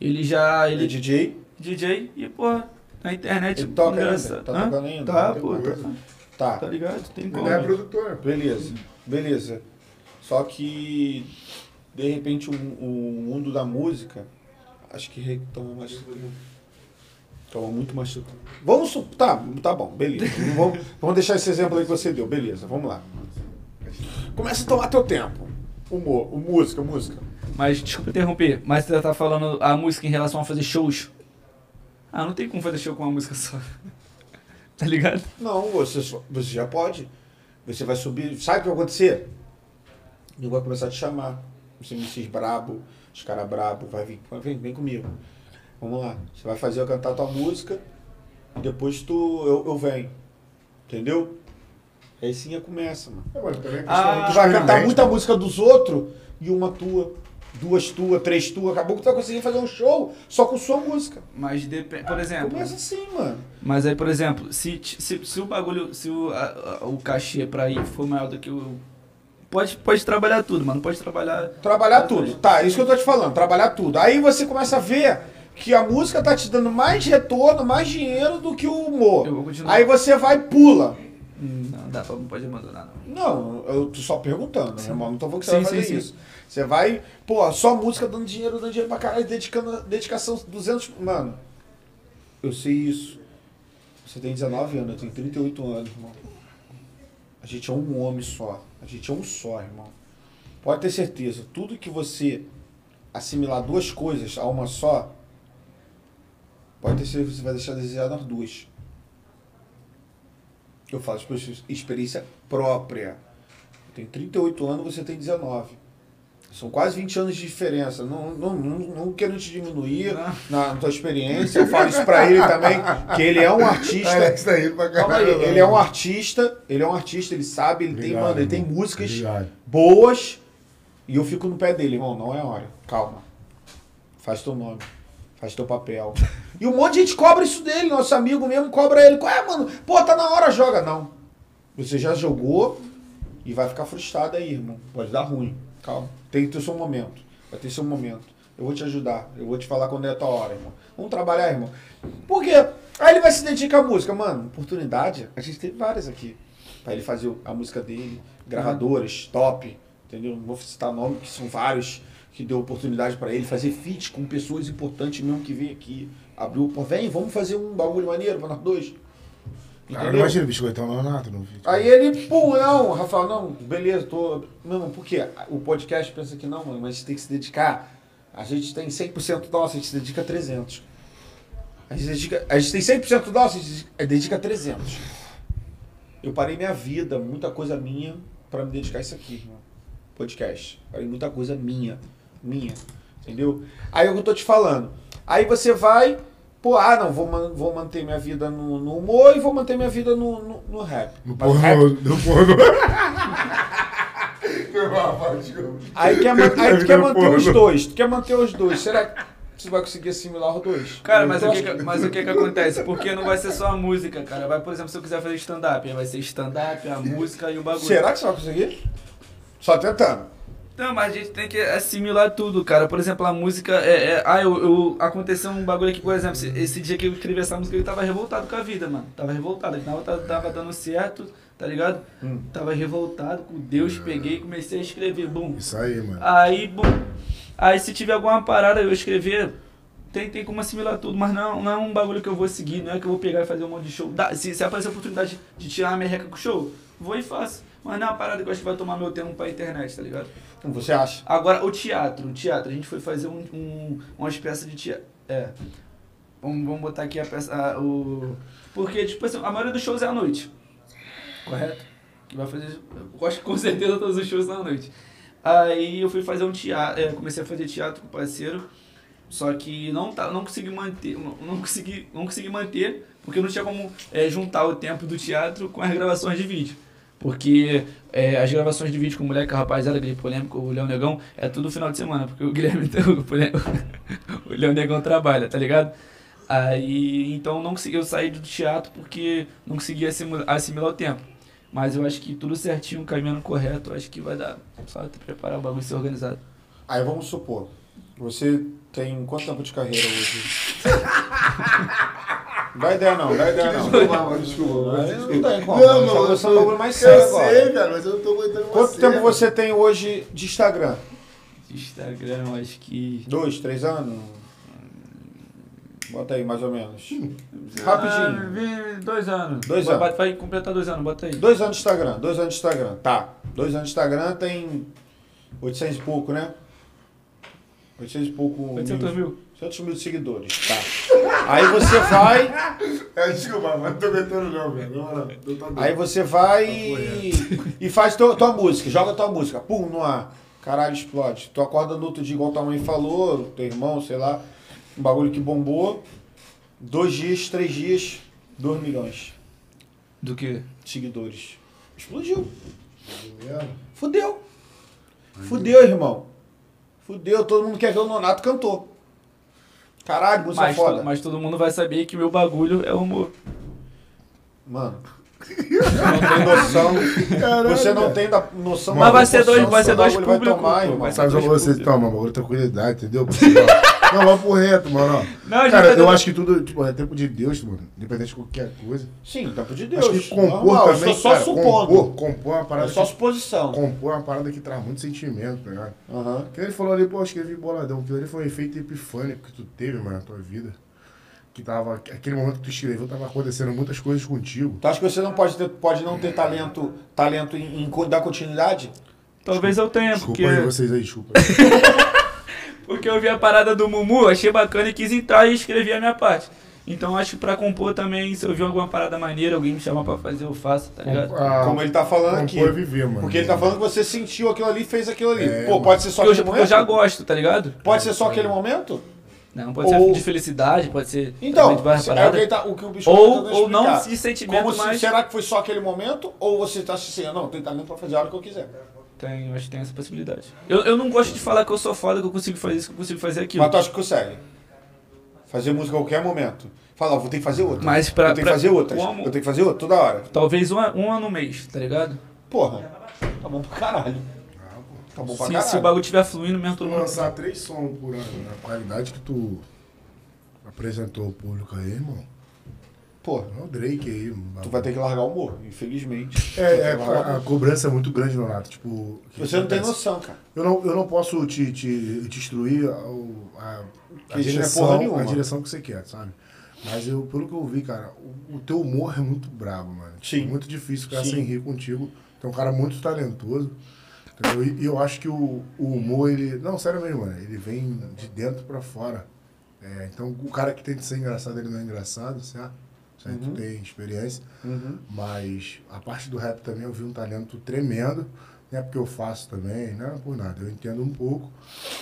Speaker 3: Ele já.
Speaker 2: Ele é
Speaker 3: Ele
Speaker 2: DJ,
Speaker 3: DJ e, porra, na internet.
Speaker 2: Ele toca
Speaker 3: graça-
Speaker 2: ainda? Tá
Speaker 3: Hã?
Speaker 2: tocando ainda?
Speaker 3: Tá,
Speaker 2: Tem
Speaker 3: pô,
Speaker 1: coisa?
Speaker 3: tá,
Speaker 2: tá.
Speaker 3: tá ligado? Tem como.
Speaker 1: Ele é produtor.
Speaker 2: Beleza, beleza. Só que, de repente, o, o mundo da música, acho que re- toma mais... Toma muito mais suco. Vamos. su- Tá, tá bom, beleza. Não Vamos, vamos deixar esse exemplo aí que você deu, beleza, vamos lá. Começa a tomar teu tempo. Humor, o- música, música.
Speaker 3: Mas, desculpa interromper, mas você tá falando a música em relação a fazer shows? Ah, não tem como fazer show com uma música só. [laughs] tá ligado?
Speaker 2: Não, você, só- você já pode. Você vai subir. Sabe o que vai acontecer? Eu vou começar a te chamar. Os MCs brabo, os caras brabo, vai vir. vai, Vem, vem comigo. Vamos lá. Você vai fazer eu cantar a tua música. e Depois tu. Eu, eu venho. Entendeu? Aí sim já começa, mano.
Speaker 1: É, mano, também é
Speaker 3: Ah,
Speaker 2: Tu
Speaker 1: questão
Speaker 2: vai
Speaker 1: de
Speaker 2: cantar
Speaker 1: experimento.
Speaker 2: muita música dos outros e uma tua. Duas tua, três tua. Acabou que tu vai conseguir fazer um show só com sua música.
Speaker 3: Mas depende. Por exemplo.
Speaker 2: Começa assim, mano.
Speaker 3: Mas aí, por exemplo, se, t- se, se o bagulho. Se o, a- a- o cachê pra ir for maior do que o. Pode, pode trabalhar tudo, mano. Pode trabalhar.
Speaker 2: Trabalhar tudo. Tá, isso que eu tô te falando, trabalhar tudo. Aí você começa a ver que a música tá te dando mais retorno, mais dinheiro do que o humor.
Speaker 3: Eu vou continuar.
Speaker 2: Aí você vai e pula.
Speaker 3: Hum, Não, dá pra, não pode abandonar, não.
Speaker 2: Não, eu tô só perguntando, né, irmão. Não tô falando que você
Speaker 3: Sim,
Speaker 2: vai fazer
Speaker 3: sim, sim.
Speaker 2: isso. Você vai, pô, só música dando dinheiro, dando dinheiro pra caralho, dedicando, dedicação 200. Mano, eu sei isso. Você tem 19 anos, eu tenho 38 anos, irmão. A gente é um homem só. A gente é um só, irmão. Pode ter certeza, tudo que você assimilar duas coisas a uma só, pode ter certeza que você vai deixar desejado nas duas. Eu falo isso por experiência própria. Eu tenho 38 anos, você tem 19. São quase 20 anos de diferença. Não, não, não, não quero te diminuir
Speaker 3: Não.
Speaker 2: na tua experiência. Eu falo isso pra ele também, que ele é um
Speaker 1: [laughs]
Speaker 2: artista.
Speaker 1: Alex tá rindo pra
Speaker 2: Calma aí,
Speaker 1: caralho.
Speaker 2: ele é um artista, ele é um artista, ele sabe, ele tem,
Speaker 1: Obrigado,
Speaker 2: mano, ele tem
Speaker 1: irmão.
Speaker 2: músicas
Speaker 1: Obrigado.
Speaker 2: boas e eu fico no pé dele, irmão, não é hora. Calma. Faz teu nome. Faz teu papel. E um monte de gente cobra isso dele, nosso amigo mesmo cobra ele. Qual é, mano? Pô, tá na hora, joga. Não. Você já jogou e vai ficar frustrado aí, irmão. Pode dar ruim. Calma. Tem que ter seu momento. Vai ter seu momento. Eu vou te ajudar. Eu vou te falar quando é a tua hora, irmão. Vamos trabalhar, irmão. Por quê? Aí ele vai se dedicar à música. Mano, oportunidade. A gente teve várias aqui. Pra ele fazer a música dele. Gravadoras, top. Entendeu? Não vou citar nome, que são vários. Que deu oportunidade pra ele fazer feat com pessoas importantes mesmo que vem aqui. Abriu, pô, vem, vamos fazer um bagulho maneiro pra nós dois.
Speaker 1: Cara, não é imagina o biscoitão Leonardo no vídeo.
Speaker 2: Aí ele, pum, não, Rafael, não, beleza, tô. Não, por quê? O podcast pensa que não, mano, mas a gente tem que se dedicar. A gente tem 100% nosso, a gente se dedica a 300. A gente, dedica, a gente tem 100% nosso, a gente se dedica a 300. Eu parei minha vida, muita coisa minha, pra me dedicar a isso aqui, irmão. Podcast. Parei muita coisa minha. Minha. Entendeu? Aí é o que eu tô te falando. Aí você vai, pô, ah, não, vou, man- vou manter minha vida no, no humor e vou manter minha vida no, no, no rap.
Speaker 1: No
Speaker 2: Mas rap-
Speaker 1: porno. No porno. [laughs] Foi mal, pai, desculpa.
Speaker 2: Aí, quer, man- aí tu quer manter
Speaker 1: Porra,
Speaker 2: os
Speaker 1: não.
Speaker 2: dois. Tu quer manter os dois. Será que tu vai conseguir assimilar os dois? Então,
Speaker 3: Cara, mas
Speaker 2: Eu
Speaker 3: o, que,
Speaker 2: acho
Speaker 3: que- mas o que que acontece? Porque não vai ser só a música, cara. Vai, por exemplo, se eu quiser fazer stand-up, aí vai ser stand-up, a música e o bagulho.
Speaker 2: Será que você vai conseguir? Só tentando.
Speaker 3: Não, mas a gente tem que assimilar tudo, cara. Por exemplo, a música é. é- ah, eu, eu- Aconteceu um bagulho aqui, por exemplo, esse, esse dia que eu escrevi essa música, eu tava revoltado com a vida, mano. Tava revoltado, que na hora tava dando certo, tá ligado? Tava revoltado com Deus, peguei e comecei a escrever. Bum.
Speaker 1: Isso aí,
Speaker 2: Ah,
Speaker 1: mano.
Speaker 3: Aí, bom. Aí se tiver alguma parada eu escrever, tem, tem como assimilar tudo, mas não, não é um bagulho que eu vou seguir, não é que eu vou pegar e fazer um monte de show. Dá- se, se aparecer a oportunidade de tirar uma merreca com show, vou e faço. Mas não é uma parada que eu acho que vai tomar meu tempo pra internet, tá ligado?
Speaker 2: Então, Você acha?
Speaker 3: Agora, o teatro, o teatro, a gente foi fazer um, um, umas peças de teatro. É. Vamos, vamos botar aqui a peça. a- o... Porque, tipo assim, a maioria dos shows é à noite. Correto? Que vai fazer. Eu acho que com certeza todos os shows são à noite. Aí eu fui fazer um teatro. é, comecei a fazer teatro com o parceiro. Só que não, tá, não consegui manter. Não, não consegui, não consegui manter, porque não tinha como é, juntar o tempo do teatro com as gravações de vídeo. Porque é, as gravações de vídeo com o moleque, a rapaziada, aquele polêmico, o Leão Negão, é tudo final de semana, porque o [laughs] Guilherme, o, polê- [laughs] o Leão Negão trabalha, tá ligado? Aí, então não consegui, eu saí do teatro porque não conseguia assimilar, assimilar o tempo. Mas eu acho que tudo certinho, caminhando correto, eu acho que vai dar. Só te preparar o bagulho e ser organizado.
Speaker 2: Aí vamos supor. Você tem quanto tempo de carreira hoje? [laughs] Dá ideia não, dá ideia não.
Speaker 1: Desculpa, mano, desculpa.
Speaker 2: Aí não
Speaker 1: desculpa.
Speaker 2: tem como, mano, tá
Speaker 1: eu
Speaker 2: começando um
Speaker 1: tô-
Speaker 2: bagulho mais sério
Speaker 1: Eu sei,
Speaker 2: agora.
Speaker 1: cara, mas eu não tô aguentando
Speaker 2: Quanto
Speaker 1: você. é
Speaker 2: tempo você tem hoje de Instagram?
Speaker 3: Instagram, eu acho que.
Speaker 2: Dois, três anos? Bota aí, mais ou menos.
Speaker 3: Ah,
Speaker 2: Rapidinho.
Speaker 3: vi- dois anos.
Speaker 2: Dois
Speaker 3: Vai-
Speaker 2: anos.
Speaker 3: Vai completar dois anos, bota aí.
Speaker 2: Dois anos de Instagram, dois anos de Instagram. Tá. Dois anos de Instagram tem 800 e pouco, né? 800 e pouco.
Speaker 3: 800 mil.
Speaker 2: 800 mil de seguidores, tá. Aí você vai.
Speaker 1: É, desculpa, mas não tô aguentando não, velho. Não, não, não tá tô
Speaker 2: Aí você vai e, e faz tua, tua música, joga tua música. Pum, no ar. Caralho, explode. Tu acorda no outro dia, igual tua mãe falou, teu irmão, sei lá. Um bagulho que bombou. Dois dias, três dias, 2 milhões
Speaker 3: Do que?
Speaker 2: de seguidores. Explodiu.
Speaker 1: Primeiro,
Speaker 2: Fudeu. Fudeu, irmão. Fudeu, todo mundo quer ver o Nonato cantor. Caralho, música
Speaker 3: Mas,
Speaker 2: é foda.
Speaker 3: to- mas todo mundo vai saber que meu bagulho é o humor.
Speaker 2: Mano. Você não tem noção. Você não tem da noção.
Speaker 3: Mas
Speaker 2: da
Speaker 3: vai
Speaker 2: proporção
Speaker 3: ser dois- vai
Speaker 2: que
Speaker 3: ser
Speaker 2: o
Speaker 3: dois
Speaker 2: bagulho vai
Speaker 3: público,
Speaker 2: tomar,
Speaker 3: pô,
Speaker 2: irmão.
Speaker 3: vai ser-
Speaker 1: Sabe, só pra você
Speaker 3: Escuta.
Speaker 1: tomar uma outra tranquilidade, entendeu? Porque, ó, [laughs] Não, vamos pro reto, mano. ó.
Speaker 3: Não, a gente
Speaker 1: Cara,
Speaker 3: vai
Speaker 1: eu
Speaker 3: dar-
Speaker 1: acho que tudo tipo, é tempo de Deus, mano. Independente de qualquer coisa.
Speaker 2: Sim, tempo de Deus.
Speaker 1: Acho que compor
Speaker 2: Normal,
Speaker 1: também,
Speaker 2: eu tô só
Speaker 1: cara,
Speaker 2: supondo.
Speaker 1: Compor, compor é uma parada
Speaker 2: é só
Speaker 1: que,
Speaker 2: suposição.
Speaker 1: compor é uma parada que traz muito sentimento, tá ligado?
Speaker 2: Aham.
Speaker 1: Que ele falou ali, pô, eu escrevi boladão. Aquilo ali foi um efeito epifânico que tu teve, mano, na tua vida. Que tava. Aquele momento que tu escreveu, tava acontecendo muitas coisas contigo.
Speaker 2: Tu acha que você não pode, ter, pode não ter talento, talento em, em co- dar continuidade?
Speaker 3: Talvez eu tenha,
Speaker 1: Desculpa
Speaker 3: É porque,
Speaker 1: aí vocês aí, desculpa. aí.
Speaker 3: porque eu vi a parada do Mumu, achei bacana e quis entrar e escrevi a minha parte. Então acho que pra compor também, se eu vi alguma parada maneira, alguém me chamar pra fazer, eu faço, tá ligado?
Speaker 1: Ah,
Speaker 2: Como ele tá falando aqui.
Speaker 1: Compor é viver, mano.
Speaker 2: Porque ele tá falando que você sentiu aquilo ali e fez aquilo ali.
Speaker 1: É,
Speaker 2: Pô,
Speaker 1: mano.
Speaker 2: pode ser só é
Speaker 3: Porque
Speaker 2: aquele
Speaker 3: eu, já- porque
Speaker 2: momento?
Speaker 3: eu já gosto, tá ligado?
Speaker 2: Pode ser só aquele momento?
Speaker 3: Não, pode
Speaker 2: Ou-
Speaker 3: ser de felicidade, pode ser
Speaker 2: Então,
Speaker 3: de várias
Speaker 2: se- é o
Speaker 3: paradas.
Speaker 2: que, ele tá, o que o bicho
Speaker 3: Ou-
Speaker 2: tá tentando
Speaker 3: ou não
Speaker 2: explicar.
Speaker 3: se sentimento,
Speaker 2: Como se-
Speaker 3: mas-
Speaker 2: Será que foi só aquele momento? Ou você tá se sentindo, não, tem talento pra fazer a hora que eu quiser.
Speaker 3: Tem, eu acho que tem essa possibilidade. Eu, eu não gosto de falar que eu sou foda, que eu consigo fazer isso, que eu consigo fazer aquilo.
Speaker 2: Mas tá- tu acha que consegue? Fazer música a qualquer momento. Fala, ó, vou ter que fazer outra.
Speaker 3: Mas pra-
Speaker 2: eu tenho
Speaker 3: pra-
Speaker 2: que fazer outras.
Speaker 3: como?
Speaker 2: Eu tenho que fazer outra toda hora.
Speaker 3: Talvez uma, uma no mês, tá ligado?
Speaker 2: Porra, tá bom pra caralho.
Speaker 1: Ah,
Speaker 2: Tá bom pra
Speaker 3: Se,
Speaker 2: caralho.
Speaker 3: se o bagulho estiver fluindo mesmo,
Speaker 1: Tu
Speaker 3: todo mundo.
Speaker 1: lançar três sons por ano, na qualidade que tu apresentou ao público aí, irmão.
Speaker 2: Porra,
Speaker 1: Não é o Drake aí, mano.
Speaker 2: tu vai ter que largar o morro, infelizmente. Tu vai ter
Speaker 1: É, é,
Speaker 2: que largar o
Speaker 1: a, a
Speaker 2: morro.
Speaker 1: cobrança é muito grande, Leonardo. Tipo, o que
Speaker 2: Você não tem
Speaker 1: acontece?
Speaker 2: noção, cara.
Speaker 1: Eu não, eu não posso te, te, te instruir ao- a, a,
Speaker 2: Que isso não é porra
Speaker 1: direção,
Speaker 2: nenhuma.
Speaker 1: a direção que você quer, sabe? Mas eu, pelo que eu vi, cara, o, o teu humor é muito brabo, mano. Tipo,
Speaker 2: Sim.
Speaker 1: Muito difícil ficar
Speaker 2: Sim.
Speaker 1: sem rir contigo. Tu é um cara muito talentoso. entendeu? E, e eu acho que o, o humor, ele. Não, sério mesmo, mano. Ele vem de dentro pra fora. É, então, o cara que tenta ser engraçado, ele não é engraçado, certo? Isso aí tu tem experiência. Uhum. Mas a parte do rap também eu vi um talento tremendo. Não é porque eu faço também, não é por nada. Eu entendo um pouco,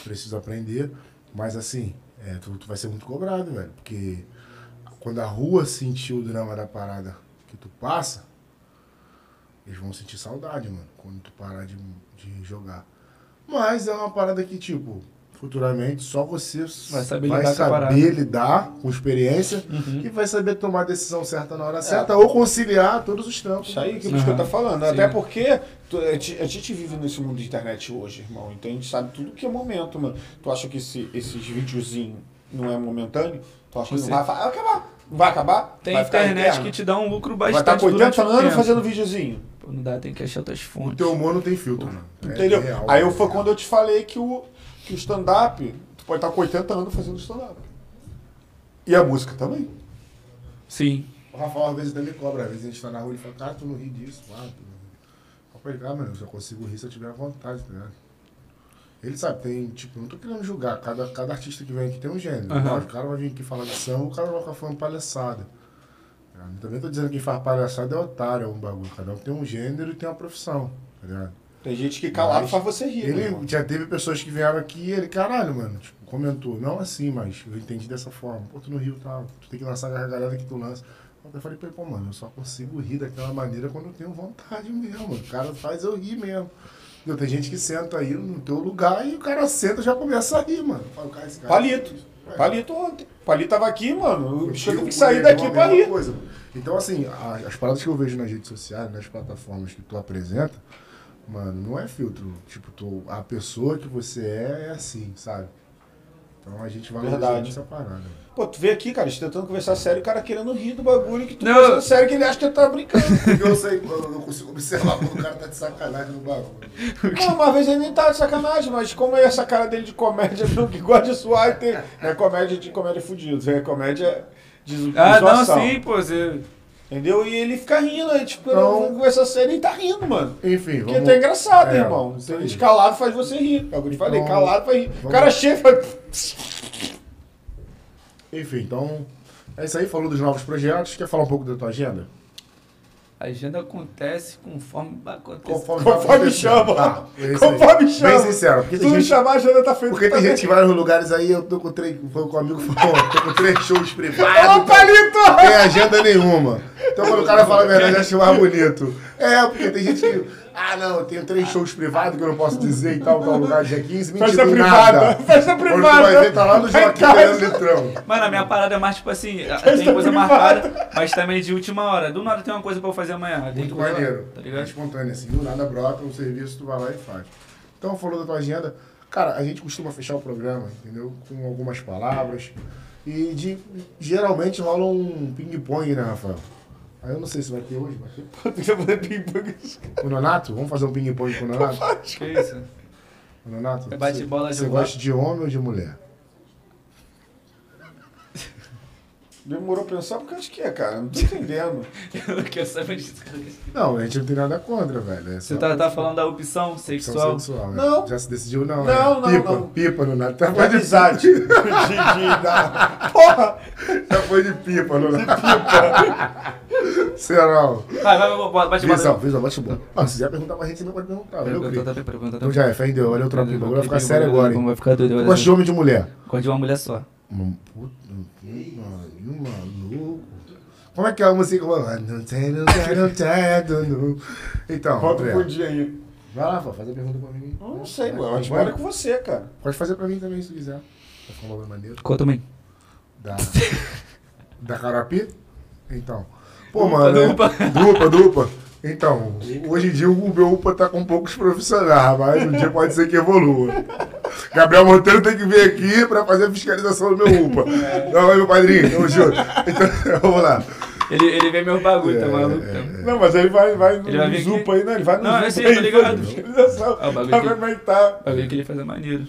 Speaker 1: preciso aprender. Mas assim, é, tu, tu vai ser muito cobrado, velho. Porque quando a rua sentir o drama da parada que tu passa, eles vão sentir saudade, mano. Quando tu parar de, de jogar. Mas é uma parada que, tipo, futuramente só você
Speaker 3: Vai saber lidar com a
Speaker 1: saber
Speaker 3: parada.
Speaker 1: lidar com experiência
Speaker 2: Uhum.
Speaker 1: e vai saber tomar a decisão certa na hora certa ou conciliar todos os trampos.
Speaker 2: É. Isso aí que o
Speaker 3: Aham.
Speaker 2: Biscoito tá falando.
Speaker 3: Sim.
Speaker 2: Até porque tu- a gente a gente vive nesse mundo de internet hoje, irmão. Então a gente sabe tudo que é momento, mano. Tu acha que esse, esses videozinhos não é momentâneo? Tu acha que não
Speaker 3: Sim.
Speaker 2: vai, fa- vai acabar? Vai acabar?
Speaker 3: Tem
Speaker 2: vai ficar
Speaker 3: internet
Speaker 2: eterno?
Speaker 3: que te dá um lucro
Speaker 2: Vai
Speaker 3: bastante
Speaker 2: estar com 80
Speaker 3: durante o
Speaker 2: anos
Speaker 3: tempo.
Speaker 2: fazendo videozinho.
Speaker 3: Pô, não dá, tem que achar outras
Speaker 1: O
Speaker 3: fontes.
Speaker 1: teu humor não tem filtro, mano. É
Speaker 2: entendeu?
Speaker 1: real,
Speaker 2: aí
Speaker 1: é
Speaker 2: eu, foi
Speaker 1: real.
Speaker 2: quando eu te falei que o, que o stand-up, tu pode estar com 80 anos fazendo stand-up. E a música também.
Speaker 3: Sim.
Speaker 1: O Rafael às vezes também cobra, às vezes a gente tá na rua e ele fala, cara, tu não ri disso, pá. tu- Pra pegar, mano, eu só consigo rir se eu tiver à vontade, tá ligado? Ele sabe, tem, tipo, não tô querendo julgar, cada, cada artista que vem aqui tem um gênero.
Speaker 3: Aham.
Speaker 1: Lógico, O cara vai vir aqui falar de samba, o cara vai ficar falando palhaçada. tá ligado? Eu Também tô dizendo que quem faz palhaçada é otário, é um bagulho. Cada um tem um gênero e tem uma profissão, tá ligado?
Speaker 2: Tem gente que calado
Speaker 1: Mas
Speaker 2: faz você rir. meu irmão.
Speaker 1: Ele já teve pessoas que vieram aqui e ele, caralho, mano, tipo, comentou. Não assim, mas eu entendi dessa forma. Pô, tu no Rio tá, tu tem que lançar a gargalhada que tu lança. Eu falei pra ele, pô, mano, eu só consigo rir daquela maneira quando eu tenho vontade mesmo. O cara faz eu rir mesmo. Entendeu? Tem gente que senta aí no teu lugar e o cara senta e já começa a rir, mano. Eu falo, cara, esse cara-
Speaker 2: Palito.
Speaker 1: Ué,
Speaker 2: Palito ontem. Palito tava aqui, mano. O bicho
Speaker 1: eu
Speaker 2: teve que
Speaker 1: tive
Speaker 2: sair daqui pra rir.
Speaker 1: Coisa. Então, assim, a- as paradas que eu vejo nas redes sociais, nas plataformas que tu apresenta, mano, não é filtro. Tipo, tu, a pessoa que você é é assim, sabe? Então a gente vai
Speaker 2: Verdade.
Speaker 1: essa parada.
Speaker 2: Pô, tu vê aqui, cara, a gente tentando conversar sério, o cara querendo rir do bagulho que tu
Speaker 3: Não.
Speaker 2: conversando sério que ele acha que ele tá
Speaker 3: [laughs]
Speaker 2: brincando.
Speaker 1: Porque eu sei, eu não consigo observar quando o cara tá de sacanagem no bagulho.
Speaker 2: Não, uma vez ele nem tava de sacanagem, mas como é essa cara dele de comédia, não que gosta de suar e tem. Não é comédia de comédia fudido, é comédia de zo- de
Speaker 3: Ah, não,
Speaker 2: zoação,
Speaker 3: sim, pô. Você...
Speaker 2: Entendeu? E ele fica rindo, aí, tipo,
Speaker 1: Não.
Speaker 2: não conversa sério e tá rindo, mano.
Speaker 1: Enfim,
Speaker 2: Porque
Speaker 1: Então- vamos...
Speaker 2: tá engraçado,
Speaker 1: É,
Speaker 2: irmão.
Speaker 1: isso aí.
Speaker 2: Gente calado faz você rir. É o que eu te falei,
Speaker 1: Então,
Speaker 2: calado faz rir. O
Speaker 1: vamos-
Speaker 2: cara chega e fala.
Speaker 1: Enfim, então... É isso aí, falou dos novos projetos. Quer falar um pouco da tua agenda?
Speaker 3: A agenda acontece conforme vai acontecer.
Speaker 1: vai
Speaker 2: Conforme
Speaker 1: acontecendo.
Speaker 2: chama.
Speaker 1: Tá, é isso aí.
Speaker 2: Conforme chama.
Speaker 1: Bem sincero, porque
Speaker 2: Se
Speaker 1: tem
Speaker 2: tu me
Speaker 1: gente-
Speaker 2: chamar, a agenda tá feita.
Speaker 1: Porque
Speaker 2: tá
Speaker 1: tem gente que vai nos lugares aí, eu tô com três, foi com um amigo que falou, tô com três shows privados,
Speaker 2: Ô, Palito!
Speaker 1: não tem agenda nenhuma. Então quando o cara fala a verdade, eu acho mais bonito. É, porque tem gente que, ah não, eu tenho três shows privados que eu não posso dizer e tal, tal lugar, dia 15, mentira,
Speaker 2: Festa
Speaker 1: tem
Speaker 2: privada,
Speaker 1: nada.
Speaker 2: festa
Speaker 1: Quando tu
Speaker 2: privada.
Speaker 1: vai ver, tá lá no
Speaker 2: Vai em
Speaker 1: Joaquim
Speaker 2: casa.
Speaker 1: Leandro Litrão.
Speaker 3: Mano, a minha parada é mais
Speaker 1: [laughs]
Speaker 3: tipo assim, tem
Speaker 1: é
Speaker 3: coisa marcada, mas também de última hora. Do nada tem uma coisa pra eu fazer amanhã. tem
Speaker 1: Muito
Speaker 3: coisa lá,
Speaker 1: maneiro.
Speaker 3: Tá ligado?
Speaker 1: Espontâneo, assim, do nada brota um serviço, tu vai lá e faz. Então, falou da tua agenda. Cara, a gente costuma fechar o programa, entendeu? Com algumas palavras. E de, geralmente rola um ping-pong, né, Rafael? Aí eu não sei se vai ter hoje, vai ter.
Speaker 2: Tem que fazer ping-pong.
Speaker 1: Com o Nonato? Vamos fazer um ping-pong com o Nonato?
Speaker 3: Tipo, Que isso? [laughs]
Speaker 1: Com o Nonato?
Speaker 3: É bate-bola,
Speaker 1: você, você
Speaker 3: jogo lá.
Speaker 1: gosta de homem ou de mulher?
Speaker 2: [laughs] Demorou pra pensar porque acho que é, cara. Não tô [laughs] entendendo.
Speaker 3: Eu não quero saber disso.
Speaker 1: Não, a gente não tem nada contra, velho. É só
Speaker 3: Você tá, tá falando da opção
Speaker 1: opção
Speaker 3: sexual?
Speaker 1: sexual, né?
Speaker 2: Não.
Speaker 1: Já se decidiu, não?
Speaker 2: Não,
Speaker 1: né?
Speaker 2: não,
Speaker 1: pipa,
Speaker 2: não.
Speaker 1: Pipa, Nonato. Já
Speaker 2: De
Speaker 1: foi de,
Speaker 2: amizade. De, de, da- Porra!
Speaker 1: já foi de pipa, é? Nonato. [laughs] pipa. Serão.
Speaker 3: Vai, vai, vai, vai, bate
Speaker 1: Visão,
Speaker 3: bola.
Speaker 1: visão, bate bola. Ah, se quiser perguntar pra gente, você não pode perguntar. Valeu, Cris.
Speaker 3: Pergunta, tá, pergunta, tá.
Speaker 1: Então já é, fé em Deus. Valeu, Tropinho. O bagulho vai ficar
Speaker 3: Tropinho,
Speaker 1: sério
Speaker 3: bagulho,
Speaker 1: agora, hein?
Speaker 3: Vai ficar doido.
Speaker 1: Tu
Speaker 3: vai
Speaker 1: gosta de
Speaker 3: dar-
Speaker 1: homem ou de mulher?
Speaker 3: Gosto de uma mulher só.
Speaker 1: Hum, Puta, que mano, maluco. Como é que é a música? Mano, I don't care, don't care, don't care, don't know. Então,
Speaker 2: Volta
Speaker 1: André,
Speaker 2: pro dia aí.
Speaker 1: vai lá, Fá, faz a pergunta pra mim.
Speaker 2: Eu Não sei,
Speaker 1: Vai,
Speaker 2: mano. Eu acho que
Speaker 1: vai.
Speaker 2: mora com você, cara.
Speaker 1: Pode fazer pra mim também, se quiser. Vai ficar um bagulho maneiro.
Speaker 3: Conta também.
Speaker 1: Da. da Carapi? Então. Pô, mano.
Speaker 3: Dupa,
Speaker 1: é- Dupa, dupa. Então, hoje em dia o meu UPA tá com poucos profissionais, mas um dia pode ser que evolua. Gabriel Monteiro tem que vir aqui pra fazer a fiscalização do meu UPA. Não, é meu padrinho, tamo junto. Então, [laughs] vamos lá. É,
Speaker 3: Ele, ele vê meus bagulho, tá maluco?
Speaker 2: Não, mas ele vai, vai no
Speaker 3: Ele vai vir aqui?
Speaker 2: Zupa aí, não. Ele vai no
Speaker 3: Não, eu
Speaker 2: Zupa
Speaker 3: sei, eu tô
Speaker 2: aí,
Speaker 3: ligado.
Speaker 2: faz fiscalização.
Speaker 3: Ah, o bagulho
Speaker 2: Pra
Speaker 3: aqui.
Speaker 2: ver como é que tá.
Speaker 3: Pra ver que ele faz é maneiro.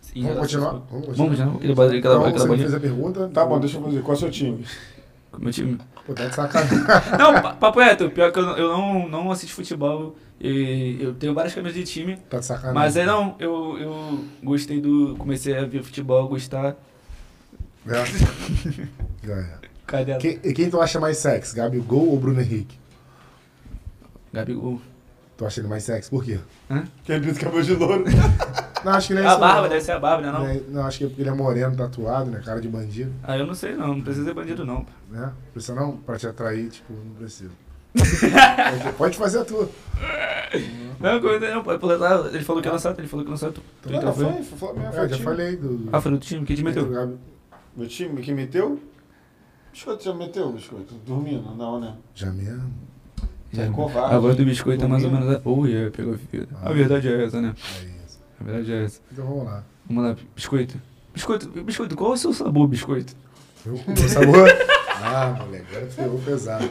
Speaker 3: Sim,
Speaker 1: Vamos
Speaker 3: relação-
Speaker 1: continuar? Vamos
Speaker 3: Vamos
Speaker 1: continuar.
Speaker 3: continuar. Aquele bagulho, aquela,
Speaker 1: Então,
Speaker 3: aquela
Speaker 1: você me
Speaker 3: bolinha.
Speaker 1: fez a pergunta.
Speaker 2: Tá bom, deixa eu fazer. Qual é o seu time?
Speaker 3: Com o meu time.
Speaker 1: Pô, tá de [laughs] sacanagem.
Speaker 3: Não, pa- papo reto, pior que eu, não- eu não, não assisto futebol. E eu tenho várias camisas de time.
Speaker 1: Tá de sacanagem.
Speaker 3: Mas aí não, eu, eu gostei do. Comecei a ver futebol, gostar.
Speaker 1: É. Já é.
Speaker 3: Cadê ela?
Speaker 1: Quem, e quem tu acha mais sexy, Gabigol ou Bruno Henrique?
Speaker 3: Gabigol.
Speaker 1: Tu acha ele mais sexy? Por quê?
Speaker 2: Que ele disse cabelo de [laughs] louro.
Speaker 1: Não, acho que ele
Speaker 3: É
Speaker 1: é
Speaker 3: a
Speaker 1: isso,
Speaker 3: barba,
Speaker 1: não.
Speaker 3: deve ser a barba, né? Não?
Speaker 1: Né? Não, acho que é porque ele é moreno, tatuado, né? Cara de bandido,
Speaker 3: Ah, eu não sei não, não precisa ser bandido não.
Speaker 1: né? Precisa não? Pra te atrair, tipo, não
Speaker 3: [laughs]
Speaker 1: precisa. Pode- Pode fazer a tua.
Speaker 3: Não, coisa não, pode pular. tá, Ele falou que não sabe, ele falou que não sabe. Tu, tu
Speaker 2: Não,
Speaker 3: então foi?
Speaker 2: foi. Foi minha
Speaker 1: É,
Speaker 2: foi
Speaker 1: já
Speaker 2: time.
Speaker 1: falei do.
Speaker 3: Ah, foi do time, quem te
Speaker 1: do
Speaker 3: meteu?
Speaker 1: Gabi.
Speaker 2: Meu time que meteu? Biscoito já meteu, biscoito? Dormindo? Não, né?
Speaker 1: Já mesmo?
Speaker 2: Já é
Speaker 3: Já.
Speaker 2: covarde.
Speaker 3: A voz do biscoito é mais ou
Speaker 2: Dormindo.
Speaker 3: menos. Oh, yeah, pegou fio.
Speaker 1: Ah.
Speaker 3: A verdade é essa, né?
Speaker 1: É isso.
Speaker 3: A verdade é essa.
Speaker 1: Então vamos lá.
Speaker 3: Vamos lá, biscoito. Biscoito, biscoito, qual é o seu sabor, biscoito?
Speaker 1: Eu com
Speaker 3: [laughs]
Speaker 1: o sabor. Ah, moleque, agora tu pegou pesado.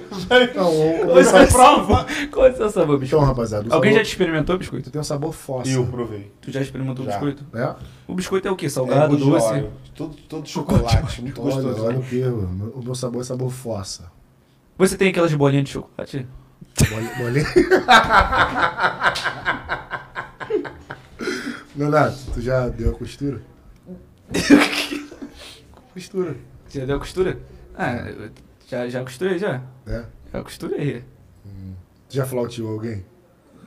Speaker 1: Então, o, o meu
Speaker 3: Qual é o
Speaker 1: sabor-
Speaker 3: seu sabor? [laughs] Qual é o seu sabor,
Speaker 1: então
Speaker 3: biscoito?
Speaker 1: rapaziada, o
Speaker 3: Alguém já
Speaker 1: sabor...
Speaker 3: te experimentou biscoito?
Speaker 1: Tu tem um sabor fóssil.
Speaker 2: Eu provei.
Speaker 3: Tu já experimentou o
Speaker 2: Já.
Speaker 3: biscoito?
Speaker 1: Né?
Speaker 3: O biscoito é o quê?
Speaker 2: É,
Speaker 3: Salgado,
Speaker 2: good
Speaker 3: doce?
Speaker 2: Oreo. Todo, todo chocolate, muito
Speaker 1: Olha,
Speaker 2: gostoso.
Speaker 3: né?
Speaker 1: olha o que. O meu- o meu sabor é sabor fossa.
Speaker 3: Você tem aquelas bolinhas de chocolate?
Speaker 1: Bol- Bolinha. [laughs] Leonardo, tu já deu a
Speaker 3: [laughs]
Speaker 1: costura? costura,
Speaker 3: Já deu a costura? Ah, eu- já, já costurei já.
Speaker 1: né?
Speaker 3: Já costurei.
Speaker 1: Tu já flauteou alguém?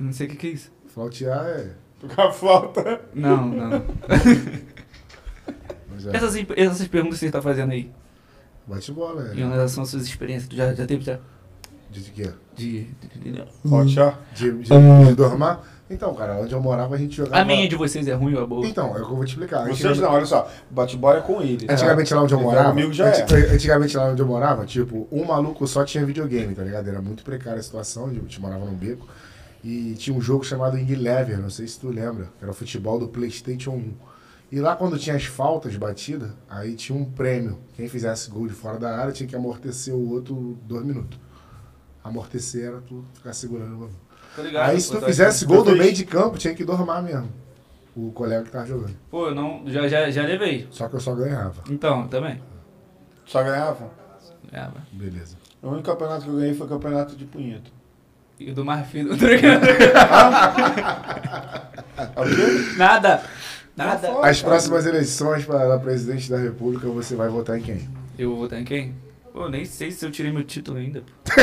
Speaker 3: Não sei o que, que é isso.
Speaker 1: Flautear é.
Speaker 2: [laughs] Tocar flauta.
Speaker 3: Não, não.
Speaker 1: [laughs] mas é-
Speaker 3: Essas, essas perguntas que você tá fazendo aí,
Speaker 1: Bate bola,
Speaker 3: em
Speaker 1: é.
Speaker 3: relação às suas experiências, tu já, já teve já?
Speaker 1: De, de quê?
Speaker 3: De. de- de-
Speaker 2: Flautear.
Speaker 1: De, de, de dormar? Então, cara, onde eu morava a gente jogava.
Speaker 3: A minha de vocês é ruim ou é boa?
Speaker 1: Então, é o que eu vou te explicar.
Speaker 2: Vocês não, olha só. Bate-bola é com ele. tá?
Speaker 1: Antigamente lá onde eu
Speaker 2: Então,
Speaker 1: morava.
Speaker 2: comigo já é.
Speaker 1: anti- Antigamente lá onde eu morava, tipo, um maluco só tinha videogame, tá ligado? Era muito precária a situação, tipo, a gente morava num beco. E tinha um jogo chamado Ing Lever, não sei se tu lembra. Era o futebol do Playstation 1. E lá quando tinha as faltas batidas, aí tinha um prêmio. Quem fizesse gol de fora da área tinha que amortecer o outro dois minutos. Amortecer era tu ficar segurando o bagulho.
Speaker 3: Tá ligado?
Speaker 1: Aí se tu
Speaker 3: Pô, tá-
Speaker 1: fizesse gol do
Speaker 2: fiz.
Speaker 1: meio de campo, tinha que dormar mesmo. O colega que tava jogando.
Speaker 3: Pô, eu não, já, já, já levei.
Speaker 1: Só que eu só ganhava.
Speaker 3: Então, eu também.
Speaker 2: Só ganhava?
Speaker 3: É, mano.
Speaker 1: Beleza.
Speaker 2: O único campeonato que eu ganhei foi o campeonato de punheta.
Speaker 3: E o do
Speaker 1: [laughs]
Speaker 3: Marfim [laughs] não tá ligado?
Speaker 1: É
Speaker 2: Ah, o quê?
Speaker 3: Nada. Nada.
Speaker 1: As próximas eleições para presidente da república, você vai votar em quem? Tá
Speaker 3: Eu vou votar em quem? Pô, nem sei se eu tirei meu título ainda. pô. [laughs]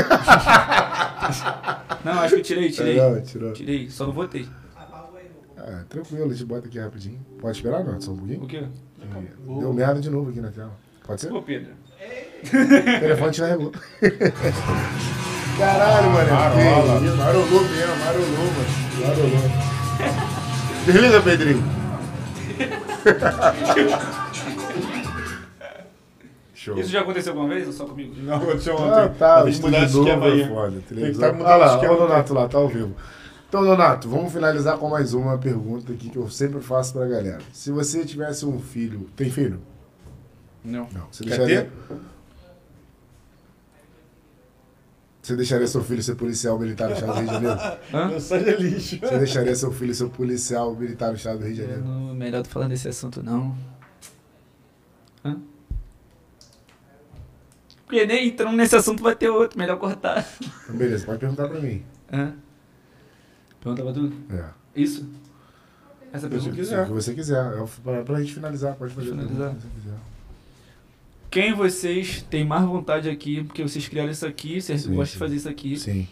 Speaker 3: não, acho que eu tirei, tirei.
Speaker 1: Legal, tirou.
Speaker 3: Tirei, só não votei.
Speaker 1: Ah, tranquilo, a gente bota aqui rapidinho. Pode esperar, não? Só um pouquinho?
Speaker 3: O quê?
Speaker 1: Deu merda de novo aqui na tela. Pode
Speaker 3: [laughs]
Speaker 1: ser?
Speaker 3: Pô, Pedro.
Speaker 1: O telefone te largou. [laughs] Caralho, mano.
Speaker 2: Marola.
Speaker 1: Que- Marolou mesmo, marolou, mano. Marolou. Beleza, Pedrinho? Show.
Speaker 3: Isso já aconteceu alguma vez ou só
Speaker 2: [laughs]
Speaker 3: comigo?
Speaker 2: Não aconteceu
Speaker 1: Ah,
Speaker 2: ontem.
Speaker 1: tá, o
Speaker 2: Tem que
Speaker 1: estúdio
Speaker 2: mudar esse
Speaker 1: novo
Speaker 2: esquema
Speaker 1: é
Speaker 2: aí.
Speaker 1: foda.
Speaker 2: Tem que
Speaker 1: televisão.
Speaker 2: estar
Speaker 1: Ah
Speaker 2: mudando
Speaker 1: lá,
Speaker 2: esse esquema.
Speaker 1: olha o Donato lá, tá ao vivo. Então, Donato, vamos finalizar com mais uma pergunta aqui que eu sempre faço pra galera. Se você tivesse um filho... Tem filho?
Speaker 3: Não.
Speaker 1: Não. Você
Speaker 2: Quer
Speaker 1: deixaria...
Speaker 2: ter?
Speaker 1: Você deixaria seu filho ser policial militar no estado do Rio de
Speaker 2: [laughs]
Speaker 1: Janeiro?
Speaker 2: Meu sangue é lixo.
Speaker 1: Você deixaria seu filho ser policial militar no estado do Rio de Janeiro?
Speaker 3: Não, é melhor tu falar desse assunto, não. Hã? Porque nem entrando nesse assunto vai ter outro, melhor cortar.
Speaker 1: Então, beleza, pode perguntar pra mim.
Speaker 3: Hã? Pergunta pra tu?
Speaker 1: É.
Speaker 3: Isso? Essa
Speaker 2: Se
Speaker 3: pergunta?
Speaker 1: O
Speaker 2: quiser.
Speaker 1: que você quiser. É pra, pra gente finalizar, pode fazer. a pergunta
Speaker 3: Finalizar.
Speaker 1: que você quiser.
Speaker 3: Quem vocês têm mais vontade aqui, porque vocês criaram isso aqui, vocês
Speaker 1: Sim,
Speaker 3: gostam
Speaker 1: sim.
Speaker 3: de fazer isso aqui.
Speaker 1: Sim.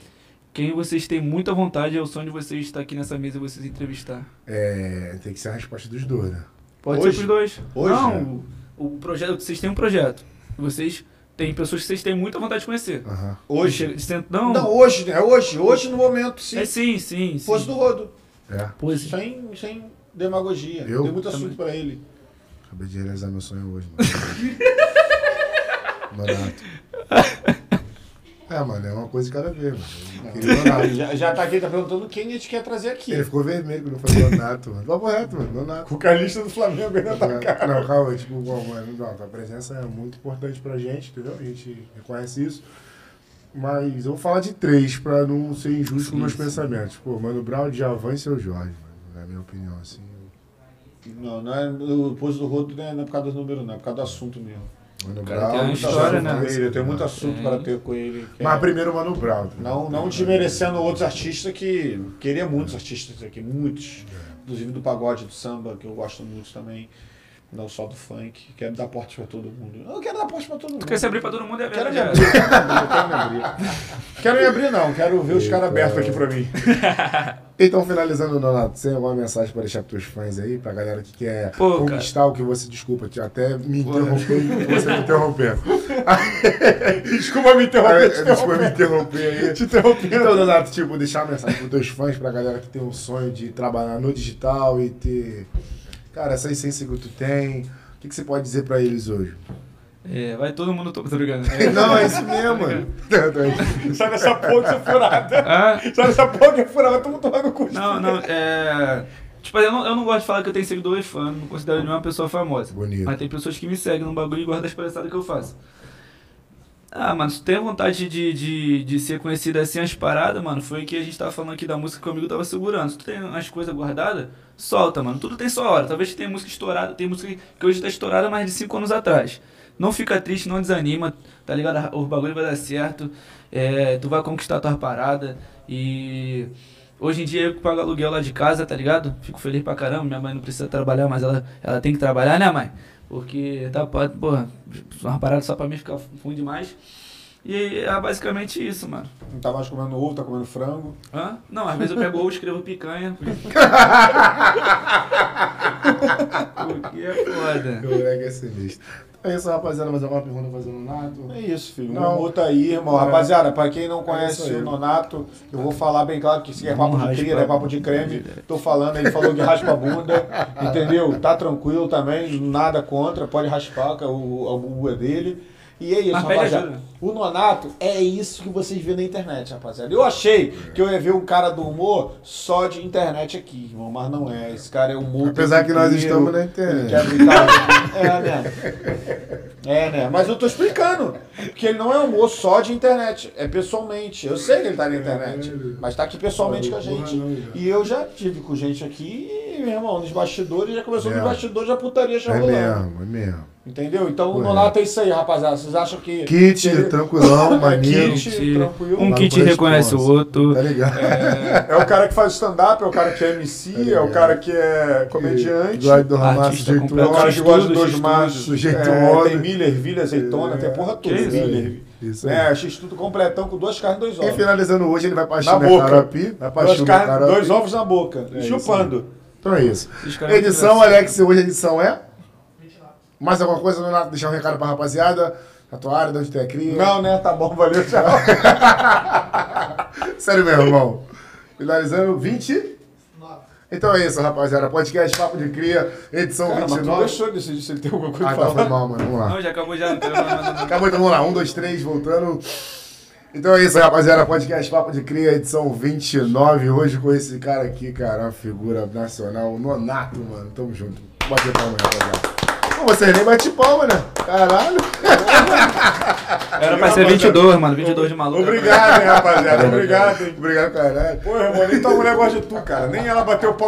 Speaker 3: Quem vocês têm muita vontade é o sonho de vocês estar aqui nessa mesa e vocês entrevistar.
Speaker 1: É, tem que ser a resposta dos dois, né?
Speaker 3: Pode
Speaker 2: Hoje?
Speaker 3: ser pros dois.
Speaker 2: Hoje,
Speaker 3: Não, o, o projeto, vocês têm um projeto. Vocês têm pessoas que vocês têm muita vontade de conhecer.
Speaker 1: Aham.
Speaker 2: Hoje.
Speaker 3: Senta-
Speaker 2: Não,
Speaker 3: Não,
Speaker 2: hoje, né? É hoje. Hoje no momento, sim.
Speaker 3: é sim, sim. sim.
Speaker 2: Fosse do rodo.
Speaker 1: É,
Speaker 3: Pois é.
Speaker 2: Sem, sem demagogia.
Speaker 1: Eu?
Speaker 2: Deu muito
Speaker 3: Também.
Speaker 2: assunto pra ele.
Speaker 1: acabei de realizar meu sonho hoje,
Speaker 2: [laughs]
Speaker 1: mano. Donato. É, mano, é uma coisa de cada vez, mano. Eu
Speaker 2: [laughs]
Speaker 1: queria É.
Speaker 2: Ele
Speaker 1: Donato.
Speaker 2: já, já tá aqui, tá perguntando quem a gente quer trazer aqui.
Speaker 1: Ele ficou vermelho quando eu falei Donato, mano. Papo reto, mano. Donato.
Speaker 2: Com o carlista do Flamengo ainda tá cara.
Speaker 1: Não, calma, tipo, bom, mano, não, a presença é muito importante pra gente, entendeu? A gente reconhece isso. Mas eu vou falar de três pra não ser injusto com meus
Speaker 3: Sim, sim.
Speaker 1: pensamentos. Pô, Mano Brown, Djavan e Seu Jorge, mano. Na minha opinião, assim.
Speaker 2: Não, não é o posto do rodo não é, não é por causa do número, não, é por causa do assunto mesmo.
Speaker 1: Mano tá
Speaker 3: Cara, tem uma
Speaker 1: muito
Speaker 3: história,
Speaker 1: assunto
Speaker 3: né?
Speaker 1: com
Speaker 2: Ele, eu tenho muito assunto
Speaker 3: Tem.
Speaker 2: para ter com ele. que
Speaker 1: Mas
Speaker 2: é-
Speaker 1: primeiro o Mano Brown. tá?
Speaker 2: Não, não desmerecendo outros artistas que. Queria muitos artistas aqui, muitos. Inclusive do pagode, do samba, que eu gosto muito também. Não só do funk. Quero dar portas pra todo mundo. Eu quero dar portas pra todo mundo.
Speaker 3: Tu quer se abrir pra todo mundo é a
Speaker 2: Quero
Speaker 3: verdade.
Speaker 2: me abrir. eu Quero me abrir. Quero me abrir, não. Quero ver os caras abertos aqui pra mim.
Speaker 1: Então, finalizando, Donato, você tem alguma mensagem pra deixar pros teus fãs aí? Pra galera que quer
Speaker 3: Pô,
Speaker 1: conquistar o que você... Desculpa, te- até me interromper você me interrompendo.
Speaker 2: [laughs] Desculpa me interromper. te
Speaker 1: É, Desculpa me
Speaker 2: interromper.
Speaker 1: interromper aí.
Speaker 2: Te interromper.
Speaker 1: Então, Donato, tipo, deixar uma mensagem pros teus fãs, pra galera que tem um sonho de trabalhar no digital e ter, cara, essa essência que tu tem. O que, que você pode dizer pra eles
Speaker 2: [laughs]
Speaker 1: hoje?
Speaker 3: É, vai todo mundo topo, tá ligado? É.
Speaker 1: Não, é isso mesmo, mano. [laughs]
Speaker 2: Sai dessa ponte furada.
Speaker 3: Hã?
Speaker 2: Sai dessa ponte furada. Tamo tomando cu.
Speaker 3: ah? Não, não, é. Tipo, eu não, eu não gosto de falar que eu tenho seguidor e fã, não considero nenhuma pessoa famosa.
Speaker 1: Bonito.
Speaker 3: Mas tem pessoas que me seguem no bagulho e gostam das palhaçadas que eu faço. Ah, mano, se tu tem vontade de, de, de ser conhecido assim as paradas, mano, foi o que a gente tava falando aqui da música que o amigo tava segurando. Se tu tem as coisas guardadas, solta, mano. Tudo tem sua hora. Talvez tenha música estourada, tem música que hoje tá estourada mais de 5 anos atrás. Não fica triste, não desanima, tá ligado? O bagulho vai dar certo. É, tu vai conquistar tua parada. E hoje em dia eu que pago aluguel lá de casa, tá ligado? Fico feliz pra caramba. Minha mãe não precisa trabalhar, mas ela, ela tem que trabalhar, né, mãe? Porque tá, pa- porra, uma parada só pra mim fica ruim demais. E é basicamente isso, mano.
Speaker 2: Não tá mais comendo ovo, tá comendo frango.
Speaker 3: Hã? Não, às vezes eu pego ovo, escrevo [laughs] picanha. Porque é foda.
Speaker 1: Meu moleque é sinistro. Então é isso, rapaziada. Mais alguma pergunta pra fazer no Nato?
Speaker 2: É isso, filho.
Speaker 1: Não.
Speaker 2: O Mumu tá aí, irmão.
Speaker 1: É.
Speaker 2: Rapaziada, pra quem não
Speaker 1: isso
Speaker 2: conhece
Speaker 1: aí.
Speaker 2: o Nonato, eu vou falar bem claro que isso aqui é
Speaker 3: Não
Speaker 2: papo de
Speaker 3: raspa.
Speaker 2: cria, é papo de creme. Tô falando, ele falou que raspa
Speaker 1: [laughs]
Speaker 2: a bunda, entendeu? Tá tranquilo também, nada contra, pode raspar, que o, o, o bubu é dele. E é isso,
Speaker 3: Mas pede
Speaker 2: rapaziada.
Speaker 3: ajuda.
Speaker 2: O Nonato é isso que vocês vê na internet, rapaziada. Eu achei que eu ia ver um cara do humor só de internet aqui, irmão, mas não é. Esse cara é humor.
Speaker 1: Apesar que nós
Speaker 2: inteiro.
Speaker 1: estamos né? na
Speaker 2: Ele
Speaker 1: internet.
Speaker 2: quer brincar. é, né? É, né? Mas eu tô explicando. Porque ele não é humor só de internet, é pessoalmente. Eu sei que ele tá na internet, mas tá aqui pessoalmente com a gente. E eu já tive com gente aqui, e, meu irmão, nos bastidores, já começou nos
Speaker 1: Mesmo.
Speaker 2: bastidores, já putaria já
Speaker 1: É
Speaker 2: rolando.
Speaker 1: mesmo, é mesmo.
Speaker 2: Entendeu? Então,
Speaker 1: Ué.
Speaker 2: no Nonato é isso aí, rapaziada. Vocês acham que.
Speaker 1: Kit,
Speaker 2: que- [laughs]
Speaker 1: tranquilão, maneiro.
Speaker 2: Kit, tranquilo.
Speaker 3: Um
Speaker 1: Lá
Speaker 3: kit
Speaker 1: no
Speaker 3: reconhece o
Speaker 1: Corresponsa.
Speaker 3: outro.
Speaker 1: Tá ligado?
Speaker 2: É o cara que faz stand-up, é o cara que é MC, é o cara que é comediante.
Speaker 1: Gosta do ramaço
Speaker 3: Artista
Speaker 1: jeito
Speaker 2: É o
Speaker 3: completo.
Speaker 2: cara que gosta de
Speaker 3: Estudos,
Speaker 2: dois
Speaker 3: estudos,
Speaker 2: mares,
Speaker 1: sujeito
Speaker 2: é,
Speaker 1: homem.
Speaker 2: tem Miller, Vilha, azeitona, tem a porra toda.
Speaker 3: Que isso,
Speaker 2: Miller,
Speaker 1: Isso aí.
Speaker 2: né? Achei isso tudo completão com duas carnes e dois
Speaker 1: E
Speaker 2: ovos.
Speaker 1: finalizando hoje, ele vai pra
Speaker 2: Na
Speaker 1: China
Speaker 2: boca.
Speaker 1: Carapi. Vai pra
Speaker 2: Duas
Speaker 1: China
Speaker 2: carnes,
Speaker 1: Carapi.
Speaker 2: dois ovos na boca,
Speaker 1: É isso
Speaker 2: chupando.
Speaker 1: Então é isso.
Speaker 3: Esses caras
Speaker 1: Edição,
Speaker 3: muito
Speaker 1: Alex, hoje a edição é? Mais alguma coisa, Donato? Deixar um recado pra rapaziada? A tua área, de onde tu é cria?
Speaker 2: Não, né? Tá bom, valeu, tchau.
Speaker 1: Sério mesmo, irmão. Finalizando 20. Então é isso, rapaziada. Podcast Papo de Cria, edição
Speaker 2: Cara, mas tu
Speaker 1: 29.
Speaker 2: deixou de decidir se ele tem alguma coisa
Speaker 1: Ah,
Speaker 2: pra
Speaker 1: tá,
Speaker 2: falar.
Speaker 1: foi mal, mano. Vamos lá.
Speaker 3: Não, já acabou já. Não tem mais nada.
Speaker 1: Acabou, então vamos lá. Um, dois, três, voltando. Então é isso, rapaziada. Podcast Papo de Cria, edição 29. Hoje com esse cara aqui, cara, uma figura nacional, o Nonato, mano. Tamo junto. Bate palma, rapaziada. Pô, vocês nem bate palma, né? Caralho.
Speaker 3: Era pra ser 22, mano. 22 de maluco.
Speaker 1: [laughs]
Speaker 2: Obrigado, hein, rapaziada. Obrigado, hein.
Speaker 1: Obrigado, caralho.
Speaker 2: Pô, irmão, nem tua mulher gosta de tu, cara. Nem ela bateu o pau.